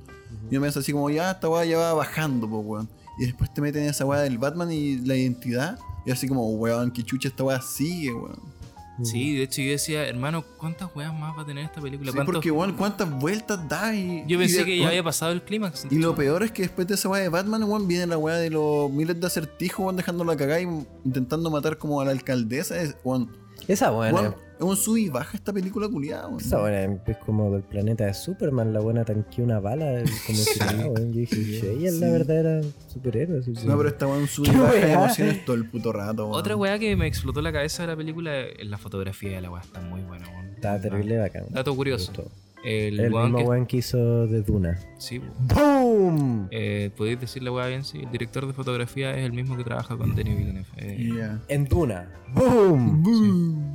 Speaker 3: Y me hace así como, ya, esta weá ya va bajando, po, weón. Y después te meten esa weá del Batman y la identidad. Y así como, weón, que chucha esta weá sigue, weón.
Speaker 1: Mm.
Speaker 3: Mm.
Speaker 2: Sí, de hecho yo decía, hermano, ¿cuántas weas más va a tener esta película?
Speaker 3: Sí,
Speaker 2: ¿Cuántos-
Speaker 3: porque, weón, cuántas vueltas da y.
Speaker 2: Yo
Speaker 3: y
Speaker 2: pensé
Speaker 3: de-
Speaker 2: que ya había pasado el clímax.
Speaker 3: Y lo peor es que después de esa weá de Batman, weón, viene la weá de los miles de acertijos, weón, dejando la cagada y intentando matar como a la alcaldesa. Es, weón,
Speaker 1: Esa buena,
Speaker 3: weón, es un sub y baja esta película culiada, weón.
Speaker 1: esa buena es como del planeta de Superman, la buena tanqueó una bala eh, como si nada, weón. Yo dije, "Che, ella es la
Speaker 3: Sí.
Speaker 1: verdadera superhéroe. así,
Speaker 3: No, pero esta weá es un sub y
Speaker 1: Qué
Speaker 3: baja de
Speaker 1: weá.
Speaker 3: emociones todo el puto rato, weón.
Speaker 2: Otra wea que me explotó la cabeza de la película es la fotografía de la wea, está muy buena. weón.
Speaker 1: Está terrible bacán.
Speaker 2: Ah. Dato curioso.
Speaker 1: Me gustó.
Speaker 2: El,
Speaker 1: El,
Speaker 2: weón
Speaker 1: mismo
Speaker 2: que...
Speaker 1: weón que hizo de Duna.
Speaker 2: Sí,
Speaker 1: ¡Boom!
Speaker 2: eh, podéis decir la wea bien, sí. El director de fotografía es el mismo que trabaja con Denis Villeneuve. Eh,
Speaker 3: Ya.
Speaker 1: En Duna. ¡Boom!
Speaker 3: Boom.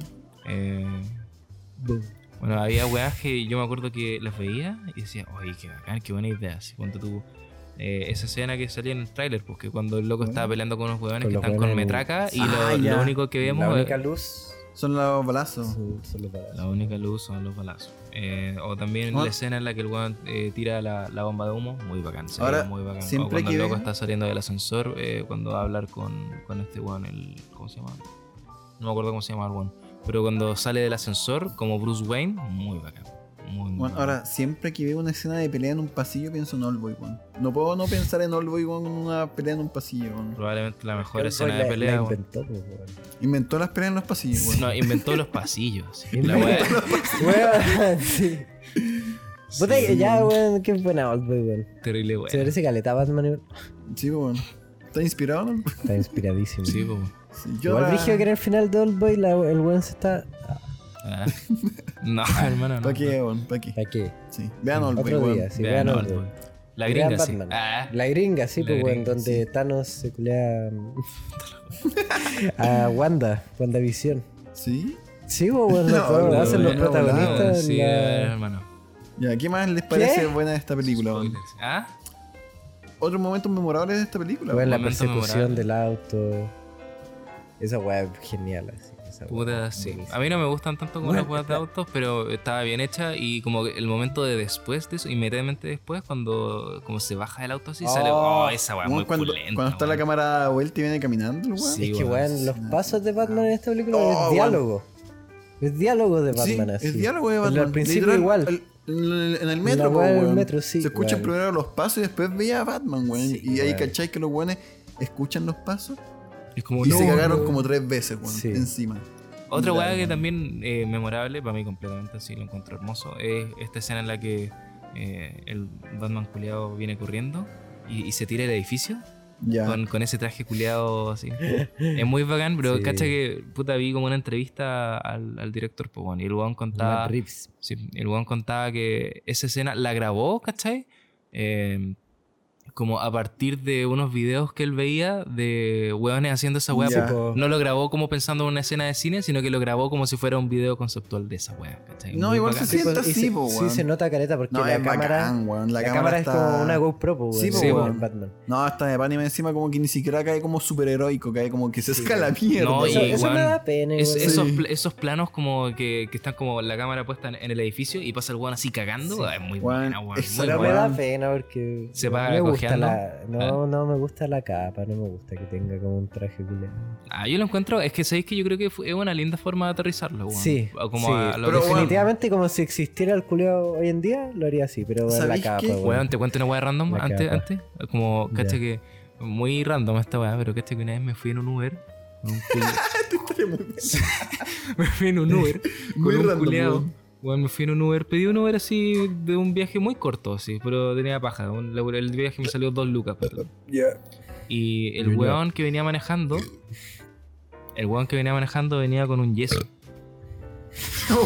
Speaker 2: eh, Bueno, había weas que yo me acuerdo que las veía y decía, oye, qué bacán, qué buena idea. Así, ponte tú, eh, esa escena que salía en el tráiler, pues que cuando el loco estaba peleando con unos huevones
Speaker 1: Con
Speaker 2: que
Speaker 1: los
Speaker 2: están con
Speaker 1: hueones.
Speaker 2: metraca y
Speaker 3: Ah,
Speaker 2: lo,
Speaker 3: ya.
Speaker 2: lo único que vemos
Speaker 1: La
Speaker 2: es-
Speaker 1: única luz
Speaker 3: Son los balazos.
Speaker 1: son son los balazos.
Speaker 2: la única luz son los balazos. Eh, o también
Speaker 3: Ah.
Speaker 2: la escena en la que el weón eh, tira la, la bomba de humo, muy bacán, se
Speaker 3: Ahora,
Speaker 2: ve muy bacán. O
Speaker 3: siempre
Speaker 2: cuando
Speaker 3: que
Speaker 2: el loco
Speaker 3: vea-
Speaker 2: está saliendo del ascensor, eh, cuando va a hablar con, con este weón, el. ¿Cómo se llama? No me acuerdo cómo se llama el weón. Pero cuando sale del ascensor, como Bruce Wayne, muy bacán. Muy, muy
Speaker 3: Weón,
Speaker 2: bacán.
Speaker 3: ahora, siempre que veo una escena de pelea en un pasillo, pienso en Oldboy, weón. No puedo no pensar en Oldboy, weón, en una pelea en un pasillo, weón.
Speaker 2: Probablemente la mejor
Speaker 1: Pero
Speaker 2: escena
Speaker 1: la-
Speaker 2: de pelea.
Speaker 1: La
Speaker 2: weón.
Speaker 1: inventó, pues, weón.
Speaker 3: Inventó las peleas en los pasillos, weón.
Speaker 2: No, inventó los pasillos. sí. La
Speaker 1: Inventó
Speaker 2: wea-
Speaker 1: Weón, sí. Puta, ya, weón, qué buena Old Boy, weón.
Speaker 2: terrible
Speaker 1: Se
Speaker 2: wea.
Speaker 1: parece caleta a Batman, weón.
Speaker 3: Sí, weón. ¿Está inspirado, no?
Speaker 1: Está inspiradísimo.
Speaker 2: Sí, po.
Speaker 3: Sí,
Speaker 1: Igual
Speaker 3: ahora-
Speaker 1: brígido que en el final de Old Boy la- el weón se está.
Speaker 2: Ah. No, hermano, no.
Speaker 3: ¿Para qué, weón? ¿Para qué?
Speaker 1: ¿Para qué?
Speaker 3: Sí. Vean Oldboy,
Speaker 1: Otro
Speaker 3: weón.
Speaker 1: día, sí, vean
Speaker 2: Vean, no,
Speaker 1: Old
Speaker 2: Oldboy.
Speaker 1: Boy.
Speaker 2: La
Speaker 1: Vean
Speaker 2: gringa, sí.
Speaker 1: Batman.
Speaker 2: Ah,
Speaker 1: La gringa, sí,
Speaker 2: La
Speaker 1: pues, weón,
Speaker 2: gringa,
Speaker 1: donde Thanos se culea um, a Wanda, WandaVision.
Speaker 3: ¿Sí?
Speaker 1: Sí, pues, weón,
Speaker 3: No,
Speaker 1: los dos,
Speaker 3: no,
Speaker 1: lo hacen los
Speaker 3: no, no,
Speaker 1: protagonistas. en
Speaker 2: Sí,
Speaker 1: la-
Speaker 2: hermano.
Speaker 3: Ya, ¿qué más les parece buena esta película? weón?
Speaker 2: Spoilers. Ah,
Speaker 3: Otro momento memorable de esta película.
Speaker 1: Bueno, la
Speaker 2: Momento
Speaker 1: persecución
Speaker 2: memorable.
Speaker 1: del auto. Esa weá es genial. Así, esa weá
Speaker 2: puta,
Speaker 1: es
Speaker 2: sí.
Speaker 1: buenísima.
Speaker 2: A mí no me gustan tanto como
Speaker 1: Bueno,
Speaker 2: las weas de autos, pero estaba bien hecha y como que el momento de después de eso, inmediatamente después, cuando como se baja del auto así, sale.
Speaker 1: Oh,
Speaker 2: Oh, esa wea
Speaker 3: Weón,
Speaker 2: muy
Speaker 3: cuando,
Speaker 2: pulenta.
Speaker 3: cuando está la
Speaker 2: weón.
Speaker 3: cámara vuelta y viene caminando, el weón.
Speaker 2: Sí,
Speaker 1: es que,
Speaker 2: weón,
Speaker 1: weón,
Speaker 2: sí,
Speaker 1: los
Speaker 3: no,
Speaker 1: pasos de Batman en esta película
Speaker 3: Oh,
Speaker 1: es
Speaker 3: weón.
Speaker 1: diálogo. Es diálogo de Batman
Speaker 3: Sí,
Speaker 1: así.
Speaker 3: el diálogo de
Speaker 1: El-
Speaker 3: Batman.
Speaker 1: Al principio
Speaker 3: Literal,
Speaker 1: igual.
Speaker 2: Ah.
Speaker 3: el- en el- en el metro,
Speaker 1: La
Speaker 3: po,
Speaker 1: weá del
Speaker 3: weón.
Speaker 1: metro, sí,
Speaker 3: Se escuchan
Speaker 1: weón.
Speaker 3: primero los pasos y después veía a Batman, weón.
Speaker 1: Sí,
Speaker 3: y ahí
Speaker 1: weón.
Speaker 3: cachai que los weones escuchan los pasos
Speaker 2: Es como
Speaker 3: y
Speaker 2: no,
Speaker 3: se cagaron
Speaker 2: weón.
Speaker 3: como tres veces, weón.
Speaker 1: Sí.
Speaker 3: Encima.
Speaker 2: Otra
Speaker 3: Claro.
Speaker 2: weá que también eh, memorable, para mí completamente así, lo encuentro hermoso, es esta escena en la que eh, el Batman culeado viene corriendo y, y se tira el edificio
Speaker 3: Ya.
Speaker 2: con, con ese traje culeado así. es muy bacán, pero
Speaker 1: Sí.
Speaker 2: cacha que puta vi como una entrevista al, al director, pues bueno, y el weón contaba...
Speaker 1: Matt Reeves.
Speaker 2: Sí, el weón contaba que esa escena la grabó, ¿cachai? Eh, como a partir de unos videos que él veía de hueones haciendo esa hueá.
Speaker 3: Ya.
Speaker 2: pues, No lo grabó como pensando en una escena de cine, sino que lo grabó como si fuera un video conceptual de esa hueá. ¿cachai?
Speaker 3: No,
Speaker 2: Muy
Speaker 3: igual
Speaker 2: bacán.
Speaker 3: se siente
Speaker 1: pues, y
Speaker 3: así,
Speaker 1: se-
Speaker 3: po,
Speaker 1: Sí,
Speaker 3: weón.
Speaker 1: se nota careta porque
Speaker 3: No,
Speaker 1: la
Speaker 3: es
Speaker 1: cámara.
Speaker 3: bacán, weón. La,
Speaker 1: la, cámara,
Speaker 3: está-
Speaker 1: es como una GoPro, po,
Speaker 3: Sí,
Speaker 1: weón,
Speaker 3: po,
Speaker 1: en
Speaker 3: weón.
Speaker 1: Batman.
Speaker 3: No, hasta de Batman encima como que ni siquiera cae como superheroico, cae como que se saca la mierda.
Speaker 2: No,
Speaker 1: Eso,
Speaker 2: y-
Speaker 3: weón.
Speaker 1: eso
Speaker 2: weón,
Speaker 1: me da pena.
Speaker 2: Es-
Speaker 1: weón.
Speaker 2: esos, pl- esos planos como que, que están como la cámara puesta en, en el edificio y pasa el weón así cagando. ah, Es muy
Speaker 3: Weón,
Speaker 2: buena, weón.
Speaker 3: eso
Speaker 2: muy
Speaker 3: era
Speaker 1: Pero
Speaker 2: buena.
Speaker 1: me da
Speaker 3: weón.
Speaker 1: pena porque.
Speaker 2: Se
Speaker 1: no
Speaker 2: va
Speaker 1: me gusta
Speaker 2: cojeando. Ah.
Speaker 1: la, No, no me gusta la capa, no me gusta que tenga como un traje culiado.
Speaker 2: Ah, yo lo encuentro, es que sabéis que yo creo que fue- es una linda forma de aterrizarlo, weón.
Speaker 1: Sí,
Speaker 2: O Como
Speaker 1: sí,
Speaker 2: a lo
Speaker 3: pero,
Speaker 2: que-
Speaker 3: weón,
Speaker 1: Definitivamente, como si existiera el culiao hoy en día, lo haría así, pero en la
Speaker 3: ¿Sabéis
Speaker 1: capa,
Speaker 3: qué?
Speaker 1: weón.
Speaker 2: Weón, te cuento una weá random
Speaker 1: La
Speaker 2: antes,
Speaker 1: capa.
Speaker 2: antes. Como,
Speaker 1: Ya.
Speaker 2: cacha que. Muy random esta weá, pero cacha que una vez me fui en un Uber. con un culi- me fui en un Uber. con
Speaker 3: Muy
Speaker 2: un
Speaker 3: random,
Speaker 2: culiao.
Speaker 3: weón.
Speaker 2: Weón, me fui en un Uber. Pedí un Uber así de un viaje muy corto, así, pero tenía paja. Un- la- el viaje me salió dos lucas. pero-
Speaker 3: Ya.
Speaker 2: Y el
Speaker 4: Yo no.
Speaker 2: weón que venía manejando. El weón que venía manejando venía con un yeso.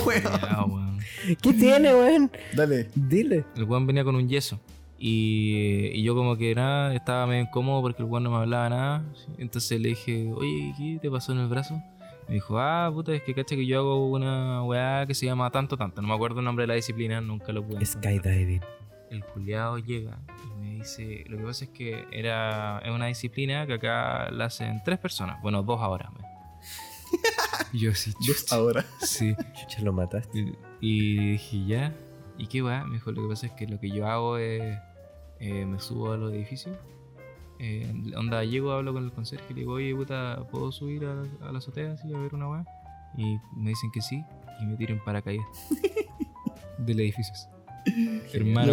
Speaker 3: Weón,
Speaker 2: Ya, weón.
Speaker 1: ¿Qué tiene, weón?
Speaker 3: Dale.
Speaker 1: Dile.
Speaker 2: El weón venía con un yeso. Y, y yo como que nada, estaba medio incómodo porque el weón no me hablaba nada. Entonces le dije, oye, ¿qué te pasó en el brazo? Me dijo, ah, puta, es que cacha que yo hago una weá que se llama tanto, tanto. No me acuerdo el nombre de la disciplina, nunca lo pude. encontrar".
Speaker 1: Skydiving.
Speaker 2: El culiado llega y me dice, lo que pasa es que era, es una disciplina que acá la hacen tres personas. Bueno, dos ahora. me. Y yo así,
Speaker 3: Dos
Speaker 2: "Chucha".
Speaker 3: ahora.
Speaker 2: Sí.
Speaker 1: Chucha, lo mataste.
Speaker 2: Y- Y dije, ya. ¿Y qué va? Me dijo, lo que pasa es que lo que yo hago es. eh, me subo a los edificios. eh, onda, llego, hablo con el conserje y le digo, oye, puta, ¿puedo subir a, a la azotea así a ver una weá? Y me dicen que sí y me tiran paracaídas del edificio. Hermano,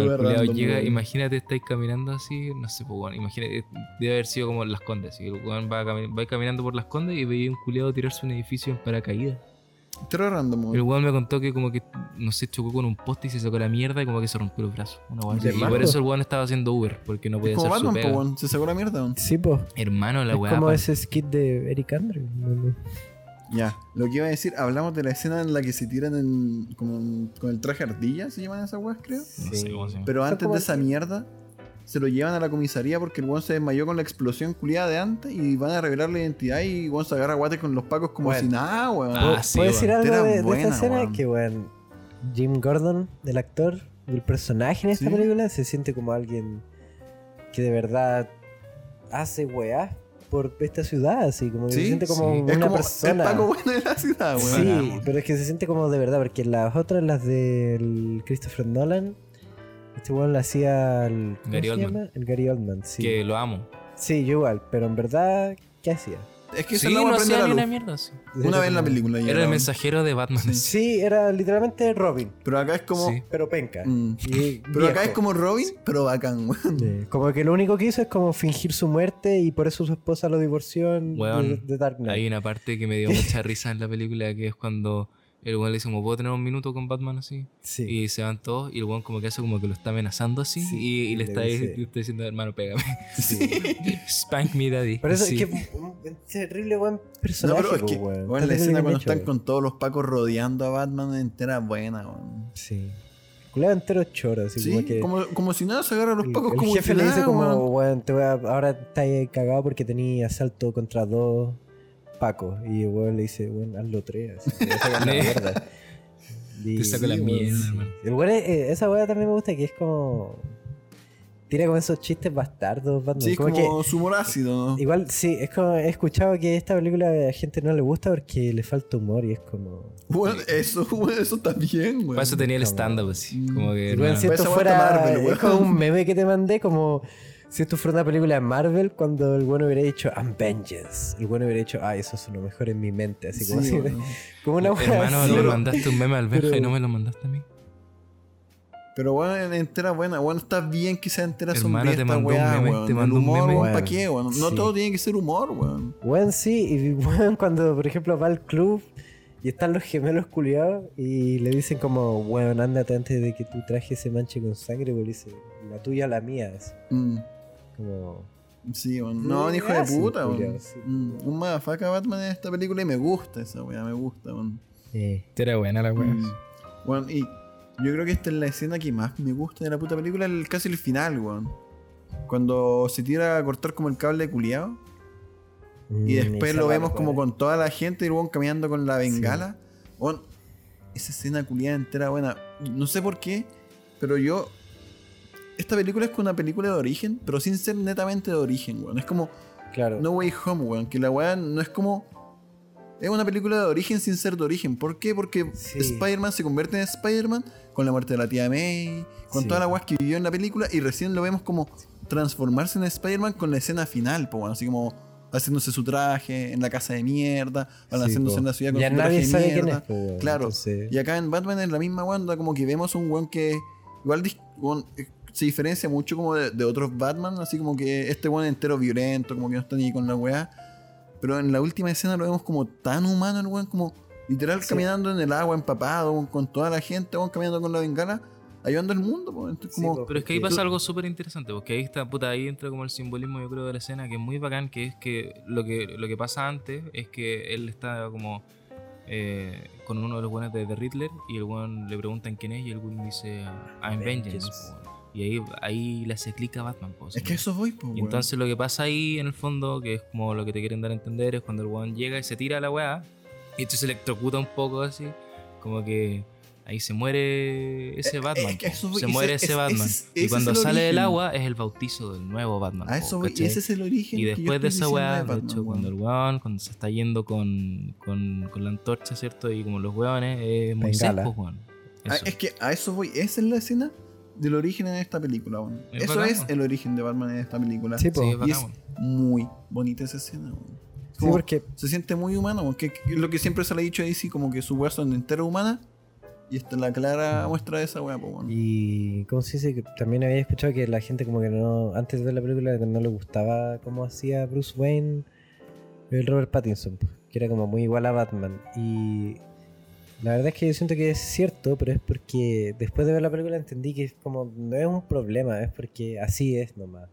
Speaker 3: Lo
Speaker 2: el
Speaker 3: veo
Speaker 2: culiao
Speaker 3: random,
Speaker 2: llega,
Speaker 3: weón.
Speaker 2: imagínate, estáis caminando así, no sé, pues bueno, imagínate, debe haber sido como en las condes, así, el weón va, cami- va caminando por las condes y veía un culiado tirarse un edificio en paracaídas.
Speaker 3: Tiro random,
Speaker 2: El
Speaker 3: weón.
Speaker 2: weón me contó que como que, no sé, chocó con un poste y se sacó la mierda y como que se rompió el brazo. Una weá así.
Speaker 1: ¿De
Speaker 2: y
Speaker 1: marco?
Speaker 2: por eso el weón estaba haciendo Uber, porque no podía
Speaker 3: Como
Speaker 2: hacer
Speaker 3: Batman,
Speaker 2: su
Speaker 3: po,
Speaker 2: pega.
Speaker 3: weón. Se sacó la mierda, weón.
Speaker 1: Sí, po.
Speaker 2: Hermano, la
Speaker 1: Es
Speaker 2: weá.
Speaker 1: como
Speaker 2: pa-
Speaker 1: ese skit de Eric Andre.
Speaker 3: Ya. Lo que iba a decir, hablamos de la escena en la que se tiran en, como en- con el traje ardilla, se llaman esas weas, creo.
Speaker 2: No sé cómo se llama.
Speaker 3: Pero
Speaker 1: Son
Speaker 3: antes
Speaker 1: como-
Speaker 3: de esa mierda, se lo llevan a la comisaría porque el weón se desmayó con la explosión culiada de antes y van a revelar la identidad y weón se agarra guate con los pacos como
Speaker 1: Bueno.
Speaker 3: si nada, weón.
Speaker 2: Ah, sí,
Speaker 1: ¿Puedo
Speaker 2: weón.
Speaker 1: decir algo
Speaker 3: Era
Speaker 1: de, de
Speaker 3: buena,
Speaker 1: esta escena?
Speaker 3: weón.
Speaker 1: Que, weón, Jim Gordon, el actor, el personaje en esta
Speaker 3: Sí.
Speaker 1: película, se siente como alguien que de verdad hace weá por esta ciudad, así, como que
Speaker 3: Sí,
Speaker 1: se siente como
Speaker 2: sí.
Speaker 3: es
Speaker 1: una
Speaker 3: como
Speaker 1: persona.
Speaker 3: el paco Ah, bueno de la ciudad, weón.
Speaker 1: Sí,
Speaker 2: Bueno,
Speaker 1: pero es que se siente como de verdad, porque las otras, las del Christopher Nolan, este weón la hacía el ¿cómo
Speaker 2: Gary
Speaker 1: se
Speaker 2: Oldman.
Speaker 1: llama? El Gary Oldman, sí.
Speaker 2: Que lo amo.
Speaker 1: Sí, yo igual, pero en verdad, ¿qué hacía?
Speaker 3: Es que esa
Speaker 2: Sí,
Speaker 3: la
Speaker 2: no
Speaker 3: aprende
Speaker 2: hacía
Speaker 3: la
Speaker 2: ni
Speaker 3: luz.
Speaker 2: una mierda. sí.
Speaker 3: Una vez en la película. ya,
Speaker 2: Era el
Speaker 3: weón.
Speaker 2: mensajero de Batman. Sí.
Speaker 1: Sí, era literalmente Robin,
Speaker 3: Pero acá es como.
Speaker 2: Sí.
Speaker 1: pero penca.
Speaker 3: Mm.
Speaker 1: Y
Speaker 3: Pero acá
Speaker 1: viejo.
Speaker 3: es como Robin, pero bacán, weón.
Speaker 1: Sí, Como que lo único que hizo es como fingir su muerte y por eso su esposa lo divorció en
Speaker 2: Weón,
Speaker 1: de, de Dark
Speaker 2: Hay
Speaker 1: Knight.
Speaker 2: una parte que me dio mucha risa en la película que es cuando el weón le dice como, ¿puedo tener un minuto con Batman así?
Speaker 1: Sí.
Speaker 2: Y se van todos y el weón como que hace como que lo está amenazando así
Speaker 1: Sí,
Speaker 2: y, y
Speaker 1: y le
Speaker 2: le está,
Speaker 1: dice-
Speaker 2: y está diciendo, hermano, pégame.
Speaker 3: Sí.
Speaker 2: Spank me, daddy.
Speaker 1: Por eso
Speaker 2: Sí.
Speaker 1: es que un- un terrible buen
Speaker 3: No,
Speaker 1: personaje.
Speaker 3: pero es que,
Speaker 1: po, weón.
Speaker 3: weón,
Speaker 1: Está
Speaker 3: la
Speaker 1: terrible
Speaker 3: escena
Speaker 1: bien
Speaker 3: cuando
Speaker 1: hecho,
Speaker 3: están
Speaker 1: weón.
Speaker 3: con todos los pacos rodeando a Batman entera buena, weón.
Speaker 1: Sí. Culeo entero choro, así
Speaker 3: Sí,
Speaker 1: como que.
Speaker 3: como, como si nada se agarra a los
Speaker 1: el-
Speaker 3: pacos
Speaker 1: el,
Speaker 3: como
Speaker 1: jefe
Speaker 3: si
Speaker 1: le dice
Speaker 3: nada,
Speaker 1: como,
Speaker 3: weón.
Speaker 1: weón, te voy a- ahora estás cagado porque tenía asalto contra dos pacos. Y el weón le dice, weón, hazlo tres. así, te voy a sacar la mierda. Y-
Speaker 2: Te saco la
Speaker 1: weón,
Speaker 2: mierda,
Speaker 1: sí.
Speaker 2: hermano.
Speaker 1: El weón es- eh, esa weá también me gusta que es como. Tira con esos chistes bastardos, Batman.
Speaker 3: Sí, es
Speaker 1: como que-
Speaker 3: como su humor ácido, ¿no?
Speaker 1: Igual, sí, es como, he escuchado que esta película a la gente no le gusta porque le falta humor y es como...
Speaker 3: Weón, eso, weón, eso también, weón.
Speaker 2: Para eso tenía el
Speaker 1: como-
Speaker 2: stand-up así.
Speaker 3: Mm.
Speaker 2: Como que.
Speaker 1: Si, weón,
Speaker 2: hermano,
Speaker 1: si
Speaker 3: Pues
Speaker 1: esto
Speaker 3: esa weá
Speaker 1: fuera
Speaker 3: está Marvel,
Speaker 1: es como
Speaker 3: weón.
Speaker 1: un meme que te mandé, como si esto fuera una película de Marvel, cuando el bueno hubiera dicho I'm Vengeance, el bueno hubiera dicho, ay, eso es lo mejor en mi mente, así como,
Speaker 3: Sí,
Speaker 1: así-
Speaker 3: weón.
Speaker 1: como una weá
Speaker 2: Hermano,
Speaker 1: así.
Speaker 2: le
Speaker 3: pero-
Speaker 2: mandaste un meme al Benja y
Speaker 1: pero-
Speaker 2: no me lo mandaste a mí.
Speaker 3: Pero bueno, entera buena, bueno, está bien que sea entera
Speaker 2: Hermano,
Speaker 3: sombría
Speaker 2: te
Speaker 3: esta
Speaker 2: mandó un
Speaker 3: weá,
Speaker 2: meme,
Speaker 3: weón.
Speaker 2: te
Speaker 3: El
Speaker 2: mandó un
Speaker 3: humor,
Speaker 2: meme.
Speaker 3: weón, ¿pa'
Speaker 1: Weón,
Speaker 3: qué, weón? No
Speaker 1: sí.
Speaker 3: todo tiene que ser humor, weón.
Speaker 1: Weón, sí, y weón, cuando por ejemplo va al club y están los gemelos culiados y le dicen como, weón, ándate antes de que tu traje se manche con sangre, weón, dice, la tuya, la mía, así,
Speaker 3: Mm,
Speaker 1: como...
Speaker 3: Sí, weón. No, un
Speaker 1: Sí,
Speaker 3: hijo de
Speaker 1: ah, sí,
Speaker 3: puta, weón.
Speaker 1: culiao, sí.
Speaker 3: Mm, Un madafaca Batman en esta película y me gusta esa weá, me gusta, weón.
Speaker 1: eh.
Speaker 2: Era buena la weá.
Speaker 3: Mm. Weón, y yo creo que esta es la escena que más me gusta de la puta película, el- casi el final, weón. Cuando se tira a cortar como el cable culiado. Y
Speaker 1: Mm,
Speaker 3: después lo vemos como con toda la gente y luego caminando con la bengala. Weón, esa escena culiada entera buena. No sé por qué, pero yo. Esta película es como una película de origen, pero sin ser netamente de origen, weón. Es como
Speaker 1: Claro.
Speaker 3: No Way Home, weón. Que la weá no es como. Es una película de origen sin ser de origen. ¿Por qué? Porque
Speaker 1: Sí.
Speaker 3: Spider-Man se convierte en Spider-Man con la muerte de la tía May, con
Speaker 5: Sí.
Speaker 3: toda la weá que vivió en la película y recién lo vemos como transformarse en Spider-Man con la escena final, po, weón. Así como haciéndose su traje en la casa de mierda, balanceándose
Speaker 5: po.
Speaker 3: en la ciudad con
Speaker 1: Ya
Speaker 3: su traje
Speaker 1: nadie
Speaker 3: de
Speaker 1: sabe quién
Speaker 3: mierda.
Speaker 1: es. po, weón.
Speaker 3: Claro.
Speaker 1: Entonces,
Speaker 3: Y acá en Batman es la misma onda, como que vemos un weón que igual dis- weón, eh, se diferencia mucho como de, de otros Batman, así como que este weón es entero violento, como que no está ni con la weá. Pero en la última escena lo vemos como tan humano el weón, como literal caminando en el agua, empapado, weón, con toda la gente, weón, caminando con la bengala, ayudando al mundo, weón. Entonces,
Speaker 1: Sí,
Speaker 3: como,
Speaker 1: po.
Speaker 2: Pero es que ahí
Speaker 1: Tú-
Speaker 2: pasa algo súper interesante, porque ahí está, puta, ahí entra como el simbolismo, yo creo, de la escena, que es muy bacán, que es que lo que, lo que pasa antes es que él está como eh, con uno de los buenos de, de Riddler y el weón le preguntan quién es y el weón dice, I'm Vengeance.
Speaker 5: Vengeance.
Speaker 2: po, weón. Y ahí, ahí le hace clic a Batman. po,
Speaker 3: es
Speaker 2: así
Speaker 3: que a eso voy, po,
Speaker 2: Y
Speaker 3: weón.
Speaker 2: entonces lo que pasa ahí, en el fondo, que es como lo que te quieren dar a entender, es cuando el weón llega y se tira a la weá, y entonces se electrocuta un poco así, como que ahí se muere ese Batman.
Speaker 3: Eh, es que a
Speaker 2: po.
Speaker 3: eso voy,
Speaker 2: se
Speaker 3: ese-
Speaker 2: muere ese,
Speaker 3: ese-
Speaker 2: Batman.
Speaker 3: ese-
Speaker 2: y
Speaker 3: ese
Speaker 2: cuando
Speaker 3: es el
Speaker 2: sale del
Speaker 3: origen.
Speaker 2: agua es el bautizo del nuevo Batman.
Speaker 3: a
Speaker 2: po,
Speaker 3: eso voy, y
Speaker 2: ¿cachai?
Speaker 3: ese es el origen.
Speaker 2: Y
Speaker 3: que yo
Speaker 2: después de
Speaker 3: estoy
Speaker 2: esa
Speaker 3: diciendo
Speaker 2: weá,
Speaker 3: de
Speaker 2: de,
Speaker 3: Batman,
Speaker 2: hecho,
Speaker 3: weón.
Speaker 2: cuando el weón, cuando se está yendo con, con, con la antorcha, ¿cierto? Y como los weones, eh, es muy
Speaker 1: Bengala.
Speaker 2: seco, weón.
Speaker 3: Ah,
Speaker 2: Eso.
Speaker 3: es que a eso voy. Esa es la escena del origen en esta película. weón.
Speaker 2: Es
Speaker 3: Eso
Speaker 2: bacán,
Speaker 3: es
Speaker 2: weón.
Speaker 3: el origen de Batman en esta película.
Speaker 1: Sí, po.
Speaker 2: Sí, es
Speaker 3: y
Speaker 2: bacán,
Speaker 3: es
Speaker 2: weón.
Speaker 3: muy bonita esa escena. weón.
Speaker 1: Sí,
Speaker 3: Como
Speaker 1: porque
Speaker 3: Se siente muy humano. weón, Que, que lo que siempre se le ha dicho a DC, como que su weá son entera humana. Y esta es la clara muestra de esa weá. po, weón.
Speaker 1: Y cómo se dice, que también había escuchado que la gente como que no, antes de ver la película no le gustaba cómo hacía Bruce Wayne el Robert Pattinson, que era como muy igual a Batman. Y la verdad es que yo siento que es cierto, pero es porque después de ver la película entendí que es como, no es un problema, es porque así es nomás.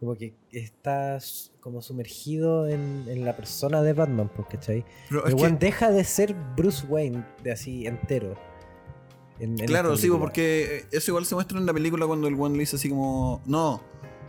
Speaker 1: Como que estás como sumergido en, en la persona de Batman, pues, ¿cachai?
Speaker 3: Pero
Speaker 1: El
Speaker 3: es
Speaker 1: weón
Speaker 3: que,
Speaker 1: deja de ser Bruce Wayne de así entero. en- en
Speaker 3: claro,
Speaker 1: esta
Speaker 3: sí,
Speaker 1: película.
Speaker 3: weón, porque eso igual se muestra en la película cuando el weón le dice así como. No.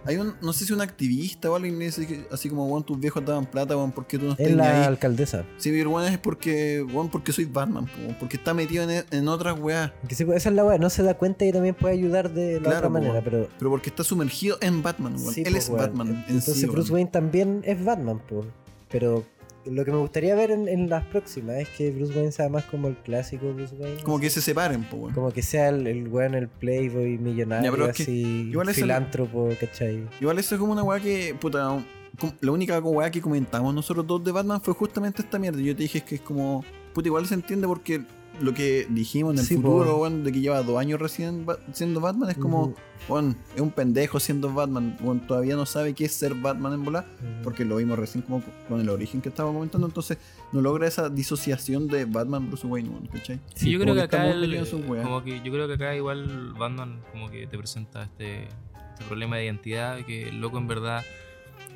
Speaker 3: Hay un, no sé si un activista o alguien le dice que- así como, weón, tus viejos daban plata, weón, ¿por qué tú no estás
Speaker 1: Es
Speaker 3: ni
Speaker 1: la
Speaker 3: ahí?
Speaker 1: alcaldesa.
Speaker 3: Sí, pero bueno, es porque, bueno, porque soy Batman, po, weón, porque está metido en, en otras weas,
Speaker 1: Que sí, pues, esa es la weá, no se da cuenta y también puede ayudar de la
Speaker 3: Claro,
Speaker 1: otra
Speaker 3: po,
Speaker 1: manera,
Speaker 3: weón.
Speaker 1: pero.
Speaker 3: pero porque está sumergido en Batman, weón.
Speaker 1: sí,
Speaker 3: Él
Speaker 1: po,
Speaker 3: es
Speaker 1: weón.
Speaker 3: Batman en
Speaker 1: Entonces
Speaker 3: sí,
Speaker 1: Bruce
Speaker 3: weón.
Speaker 1: Wayne también es Batman, po. Pero lo que me gustaría ver en, en las próximas es que Bruce Wayne sea más como el clásico Bruce Wayne.
Speaker 3: Como
Speaker 1: así.
Speaker 3: que se separen, po, weón.
Speaker 1: Como que sea el, el weón, el playboy millonario,
Speaker 3: Ya, pero es que
Speaker 1: así,
Speaker 3: igual es el-
Speaker 1: filántropo, ¿cachai?
Speaker 3: Igual eso es como una wea que, puta, un- com- la única wea que comentamos nosotros dos de Batman fue justamente esta mierda. Yo te dije que es como, puta, igual se entiende porque lo que dijimos en el
Speaker 1: Sí, po.
Speaker 3: futuro, weón, de que lleva dos años recién ba- siendo Batman, es como,
Speaker 1: Ujú.
Speaker 3: weón, es un pendejo siendo Batman, weón, todavía no sabe qué es ser Batman en volar. porque lo vimos recién como con el origen que estaba comentando, entonces no logra esa disociación de Batman Bruce Wayne, weón, ¿cachai?
Speaker 2: Sí, yo
Speaker 3: como
Speaker 2: creo que
Speaker 3: que
Speaker 2: acá
Speaker 3: estamos
Speaker 2: el-
Speaker 3: peleados sus weas.
Speaker 2: como que yo creo que acá igual Batman como que te presenta este, este problema de identidad que el loco en verdad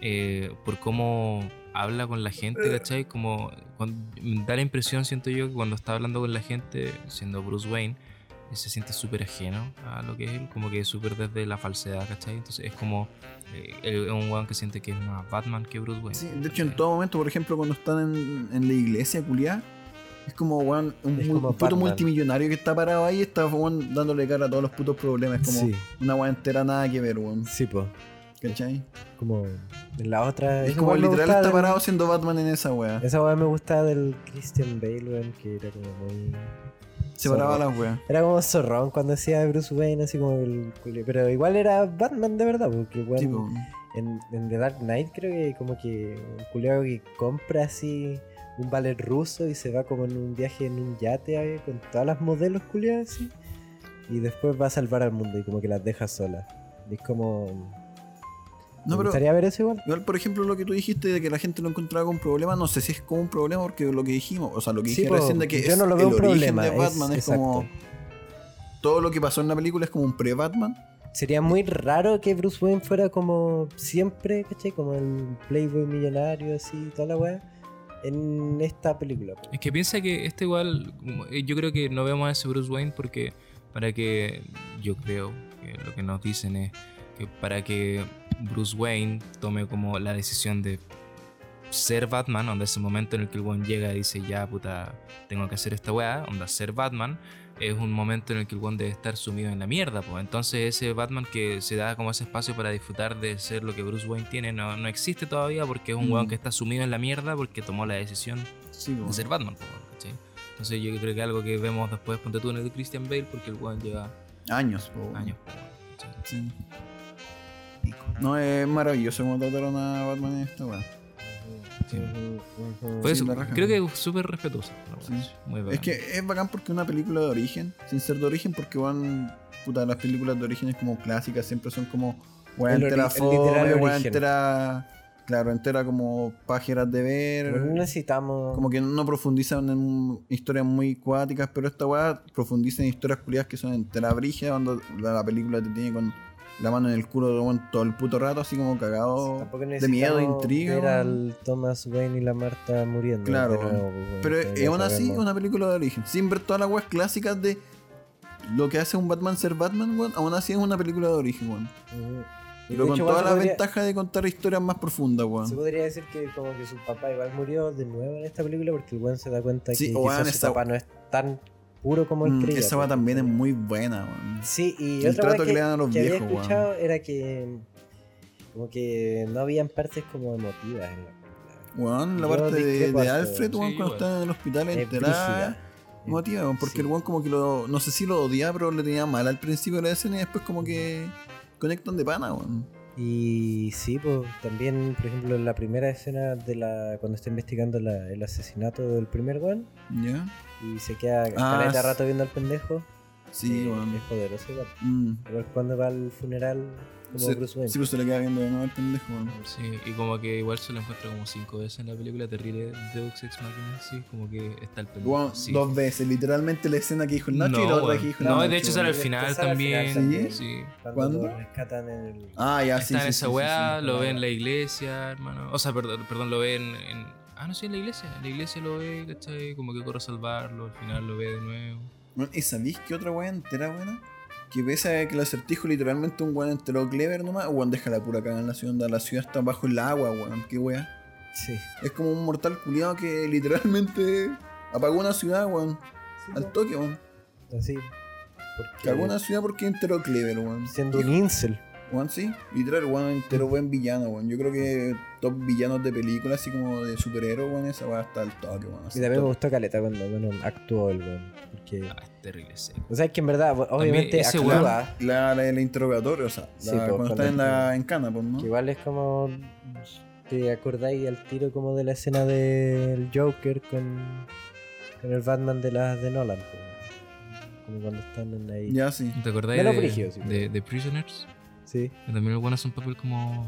Speaker 2: eh, por cómo habla con la gente, ¿cachai? Como cuan- da la impresión siento yo que cuando está hablando con la gente siendo Bruce Wayne eh, se siente súper ajeno a lo que es él, como que súper desde la falsedad, ¿cachai? Entonces es como eh, el- es un weón que siente que es más Batman que Bruce Wayne.
Speaker 3: Sí, de hecho, en
Speaker 2: ¿cachai?
Speaker 3: todo momento, por ejemplo, cuando están en, en la iglesia culiá, es como weón, un
Speaker 1: Es
Speaker 3: mu-
Speaker 1: como
Speaker 3: puto
Speaker 1: Batman.
Speaker 3: multimillonario que está parado ahí, está weón, dándole cara a todos los putos problemas, es como
Speaker 1: Sí,
Speaker 3: una weá entera nada que ver, weón,
Speaker 1: sí, po.
Speaker 3: ¿cachai?
Speaker 1: Como en la otra.
Speaker 3: Es
Speaker 1: esa
Speaker 3: como
Speaker 1: weá Ah, me
Speaker 3: literal
Speaker 1: gustaba
Speaker 3: está
Speaker 1: del-
Speaker 3: parado siendo Batman en esa weá.
Speaker 1: Esa weá me gusta del Christian Bale, weón, que era como muy.
Speaker 3: Se paraba
Speaker 1: Sorry.
Speaker 3: las weas.
Speaker 1: Era como zorrón cuando decía de Bruce Wayne, así como el culi- Pero igual era Batman de verdad, porque el weón
Speaker 3: Sí, po.
Speaker 1: en, en The Dark Knight creo que como que un culeo que compra así un ballet ruso y se va como en un viaje en un yate eh, con todas las modelos culeadas así. Y después va a salvar al mundo y como que las deja solas. Y es como...
Speaker 3: No,
Speaker 1: me
Speaker 3: pero
Speaker 1: gustaría ver eso igual.
Speaker 3: Igual, por ejemplo, lo que tú dijiste de que la gente lo encontraba con problemas, no sé si es como un problema porque lo que dijimos, o sea, lo que
Speaker 1: Sí,
Speaker 3: dije
Speaker 1: po,
Speaker 3: recién de que
Speaker 1: yo
Speaker 3: es
Speaker 1: no lo veo
Speaker 3: el
Speaker 1: un
Speaker 3: origen
Speaker 1: problema,
Speaker 3: de
Speaker 1: es-
Speaker 3: Batman es, como
Speaker 1: exacto.
Speaker 3: todo lo que pasó en la película es como un pre-Batman.
Speaker 1: Sería muy raro que Bruce Wayne fuera como siempre, ¿cachai? Como el playboy millonario así, toda la weá. En esta película.
Speaker 2: Es que piensa que este igual, como- eh, yo creo que no vemos a ese Bruce Wayne porque para que, yo creo que lo que nos dicen es que para que Bruce Wayne tome como la decisión de ser Batman, onda ese momento en el que el weón llega y dice, ya puta, tengo que hacer esta weá, onda ser Batman, es un momento en el que el weón debe estar sumido en la mierda, pues. Entonces ese Batman que se da como ese espacio para disfrutar de ser lo que Bruce Wayne tiene, no, no existe todavía porque es un
Speaker 3: Mm.
Speaker 2: weón que está sumido en la mierda porque tomó la decisión
Speaker 3: Sí, po.
Speaker 2: de ser Batman, pues, weón, ¿cachai? Entonces yo creo que algo que vemos después, ponte tú en el de Christian Bale, porque el weón lleva
Speaker 3: Años, po.
Speaker 2: años, pues, weón, ¿cachai?
Speaker 3: Sí. No, es maravilloso cómo trataron a Batman en esta weá.
Speaker 2: Sí.
Speaker 1: Ujú.
Speaker 2: Fue
Speaker 3: Sí,
Speaker 2: su-
Speaker 3: la raja.
Speaker 2: creo que súper respetuoso. la weá,
Speaker 3: Sí.
Speaker 2: Muy bacán.
Speaker 3: Es que es bacán porque una película de origen, sin ser de origen, porque van. Puta, las películas de origen es como clásicas, siempre son como. Weá
Speaker 1: El ori-
Speaker 3: entera
Speaker 1: el
Speaker 3: fome,
Speaker 1: literal
Speaker 3: weá
Speaker 1: origen.
Speaker 3: entera. Claro, entera como páginas de ver.
Speaker 1: No necesitamos.
Speaker 3: Como que no profundizan en historias muy cuáticas, pero esta weá profundiza en historias culiadas que son entera brigia, cuando la, la película te tiene con la mano en el culo weón, todo el puto rato, así como cagado
Speaker 1: Tampoco
Speaker 3: de miedo,
Speaker 1: necesitamos
Speaker 3: intriga.
Speaker 1: Ver
Speaker 3: weón.
Speaker 1: al Thomas Wayne y la Marta muriendo.
Speaker 3: Claro,
Speaker 1: de nuevo, weón,
Speaker 3: Pero
Speaker 1: que
Speaker 3: es
Speaker 1: ya
Speaker 3: aún así
Speaker 1: sabemos.
Speaker 3: una película de origen. Sin ver todas las weas clásicas de lo que hace un Batman ser Batman, weón, aún así es una película de origen, weón.
Speaker 1: Ujú. Y
Speaker 3: Pero
Speaker 1: de
Speaker 3: con
Speaker 1: hecho,
Speaker 3: toda
Speaker 1: igual
Speaker 3: la
Speaker 1: se podría-
Speaker 3: ventaja de contar historias más profundas, weón.
Speaker 1: Se podría decir que como que su papá igual murió de nuevo en esta película porque el weón se da cuenta
Speaker 3: Sí,
Speaker 1: que
Speaker 3: o weón,
Speaker 1: quizás su
Speaker 3: esa-
Speaker 1: papá no es tan puro como él
Speaker 3: Mm,
Speaker 1: creía.
Speaker 3: esa
Speaker 1: pues.
Speaker 3: wea también es muy buena, weón.
Speaker 1: Sí, y
Speaker 3: El
Speaker 1: otra
Speaker 3: trato
Speaker 1: weá
Speaker 3: que le dan a los
Speaker 1: que había
Speaker 3: viejos, weón.
Speaker 1: escuchado era que como que no habían partes como emotivas en la película.
Speaker 3: Weón, la
Speaker 1: Yo
Speaker 3: parte de,
Speaker 1: discrepo
Speaker 3: de
Speaker 1: harto,
Speaker 3: Alfred,
Speaker 2: weón.
Speaker 3: weón,
Speaker 2: Sí,
Speaker 3: cuando
Speaker 2: weón.
Speaker 3: está en el hospital
Speaker 1: Es
Speaker 3: enterada.
Speaker 1: brígida.
Speaker 3: Emotiva, weón, porque
Speaker 1: Sí.
Speaker 3: el weón como que lo. No sé si lo odiaba, pero le tenía mal al principio de la escena y después como que conectan de pana, weón.
Speaker 1: Y sí, pues también, por ejemplo, en la primera escena de la cuando está investigando la- el asesinato del primer weón
Speaker 3: ¿Ya?
Speaker 1: y se queda
Speaker 3: Ah,
Speaker 1: careta
Speaker 3: sí.
Speaker 1: rato viendo al pendejo.
Speaker 3: Sí,
Speaker 1: eh,
Speaker 3: weón.
Speaker 1: Es poderoso igual.
Speaker 3: Mm.
Speaker 1: Igual cuando va al funeral como Bruce Wayne.
Speaker 3: Sí, pues se le queda viendo de nuevo al pendejo, weón.
Speaker 2: Sí, y como que igual se lo encuentra como cinco veces en la película terrible de Deus Ex Machina, sí, como que está el pendejo.
Speaker 3: Weón,
Speaker 2: sí.
Speaker 3: Dos veces, literalmente la escena que dijo el Nacho y la
Speaker 2: no,
Speaker 3: otra
Speaker 2: weón.
Speaker 3: que dijo el
Speaker 2: no,
Speaker 3: Nacho,
Speaker 2: de hecho
Speaker 3: weón.
Speaker 2: sale al
Speaker 1: Esto
Speaker 2: final
Speaker 1: sale al
Speaker 2: también.
Speaker 1: final también.
Speaker 2: Sí.
Speaker 1: cuando
Speaker 3: ¿Cuándo?
Speaker 1: lo rescatan en el...
Speaker 3: Ah, ya, sí.
Speaker 2: está en
Speaker 3: sí,
Speaker 2: esa
Speaker 3: sí, sí,
Speaker 2: weá,
Speaker 3: sí.
Speaker 2: lo ve en la iglesia, hermano. O sea, perdón, perdón lo ve en, en- Ah, no, sí, en la iglesia. En la iglesia lo ve, ¿cachai? Como que corre a salvarlo, al final lo ve de nuevo.
Speaker 3: Weón, ¿Y sabéis qué otra weá entera buena? Que pese a que el acertijo literalmente un weón entero clever nomás, weón deja la pura cagada en la ciudad, la ciudad está bajo el agua, weón, qué weá.
Speaker 1: Sí.
Speaker 3: Es como un mortal culiado que literalmente apagó una ciudad, weón, al toque, weón.
Speaker 1: Así. Porque
Speaker 3: Cagó una ciudad porque entero clever, weón.
Speaker 1: Siendo un incel.
Speaker 3: Weón, sí, literal, weón, entero buen villano, weón. Yo creo que top villanos de películas, así como de superhéroes, weón, esa weá está al toque, weón.
Speaker 1: Y
Speaker 3: así,
Speaker 1: también me
Speaker 3: top.
Speaker 1: gustó Caleta cuando bueno, actuó el weón. Porque.
Speaker 2: Ah, es terrible seco.
Speaker 1: O sea, es que en verdad, bueno,
Speaker 2: También
Speaker 1: obviamente
Speaker 2: ese
Speaker 1: actúa.
Speaker 3: La, la, la interrogatorio, o sea,
Speaker 1: Sí,
Speaker 3: la-
Speaker 1: pues,
Speaker 3: cuando
Speaker 1: cuando
Speaker 3: está en, la,
Speaker 1: está-
Speaker 3: en cana, pues, ¿no?
Speaker 1: Que igual es como. ¿Te acordáis al tiro como de la escena del Joker con. con el Batman de las de Nolan? pues. Como cuando están en ahí.
Speaker 3: Ya, sí.
Speaker 2: ¿Te acordáis
Speaker 1: Menos
Speaker 2: de,
Speaker 1: brígido, sí,
Speaker 2: de, de Prisoners?
Speaker 1: Sí.
Speaker 2: Que también el bueno hace un papel como.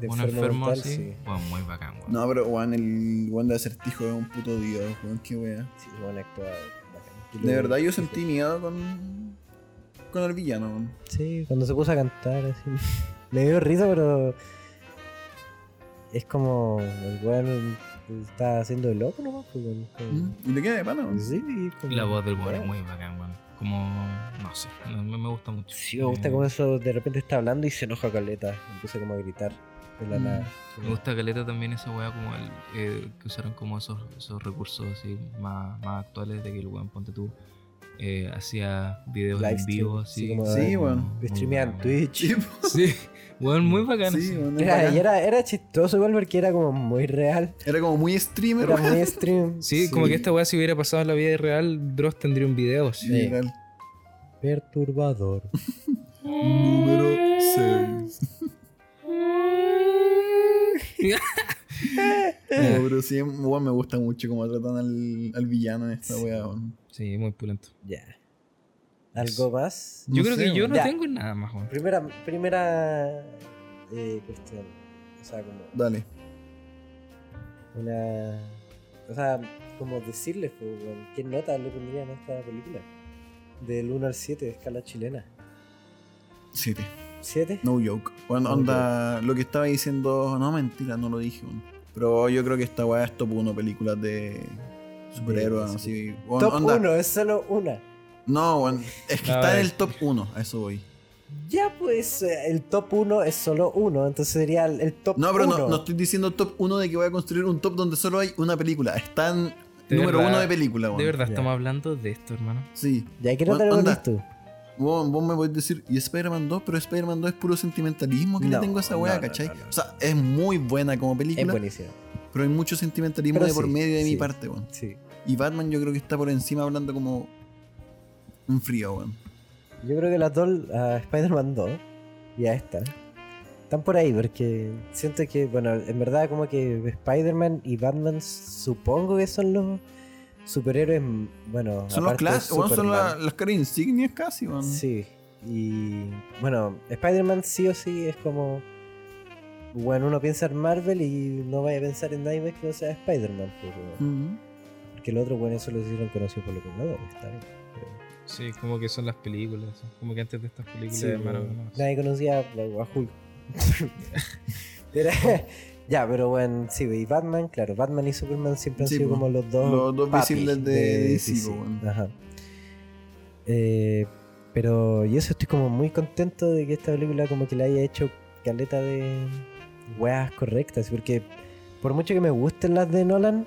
Speaker 1: De
Speaker 2: un
Speaker 1: enfermo
Speaker 2: enfermo
Speaker 1: mental,
Speaker 2: así.
Speaker 1: sí.
Speaker 2: Bueno, muy bacán, weón.
Speaker 3: No, pero, weón, el weón de acertijo es un puto dios, weón, qué weá.
Speaker 1: Sí, bueno, actúa. bacán. Y
Speaker 3: De
Speaker 1: luego-
Speaker 3: verdad, yo sentí miedo con. con el villano, weón.
Speaker 1: Sí, cuando se puso a cantar, así. Le dio risa, pero. Es como. El weón está haciendo el loco nomás, pues, weón, como-
Speaker 3: ¿Mm? Y le queda de pana, weón.
Speaker 1: Sí, y como-
Speaker 2: La voz del weón es
Speaker 1: weón.
Speaker 2: muy bacán, weón. Como. No sé, no- me, me gusta mucho.
Speaker 1: Sí, me gusta
Speaker 2: Eh,
Speaker 1: como eso. De repente está hablando y se enoja caleta. Empieza como a gritar de la
Speaker 3: Mm.
Speaker 1: nada.
Speaker 2: Me gusta Caleta también esa weá como el, eh, que usaron como esos, esos recursos así más, más actuales de que el weón ponte tú eh, hacía videos
Speaker 1: Live
Speaker 2: en vivo
Speaker 1: stream, sí,
Speaker 2: así.
Speaker 1: como-
Speaker 3: Sí, weón.
Speaker 2: muy
Speaker 1: Streamean
Speaker 2: bacán, weón.
Speaker 1: Twitch.
Speaker 3: Sí,
Speaker 2: Sí, weón, muy bacán.
Speaker 3: sí,
Speaker 2: así.
Speaker 3: weón, es
Speaker 1: Era,
Speaker 3: bacán.
Speaker 1: y era, era chistoso igual porque era como muy real.
Speaker 3: Era como muy streamer,
Speaker 1: Era
Speaker 3: weón.
Speaker 1: muy stream.
Speaker 2: Sí, como que esta weá si hubiera pasado en la vida real, Dross tendría un video así.
Speaker 1: Sí.
Speaker 3: Literal.
Speaker 1: Perturbador.
Speaker 3: Número 6. No, pero sí, weón, me gusta mucho cómo tratan al, al villano en esta
Speaker 1: Sí.
Speaker 3: weá, weón.
Speaker 2: Sí, muy pulento.
Speaker 1: Ya. ¿Algo más?
Speaker 3: No
Speaker 2: Yo creo
Speaker 3: sé,
Speaker 2: que yo
Speaker 3: weón.
Speaker 2: no
Speaker 1: Ya.
Speaker 2: tengo nada más, weón.
Speaker 1: Primera, primera eh, cuestión. O sea, como
Speaker 3: Dale.
Speaker 1: una. O sea, como decirles, pues, weón, ¿qué nota le pondrían a esta película? Del 1 al 7 de escala chilena.
Speaker 3: 7.
Speaker 1: ¿7?
Speaker 3: No joke. Bueno,
Speaker 1: No
Speaker 3: onda, lo que estaba diciendo. No, mentira, no lo dije, weón. Pero yo creo que esta weá es top 1 películas de superhéroes,
Speaker 1: De-
Speaker 3: así. Weón,
Speaker 1: Top
Speaker 3: onda.
Speaker 1: 1, es solo una.
Speaker 3: No, weón, es que
Speaker 2: A
Speaker 3: está en
Speaker 2: ver.
Speaker 3: el top 1, a eso voy.
Speaker 1: Ya, pues eh, el top 1 es solo uno, entonces sería el, el top 1.
Speaker 3: No, pero no, no estoy diciendo top 1 de que voy a construir un top donde solo hay una película. Están
Speaker 2: De
Speaker 3: número
Speaker 2: verdad,
Speaker 3: 1 de película, weón.
Speaker 2: De verdad,
Speaker 1: Ya.
Speaker 2: estamos hablando de esto, hermano.
Speaker 3: Sí.
Speaker 1: Ya que no te
Speaker 3: Onda,
Speaker 1: lo contás tú.
Speaker 3: Vos, vos me podés decir, y Spider-Man 2, pero Spider-Man 2 es puro sentimentalismo que
Speaker 1: No,
Speaker 3: le tengo a esa
Speaker 1: no,
Speaker 3: weá,
Speaker 1: no,
Speaker 3: ¿cachai?
Speaker 1: no, no.
Speaker 3: O sea, es muy buena como
Speaker 1: Es
Speaker 3: película,
Speaker 1: buenísimo.
Speaker 3: pero hay mucho sentimentalismo
Speaker 1: Pero
Speaker 3: de por
Speaker 1: sí,
Speaker 3: medio de mi
Speaker 1: sí.
Speaker 3: parte, weón.
Speaker 1: Sí.
Speaker 3: Y Batman yo creo que está por encima hablando como un frío, weón.
Speaker 1: Yo creo que las dos, a Spider-Man 2 y a esta, están por ahí, porque siento que, bueno, en verdad como que Spider-Man y Batman supongo que son los superhéroes, bueno,
Speaker 3: Son los
Speaker 1: aparte de
Speaker 3: clásicos, weón, son la-
Speaker 1: Superman.
Speaker 3: las caras insignias casi, weón.
Speaker 1: Sí, y bueno, Spider-Man sí o sí es como, bueno, uno piensa en Marvel y no vaya a pensar en nadie más que no sea Spider-Man, porque,
Speaker 3: Ujú.
Speaker 1: porque el otro, bueno, eso lo hicieron conocido por los pobladores, está bien.
Speaker 2: Sí, como que son las películas. ¿sí? Como que antes de estas películas
Speaker 1: Sí,
Speaker 2: de
Speaker 1: pero
Speaker 2: Marvel, ¿no?
Speaker 1: Nadie conocía a, a Hulk. Era- ya, pero bueno, sí, y Batman, claro, Batman y Superman siempre han
Speaker 3: Sí,
Speaker 1: sido
Speaker 3: po.
Speaker 1: como los dos.
Speaker 3: Los dos
Speaker 1: papis
Speaker 3: visibles de DC, po, weón.
Speaker 1: Ajá. Eh, pero, y eso estoy como muy contento de que esta película como que la haya hecho caleta de weas correctas, porque por mucho que me gusten las de Nolan,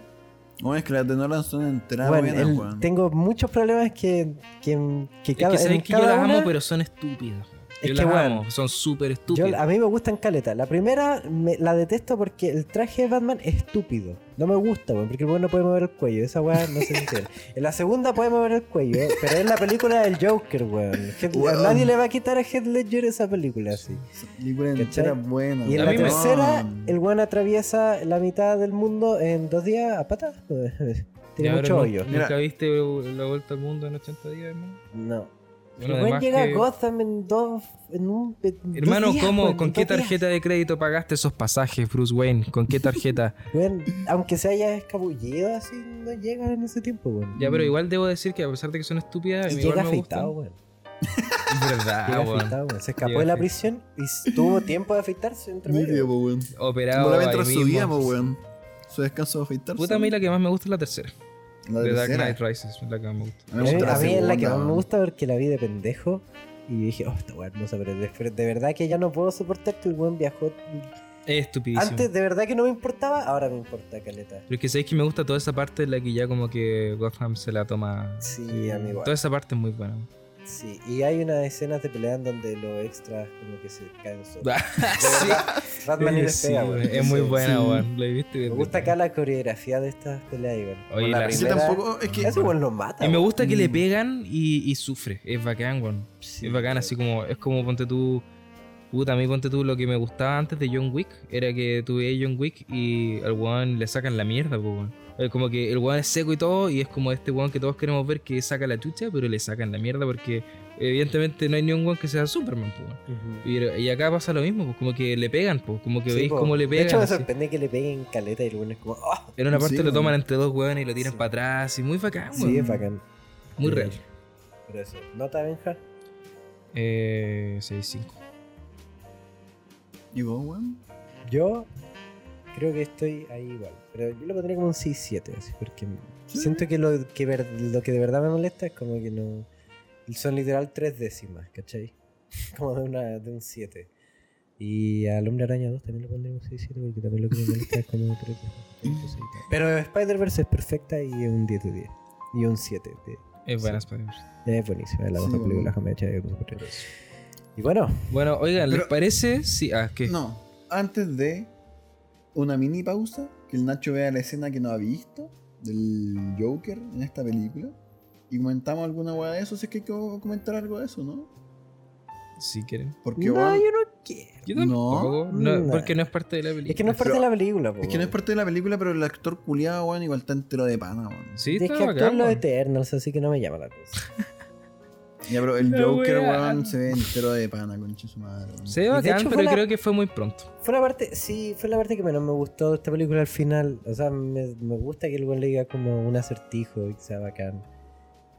Speaker 3: No, es que las de Nolan son enteradas
Speaker 1: bueno,
Speaker 3: buenas,
Speaker 1: el-
Speaker 3: weón.
Speaker 1: tengo muchos problemas que, que, que cada-
Speaker 2: es
Speaker 1: en
Speaker 2: que sabéis que yo
Speaker 1: cada
Speaker 2: las amo,
Speaker 1: una-
Speaker 2: pero son estúpidas.
Speaker 1: Es
Speaker 2: Yo
Speaker 1: que,
Speaker 2: las
Speaker 1: bueno,
Speaker 2: amo, son súper
Speaker 1: Yo-
Speaker 2: estúpidas.
Speaker 1: a mí me gustan caletas. La primera me- la detesto porque el traje de Batman es estúpido. No me gusta, weón, porque el weón no puede mover el cuello. Esa weá no se entiende. En la segunda puede mover el cuello, eh, pero es la película del Joker, weón. Heath-
Speaker 3: Weón.
Speaker 1: a nadie le va a quitar a Heath Ledger esa película así.
Speaker 3: Esa película
Speaker 1: ¿Cachai?
Speaker 3: entera buena,
Speaker 1: Y en
Speaker 2: A
Speaker 1: la
Speaker 2: mí me-
Speaker 1: tercera, el weón atraviesa la mitad del mundo en dos días a patas.
Speaker 2: Ya,
Speaker 1: Tiene
Speaker 2: pero
Speaker 1: mucho
Speaker 2: nu-
Speaker 1: hoyo.
Speaker 2: ¿Nunca
Speaker 3: Mira.
Speaker 2: viste la vuelta al mundo en 80 días, hermano?
Speaker 1: No. El
Speaker 2: Bueno,
Speaker 1: weón
Speaker 2: además
Speaker 1: llega
Speaker 2: que-
Speaker 1: a Gotham en dos. En un, en dos
Speaker 2: Hermano,
Speaker 1: días,
Speaker 2: ¿cómo?
Speaker 1: weón,
Speaker 2: ¿Con
Speaker 1: en
Speaker 2: qué
Speaker 1: dos días.
Speaker 2: tarjeta de crédito pagaste esos pasajes, Bruce Wayne? ¿Con qué tarjeta?
Speaker 1: Weón, aunque se haya escabullido así, no llega en ese tiempo, weón.
Speaker 2: ya, pero igual debo decir que a pesar de que son estúpidas,
Speaker 1: Y
Speaker 2: igual
Speaker 1: llega
Speaker 2: me
Speaker 1: afeitado,
Speaker 2: gustan.
Speaker 1: weón.
Speaker 2: Es
Speaker 1: Llega
Speaker 2: verdad, weón.
Speaker 1: afeitado, weón. Se escapó
Speaker 2: Llega
Speaker 1: de la
Speaker 2: afeitado.
Speaker 1: prisión y s- tuvo tiempo de afeitarse entre
Speaker 3: Nítido,
Speaker 1: medio.
Speaker 3: po, weón.
Speaker 2: Operado.
Speaker 3: Como la
Speaker 2: ahí
Speaker 3: mientras
Speaker 2: mismo.
Speaker 3: subía, po, weón. Su descanso de afeitarse.
Speaker 2: Puta, a mí la que más me gusta es la tercera.
Speaker 3: La
Speaker 2: The Dark
Speaker 3: tercera.
Speaker 2: Knight Rises, es la que más me gusta.
Speaker 3: A mí
Speaker 1: A
Speaker 3: me
Speaker 1: mí,
Speaker 3: gusta la
Speaker 1: Eh, a mí es la que
Speaker 3: segunda,
Speaker 1: más me
Speaker 3: weón.
Speaker 1: gusta porque la vi de pendejo. Y yo dije, oh, esta weá hermosa, pero de, pero de verdad que ya no puedo soportar que el weón viajó.
Speaker 2: Eh, Es estupidísimo.
Speaker 1: Antes de verdad que no me importaba, ahora me importa, caleta.
Speaker 2: Pero es que sabéis que me gusta toda esa parte en la que ya como que Gotham se la toma.
Speaker 1: Sí, a mí igual.
Speaker 2: Toda esa parte es muy buena. weón.
Speaker 1: Sí, y hay unas escenas de pelea en donde los extras como que se caen sobre.
Speaker 2: Sí.
Speaker 1: Batman y les
Speaker 2: Eh, Sí,
Speaker 1: pega,
Speaker 2: weón,
Speaker 1: weón.
Speaker 2: Es muy
Speaker 1: Sí.
Speaker 2: buena,
Speaker 3: Sí.
Speaker 2: weón. Lo he visto. y
Speaker 1: Me
Speaker 2: es
Speaker 1: gusta
Speaker 2: verdad.
Speaker 1: acá la coreografía de estas peleas, igual.
Speaker 2: Oye, la
Speaker 3: Sí,
Speaker 2: primera-
Speaker 3: tampoco. Es que.
Speaker 1: Ese weón lo mata.
Speaker 2: Y me
Speaker 1: weón.
Speaker 2: gusta que le
Speaker 3: Mm.
Speaker 2: pegan y, y sufre. Es bacán, weón.
Speaker 1: Sí,
Speaker 2: es bacán, así como. Es como ponte tú. Puta, a mí ponte tú lo que me gustaba antes de John Wick. Era que tú veías John Wick y al weón le sacan la mierda, po, weón. Eh, Como que el weón es seco y todo, y es como este weón que todos queremos ver que saca la chucha, pero le sacan la mierda porque evidentemente no hay ni un weón que sea Superman, po, weón.
Speaker 1: Ujú.
Speaker 2: Y, y acá pasa lo mismo, pues como que le pegan, pues como que
Speaker 1: Sí,
Speaker 2: veis
Speaker 1: po.
Speaker 2: cómo le pegan.
Speaker 1: De hecho, me
Speaker 2: así.
Speaker 1: sorprende que le peguen caleta y el weón es como. "Oh".
Speaker 2: En una parte
Speaker 3: Sí,
Speaker 2: lo
Speaker 3: weón.
Speaker 2: toman entre dos weones y lo tiran
Speaker 1: Sí.
Speaker 2: para atrás, y muy bacán,
Speaker 1: Sí,
Speaker 2: weón.
Speaker 1: es bacán.
Speaker 2: Muy
Speaker 1: Sí.
Speaker 2: real.
Speaker 1: Pero eso. ¿Nota, Benja?
Speaker 2: Eh, 6-5.
Speaker 3: ¿Y vos, weón?
Speaker 1: Yo creo que estoy ahí igual. Pero yo lo pondría como un 6-7, así, porque siento que lo que, ver- lo que de verdad me molesta es como que no. Son literal tres décimas, ¿cachai? Como de, una, de un 7. Y al Hombre Araña 2 también lo pondría un 6-7, porque también lo que me molesta es como tres décimas. Entonces, Pero Spider-Verse es perfecta y es un 10 de 10. Y un 7 de
Speaker 2: Es buena
Speaker 1: Sí.
Speaker 2: Spider-Man.
Speaker 1: Es buenísima, es la
Speaker 3: Sí,
Speaker 1: mejor
Speaker 3: bueno.
Speaker 1: película jamás hecha de un superhéroe. Y bueno,
Speaker 2: Bueno, oigan, ¿les
Speaker 3: Pero-
Speaker 2: parece? Sí, ah, ¿qué?
Speaker 3: No. Antes de una mini pausa, que el Nacho vea la escena que no ha visto del Joker en esta película. Y comentamos alguna weá de eso, si es que hay que comentar algo de eso, ¿no?
Speaker 2: Si quieren.
Speaker 3: Porque,
Speaker 1: no,
Speaker 3: weón,
Speaker 1: yo no quiero.
Speaker 2: Yo
Speaker 3: No.
Speaker 2: tampoco. No,
Speaker 1: No.
Speaker 2: porque no es parte de la película.
Speaker 1: Es que no es parte
Speaker 3: Pero-
Speaker 1: de la película, po,
Speaker 3: es que no es
Speaker 1: weón.
Speaker 3: parte de la película, pero el actor culiado, weón, igual está entero de pana, weón.
Speaker 2: Sí,
Speaker 1: Es
Speaker 2: está
Speaker 1: que actúan
Speaker 2: bacán,
Speaker 1: los
Speaker 2: weón.
Speaker 1: Eternals, así que no me llama la atención.
Speaker 3: Ya, pero el
Speaker 2: La
Speaker 3: Joker,
Speaker 2: weá.
Speaker 3: weón, se ve entero de pana, concha su madre. weón.
Speaker 2: Se ve
Speaker 1: Y de
Speaker 2: bacán,
Speaker 1: hecho fue
Speaker 2: pero
Speaker 1: la-
Speaker 2: creo que fue muy pronto.
Speaker 1: Fue la parte, sí, fue la parte que menos me gustó de esta película al final. O sea, me, me gusta que el weón le diga como un acertijo y que sea bacán.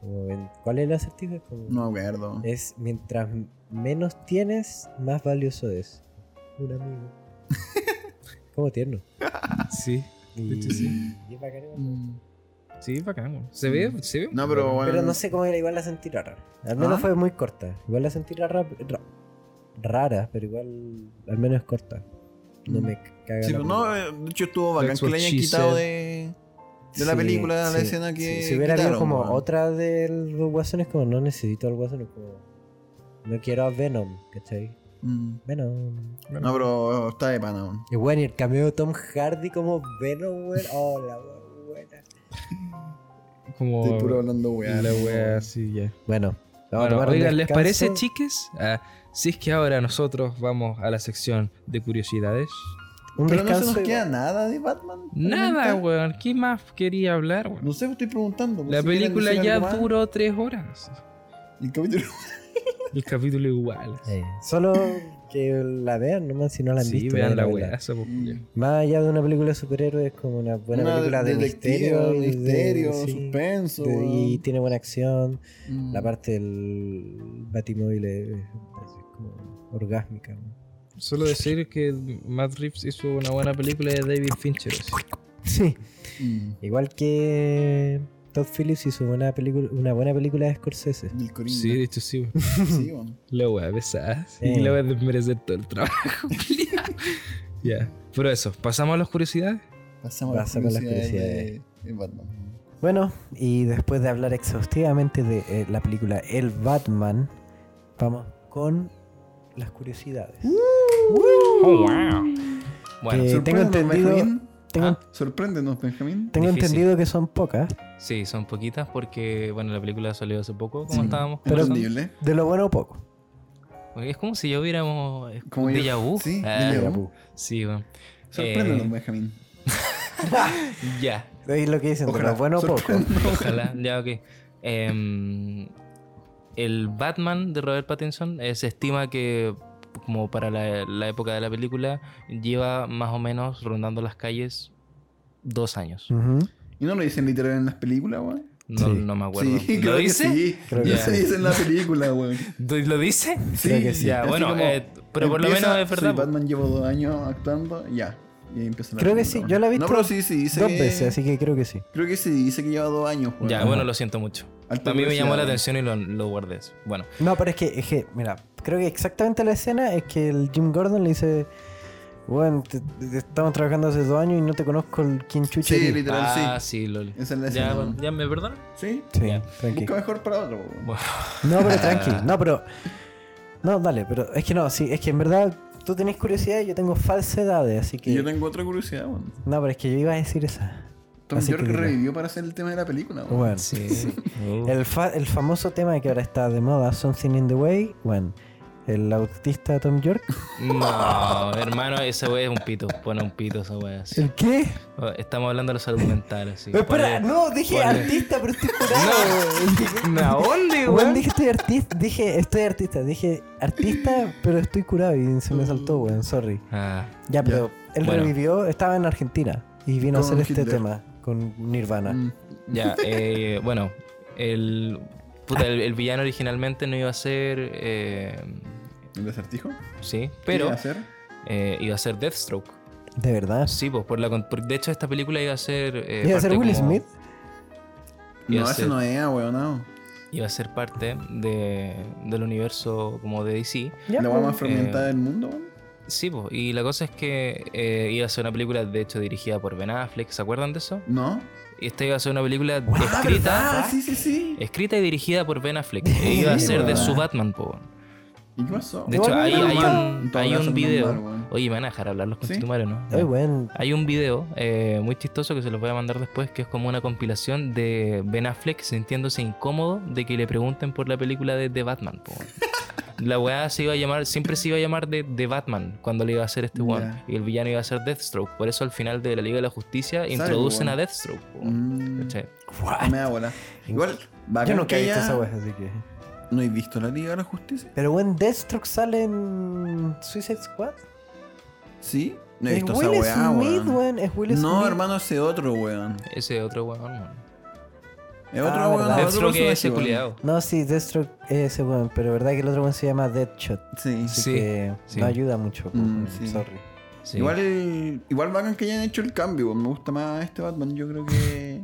Speaker 1: Como en- ¿Cuál es el acertijo? Es Como,
Speaker 3: No me acuerdo.
Speaker 1: Es mientras menos tienes, más valioso es. Un amigo. como tierno.
Speaker 2: Sí.
Speaker 1: Y,
Speaker 2: De hecho, sí.
Speaker 1: y es bacán igual.
Speaker 3: Mm.
Speaker 2: Sí, bacán, weón. Se ve, se ve.
Speaker 3: No, pero
Speaker 2: bacán.
Speaker 3: bueno.
Speaker 1: Pero no sé cómo era, igual la sentí rara. Al menos
Speaker 3: ¿Ah?
Speaker 1: fue muy corta. Igual la sentí rara. ra- rara, pero igual al menos es corta. No me caga.
Speaker 3: Sí,
Speaker 1: la
Speaker 3: pero no,
Speaker 1: película.
Speaker 3: eh, de hecho estuvo bacán
Speaker 2: That's
Speaker 3: que
Speaker 2: what
Speaker 3: le hayan
Speaker 2: she
Speaker 3: quitado
Speaker 2: said.
Speaker 3: de, pues, eh, de la
Speaker 1: Sí,
Speaker 3: película la
Speaker 1: sí,
Speaker 3: escena que.
Speaker 1: sí. Si hubiera habido
Speaker 3: quitaron,
Speaker 1: como
Speaker 3: weón.
Speaker 1: otra de los guasones, como no necesito al guasón, es como no quiero a Venom, ¿cachai?
Speaker 3: Mm.
Speaker 1: Venom.
Speaker 3: No, pero está de pana, weón.
Speaker 1: Y bueno, y el cameo de Tom Hardy como Venom, weón. Oh, la weón buena.
Speaker 2: Como.
Speaker 3: Estoy puro hablando, weá.
Speaker 2: la wea así, ya.
Speaker 1: Bueno, vamos a
Speaker 2: Bueno,
Speaker 1: tomar un
Speaker 2: oigan, ¿les
Speaker 1: descanso.
Speaker 2: parece, chiques? Ah, si es que ahora nosotros vamos a la sección de curiosidades.
Speaker 1: Un
Speaker 3: Pero no se
Speaker 1: descanso.
Speaker 3: nos queda
Speaker 1: igual.
Speaker 3: nada de Batman.
Speaker 2: Nada,
Speaker 3: realmente.
Speaker 2: weón. ¿Qué más quería hablar, weón?
Speaker 3: No sé, estoy preguntando. pues,
Speaker 2: La
Speaker 3: si quieren
Speaker 2: película
Speaker 3: decir
Speaker 2: ya
Speaker 3: algo más.
Speaker 2: duró tres horas.
Speaker 3: El capítulo.
Speaker 2: El capítulo igual.
Speaker 1: Eh, solo que la vean, nomás si no la han
Speaker 2: Sí,
Speaker 1: visto.
Speaker 2: vean
Speaker 1: vayan a
Speaker 2: la
Speaker 1: verla.
Speaker 2: wea. esa, pues, Julián.
Speaker 1: Más allá de una película de superhéroes, es como una buena
Speaker 3: mm, Una
Speaker 1: película de
Speaker 3: detectiva,
Speaker 1: misterio. y de-
Speaker 3: misterio,
Speaker 1: sí,
Speaker 3: suspenso.
Speaker 1: de- y
Speaker 3: weón.
Speaker 1: tiene buena acción.
Speaker 3: Mm.
Speaker 1: La parte del batimóvil es, es como orgásmica. ¿no?
Speaker 2: Solo decir que Matt Reeves hizo una buena película de David Fincher. así.
Speaker 1: Sí.
Speaker 3: Mm.
Speaker 1: Igual que Todd Phillips hizo una, película, una buena película de Scorsese.
Speaker 3: Del Coringa.
Speaker 2: Sí, de hecho sí. weón.
Speaker 3: Sí, weón.
Speaker 2: La wea pesada.
Speaker 1: Sí.
Speaker 2: Y la wea desmerecer todo el trabajo. Ya. Pero eso, pasamos a las curiosidades.
Speaker 3: Pasamos a las
Speaker 1: Pasamos a las
Speaker 3: curiosidades de,
Speaker 1: curiosidades. Eh,
Speaker 3: de Batman.
Speaker 1: Bueno, y después de hablar exhaustivamente de eh, la película El Batman, vamos con las curiosidades.
Speaker 3: Uh,
Speaker 2: Oh, wow. Bueno,
Speaker 1: Eh, tengo
Speaker 3: Sorpréndenos,
Speaker 1: entendido-
Speaker 3: Benjamín.
Speaker 1: Tengo,
Speaker 2: Ah.
Speaker 3: Sorpréndenos, Benjamín.
Speaker 1: tengo
Speaker 2: Difícil.
Speaker 1: entendido que son pocas.
Speaker 2: sí, son poquitas porque, bueno, la película salió hace poco, como
Speaker 3: Sí.
Speaker 2: estábamos
Speaker 1: Pero-
Speaker 2: conversando.
Speaker 3: Entendible.
Speaker 1: De lo bueno, poco.
Speaker 2: Es como si yo viéramos eh,
Speaker 3: Como yo-
Speaker 2: Déjà Vu.
Speaker 3: sí,
Speaker 2: Ah,
Speaker 3: déjà vu.
Speaker 2: Sí, weón.
Speaker 3: Sorpréndenos,
Speaker 2: Eh,
Speaker 3: Benjamín.
Speaker 2: Ya.
Speaker 1: Es lo que dicen, de
Speaker 3: Ojalá.
Speaker 1: lo bueno, poco.
Speaker 3: Sorpréndenos.
Speaker 2: Ojalá, ya, ok. Em, el Batman de Robert Pattinson eh, se estima que, como para la, la época de la película, lleva más o menos rondando las calles dos años.
Speaker 1: Ujú.
Speaker 3: ¿Y no lo dicen literal en las películas, weón?
Speaker 2: No,
Speaker 1: Sí.
Speaker 2: no me acuerdo.
Speaker 3: Sí, creo
Speaker 2: ¿Lo
Speaker 3: que
Speaker 2: dice?
Speaker 3: sí.
Speaker 1: Creo
Speaker 3: Ya
Speaker 1: que
Speaker 3: se
Speaker 1: sí.
Speaker 3: dice en la película, weón.
Speaker 2: ¿Lo dice?
Speaker 3: Sí,
Speaker 1: Creo que sí.
Speaker 2: Ya,
Speaker 3: así
Speaker 2: bueno,
Speaker 3: como
Speaker 2: eh, pero por lo
Speaker 3: empieza,
Speaker 2: menos es verdad.
Speaker 3: soy Batman llevo dos años actuando, ya. Y ahí empieza la
Speaker 1: Creo que
Speaker 3: película,
Speaker 1: sí,
Speaker 3: weón.
Speaker 1: yo la he
Speaker 3: No,
Speaker 1: visto
Speaker 3: pero sí, sí, dice.
Speaker 1: Dos
Speaker 3: que-
Speaker 1: veces, así que creo que sí.
Speaker 3: Creo que sí, dice que lleva dos años, weón.
Speaker 2: Ya, bueno, lo siento mucho.
Speaker 3: Alta
Speaker 2: A mí me llamó la
Speaker 3: curiosidad,
Speaker 2: atención y lo, lo guardé. Bueno,
Speaker 1: No, pero es que, es que, mira, creo que exactamente la escena es que el Jim Gordon le dice, bueno, te- te- estamos trabajando hace dos años y no te conozco el quién
Speaker 3: weón.
Speaker 1: chucha.
Speaker 3: Sí,
Speaker 1: eres".
Speaker 3: literal,
Speaker 2: ah,
Speaker 3: sí.
Speaker 2: sí, lol.
Speaker 3: Esa es la escena.
Speaker 2: Ya,
Speaker 3: weón.
Speaker 2: ya, me perdonan.
Speaker 3: ¿Sí?
Speaker 1: Sí,
Speaker 2: Ya.
Speaker 1: tranqui.
Speaker 3: Busca mejor para otro, weón.
Speaker 2: Bueno,
Speaker 1: No, pero tranqui, no, pero... No, dale, pero es que no, sí, es que en verdad tú tenés curiosidad y yo tengo falsedades, así que...
Speaker 3: Y yo tengo otra curiosidad, weón.
Speaker 1: No, pero es que yo iba a decir esa.
Speaker 3: Tom
Speaker 1: Así que
Speaker 3: York
Speaker 1: dilo.
Speaker 3: revivió para hacer el tema de la película, weón.
Speaker 1: Bueno,
Speaker 2: sí. Oh.
Speaker 1: el, fa- el famoso tema que ahora está de moda, Something in the Way, bueno, el autista Tom York.
Speaker 2: No, hermano, ese wey es un pito. Pone un pito esa wey. así.
Speaker 1: ¿El qué?
Speaker 2: Estamos hablando de la salud mental, así.
Speaker 1: Pero espera,
Speaker 2: Ponle-
Speaker 1: no, dije
Speaker 2: ponle-
Speaker 1: artista, pero estoy curado.
Speaker 2: ¿A dónde,
Speaker 1: Weón,
Speaker 2: weón?
Speaker 1: dije estoy artista, dije estoy artista, dije artista, pero estoy curado y se me saltó, weón, sorry.
Speaker 2: Ah,
Speaker 1: Ya, pero él
Speaker 2: Bueno.
Speaker 1: revivió, estaba en Argentina y vino a
Speaker 3: Con
Speaker 1: hacer este
Speaker 3: Hitler.
Speaker 1: tema con Nirvana.
Speaker 3: Mm.
Speaker 2: ya, eh, bueno, el, puta, el, el villano originalmente no iba a ser. eh,
Speaker 3: ¿El acertijo? ¿Qué
Speaker 2: sí,
Speaker 3: iba
Speaker 2: pero
Speaker 3: a hacer?
Speaker 2: eh, iba a ser Deathstroke.
Speaker 1: De verdad.
Speaker 2: Sí, pues, por la, con- por- de hecho, esta película iba a ser. eh,
Speaker 1: ¿Iba a
Speaker 2: parte
Speaker 1: ser Will
Speaker 2: como-
Speaker 1: Smith?
Speaker 2: Iba
Speaker 3: No,
Speaker 2: a
Speaker 3: ese
Speaker 2: ser-
Speaker 3: no es, weón, no.
Speaker 2: Iba a ser parte de, del universo como de DC.
Speaker 1: Ya, pues,
Speaker 3: La weá
Speaker 1: weón.
Speaker 3: más
Speaker 2: eh.
Speaker 3: fragmentada del mundo, weón.
Speaker 2: Sí, pues, y la cosa es que eh, iba a ser una película, de hecho, dirigida por Ben Affleck, ¿se acuerdan de eso?
Speaker 3: No.
Speaker 2: Y esta iba a ser una película
Speaker 3: Ah,
Speaker 2: escrita,
Speaker 3: ¿verdad? Sí, sí, sí.
Speaker 2: escrita y dirigida por Ben Affleck. E iba a
Speaker 3: Sí,
Speaker 2: ser de
Speaker 3: ¿verdad?
Speaker 2: su Batman, po. weón.
Speaker 3: ¿Y qué pasó?
Speaker 2: De hecho,
Speaker 1: Igual
Speaker 2: hay,
Speaker 1: me
Speaker 2: hay
Speaker 1: gusta.
Speaker 2: un,
Speaker 3: Todo
Speaker 2: hay
Speaker 3: lo
Speaker 2: un
Speaker 3: hacen
Speaker 2: video.
Speaker 3: normal, weón.
Speaker 2: Oye, me van a dejar hablar los
Speaker 3: ¿Sí?
Speaker 2: conchetumares, ¿no?
Speaker 1: Ay, weón.
Speaker 2: Hay un video eh, muy chistoso que se los voy a mandar después, que es como una compilación de Ben Affleck sintiéndose incómodo de que le pregunten por la película de The Batman. po, weón. La weá se iba a llamar, siempre se iba a llamar de The Batman cuando le iba a hacer este one.
Speaker 3: Ya.
Speaker 2: Y el villano iba a ser Deathstroke. Por eso al final de la Liga de la Justicia introducen
Speaker 3: weón.
Speaker 2: a Deathstroke. po, weón.
Speaker 3: Mm.
Speaker 2: ¿Cachai?
Speaker 3: No me da bola. Igual,
Speaker 1: Yo
Speaker 3: bacán
Speaker 1: nunca
Speaker 3: que
Speaker 1: he visto
Speaker 3: haya-
Speaker 1: esa wea, así que.
Speaker 3: ¿No he visto la Liga de la Justicia?
Speaker 1: Pero weón, Deathstroke sale en Suicide Squad.
Speaker 3: Sí. No he
Speaker 1: es
Speaker 3: visto
Speaker 1: Will
Speaker 3: esa weá,
Speaker 1: Smith,
Speaker 3: weón.
Speaker 1: weón. Es Will Smith.
Speaker 3: No, hermano, ese otro weón.
Speaker 2: Ese otro weón. weón.
Speaker 3: Es Ah, otro
Speaker 1: Ah,
Speaker 3: weón.
Speaker 1: verdad.
Speaker 3: es otro
Speaker 2: Deathstroke es ese
Speaker 3: personaje, weón.
Speaker 2: culiado.
Speaker 1: No, sí, Deathstroke es ese weón, pero verdad que el otro weón se llama Deadshot.
Speaker 3: Sí.
Speaker 1: Así
Speaker 2: Sí,
Speaker 1: que
Speaker 2: sí.
Speaker 1: no ayuda mucho. pues,
Speaker 3: Mm,
Speaker 1: weón,
Speaker 3: sí.
Speaker 1: Sorry.
Speaker 2: Sí.
Speaker 3: Igual, igual bacán que hayan hecho el cambio, weón. Me gusta más este Batman, yo creo que.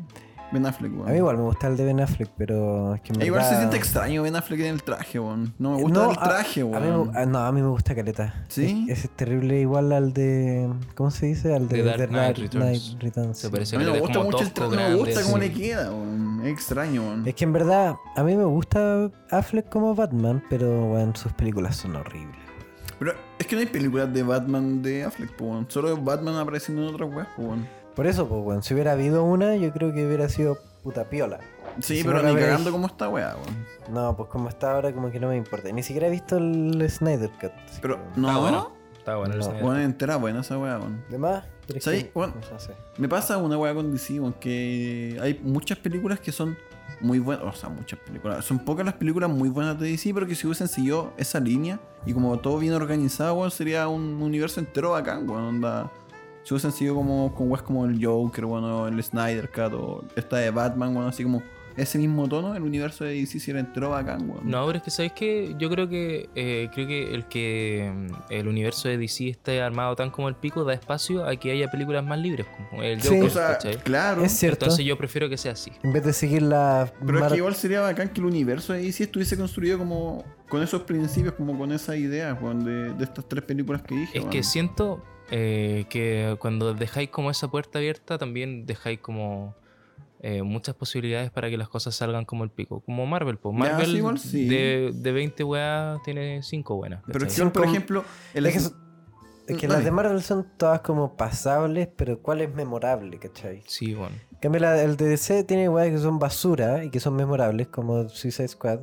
Speaker 3: Ben Affleck, weón.
Speaker 1: A mí igual me gusta el de Ben Affleck, pero es que en
Speaker 3: E igual se
Speaker 1: verdad-
Speaker 3: siente extraño Ben Affleck en el traje, weón. No me gusta
Speaker 1: No,
Speaker 3: el traje,
Speaker 1: a, a mí me
Speaker 3: weón.
Speaker 1: gu- ah, No, a mí me gusta Caleta.
Speaker 3: ¿Sí?
Speaker 1: Ese es terrible igual al de... ¿Ccómo se dice? Al de,
Speaker 2: The Dark
Speaker 1: The
Speaker 2: Knight Returns.
Speaker 1: Knight Returns,
Speaker 2: Se
Speaker 1: sí.
Speaker 2: parece
Speaker 3: A mí no
Speaker 2: que
Speaker 3: me
Speaker 2: es
Speaker 3: gusta
Speaker 2: como
Speaker 3: mucho el
Speaker 2: tosco,
Speaker 3: traje. No me gusta
Speaker 2: grande,
Speaker 3: cómo
Speaker 2: sí.
Speaker 3: le queda, weón. Es extraño, weón.
Speaker 1: Es que en verdad, a mí me gusta Affleck como Batman, pero bueno, sus películas son horribles.
Speaker 3: Pero es que no hay películas de Batman de Affleck, po, weón. Solo Batman apareciendo en otras weas, po, weón.
Speaker 1: Por eso, pues, bueno, si hubiera habido una, yo creo que hubiera sido puta piola.
Speaker 3: Sí,
Speaker 1: Si
Speaker 3: pero
Speaker 1: no la
Speaker 3: ni
Speaker 1: veis.
Speaker 3: cagando como esta wea, weón.
Speaker 1: No, pues como está ahora, como que no me importa. Ni siquiera he visto el Snyder Cut. así
Speaker 3: Pero
Speaker 1: que-
Speaker 3: no, bueno.
Speaker 2: Está bueno. Está bueno.
Speaker 1: No.
Speaker 2: el señor.
Speaker 3: Weón, entera buena esa wea, weón.
Speaker 1: ¿De más? Pero es
Speaker 3: ¿Sabes?
Speaker 1: que-
Speaker 3: Bueno.
Speaker 1: no sé.
Speaker 3: Me pasa una wea con DC, weón, que hay muchas películas que son muy buenas. O sea, muchas películas. Son pocas las películas muy buenas de DC, pero que si hubiesen seguido esa línea y como todo bien organizado, weón, sería un universo entero bacán, weón. Onda. Si hubiesen sido como con weas como el Joker, weón, o el Snyder Cut, o esta de Batman, weón, así como. Ese mismo tono, el universo de DC sería entero bacán, weón.
Speaker 2: No, pero es que sabéis que yo creo que eh, creo que el que mm, el universo de DC esté armado tan como el pico da espacio a que haya películas más libres, como el
Speaker 1: Sí.
Speaker 2: Joker,
Speaker 3: O sea,
Speaker 2: ¿cachai?
Speaker 3: claro.
Speaker 1: Es cierto.
Speaker 2: Entonces yo prefiero que sea así.
Speaker 1: En vez de seguir la...
Speaker 3: Pero es
Speaker 1: mar-
Speaker 3: que igual sería bacán que el universo de DC estuviese construido como con esos principios, como con esas ideas, weón, de, de estas tres películas que dije.
Speaker 2: Es
Speaker 3: weón.
Speaker 2: que siento eh, que cuando dejáis como esa puerta abierta, también dejáis como eh, muchas posibilidades para que las cosas salgan como el pico. Como Marvel, pues
Speaker 3: Ya,
Speaker 2: Marvel
Speaker 3: sí, igual sí.
Speaker 2: De, de 20 weas tiene 5 buenas.
Speaker 3: Pero es
Speaker 2: ¿cachai?
Speaker 3: que, por
Speaker 1: Son
Speaker 3: ejemplo, el
Speaker 1: Es que, son- es que las
Speaker 3: Dale.
Speaker 1: de Marvel son todas como pasables, pero ¿cuál es memorable, cachai?
Speaker 2: Sí, bueno.
Speaker 1: En cambio, la- el de DC tiene weas que son basura y que son memorables, como Suicide Squad.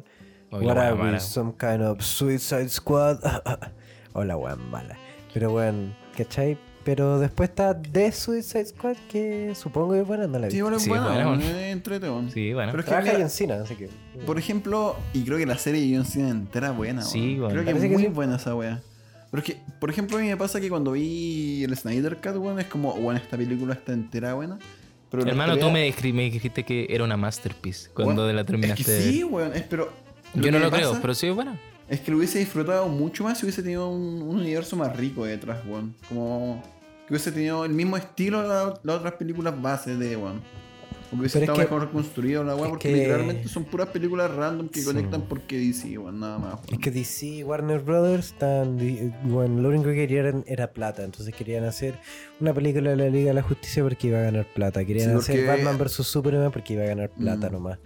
Speaker 2: Oye,
Speaker 1: What
Speaker 2: la wea
Speaker 1: are we,
Speaker 2: mala.
Speaker 1: some kind of Suicide Squad? o la wea mala. Pero bueno, ¿cachai? Pero después está The Suicide Squad, que supongo que es buena, no la he
Speaker 3: Sí,
Speaker 1: visto.
Speaker 3: igual es
Speaker 2: Sí,
Speaker 3: buena,
Speaker 2: buena,
Speaker 3: weón, es
Speaker 2: weón.
Speaker 3: entrete, weón.
Speaker 2: Sí, bueno.
Speaker 3: Pero es que,
Speaker 1: Trabaja
Speaker 3: mira,
Speaker 1: en cine, así que... mm.
Speaker 3: por ejemplo, y creo que la serie de John Cena entera buena,
Speaker 2: Sí,
Speaker 3: weón.
Speaker 2: weón.
Speaker 3: Creo que
Speaker 1: Parece
Speaker 3: es
Speaker 1: que
Speaker 3: muy
Speaker 1: sí.
Speaker 3: buena esa wea. Pero es que, por ejemplo, a mí me pasa que cuando vi el Snyder Cut, weón, es como, bueno, esta película está entera buena. Pero la
Speaker 2: Hermano,
Speaker 3: pelea-
Speaker 2: tú me, descri- me dijiste que era una masterpiece cuando
Speaker 3: Weón,
Speaker 2: la terminaste.
Speaker 3: Es que
Speaker 2: de ver.
Speaker 3: sí, weón, es- pero.
Speaker 2: Yo no
Speaker 3: que
Speaker 2: lo
Speaker 3: me
Speaker 2: creo,
Speaker 3: pasa-
Speaker 2: pero sí es buena.
Speaker 3: Es que lo hubiese disfrutado mucho más si hubiese tenido un, un universo más rico detrás, weón. Como que hubiese tenido el mismo estilo de la- las otras películas bases de, weón. O que hubiese
Speaker 1: Pero es
Speaker 3: estado
Speaker 1: que-
Speaker 3: mejor construido la weón,
Speaker 1: es
Speaker 3: porque
Speaker 1: que-
Speaker 3: literalmente son puras películas random que
Speaker 2: Sí.
Speaker 3: conectan porque DC, weón, nada más.
Speaker 1: Es
Speaker 3: weón.
Speaker 1: que DC y Warner Brothers están. di- Bueno, lo único que querían era plata. Entonces querían hacer una película de la Liga de la Justicia porque iba a ganar plata. Querían
Speaker 3: Sí,
Speaker 1: hacer
Speaker 3: porque-
Speaker 1: Batman vs Superman porque iba a ganar plata
Speaker 3: Mm.
Speaker 1: nomás.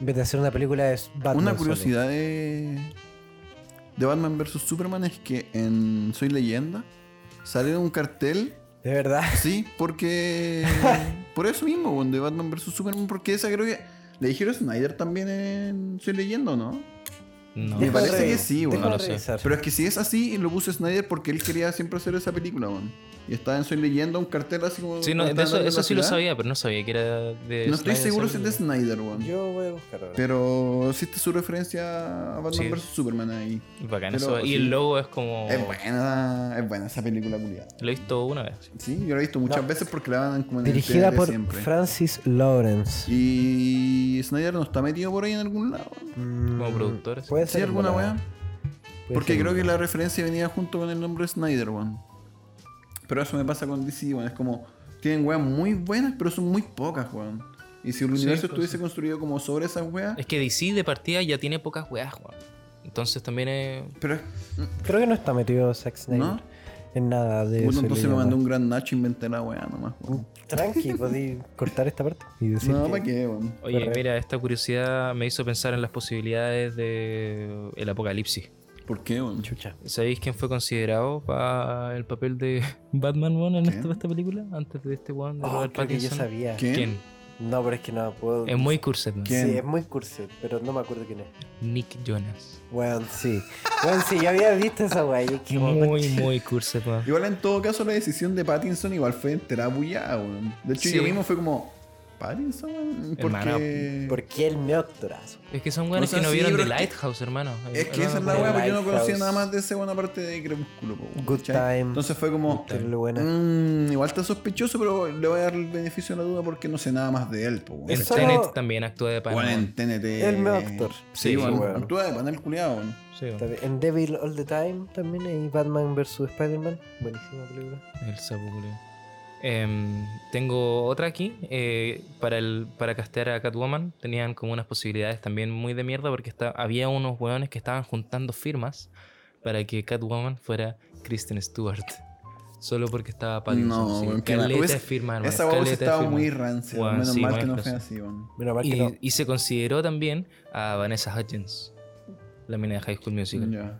Speaker 1: En vez de hacer una película de Batman.
Speaker 3: Una
Speaker 1: solo.
Speaker 3: curiosidad de, de Batman vs Superman es que en Soy Leyenda sale un cartel
Speaker 1: De verdad.
Speaker 3: Sí, porque. por eso mismo, weón, de Batman vs Superman, porque esa creo que. Le dijeron a Snyder también en Soy Leyendo, ¿no?
Speaker 2: No,
Speaker 3: Me
Speaker 1: Deja
Speaker 3: parece
Speaker 1: de-
Speaker 3: que sí, weón.
Speaker 1: deja de
Speaker 2: No lo sé.
Speaker 1: revisar.
Speaker 3: Pero es que si es así, lo puso Snyder porque él quería siempre hacer esa película, weón. Y estaba en Soy Leyendo un cartel así como.
Speaker 2: Sí, no,
Speaker 3: como
Speaker 2: de eso,
Speaker 3: estaba
Speaker 2: eso sí
Speaker 3: en la
Speaker 2: lo
Speaker 3: ciudad.
Speaker 2: sabía, pero no sabía que era de.
Speaker 3: No estoy
Speaker 2: Snyder
Speaker 3: seguro si es
Speaker 2: Cell.
Speaker 3: de Snyder, weón.
Speaker 1: Yo voy a buscar ahora.
Speaker 3: Pero sí está su referencia a Batman
Speaker 2: Sí. Oh.
Speaker 3: vs Superman ahí.
Speaker 2: Bacán
Speaker 3: Pero
Speaker 2: eso. Y
Speaker 3: sí.
Speaker 2: el logo es como.
Speaker 3: Es buena, es buena esa película, culiada.
Speaker 2: Lo he visto una vez.
Speaker 3: Sí, yo la he visto muchas
Speaker 1: No.
Speaker 3: veces porque la van como en el
Speaker 1: Dirigida
Speaker 3: TNT
Speaker 1: por
Speaker 3: siempre.
Speaker 1: Francis Lawrence.
Speaker 3: Y Snyder no está metido por ahí en algún lado.
Speaker 1: Como
Speaker 2: productor, sí.
Speaker 1: Mm, ¿Puede
Speaker 3: ¿Sí
Speaker 1: ser
Speaker 3: alguna
Speaker 1: buena.
Speaker 3: weá?
Speaker 1: Puede
Speaker 3: Porque
Speaker 1: ser
Speaker 3: creo que
Speaker 1: buena.
Speaker 3: la referencia venía junto con el nombre Snyder, weón. Pero eso me pasa con DC, weón. Es como, tienen weas muy buenas, pero son muy pocas, weón. Y si el
Speaker 2: Sí,
Speaker 3: universo
Speaker 2: pues,
Speaker 3: estuviese
Speaker 2: sí.
Speaker 3: construido como sobre esas weas.
Speaker 2: Es que DC de partida ya tiene pocas weas, Juan. Entonces también es.
Speaker 3: Pero es.
Speaker 1: Creo que no está metido Zack Snyder
Speaker 3: ¿No?
Speaker 1: en nada
Speaker 2: eh,
Speaker 1: de
Speaker 3: Puta,
Speaker 1: Soy
Speaker 3: entonces me
Speaker 1: Leyenda.
Speaker 3: mandó un gran Nacho inventé la wea nomás, weón.
Speaker 1: Tranqui, podí cortar esta parte y decir
Speaker 3: No,
Speaker 1: que-
Speaker 3: ¿para qué, weón?
Speaker 2: Oye,
Speaker 1: Correcto.
Speaker 2: mira, esta curiosidad me hizo pensar en las posibilidades de el apocalipsis.
Speaker 3: ¿Por qué, weón?
Speaker 1: Chucha.
Speaker 2: ¿Sabéis quién fue considerado para el papel de Batman One en
Speaker 3: ¿Quién?
Speaker 2: esta, esta película? Antes de este One de
Speaker 1: Oh,
Speaker 2: Robert
Speaker 1: creo que yo
Speaker 2: Pattinson.
Speaker 1: sabía.
Speaker 3: ¿Quién?
Speaker 2: ¿Quién?
Speaker 1: No, pero es que no puedo.
Speaker 2: Es muy Cursetman.
Speaker 3: ¿Quién?
Speaker 1: Sí, es muy cursi, pero no me acuerdo quién es.
Speaker 2: Nick Jonas.
Speaker 1: Weón, sí. Weón, sí, yo había visto esa weá. y es que, weón,
Speaker 2: Muy, muy Cursetman.
Speaker 3: Igual en todo caso la decisión de Pattinson igual fue entera bullada, weón. De hecho,
Speaker 2: Sí.
Speaker 3: yo mismo fue como. Pattinson, weón.
Speaker 2: Hermano,
Speaker 3: Porque.
Speaker 1: ¿Por qué el neoctorazo?
Speaker 2: Es que son
Speaker 3: O
Speaker 2: weones
Speaker 3: sea,
Speaker 2: que no
Speaker 3: sí,
Speaker 2: vieron
Speaker 3: pero
Speaker 2: The
Speaker 3: es que-
Speaker 2: Lighthouse, hermano.
Speaker 3: Es que
Speaker 2: Hermano,
Speaker 3: esa es la
Speaker 2: por-
Speaker 3: weá, porque yo no conocía
Speaker 1: Lighthouse.
Speaker 3: nada más de ese buena parte de Crepúsculo. po, weón,
Speaker 1: Good
Speaker 3: ¿cachai?
Speaker 1: Time.
Speaker 3: Entonces fue como,
Speaker 1: Pero lo bueno.
Speaker 3: "Mm, igual está sospechoso, pero le voy a dar el beneficio de la duda porque no sé nada más de él. Po, weón,
Speaker 2: En
Speaker 1: Eso-
Speaker 3: ¿cachai?
Speaker 2: Tenet también actúa de
Speaker 3: Weón,
Speaker 2: Batman.
Speaker 3: en TNT.
Speaker 1: El mejor actor.
Speaker 3: Sí,
Speaker 2: Sí,
Speaker 3: weón,
Speaker 1: weón.
Speaker 3: actúa de panel culiado. weón.
Speaker 2: Sí, weón.
Speaker 1: En Devil All the Time también, y Batman vs Spider-Man. Buenísima película.
Speaker 2: El sapo, culiao. Em, tengo otra aquí. eh, para, el, para castear a Catwoman tenían como unas posibilidades también muy de mierda porque esta- había unos hueones que estaban juntando firmas para que Catwoman fuera Kristen Stewart. Solo porque estaba Pattinson.
Speaker 3: No,
Speaker 2: sí.
Speaker 3: weón, qué mal.
Speaker 2: Caleta
Speaker 3: Hubiese-
Speaker 2: de firma, hermano,
Speaker 3: Esa hueá
Speaker 2: caleta de
Speaker 3: estaba
Speaker 2: firma.
Speaker 3: muy rancia.
Speaker 2: Weón,
Speaker 3: menos
Speaker 2: sí,
Speaker 3: mal
Speaker 2: weón,
Speaker 3: que no
Speaker 2: pero
Speaker 3: fue
Speaker 2: sí.
Speaker 3: así, weón.
Speaker 6: Menos mal que
Speaker 2: Y,
Speaker 6: no.
Speaker 2: y se consideró también a Vanessa Hudgens, la mina de High School Musical.
Speaker 3: Ya.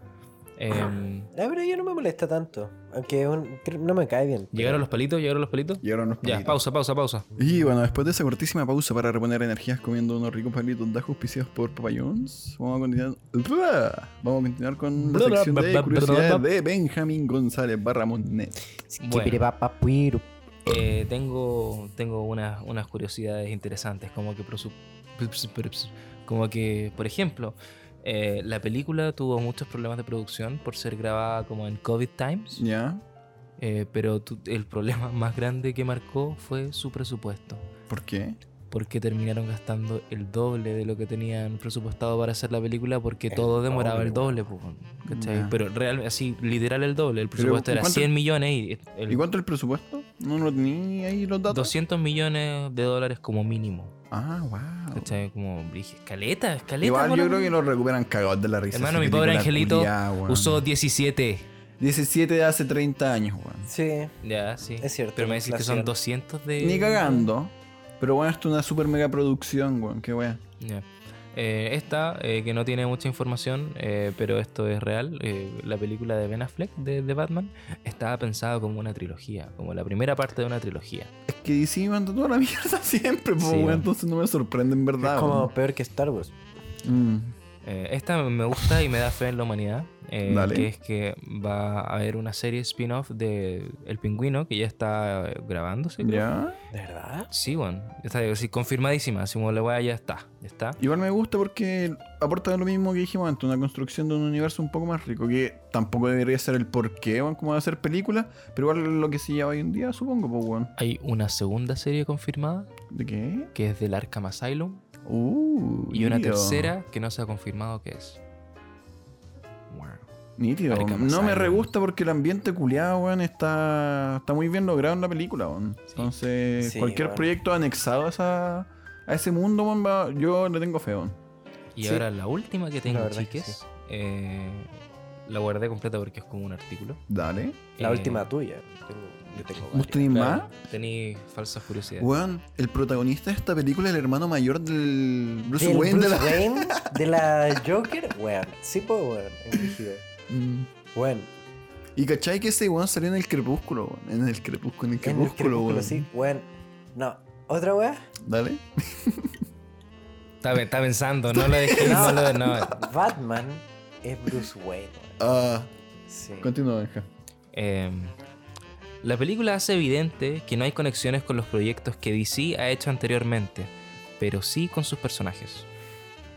Speaker 2: Em,
Speaker 1: Ah, pero ella no me molesta tanto. Aunque es un- cre- no me cae bien.
Speaker 2: ¿Llegaron los palitos? ¿Llegaron los palitos?
Speaker 3: Y ahora nos
Speaker 2: Ya, pausa, pausa, pausa.
Speaker 3: Y bueno, después de esa cortísima pausa para reponer energías comiendo unos ricos palitos de ajo auspiciados por Papa Jones, vamos a continuar, ¡Bla! vamos a continuar con la
Speaker 2: Bla, bla,
Speaker 3: sección
Speaker 2: bla,
Speaker 3: de
Speaker 2: bla, bla,
Speaker 3: curiosidades
Speaker 2: bla.
Speaker 3: de Benjamín González barra Monet.
Speaker 1: Chiquiripapapuiru.
Speaker 2: Eh, tengo tengo unas, unas curiosidades interesantes, como que, prosu- como que por ejemplo, eh, la película tuvo muchos problemas de producción por ser grabada como en COVID times,
Speaker 3: ¿Ya?
Speaker 2: eh, pero tu- el problema más grande que marcó fue su presupuesto,
Speaker 3: ¿Por qué?
Speaker 2: porque terminaron gastando el doble de lo que tenían presupuestado para hacer la película, porque
Speaker 1: El
Speaker 2: todo demoraba
Speaker 1: doble,
Speaker 2: el doble, pues, ¿cachai?
Speaker 3: Ya.
Speaker 2: pero real, así literal el doble, el presupuesto era
Speaker 3: ¿cuánto-
Speaker 2: 100 millones y el
Speaker 3: ¿Y cuánto es el presupuesto? No lo tenía ahí los datos.
Speaker 2: 200 millones de dólares como mínimo.
Speaker 3: Ah, wow.
Speaker 2: ¿Cachai? Como dije, escaleta, escaleta.
Speaker 3: Igual yo
Speaker 2: weón.
Speaker 3: creo que los recuperan cagados de la risa.
Speaker 2: Hermano,
Speaker 3: esa
Speaker 2: mi pobre
Speaker 3: película
Speaker 2: angelito
Speaker 3: culiá, weón.
Speaker 2: Usó 17.
Speaker 3: 17 de hace 30 años, weón.
Speaker 1: Sí.
Speaker 2: Ya, sí.
Speaker 1: Es cierto,
Speaker 2: Pero me decís que son
Speaker 1: inflación.
Speaker 2: 200 de.
Speaker 3: Ni cagando. Pero bueno, esto es una super mega producción, weón. Qué weón.
Speaker 2: Ya. Eh, esta, eh, que no tiene mucha información, eh, pero esto es real. eh, la película de Ben Affleck de, de Batman estaba pensada como una trilogía, como la primera parte de una trilogía.
Speaker 3: Es que DC manda toda la mierda siempre, po,
Speaker 2: Sí,
Speaker 3: weón.
Speaker 2: weón.
Speaker 3: Entonces no me sorprende en verdad.
Speaker 1: es como
Speaker 3: weón.
Speaker 1: peor que Star Wars.
Speaker 3: Mm.
Speaker 2: Eh, esta me gusta y me da fe en la humanidad. eh,
Speaker 3: Dale.
Speaker 2: Que es que va a haber una serie spin-off de El Pingüino que ya está eh, grabándose. creo.
Speaker 3: ¿Ya?
Speaker 1: ¿De verdad?
Speaker 2: Sí, bueno, está así, confirmadísima, así como la weá ya está, ya está.
Speaker 3: Igual me gusta porque aporta lo mismo que dijimos antes, una construcción de un universo un poco más rico, que tampoco debería ser el porqué, weón, como de hacer películas, pero igual es lo que se lleva hoy en día, supongo, po, weón.
Speaker 2: Hay una segunda serie confirmada,
Speaker 3: ¿De qué?
Speaker 2: que es del Arkham Asylum,
Speaker 3: Uh,
Speaker 2: y una
Speaker 3: nítido.
Speaker 2: tercera que no se ha confirmado que es. Bueno,
Speaker 3: Nítido.
Speaker 2: Arkham
Speaker 3: No me
Speaker 2: Asylum.
Speaker 3: re gusta porque el ambiente culiado, weón, está, está muy bien logrado en la película, weón. Entonces,
Speaker 1: Sí,
Speaker 3: cualquier
Speaker 1: weón.
Speaker 3: proyecto anexado a, esa- a ese mundo, weón, va- yo le tengo fe, weón.
Speaker 2: Y
Speaker 1: Sí.
Speaker 2: ahora la última que tengo,
Speaker 1: La verdad es que
Speaker 2: chiques,
Speaker 1: sí.
Speaker 2: eh, la guardé completa porque es como un artículo.
Speaker 3: Dale.
Speaker 1: La
Speaker 2: Eh,
Speaker 1: última tuya. Tengo- yo tengo
Speaker 3: ¿Vos
Speaker 1: varias.
Speaker 3: tenés más?
Speaker 2: Claro, Tení falsas curiosidades.
Speaker 3: Weón, el protagonista de esta película es el hermano mayor del Bruce
Speaker 1: ¿Del
Speaker 3: Wayne de la.
Speaker 1: Bruce Wayne? ¿De la Joker? Weón. Sí, pues, weón. Brígido.
Speaker 3: Mm.
Speaker 1: Weón.
Speaker 3: Y cachai que ese weón salió en el crepúsculo, weón. En el crepúsculo, en el
Speaker 1: En el
Speaker 3: crepúsculo,
Speaker 1: crepúsculo,
Speaker 3: weón.
Speaker 1: sí, weón. No. ¿Otra weá?
Speaker 3: Dale.
Speaker 2: Está, pe- está pensando, no lo dejé, no lo no.
Speaker 1: Batman es Bruce Wayne, weón.
Speaker 3: Ah,
Speaker 1: Sí.
Speaker 3: continúa, Benja.
Speaker 2: Eh, la película hace evidente que no hay conexiones con los proyectos que DC ha hecho anteriormente, pero sí con sus personajes.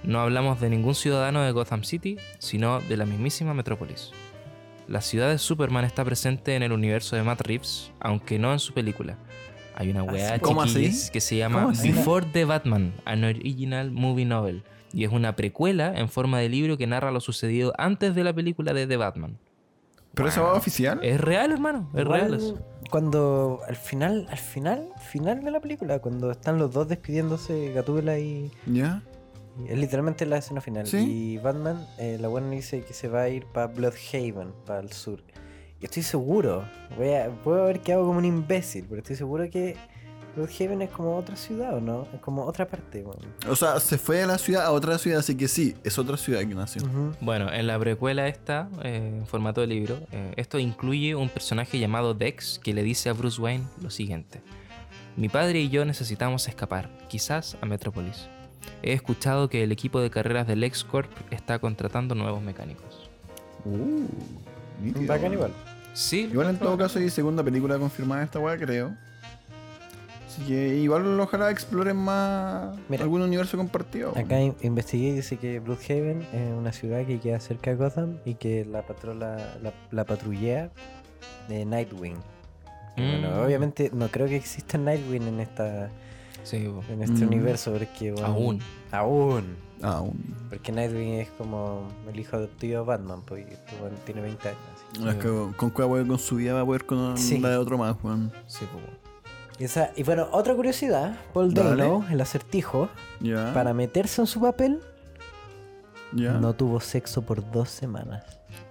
Speaker 2: No hablamos de ningún ciudadano de Gotham City, sino de la mismísima metrópolis. La ciudad de Superman está presente en el universo de Matt Reeves, aunque no en su película. Hay una weá
Speaker 3: ¿Cómo así?
Speaker 2: chiquillos que se llama
Speaker 3: ¿Cómo así?
Speaker 2: Before the Batman, an original movie novel, y es una precuela en forma de libro que narra lo sucedido antes de la película de The Batman.
Speaker 3: ¿Pero esa va oficial?
Speaker 1: Eh.
Speaker 2: Es real, hermano. Es
Speaker 1: Igual,
Speaker 2: real. eso.
Speaker 1: Cuando al final, al final, final de la película, cuando están los dos despidiéndose, Gatúbela y,
Speaker 3: ¿Ya?
Speaker 1: y es literalmente la escena final.
Speaker 3: Sí.
Speaker 1: Y Batman, eh, la buena dice que se va a ir para Bloodhaven, para el sur. Y estoy seguro, voy a, puedo haber quedado como un imbécil, pero estoy seguro que Bloodhaven es como otra ciudad, ¿o no? Es como otra parte, weón.
Speaker 3: O sea, se fue de la ciudad a otra ciudad, así que sí, es otra ciudad que nació.
Speaker 1: Ujú.
Speaker 2: Bueno, en la precuela esta, eh, en formato de libro, eh, esto incluye un personaje llamado Dex que le dice a Bruce Wayne lo siguiente. Mi padre y yo necesitamos escapar, quizás a Metrópolis. He escuchado que el equipo de carreras del LexCorp está contratando nuevos mecánicos.
Speaker 3: Uh, nítido,
Speaker 1: Bacán
Speaker 3: weón.
Speaker 1: igual.
Speaker 2: Sí,
Speaker 3: Igual en todo caso hay segunda película confirmada esta weá, creo. Así que igual ojalá exploren más
Speaker 1: Mira.
Speaker 3: algún universo compartido. weón.
Speaker 1: Acá in- investigué y dice que Bloodhaven es una ciudad que queda cerca de Gotham y que la patrola, la, la patrullea de Nightwing. Y
Speaker 2: Mm.
Speaker 1: Bueno, obviamente no creo que exista Nightwing en esta
Speaker 2: Sí, bo.
Speaker 1: en este
Speaker 3: Mm.
Speaker 1: universo porque bueno,
Speaker 2: aún.
Speaker 1: aún
Speaker 3: Ah, un-
Speaker 1: porque Nightwing es como el hijo adoptivo de Batman, pues y este weón tiene 20 años. así que-
Speaker 2: Eh.
Speaker 3: es que con cuál weá con su vida va a poder con
Speaker 1: Sí.
Speaker 3: la de otro más, pues, weón.
Speaker 2: Sí, bo.
Speaker 1: Esa- y bueno, otra curiosidad, Paul
Speaker 3: Dale.
Speaker 1: Dano, el acertijo,
Speaker 3: Ya.
Speaker 1: para meterse en su papel,
Speaker 3: ya.
Speaker 1: no tuvo sexo por dos semanas.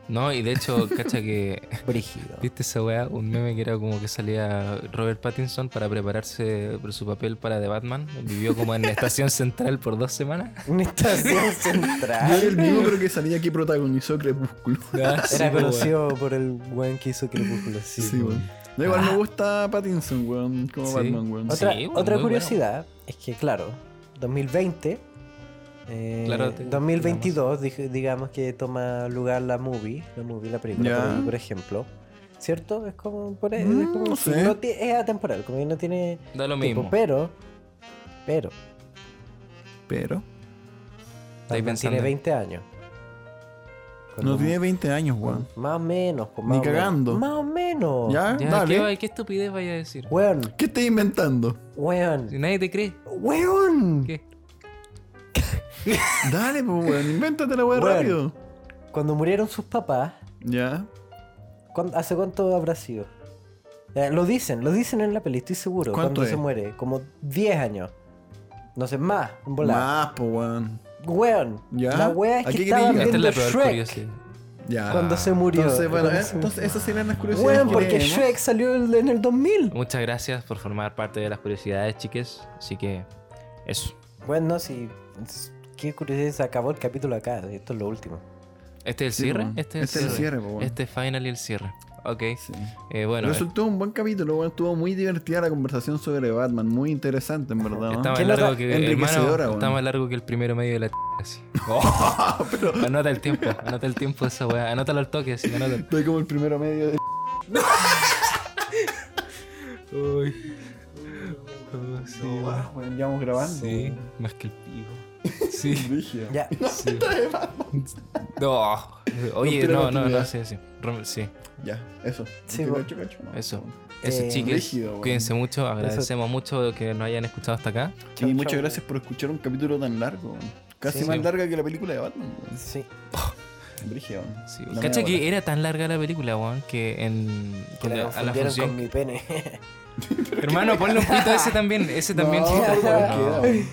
Speaker 2: No, y de hecho, cacha que.
Speaker 1: Brígido.
Speaker 2: ¿Viste esa weá? Un meme que era como que salía Robert Pattinson para prepararse por su papel para The Batman. Vivió como en la estación central por dos semanas.
Speaker 1: Una estación
Speaker 3: Yo era
Speaker 1: central.
Speaker 3: el mismo creo que salía aquí protagonizó Crepúsculo.
Speaker 2: Ah, sí,
Speaker 1: Era
Speaker 2: po, weón.
Speaker 1: conocido por el buen que hizo Crepúsculo. Sí, pues.
Speaker 3: Sí, weón. Da igual
Speaker 1: Ah.
Speaker 3: me gusta Pattinson, weón. Como
Speaker 2: Sí.
Speaker 3: Batman, weón.
Speaker 2: Sí,
Speaker 1: Otra,
Speaker 2: bueno,
Speaker 1: otra
Speaker 2: muy
Speaker 1: curiosidad es que, claro, 2020, eh,
Speaker 2: Claro, te-
Speaker 1: 2022, dij- digamos que toma lugar la movie, la movie, la película,
Speaker 3: Ya.
Speaker 1: por, ahí, por ejemplo. ¿Cierto? Es como, por ahí, es,
Speaker 3: Mm,
Speaker 1: como
Speaker 3: no
Speaker 1: si
Speaker 3: sé.
Speaker 1: no ti- es atemporal, como que no tiene
Speaker 2: Da lo
Speaker 1: tiempo,
Speaker 2: mismo.
Speaker 1: pero, pero,
Speaker 3: Pero.
Speaker 2: Estáis
Speaker 1: Batman
Speaker 2: pensando.
Speaker 1: tiene 20 años. Con
Speaker 3: No
Speaker 1: un-
Speaker 3: tiene 20 años, weón.
Speaker 1: Más o menos, pues,
Speaker 3: Ni
Speaker 1: más o menos.
Speaker 3: cagando.
Speaker 1: Más o menos.
Speaker 3: Ya,
Speaker 2: Ya, ¿qué,
Speaker 3: dale.
Speaker 2: va- ¿Qué estupidez vaya a decir?
Speaker 1: Weón,
Speaker 3: ¿Qué estás inventando?
Speaker 2: Si
Speaker 1: weón,
Speaker 2: nadie te cree.
Speaker 1: weón.
Speaker 2: ¿Qué?
Speaker 3: Dale, pues, weón. Invéntate la weá
Speaker 1: Weón.
Speaker 3: rápido.
Speaker 1: Cuando murieron sus papás,
Speaker 3: Ya.
Speaker 1: ¿Cuán- ¿Hace cuánto habrá sido? Eh, lo dicen, lo dicen en la peli, estoy seguro.
Speaker 3: ¿Cuánto
Speaker 1: Cuando se
Speaker 3: es?
Speaker 1: muere, como 10 años. No sé, más, en volar.
Speaker 3: Más, pues, weón.
Speaker 1: Weón,
Speaker 3: ¿Ya?
Speaker 1: la wea es
Speaker 3: ¿A
Speaker 1: que
Speaker 3: qué
Speaker 1: estaban
Speaker 3: quería?
Speaker 2: Esta
Speaker 1: viendo
Speaker 2: es la peor
Speaker 1: Shrek
Speaker 2: curiosidad.
Speaker 3: Ya.
Speaker 1: cuando se murió.
Speaker 3: Entonces, bueno,
Speaker 1: Cuando
Speaker 3: eh,
Speaker 1: se-
Speaker 3: entonces esas serían las curiosidades.
Speaker 1: Weón,
Speaker 3: que
Speaker 1: porque
Speaker 3: tenemos.
Speaker 1: Shrek salió el- en el 2000.
Speaker 2: Muchas gracias por formar parte de las curiosidades, chiques. Así que, eso.
Speaker 1: Bueno, no, sí. es- Qué curiosidad, se acabó el capítulo acá. Esto es lo último.
Speaker 2: ¿Este es
Speaker 3: Sí,
Speaker 2: el cierre?
Speaker 3: weón.
Speaker 2: Este es el cierre.
Speaker 3: po, weón.
Speaker 2: Este es finally el cierre. Ok.
Speaker 3: Sí.
Speaker 2: Eh, bueno,
Speaker 3: Resultó un buen capítulo, weón. Estuvo muy divertida la conversación sobre Batman. Muy interesante, en verdad. ¿no?
Speaker 2: está más
Speaker 1: ¿Qué nota?
Speaker 2: largo que
Speaker 3: Enriquecedora,
Speaker 2: hermano,
Speaker 3: weón.
Speaker 2: Está más largo que el primero medio de la t así. Anota el tiempo, anota el tiempo de esa weá. Anótalo al toque, así, anótalo.
Speaker 3: Estoy como el primero medio de...
Speaker 2: Uy. Oh, sí, weón.
Speaker 3: Wow, weón, ya vamos grabando.
Speaker 2: Sí, más que el pico. Sí.
Speaker 3: Brígido.
Speaker 1: Ya.
Speaker 2: sí. No. Oye,
Speaker 3: pierdas la
Speaker 2: no, no, no,
Speaker 3: oportunidad.
Speaker 2: sí, sí. Rom- Sí,
Speaker 3: Ya, eso.
Speaker 1: Sí,
Speaker 3: Yo
Speaker 1: po.
Speaker 3: cacho, cacho, no.
Speaker 2: eso. Eso,
Speaker 1: Eh,
Speaker 2: chiques.
Speaker 3: rígido, weón.
Speaker 2: Cuídense mucho, agradecemos mucho que nos hayan escuchado hasta acá.
Speaker 3: Y
Speaker 1: Chau,
Speaker 3: muchas
Speaker 1: chau.
Speaker 3: gracias por escuchar un capítulo tan largo. weón. Casi
Speaker 1: Sí.
Speaker 3: más larga que la película de Batman. weón.
Speaker 1: Sí.
Speaker 3: Brígido. weón.
Speaker 2: Sí,
Speaker 3: La media
Speaker 2: Cacha que
Speaker 3: bola.
Speaker 2: era tan larga la película, weón, que en
Speaker 1: Que la
Speaker 2: cuando- a la
Speaker 1: confundieron con
Speaker 2: función.
Speaker 1: mi pene.
Speaker 2: Hermano, ponle un poquito a ese también, ese también.
Speaker 3: No,
Speaker 1: weón,
Speaker 3: queda, weón.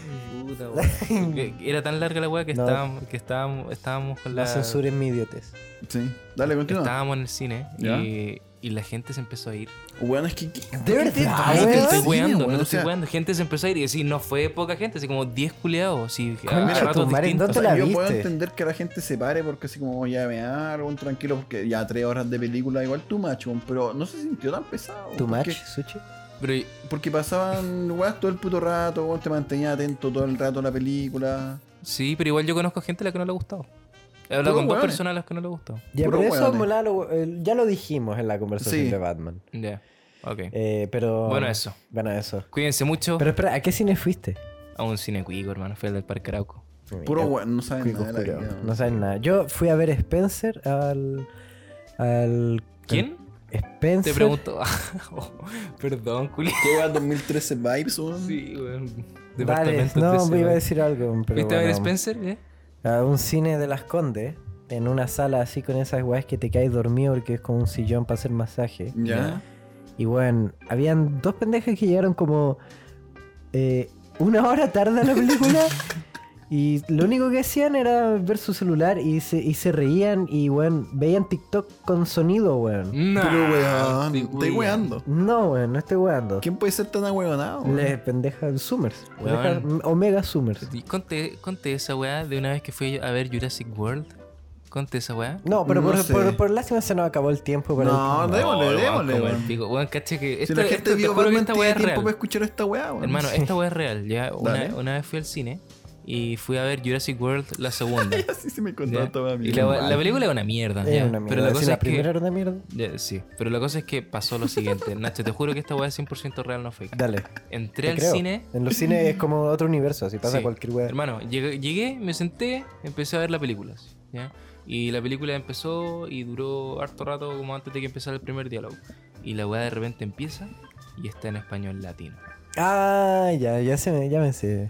Speaker 2: Puta, weón. Que- que Era tan larga la weá que
Speaker 1: No.
Speaker 2: estábamos, que estábamos, estábamos con la.
Speaker 1: No censuren mi idiotez.
Speaker 3: Sí. Dale, continúa.
Speaker 2: Estábamos en el cine
Speaker 3: ¿Ya?
Speaker 2: y, y la gente se empezó a ir.
Speaker 3: Weón, es que... que-
Speaker 1: ¿De verdad,
Speaker 2: no te
Speaker 1: Ah, weón?
Speaker 2: estoy
Speaker 3: Sí,
Speaker 2: weando,
Speaker 3: weón,
Speaker 2: no te
Speaker 3: o
Speaker 2: estoy
Speaker 3: sea-
Speaker 2: weando. Gente se empezó a ir y decir, no fue poca gente, así como 10 culeados. Sí, a- a
Speaker 1: Concha
Speaker 2: ratos
Speaker 1: tu madre, ¿en
Speaker 2: distintos.
Speaker 3: O
Speaker 1: ¿Dónde
Speaker 3: sea,
Speaker 1: la
Speaker 3: yo
Speaker 1: viste?
Speaker 3: puedo entender que la gente se pare porque así como ya me algo tranquilo porque ya tres horas de película igual tu macho, pero no se sintió tan pesado.
Speaker 1: ¿Tu match,
Speaker 3: porque,
Speaker 1: Sushi?
Speaker 2: Pero
Speaker 3: porque pasaban weas todo el puto rato, weón, te mantenía atento todo el rato a la película.
Speaker 2: Sí, pero igual yo conozco gente a la que no le ha gustado. He hablado
Speaker 3: Puros
Speaker 2: con dos
Speaker 3: hueones.
Speaker 2: personas a las que no le ha gustado.
Speaker 1: Ya,
Speaker 3: Puros
Speaker 1: pero eso
Speaker 3: hueones.
Speaker 1: mola lo- eh, ya lo dijimos en la conversación
Speaker 3: Sí.
Speaker 1: de Batman.
Speaker 2: Ya, ok.
Speaker 1: Eh, pero.
Speaker 2: bueno, eso.
Speaker 1: Bueno, eso.
Speaker 2: Cuídense mucho.
Speaker 1: Pero espera, ¿a qué cine fuiste?
Speaker 2: A un cine cuico, hermano. Fue el del Parque Arauco.
Speaker 3: Puro
Speaker 1: Mira,
Speaker 3: weón, no saben
Speaker 1: cuico,
Speaker 3: nada de la
Speaker 1: culiao.
Speaker 3: vida, weón.
Speaker 1: No saben nada. Yo fui a ver Spencer al. al
Speaker 2: ¿Quién?
Speaker 1: Spencer.
Speaker 2: Te pregunto. Oh, perdón, Juli.
Speaker 3: ¿Qué wea 2013 vibes, weón?
Speaker 2: Sí, weón.
Speaker 1: Vale,
Speaker 2: Departamento
Speaker 1: no,
Speaker 2: 13,
Speaker 1: me iba a
Speaker 2: weón.
Speaker 1: decir algo. Pero
Speaker 2: ¿Viste a ver
Speaker 1: bueno,
Speaker 2: Spencer? eh?
Speaker 1: A un cine de Las Condes. En una sala así con esas guays que te caes dormido porque es como un sillón para hacer masaje.
Speaker 3: Ya.
Speaker 1: Y bueno, habían dos pendejas que llegaron como eh, una hora tarde a la película. y lo único que hacían era ver su celular y se, y se reían y bueno, veían TikTok con sonido, weón.
Speaker 2: No.
Speaker 3: Pero weón,
Speaker 2: estoy
Speaker 3: estoy weando.
Speaker 2: Mm.
Speaker 1: No, weón, no estoy weando.
Speaker 3: ¿Quién puede ser tan ahueonado? weón?
Speaker 1: Les pendeja Summers.
Speaker 2: Weón.
Speaker 1: pendeja- Omega Summers.
Speaker 2: Y Conté, conté esa weá de una vez que fui a ver Jurassic World. Conté esa weá.
Speaker 1: No, pero
Speaker 3: No
Speaker 1: por,
Speaker 3: sé.
Speaker 1: por- por lástima se nos acabó el tiempo. Para
Speaker 3: No,
Speaker 1: el-
Speaker 3: no, Démosle,
Speaker 2: Oh, weón,
Speaker 3: démosle,
Speaker 2: como el
Speaker 3: weón.
Speaker 2: pico. Weón, caché que.
Speaker 3: Si
Speaker 2: esto-
Speaker 3: la gente
Speaker 2: esto- te
Speaker 3: vio
Speaker 2: juro que
Speaker 3: Batman
Speaker 2: esta weá
Speaker 3: tenía
Speaker 2: es
Speaker 3: tiempo
Speaker 2: real.
Speaker 3: para escuchar esta weá, weón.
Speaker 2: Hermano, esta weá es real. Ya
Speaker 3: Dale.
Speaker 2: una, una vez fui al cine y fui a ver Jurassic World la segunda. ya.
Speaker 3: Así se me contó toda mi
Speaker 2: y la, la película es una mierda.
Speaker 1: Era
Speaker 2: ya,
Speaker 1: una mierda.
Speaker 2: Pero la
Speaker 1: Si
Speaker 2: cosa
Speaker 1: la
Speaker 2: es que-
Speaker 1: primera era una mierda.
Speaker 2: ya, sí, pero la cosa es que pasó lo siguiente. Nacho, te juro que esta weá es 100% real, no fake.
Speaker 1: Dale.
Speaker 2: Entré
Speaker 1: Te
Speaker 2: al
Speaker 1: creo.
Speaker 2: cine.
Speaker 1: En los cines es como otro universo, así pasa
Speaker 2: sí.
Speaker 1: cualquier weón.
Speaker 2: Hermano, llegué, llegué, me senté, empecé a ver la película. así, ¿ya? Y la película empezó y duró harto rato como antes de que empezara el primer diálogo. Y la weá de repente empieza y está en español latino.
Speaker 1: Ah, ya, ya se me, ya me sé.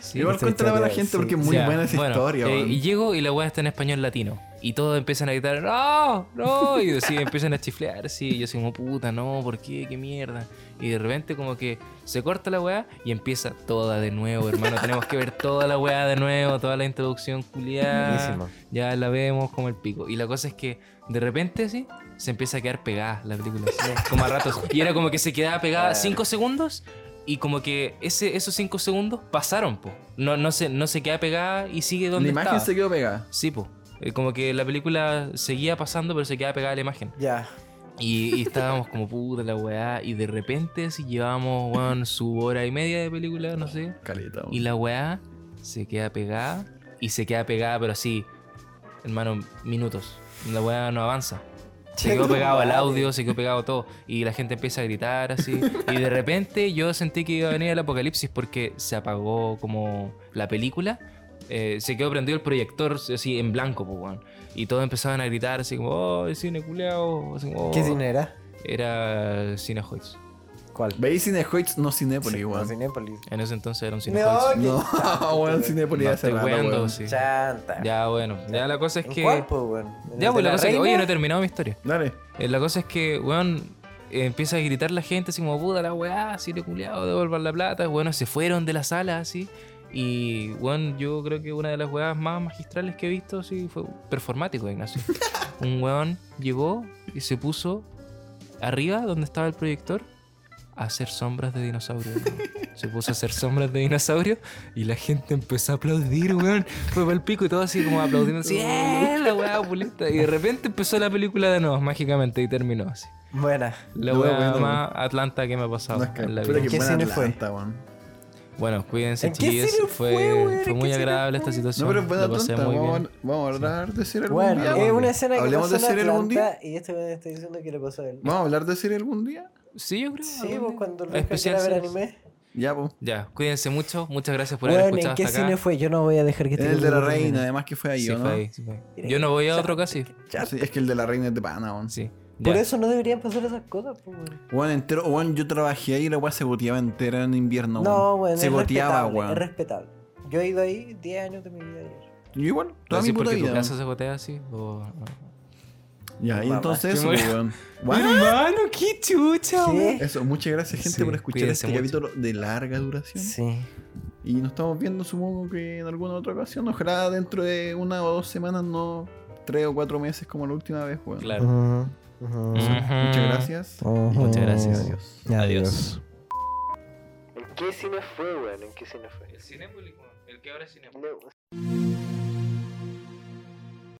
Speaker 2: Sí,
Speaker 3: Igual
Speaker 7: esa
Speaker 3: cuéntala a la
Speaker 7: historia,
Speaker 3: gente
Speaker 7: sí.
Speaker 3: porque es
Speaker 2: O
Speaker 3: muy
Speaker 2: sea,
Speaker 3: buena esa
Speaker 2: bueno,
Speaker 3: historia,
Speaker 2: eh,
Speaker 3: weón.
Speaker 2: y llego y la weá está en español latino. Y todos empiezan a gritar, ¡No! ¡No! Y así empiezan a chiflear, sí. Y yo así como, puta, no, ¿por qué? ¿Qué mierda? Y de repente como que se corta la weá y empieza toda de nuevo, hermano. Tenemos que ver toda la weá de nuevo, toda la introducción culiada.
Speaker 7: Buenísimo.
Speaker 2: Ya la vemos como el pico. Y la cosa es que de repente, sí, se empieza a quedar pegada la película. así, como a ratos. Y era como que se quedaba pegada 5 segundos. Y como que ese, esos 5 segundos pasaron, po. No, no, se, no se queda pegada y sigue
Speaker 3: La
Speaker 2: donde
Speaker 3: imagen
Speaker 2: estaba.
Speaker 3: se quedó pegada.
Speaker 2: Sí, po. Eh, Como que la película seguía pasando, pero se queda pegada la imagen.
Speaker 7: Ya.
Speaker 2: Y, y estábamos como puta la weá. Y de repente, si llevamos, weón, su hora y media de película, no sé.
Speaker 3: Caleta, weón.
Speaker 2: Y la weá se queda pegada. Y se queda pegada, pero así, hermano, minutos. La weá no avanza. Se quedó pegado al audio, se quedó pegado todo. Y la gente empieza a gritar así. Y de repente yo sentí que iba a venir el apocalipsis porque se apagó como la película. Eh, se quedó prendido el proyector así en blanco, pues, weón. Y todos empezaban a gritar así como, oh, el cine culeado.
Speaker 7: ¿Qué cine era?
Speaker 2: "Oh". Era Cinehoids.
Speaker 7: ¿Cuál?
Speaker 3: Veis Cinehoids, no Cinépolis,
Speaker 7: No,
Speaker 3: weón.
Speaker 7: Cinépolis.
Speaker 2: En ese entonces era un Cinehoids.
Speaker 7: No,
Speaker 3: No,
Speaker 7: qué chato,
Speaker 3: weón,
Speaker 7: weón.
Speaker 3: Cinépolis
Speaker 2: No,
Speaker 3: hace
Speaker 2: estoy
Speaker 3: rato,
Speaker 2: weando,
Speaker 3: weón.
Speaker 2: sí.
Speaker 7: Chanta.
Speaker 2: Ya, bueno, ya la cosa es
Speaker 7: ¿En
Speaker 2: que.
Speaker 7: cuál, po, weón? ¿En el
Speaker 2: Ya,
Speaker 7: de
Speaker 2: pues la cosa es que.
Speaker 7: reina?
Speaker 2: Oye, no he terminado mi historia.
Speaker 3: Dale.
Speaker 2: Eh, La cosa es que, weón, eh, empieza a gritar la gente así como, puta la weá, si le culiado, devolver la plata. Bueno, se fueron de la sala así. Y, weón, yo creo que una de las weas más magistrales que he visto así fue performático, Ignacio. Un weón llegó y se puso arriba donde estaba el proyector a hacer sombras de dinosaurio. weón. Se puso a hacer sombras de dinosaurio y la gente empezó a aplaudir, weón. Fue para el pico y todo así como aplaudiendo. Así, ¡eh! La weá pulenta. Y de repente empezó la película de nuevo, mágicamente, y terminó así.
Speaker 7: Buena.
Speaker 2: La
Speaker 3: No,
Speaker 2: weá
Speaker 3: bueno,
Speaker 2: más Atlanta que me ha pasado
Speaker 3: No, es que,
Speaker 2: en la
Speaker 3: puta
Speaker 2: vida.
Speaker 3: que
Speaker 7: ¿Qué
Speaker 3: buena
Speaker 7: cine fue?
Speaker 3: Atlanta, weón.
Speaker 2: Bueno, cuídense,
Speaker 7: ¿En qué
Speaker 2: chiquillos.
Speaker 7: cine
Speaker 2: Fue,
Speaker 7: fue, weón?
Speaker 2: fue
Speaker 7: ¿En
Speaker 2: muy
Speaker 7: qué cine
Speaker 2: agradable esta
Speaker 7: fue?
Speaker 2: situación.
Speaker 3: No, pero es buena
Speaker 2: Lo pasé
Speaker 3: Atlanta.
Speaker 2: muy
Speaker 3: Vamos,
Speaker 2: bien.
Speaker 3: a- vamos a hablar de serie algún
Speaker 7: Bueno,
Speaker 3: día.
Speaker 7: es
Speaker 3: weón.
Speaker 7: una escena que
Speaker 3: pues. Hablemos
Speaker 7: pasó
Speaker 3: de
Speaker 7: en
Speaker 3: serie algún día.
Speaker 7: Atlanta y este weón está diciendo que le pasó a él.
Speaker 3: ¿Vamos a hablar de serie algún día?
Speaker 2: Sí, yo creo.
Speaker 7: Sí,
Speaker 2: algún
Speaker 7: pues
Speaker 2: día.
Speaker 7: cuando lo
Speaker 2: Especial
Speaker 7: quiera ver
Speaker 2: series.
Speaker 7: anime.
Speaker 3: Ya, pues.
Speaker 2: Ya, cuídense mucho. Muchas gracias por haber
Speaker 7: Weón,
Speaker 2: escuchado
Speaker 7: ¿en qué
Speaker 2: hasta acá.
Speaker 7: cine fue? Yo no voy a dejar que este
Speaker 3: El de la
Speaker 7: capítulo termine.
Speaker 3: reina, además que fue ahí,
Speaker 2: Sí,
Speaker 3: ¿o ¿no?
Speaker 2: fue ahí, sí, fue ahí. Yo no voy a otro casi.
Speaker 3: Sí, es que el de la reina es de pana, weón.
Speaker 2: Sí.
Speaker 7: Por
Speaker 2: ya.
Speaker 7: eso no deberían pasar esas cosas, pues, weón.
Speaker 3: Weón, entero, weón, yo trabajé ahí y la weá se goteaba entera en invierno.
Speaker 7: No,
Speaker 3: weón.
Speaker 7: weón,
Speaker 3: Se
Speaker 7: es
Speaker 3: goteaba,
Speaker 7: respetable, Es
Speaker 3: weón.
Speaker 7: respetable. Yo he ido ahí 10 años de mi vida ayer.
Speaker 3: Yo igual, toda mi
Speaker 2: Así
Speaker 3: puta
Speaker 2: porque tu
Speaker 3: vida.
Speaker 2: casa se gotea así. O...
Speaker 3: Ya, y
Speaker 7: Mamá,
Speaker 3: entonces
Speaker 2: qué
Speaker 3: eso,
Speaker 2: muy-
Speaker 3: weón. Weón,
Speaker 2: Hermano, qué chucha,
Speaker 7: ¿Qué?
Speaker 3: Eso, muchas gracias, gente,
Speaker 2: Sí,
Speaker 3: por escuchar este
Speaker 2: cuídense mucho.
Speaker 3: capítulo de larga duración.
Speaker 7: Sí.
Speaker 3: Y nos estamos viendo, supongo que en alguna otra ocasión. Ojalá dentro de una o dos semanas, no tres o cuatro meses como la última vez, weón.
Speaker 2: Claro.
Speaker 7: Ujú, ujú,
Speaker 3: Muchas gracias.
Speaker 7: ujú.
Speaker 2: Muchas gracias.
Speaker 3: Adiós.
Speaker 2: Adiós.
Speaker 7: ¿En qué cine fue, weón? ¿En qué cine fue?
Speaker 2: El Cinépolis, el que ahora es Cinépolis.
Speaker 7: No,